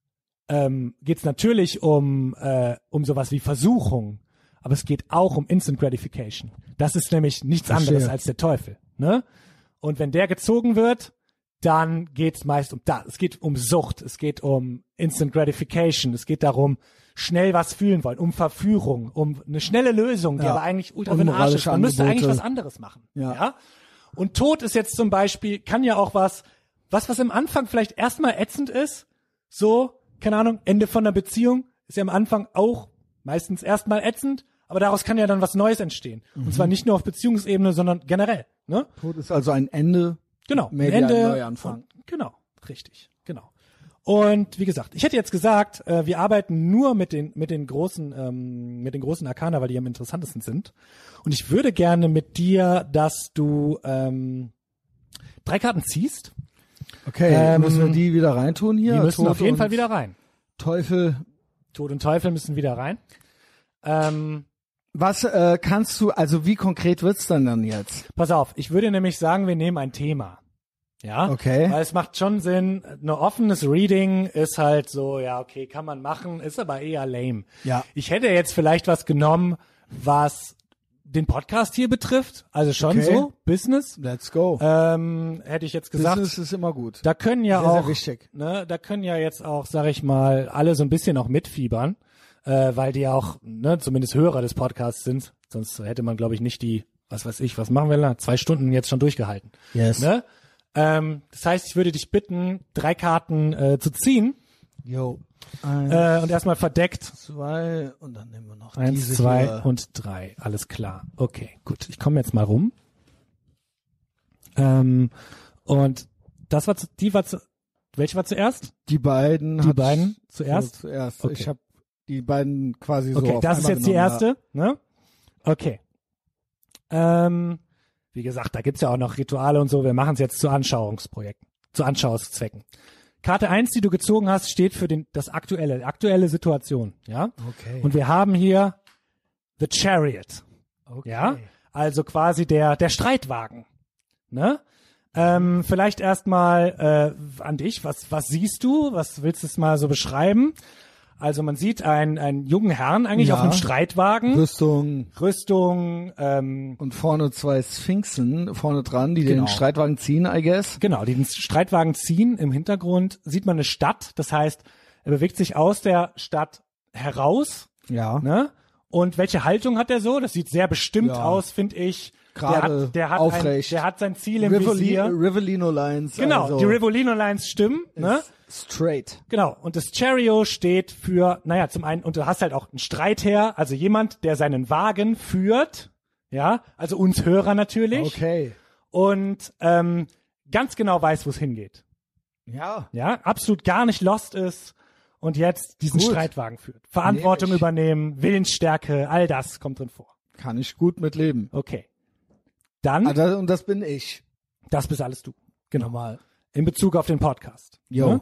[SPEAKER 2] ähm, geht es natürlich um, äh, um sowas wie Versuchung, aber es geht auch um Instant Gratification. Das ist nämlich nichts
[SPEAKER 1] Verstehe.
[SPEAKER 2] anderes als der Teufel. Ne? Und wenn der gezogen wird, dann geht es meist um das. Es geht um Sucht, es geht um Instant Gratification, es geht darum, schnell was fühlen wollen, um Verführung, um eine schnelle Lösung, die
[SPEAKER 1] Ja.
[SPEAKER 2] aber eigentlich ultra für den Arsch ist.
[SPEAKER 1] Unmoralische
[SPEAKER 2] Man müsste eigentlich
[SPEAKER 1] Angebote.
[SPEAKER 2] was anderes machen.
[SPEAKER 1] Ja.
[SPEAKER 2] ja? Und Tod ist jetzt zum Beispiel, kann ja auch was, was, was im Anfang vielleicht erstmal ätzend ist, so, keine Ahnung, Ende von einer Beziehung ist ja am Anfang auch meistens erstmal ätzend, aber daraus kann ja dann was Neues entstehen. Und
[SPEAKER 1] Mhm.
[SPEAKER 2] zwar nicht nur auf Beziehungsebene, sondern generell, ne?
[SPEAKER 1] Tod ist also ein Ende.
[SPEAKER 2] Genau. ein
[SPEAKER 1] Maybe
[SPEAKER 2] Ende
[SPEAKER 1] ein Neuanfang.
[SPEAKER 2] Und, genau, richtig, genau. Und wie gesagt, ich hätte jetzt gesagt, äh, wir arbeiten nur mit den mit den großen ähm, mit den großen Arkana, weil die am interessantesten sind. Und ich würde gerne mit dir, dass du ähm, drei Karten ziehst.
[SPEAKER 1] Okay,
[SPEAKER 2] Ähm,
[SPEAKER 1] müssen wir die wieder reintun hier?
[SPEAKER 2] Die müssen
[SPEAKER 1] Tod
[SPEAKER 2] auf jeden
[SPEAKER 1] und
[SPEAKER 2] Fall wieder rein.
[SPEAKER 1] Teufel.
[SPEAKER 2] Tod und Teufel müssen wieder rein. Ähm,
[SPEAKER 1] Was äh, kannst du, also wie konkret wird's denn dann jetzt?
[SPEAKER 2] pass auf, ich würde nämlich sagen, wir nehmen ein Thema. Ja.
[SPEAKER 1] Okay.
[SPEAKER 2] Weil es macht schon Sinn, ein offenes Reading ist halt so, ja, okay, kann man machen, ist aber eher lame.
[SPEAKER 1] Ja.
[SPEAKER 2] Ich hätte jetzt vielleicht was genommen, was den Podcast hier betrifft, also schon
[SPEAKER 1] Okay.
[SPEAKER 2] so, Business.
[SPEAKER 1] Let's go.
[SPEAKER 2] Ähm, hätte ich jetzt gesagt,
[SPEAKER 1] Business ist immer gut.
[SPEAKER 2] da können ja
[SPEAKER 1] Sehr, sehr
[SPEAKER 2] auch,
[SPEAKER 1] wichtig.
[SPEAKER 2] ne, da können ja jetzt auch, sag ich mal, alle so ein bisschen auch mitfiebern, äh, weil die ja auch, ne, zumindest Hörer des Podcasts sind. Sonst hätte man, glaube ich, nicht die, was weiß ich, was machen wir da? Zwei Stunden jetzt schon durchgehalten.
[SPEAKER 1] Yes.
[SPEAKER 2] Ne? Ähm, das heißt, ich würde dich bitten, drei Karten äh, zu ziehen
[SPEAKER 1] Yo. Eins,
[SPEAKER 2] äh, und erstmal verdeckt.
[SPEAKER 1] zwei und dann nehmen wir noch
[SPEAKER 2] Eins,
[SPEAKER 1] diese
[SPEAKER 2] zwei
[SPEAKER 1] hier.
[SPEAKER 2] und drei. Alles klar. Okay, gut. Ich komme jetzt mal rum. Ähm, und das war, zu, die war zu, welche war zuerst?
[SPEAKER 1] die beiden.
[SPEAKER 2] Die
[SPEAKER 1] hat-
[SPEAKER 2] beiden zuerst?
[SPEAKER 1] So, zuerst.
[SPEAKER 2] Okay.
[SPEAKER 1] Ich habe die beiden quasi so
[SPEAKER 2] Okay,
[SPEAKER 1] auf
[SPEAKER 2] das ist
[SPEAKER 1] einmal
[SPEAKER 2] jetzt die
[SPEAKER 1] genommen,
[SPEAKER 2] erste, ne? Okay. Ähm, wie gesagt, da gibt's ja auch noch Rituale und so. Wir machen es jetzt zu Anschauungsprojekten, zu Anschauungszwecken. Karte 1, die du gezogen hast, steht für den, das aktuelle, aktuelle Situation. Ja?
[SPEAKER 1] Okay.
[SPEAKER 2] Und wir haben hier The Chariot.
[SPEAKER 1] okay.
[SPEAKER 2] Ja, also quasi der, der Streitwagen. Ne? Ähm, vielleicht erstmal äh, an dich, was, was siehst du? Was willst du es mal so beschreiben? Also man sieht einen, einen jungen Herrn eigentlich
[SPEAKER 1] Ja.
[SPEAKER 2] auf einem Streitwagen.
[SPEAKER 1] Rüstung
[SPEAKER 2] Rüstung, ähm,
[SPEAKER 1] und vorne zwei Sphinxen vorne dran, die
[SPEAKER 2] Genau.
[SPEAKER 1] den Streitwagen ziehen, I guess.
[SPEAKER 2] genau, die den Streitwagen ziehen. Im Hintergrund sieht man eine Stadt. Das heißt, er bewegt sich aus der Stadt heraus.
[SPEAKER 1] Ja.
[SPEAKER 2] Ne? Und welche Haltung hat er so? Das sieht sehr bestimmt
[SPEAKER 1] Ja.
[SPEAKER 2] aus, finde ich.
[SPEAKER 1] Gerade,
[SPEAKER 2] der hat, der hat
[SPEAKER 1] aufrecht.
[SPEAKER 2] Ein, der hat sein Ziel im
[SPEAKER 1] Rivoli
[SPEAKER 2] Visier.
[SPEAKER 1] Rivolino Lines.
[SPEAKER 2] Genau,
[SPEAKER 1] also
[SPEAKER 2] die Rivolino Lines stimmen, ne?
[SPEAKER 1] Straight.
[SPEAKER 2] Genau. Und das Cherio steht für, naja, zum einen, und du hast halt auch einen Streitherr, also jemand, der seinen Wagen führt, ja, also uns Hörer natürlich,
[SPEAKER 1] Okay.
[SPEAKER 2] und ähm, ganz genau weiß, wo es hingeht.
[SPEAKER 1] Ja.
[SPEAKER 2] Ja, absolut gar nicht lost ist und jetzt diesen
[SPEAKER 1] Gut.
[SPEAKER 2] Streitwagen führt. Verantwortung
[SPEAKER 1] Nehm ich.
[SPEAKER 2] übernehmen, Willensstärke, all das kommt drin vor.
[SPEAKER 1] Kann ich gut mit leben.
[SPEAKER 2] Okay. Dann,
[SPEAKER 1] Ah, das, und das bin ich.
[SPEAKER 2] das bist alles du. Genau.
[SPEAKER 1] Normal.
[SPEAKER 2] In Bezug auf den Podcast.
[SPEAKER 1] Jo.
[SPEAKER 2] Ne?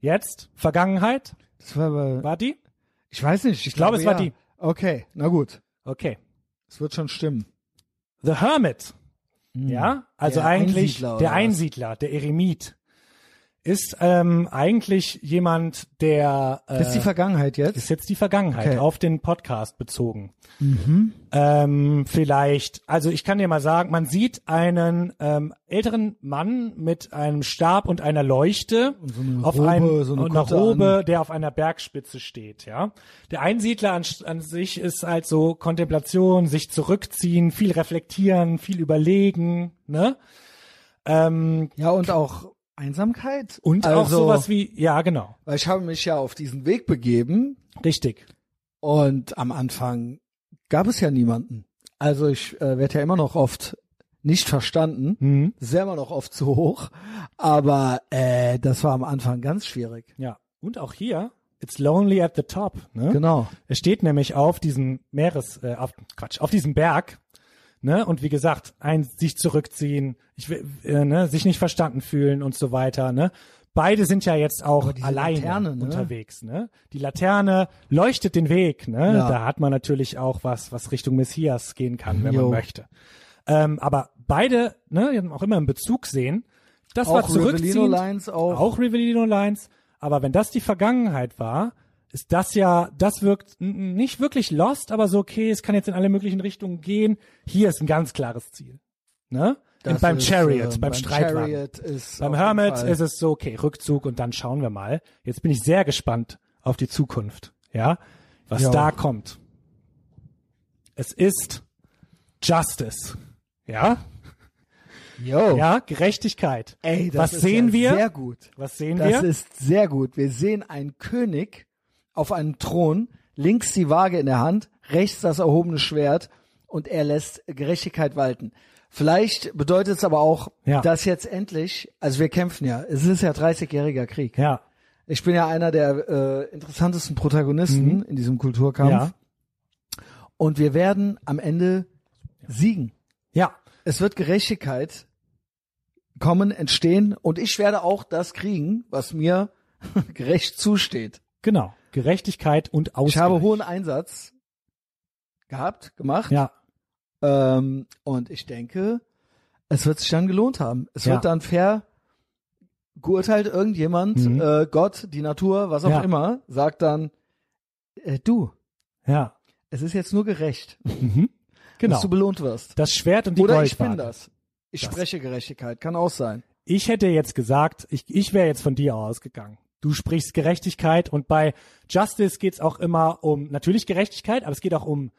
[SPEAKER 2] Jetzt, Vergangenheit,
[SPEAKER 1] Das war aber,
[SPEAKER 2] war die?
[SPEAKER 1] ich weiß nicht. Ich,
[SPEAKER 2] glaube, es war
[SPEAKER 1] ja.
[SPEAKER 2] die.
[SPEAKER 1] Okay, na gut.
[SPEAKER 2] Okay.
[SPEAKER 1] Es wird schon stimmen.
[SPEAKER 2] The Hermit. Ja, also
[SPEAKER 1] Hm. Der
[SPEAKER 2] eigentlich
[SPEAKER 1] Einsiedler, oder
[SPEAKER 2] der
[SPEAKER 1] was?
[SPEAKER 2] Einsiedler, der Eremit. Ist ähm, eigentlich jemand, der äh,
[SPEAKER 1] Das ist die Vergangenheit jetzt.
[SPEAKER 2] ist jetzt die Vergangenheit
[SPEAKER 1] Okay. Mhm.
[SPEAKER 2] auf den Podcast bezogen. Ähm, vielleicht, also ich kann dir mal sagen, man sieht einen ähm, älteren Mann mit einem Stab und einer Leuchte
[SPEAKER 1] so eine
[SPEAKER 2] auf
[SPEAKER 1] Robe,
[SPEAKER 2] einem,
[SPEAKER 1] so eine
[SPEAKER 2] und einer
[SPEAKER 1] Kutte
[SPEAKER 2] Robe, der auf einer Bergspitze steht. Ja, der Einsiedler an, an sich ist halt so Kontemplation, sich zurückziehen, viel reflektieren, viel überlegen, ne? Ähm,
[SPEAKER 1] Ja, und auch Einsamkeit.
[SPEAKER 2] und
[SPEAKER 1] also,
[SPEAKER 2] auch sowas wie, ja genau,
[SPEAKER 1] Weil ich habe mich ja auf diesen Weg begeben
[SPEAKER 2] richtig.
[SPEAKER 1] und am Anfang gab es ja niemanden. Also ich äh, werde ja immer noch oft nicht verstanden.
[SPEAKER 2] Mhm.
[SPEAKER 1] Das ist ja immer noch oft zu hoch. Aber äh, das war am Anfang ganz schwierig.
[SPEAKER 2] Ja, und auch hier, it's lonely at the top. Ne?
[SPEAKER 1] Genau.
[SPEAKER 2] Er steht nämlich auf diesem Meeres, äh, auf, Quatsch, auf diesem Berg. Ne? Und wie gesagt, ein sich zurückziehen, ich, will- äh, ne? sich nicht verstanden fühlen und so weiter. Ne? Beide sind ja jetzt auch
[SPEAKER 1] Aber diese
[SPEAKER 2] alleine
[SPEAKER 1] Laterne, ne?
[SPEAKER 2] unterwegs. Ne? Die Laterne leuchtet den Weg. Ne?
[SPEAKER 1] Ja.
[SPEAKER 2] Da hat man natürlich auch was, was Richtung Messias gehen kann, wenn
[SPEAKER 1] Jo.
[SPEAKER 2] man möchte. Ähm, aber beide, ne, die haben auch immer im Bezug sehen. Das war
[SPEAKER 1] auch Rivellino
[SPEAKER 2] zurückziehend
[SPEAKER 1] Lines, auch,
[SPEAKER 2] auch Rivellino Lines, aber wenn das die Vergangenheit war, ist das ja, das wirkt n- nicht wirklich lost, aber so okay, es kann jetzt in alle möglichen Richtungen gehen. Hier ist ein ganz klares Ziel. Ne?
[SPEAKER 1] das
[SPEAKER 2] Und beim
[SPEAKER 1] ist,
[SPEAKER 2] Chariot,
[SPEAKER 1] ähm,
[SPEAKER 2] beim, Streitwagen.
[SPEAKER 1] Chariot ist
[SPEAKER 2] beim
[SPEAKER 1] auf jeden
[SPEAKER 2] Hermit
[SPEAKER 1] Fall-
[SPEAKER 2] ist es so, okay, Rückzug und dann schauen wir mal. Jetzt bin ich sehr gespannt auf die Zukunft, ja, was
[SPEAKER 1] Ja.
[SPEAKER 2] da kommt. Es ist Justice, ja,
[SPEAKER 1] Yo.
[SPEAKER 2] ja, Gerechtigkeit.
[SPEAKER 1] Oh. Ey, das
[SPEAKER 2] was
[SPEAKER 1] ist
[SPEAKER 2] sehen
[SPEAKER 1] ja
[SPEAKER 2] wir?
[SPEAKER 1] Sehr gut.
[SPEAKER 2] was sehen wir?
[SPEAKER 1] Das ist sehr gut. Wir sehen einen König auf einem Thron, links die Waage in der Hand, rechts das erhobene Schwert und er lässt Gerechtigkeit walten. Vielleicht bedeutet es aber auch,
[SPEAKER 2] Ja.
[SPEAKER 1] dass jetzt endlich, also wir kämpfen ja, es ist ja 30-jähriger Krieg.
[SPEAKER 2] ja,
[SPEAKER 1] Ich bin ja einer der äh, interessantesten Protagonisten in diesem Kulturkampf
[SPEAKER 2] Mhm. ja,
[SPEAKER 1] und wir werden am Ende siegen.
[SPEAKER 2] ja.
[SPEAKER 1] Es wird Gerechtigkeit kommen, entstehen und ich werde auch das kriegen, was mir gerecht zusteht.
[SPEAKER 2] Genau. Gerechtigkeit und Ausgleich.
[SPEAKER 1] Ich habe hohen Einsatz gehabt, gemacht
[SPEAKER 2] Ja,
[SPEAKER 1] ähm, und ich denke, es wird sich dann gelohnt haben. Es
[SPEAKER 2] Ja.
[SPEAKER 1] wird dann fair geurteilt. Irgendjemand,
[SPEAKER 2] Mhm.
[SPEAKER 1] äh, Gott, die Natur, was auch
[SPEAKER 2] Ja.
[SPEAKER 1] immer, sagt dann, äh, du,
[SPEAKER 2] ja.
[SPEAKER 1] es ist jetzt nur gerecht,
[SPEAKER 2] Mhm. Genau.
[SPEAKER 1] dass du belohnt wirst.
[SPEAKER 2] Das Schwert und die
[SPEAKER 1] Oder ich
[SPEAKER 2] Goldwaage.
[SPEAKER 1] bin das. Ich
[SPEAKER 2] Das-
[SPEAKER 1] spreche Gerechtigkeit, kann auch sein.
[SPEAKER 2] Ich hätte jetzt gesagt, ich, ich wäre jetzt von dir ausgegangen. Du sprichst Gerechtigkeit und bei Justice geht's auch immer um natürlich Gerechtigkeit, aber es geht auch um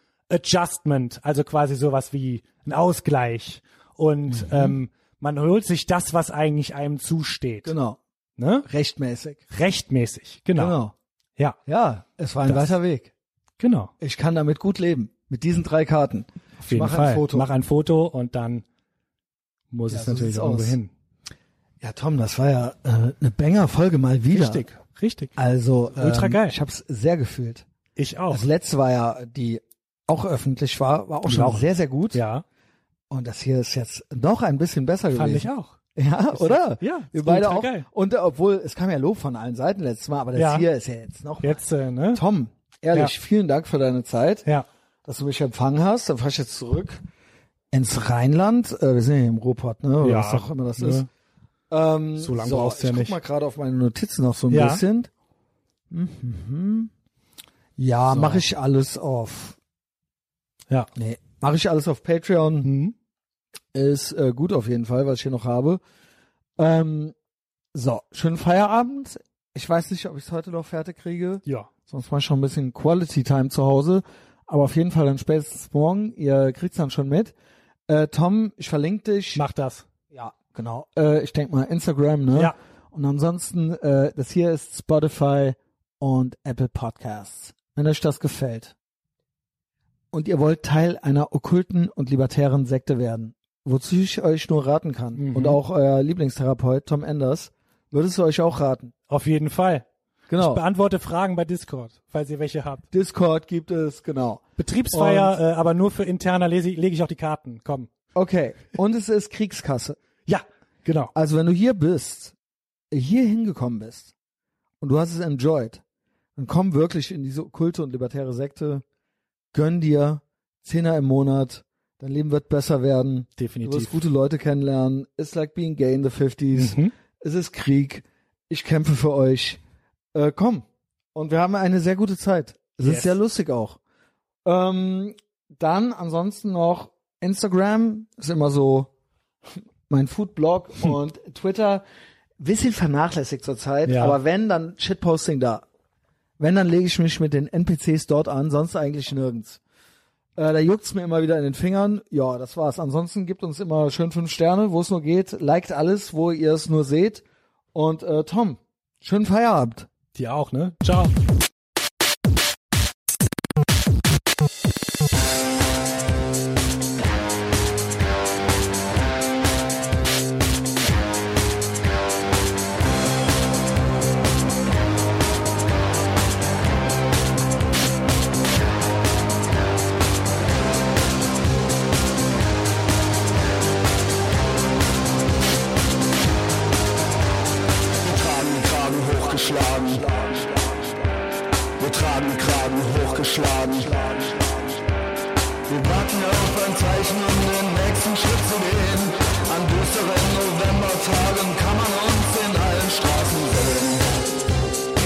[SPEAKER 2] Adjustment, also quasi sowas wie ein Ausgleich. Und
[SPEAKER 1] Mhm.
[SPEAKER 2] ähm, man holt sich das, was eigentlich einem zusteht.
[SPEAKER 1] Genau.
[SPEAKER 2] Ne?
[SPEAKER 1] Rechtmäßig.
[SPEAKER 2] Rechtmäßig, genau.
[SPEAKER 1] Genau.
[SPEAKER 2] Ja,
[SPEAKER 1] Ja, es war ein
[SPEAKER 2] Das-
[SPEAKER 1] weiter Weg.
[SPEAKER 2] genau.
[SPEAKER 1] Ich kann damit gut leben. Mit diesen drei Karten.
[SPEAKER 2] Auf jeden
[SPEAKER 1] mach ein
[SPEAKER 2] Fall.
[SPEAKER 1] Foto.
[SPEAKER 2] Mach ein Foto und dann muss
[SPEAKER 1] Ja,
[SPEAKER 2] es
[SPEAKER 1] so
[SPEAKER 2] natürlich
[SPEAKER 1] sieht's
[SPEAKER 2] irgendwo
[SPEAKER 1] aus.
[SPEAKER 2] hin.
[SPEAKER 1] Ja, Tom, das war ja äh, eine Banger-Folge mal wieder.
[SPEAKER 2] Richtig, richtig.
[SPEAKER 1] Also, ähm,
[SPEAKER 2] Ultra geil.
[SPEAKER 1] ich hab's sehr gefühlt.
[SPEAKER 2] Ich auch.
[SPEAKER 1] Das letzte war ja die auch öffentlich war, war auch schon
[SPEAKER 2] War auch-
[SPEAKER 1] sehr, sehr gut.
[SPEAKER 2] Ja,
[SPEAKER 1] Und das hier ist jetzt noch ein bisschen besser
[SPEAKER 2] fand ich
[SPEAKER 1] gewesen.
[SPEAKER 2] auch.
[SPEAKER 1] Ja, oder?
[SPEAKER 2] ja, ist
[SPEAKER 1] Wir beide
[SPEAKER 2] ultra
[SPEAKER 1] auch.
[SPEAKER 2] geil.
[SPEAKER 1] Und äh, obwohl, es kam ja Lob von allen Seiten letztes Mal, aber das
[SPEAKER 2] Ja.
[SPEAKER 1] hier ist ja jetzt noch.
[SPEAKER 2] Jetzt, äh, ne?
[SPEAKER 1] Tom, ehrlich,
[SPEAKER 2] Ja.
[SPEAKER 1] vielen Dank für deine Zeit,
[SPEAKER 2] Ja.
[SPEAKER 1] dass du mich empfangen hast. Dann fahr ich jetzt zurück ins Rheinland. Äh, wir sind ja hier im Ruhrpott, ne? Oder
[SPEAKER 2] Ja.
[SPEAKER 1] was auch immer das
[SPEAKER 2] Ne.
[SPEAKER 1] ist. Ähm,
[SPEAKER 2] So lang
[SPEAKER 1] so,
[SPEAKER 2] brauchst
[SPEAKER 1] ich
[SPEAKER 2] du ja
[SPEAKER 1] guck
[SPEAKER 2] nicht.
[SPEAKER 1] mal gerade auf meine Notizen noch so ein
[SPEAKER 2] Ja.
[SPEAKER 1] bisschen. Mhm. Ja, mache ich alles auf.
[SPEAKER 2] Ja.
[SPEAKER 1] Nee, mache ich alles auf Patreon.
[SPEAKER 2] Mhm.
[SPEAKER 1] Ist äh, gut auf jeden Fall, was ich hier noch habe. Ähm, so, schönen Feierabend. Ich weiß nicht, ob ich es heute noch fertig kriege.
[SPEAKER 2] Ja.
[SPEAKER 1] Sonst mal schon ein bisschen Quality Time zu Hause. Aber auf jeden Fall dann spätestens morgen. Ihr kriegt's dann schon mit. Äh, Tom, ich verlinke dich.
[SPEAKER 2] Mach das.
[SPEAKER 1] Ja, genau. Äh, ich denke mal Instagram, ne?
[SPEAKER 2] Ja.
[SPEAKER 1] Und ansonsten, äh, das hier ist Spotify und Apple Podcasts. Wenn euch das gefällt und ihr wollt Teil einer okkulten und libertären Sekte werden, wozu ich euch nur raten kann
[SPEAKER 2] Mhm.
[SPEAKER 1] und auch euer Lieblingstherapeut Tom Enders, würdest du euch auch raten.
[SPEAKER 2] Auf jeden Fall. Ich
[SPEAKER 1] Genau.
[SPEAKER 2] beantworte Fragen bei Discord, falls ihr welche habt.
[SPEAKER 1] Discord gibt es, genau.
[SPEAKER 2] Betriebsfeier, äh, aber nur für interner lese, ich- lege ich auch die Karten. Komm.
[SPEAKER 1] Okay. Und es ist Kriegskasse.
[SPEAKER 2] Ja, genau.
[SPEAKER 1] Also wenn du hier bist, hier hingekommen bist und du hast es enjoyed, dann komm wirklich in diese okkulte und libertäre Sekte, gönn dir Zehner im Monat, dein Leben wird besser werden, du wirst
[SPEAKER 2] Definitiv.
[SPEAKER 1] gute Leute kennenlernen, it's like being gay in the 50s,
[SPEAKER 2] Mhm.
[SPEAKER 1] es ist Krieg, ich kämpfe für euch, äh, komm. Und wir haben eine sehr gute Zeit. Es ist
[SPEAKER 2] Yes.
[SPEAKER 1] sehr lustig auch. Ähm, dann ansonsten noch Instagram ist immer so mein Foodblog und Twitter bisschen vernachlässigt zurzeit,
[SPEAKER 2] Ja.
[SPEAKER 1] aber wenn dann Shitposting da. Wenn dann lege ich mich mit den NPCs dort an, sonst eigentlich nirgends. Äh, da juckt's mir immer wieder in den Fingern. Ja, das war's. Ansonsten gibt uns immer schön fünf Sterne, wo es nur geht. Liked alles, wo ihr es nur seht. Und äh, Tom, schönen Feierabend.
[SPEAKER 2] Dir auch, ne? Ciao.
[SPEAKER 4] Wir tragen den Kragen hochgeschlagen. Wir tragen den Kragen hochgeschlagen. Wir warten auf ein Zeichen, um den nächsten Schritt zu gehen. An düsteren Novembertagen kann man uns in allen Straßen sehen.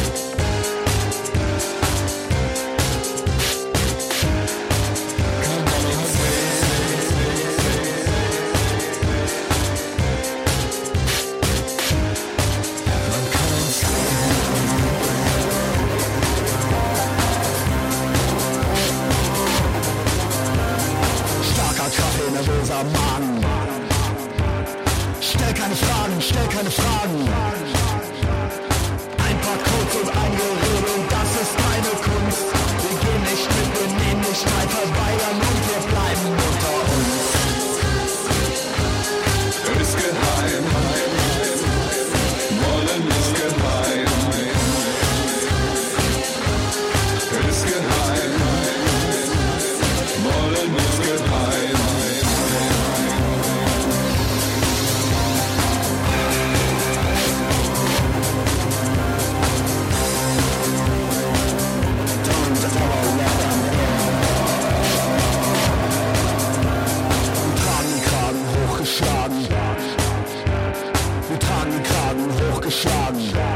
[SPEAKER 4] Kann man uns Starker Kaffee, nervöser Magen. Stell keine Fragen, stell keine Fragen. Ein paar Codes und ein Gerede, und das ist meine Kunst. Wir gehen nicht mit, wir nehmen nicht teil, verweigern und wir bleiben unter uns.
[SPEAKER 5] ist geheim. Wollen ist geheim. Ist geheim. Wollen ist geheim.
[SPEAKER 4] Wir tragen den Kragen hochgeschlagen. Wir tragen den Kragen hochgeschlagen.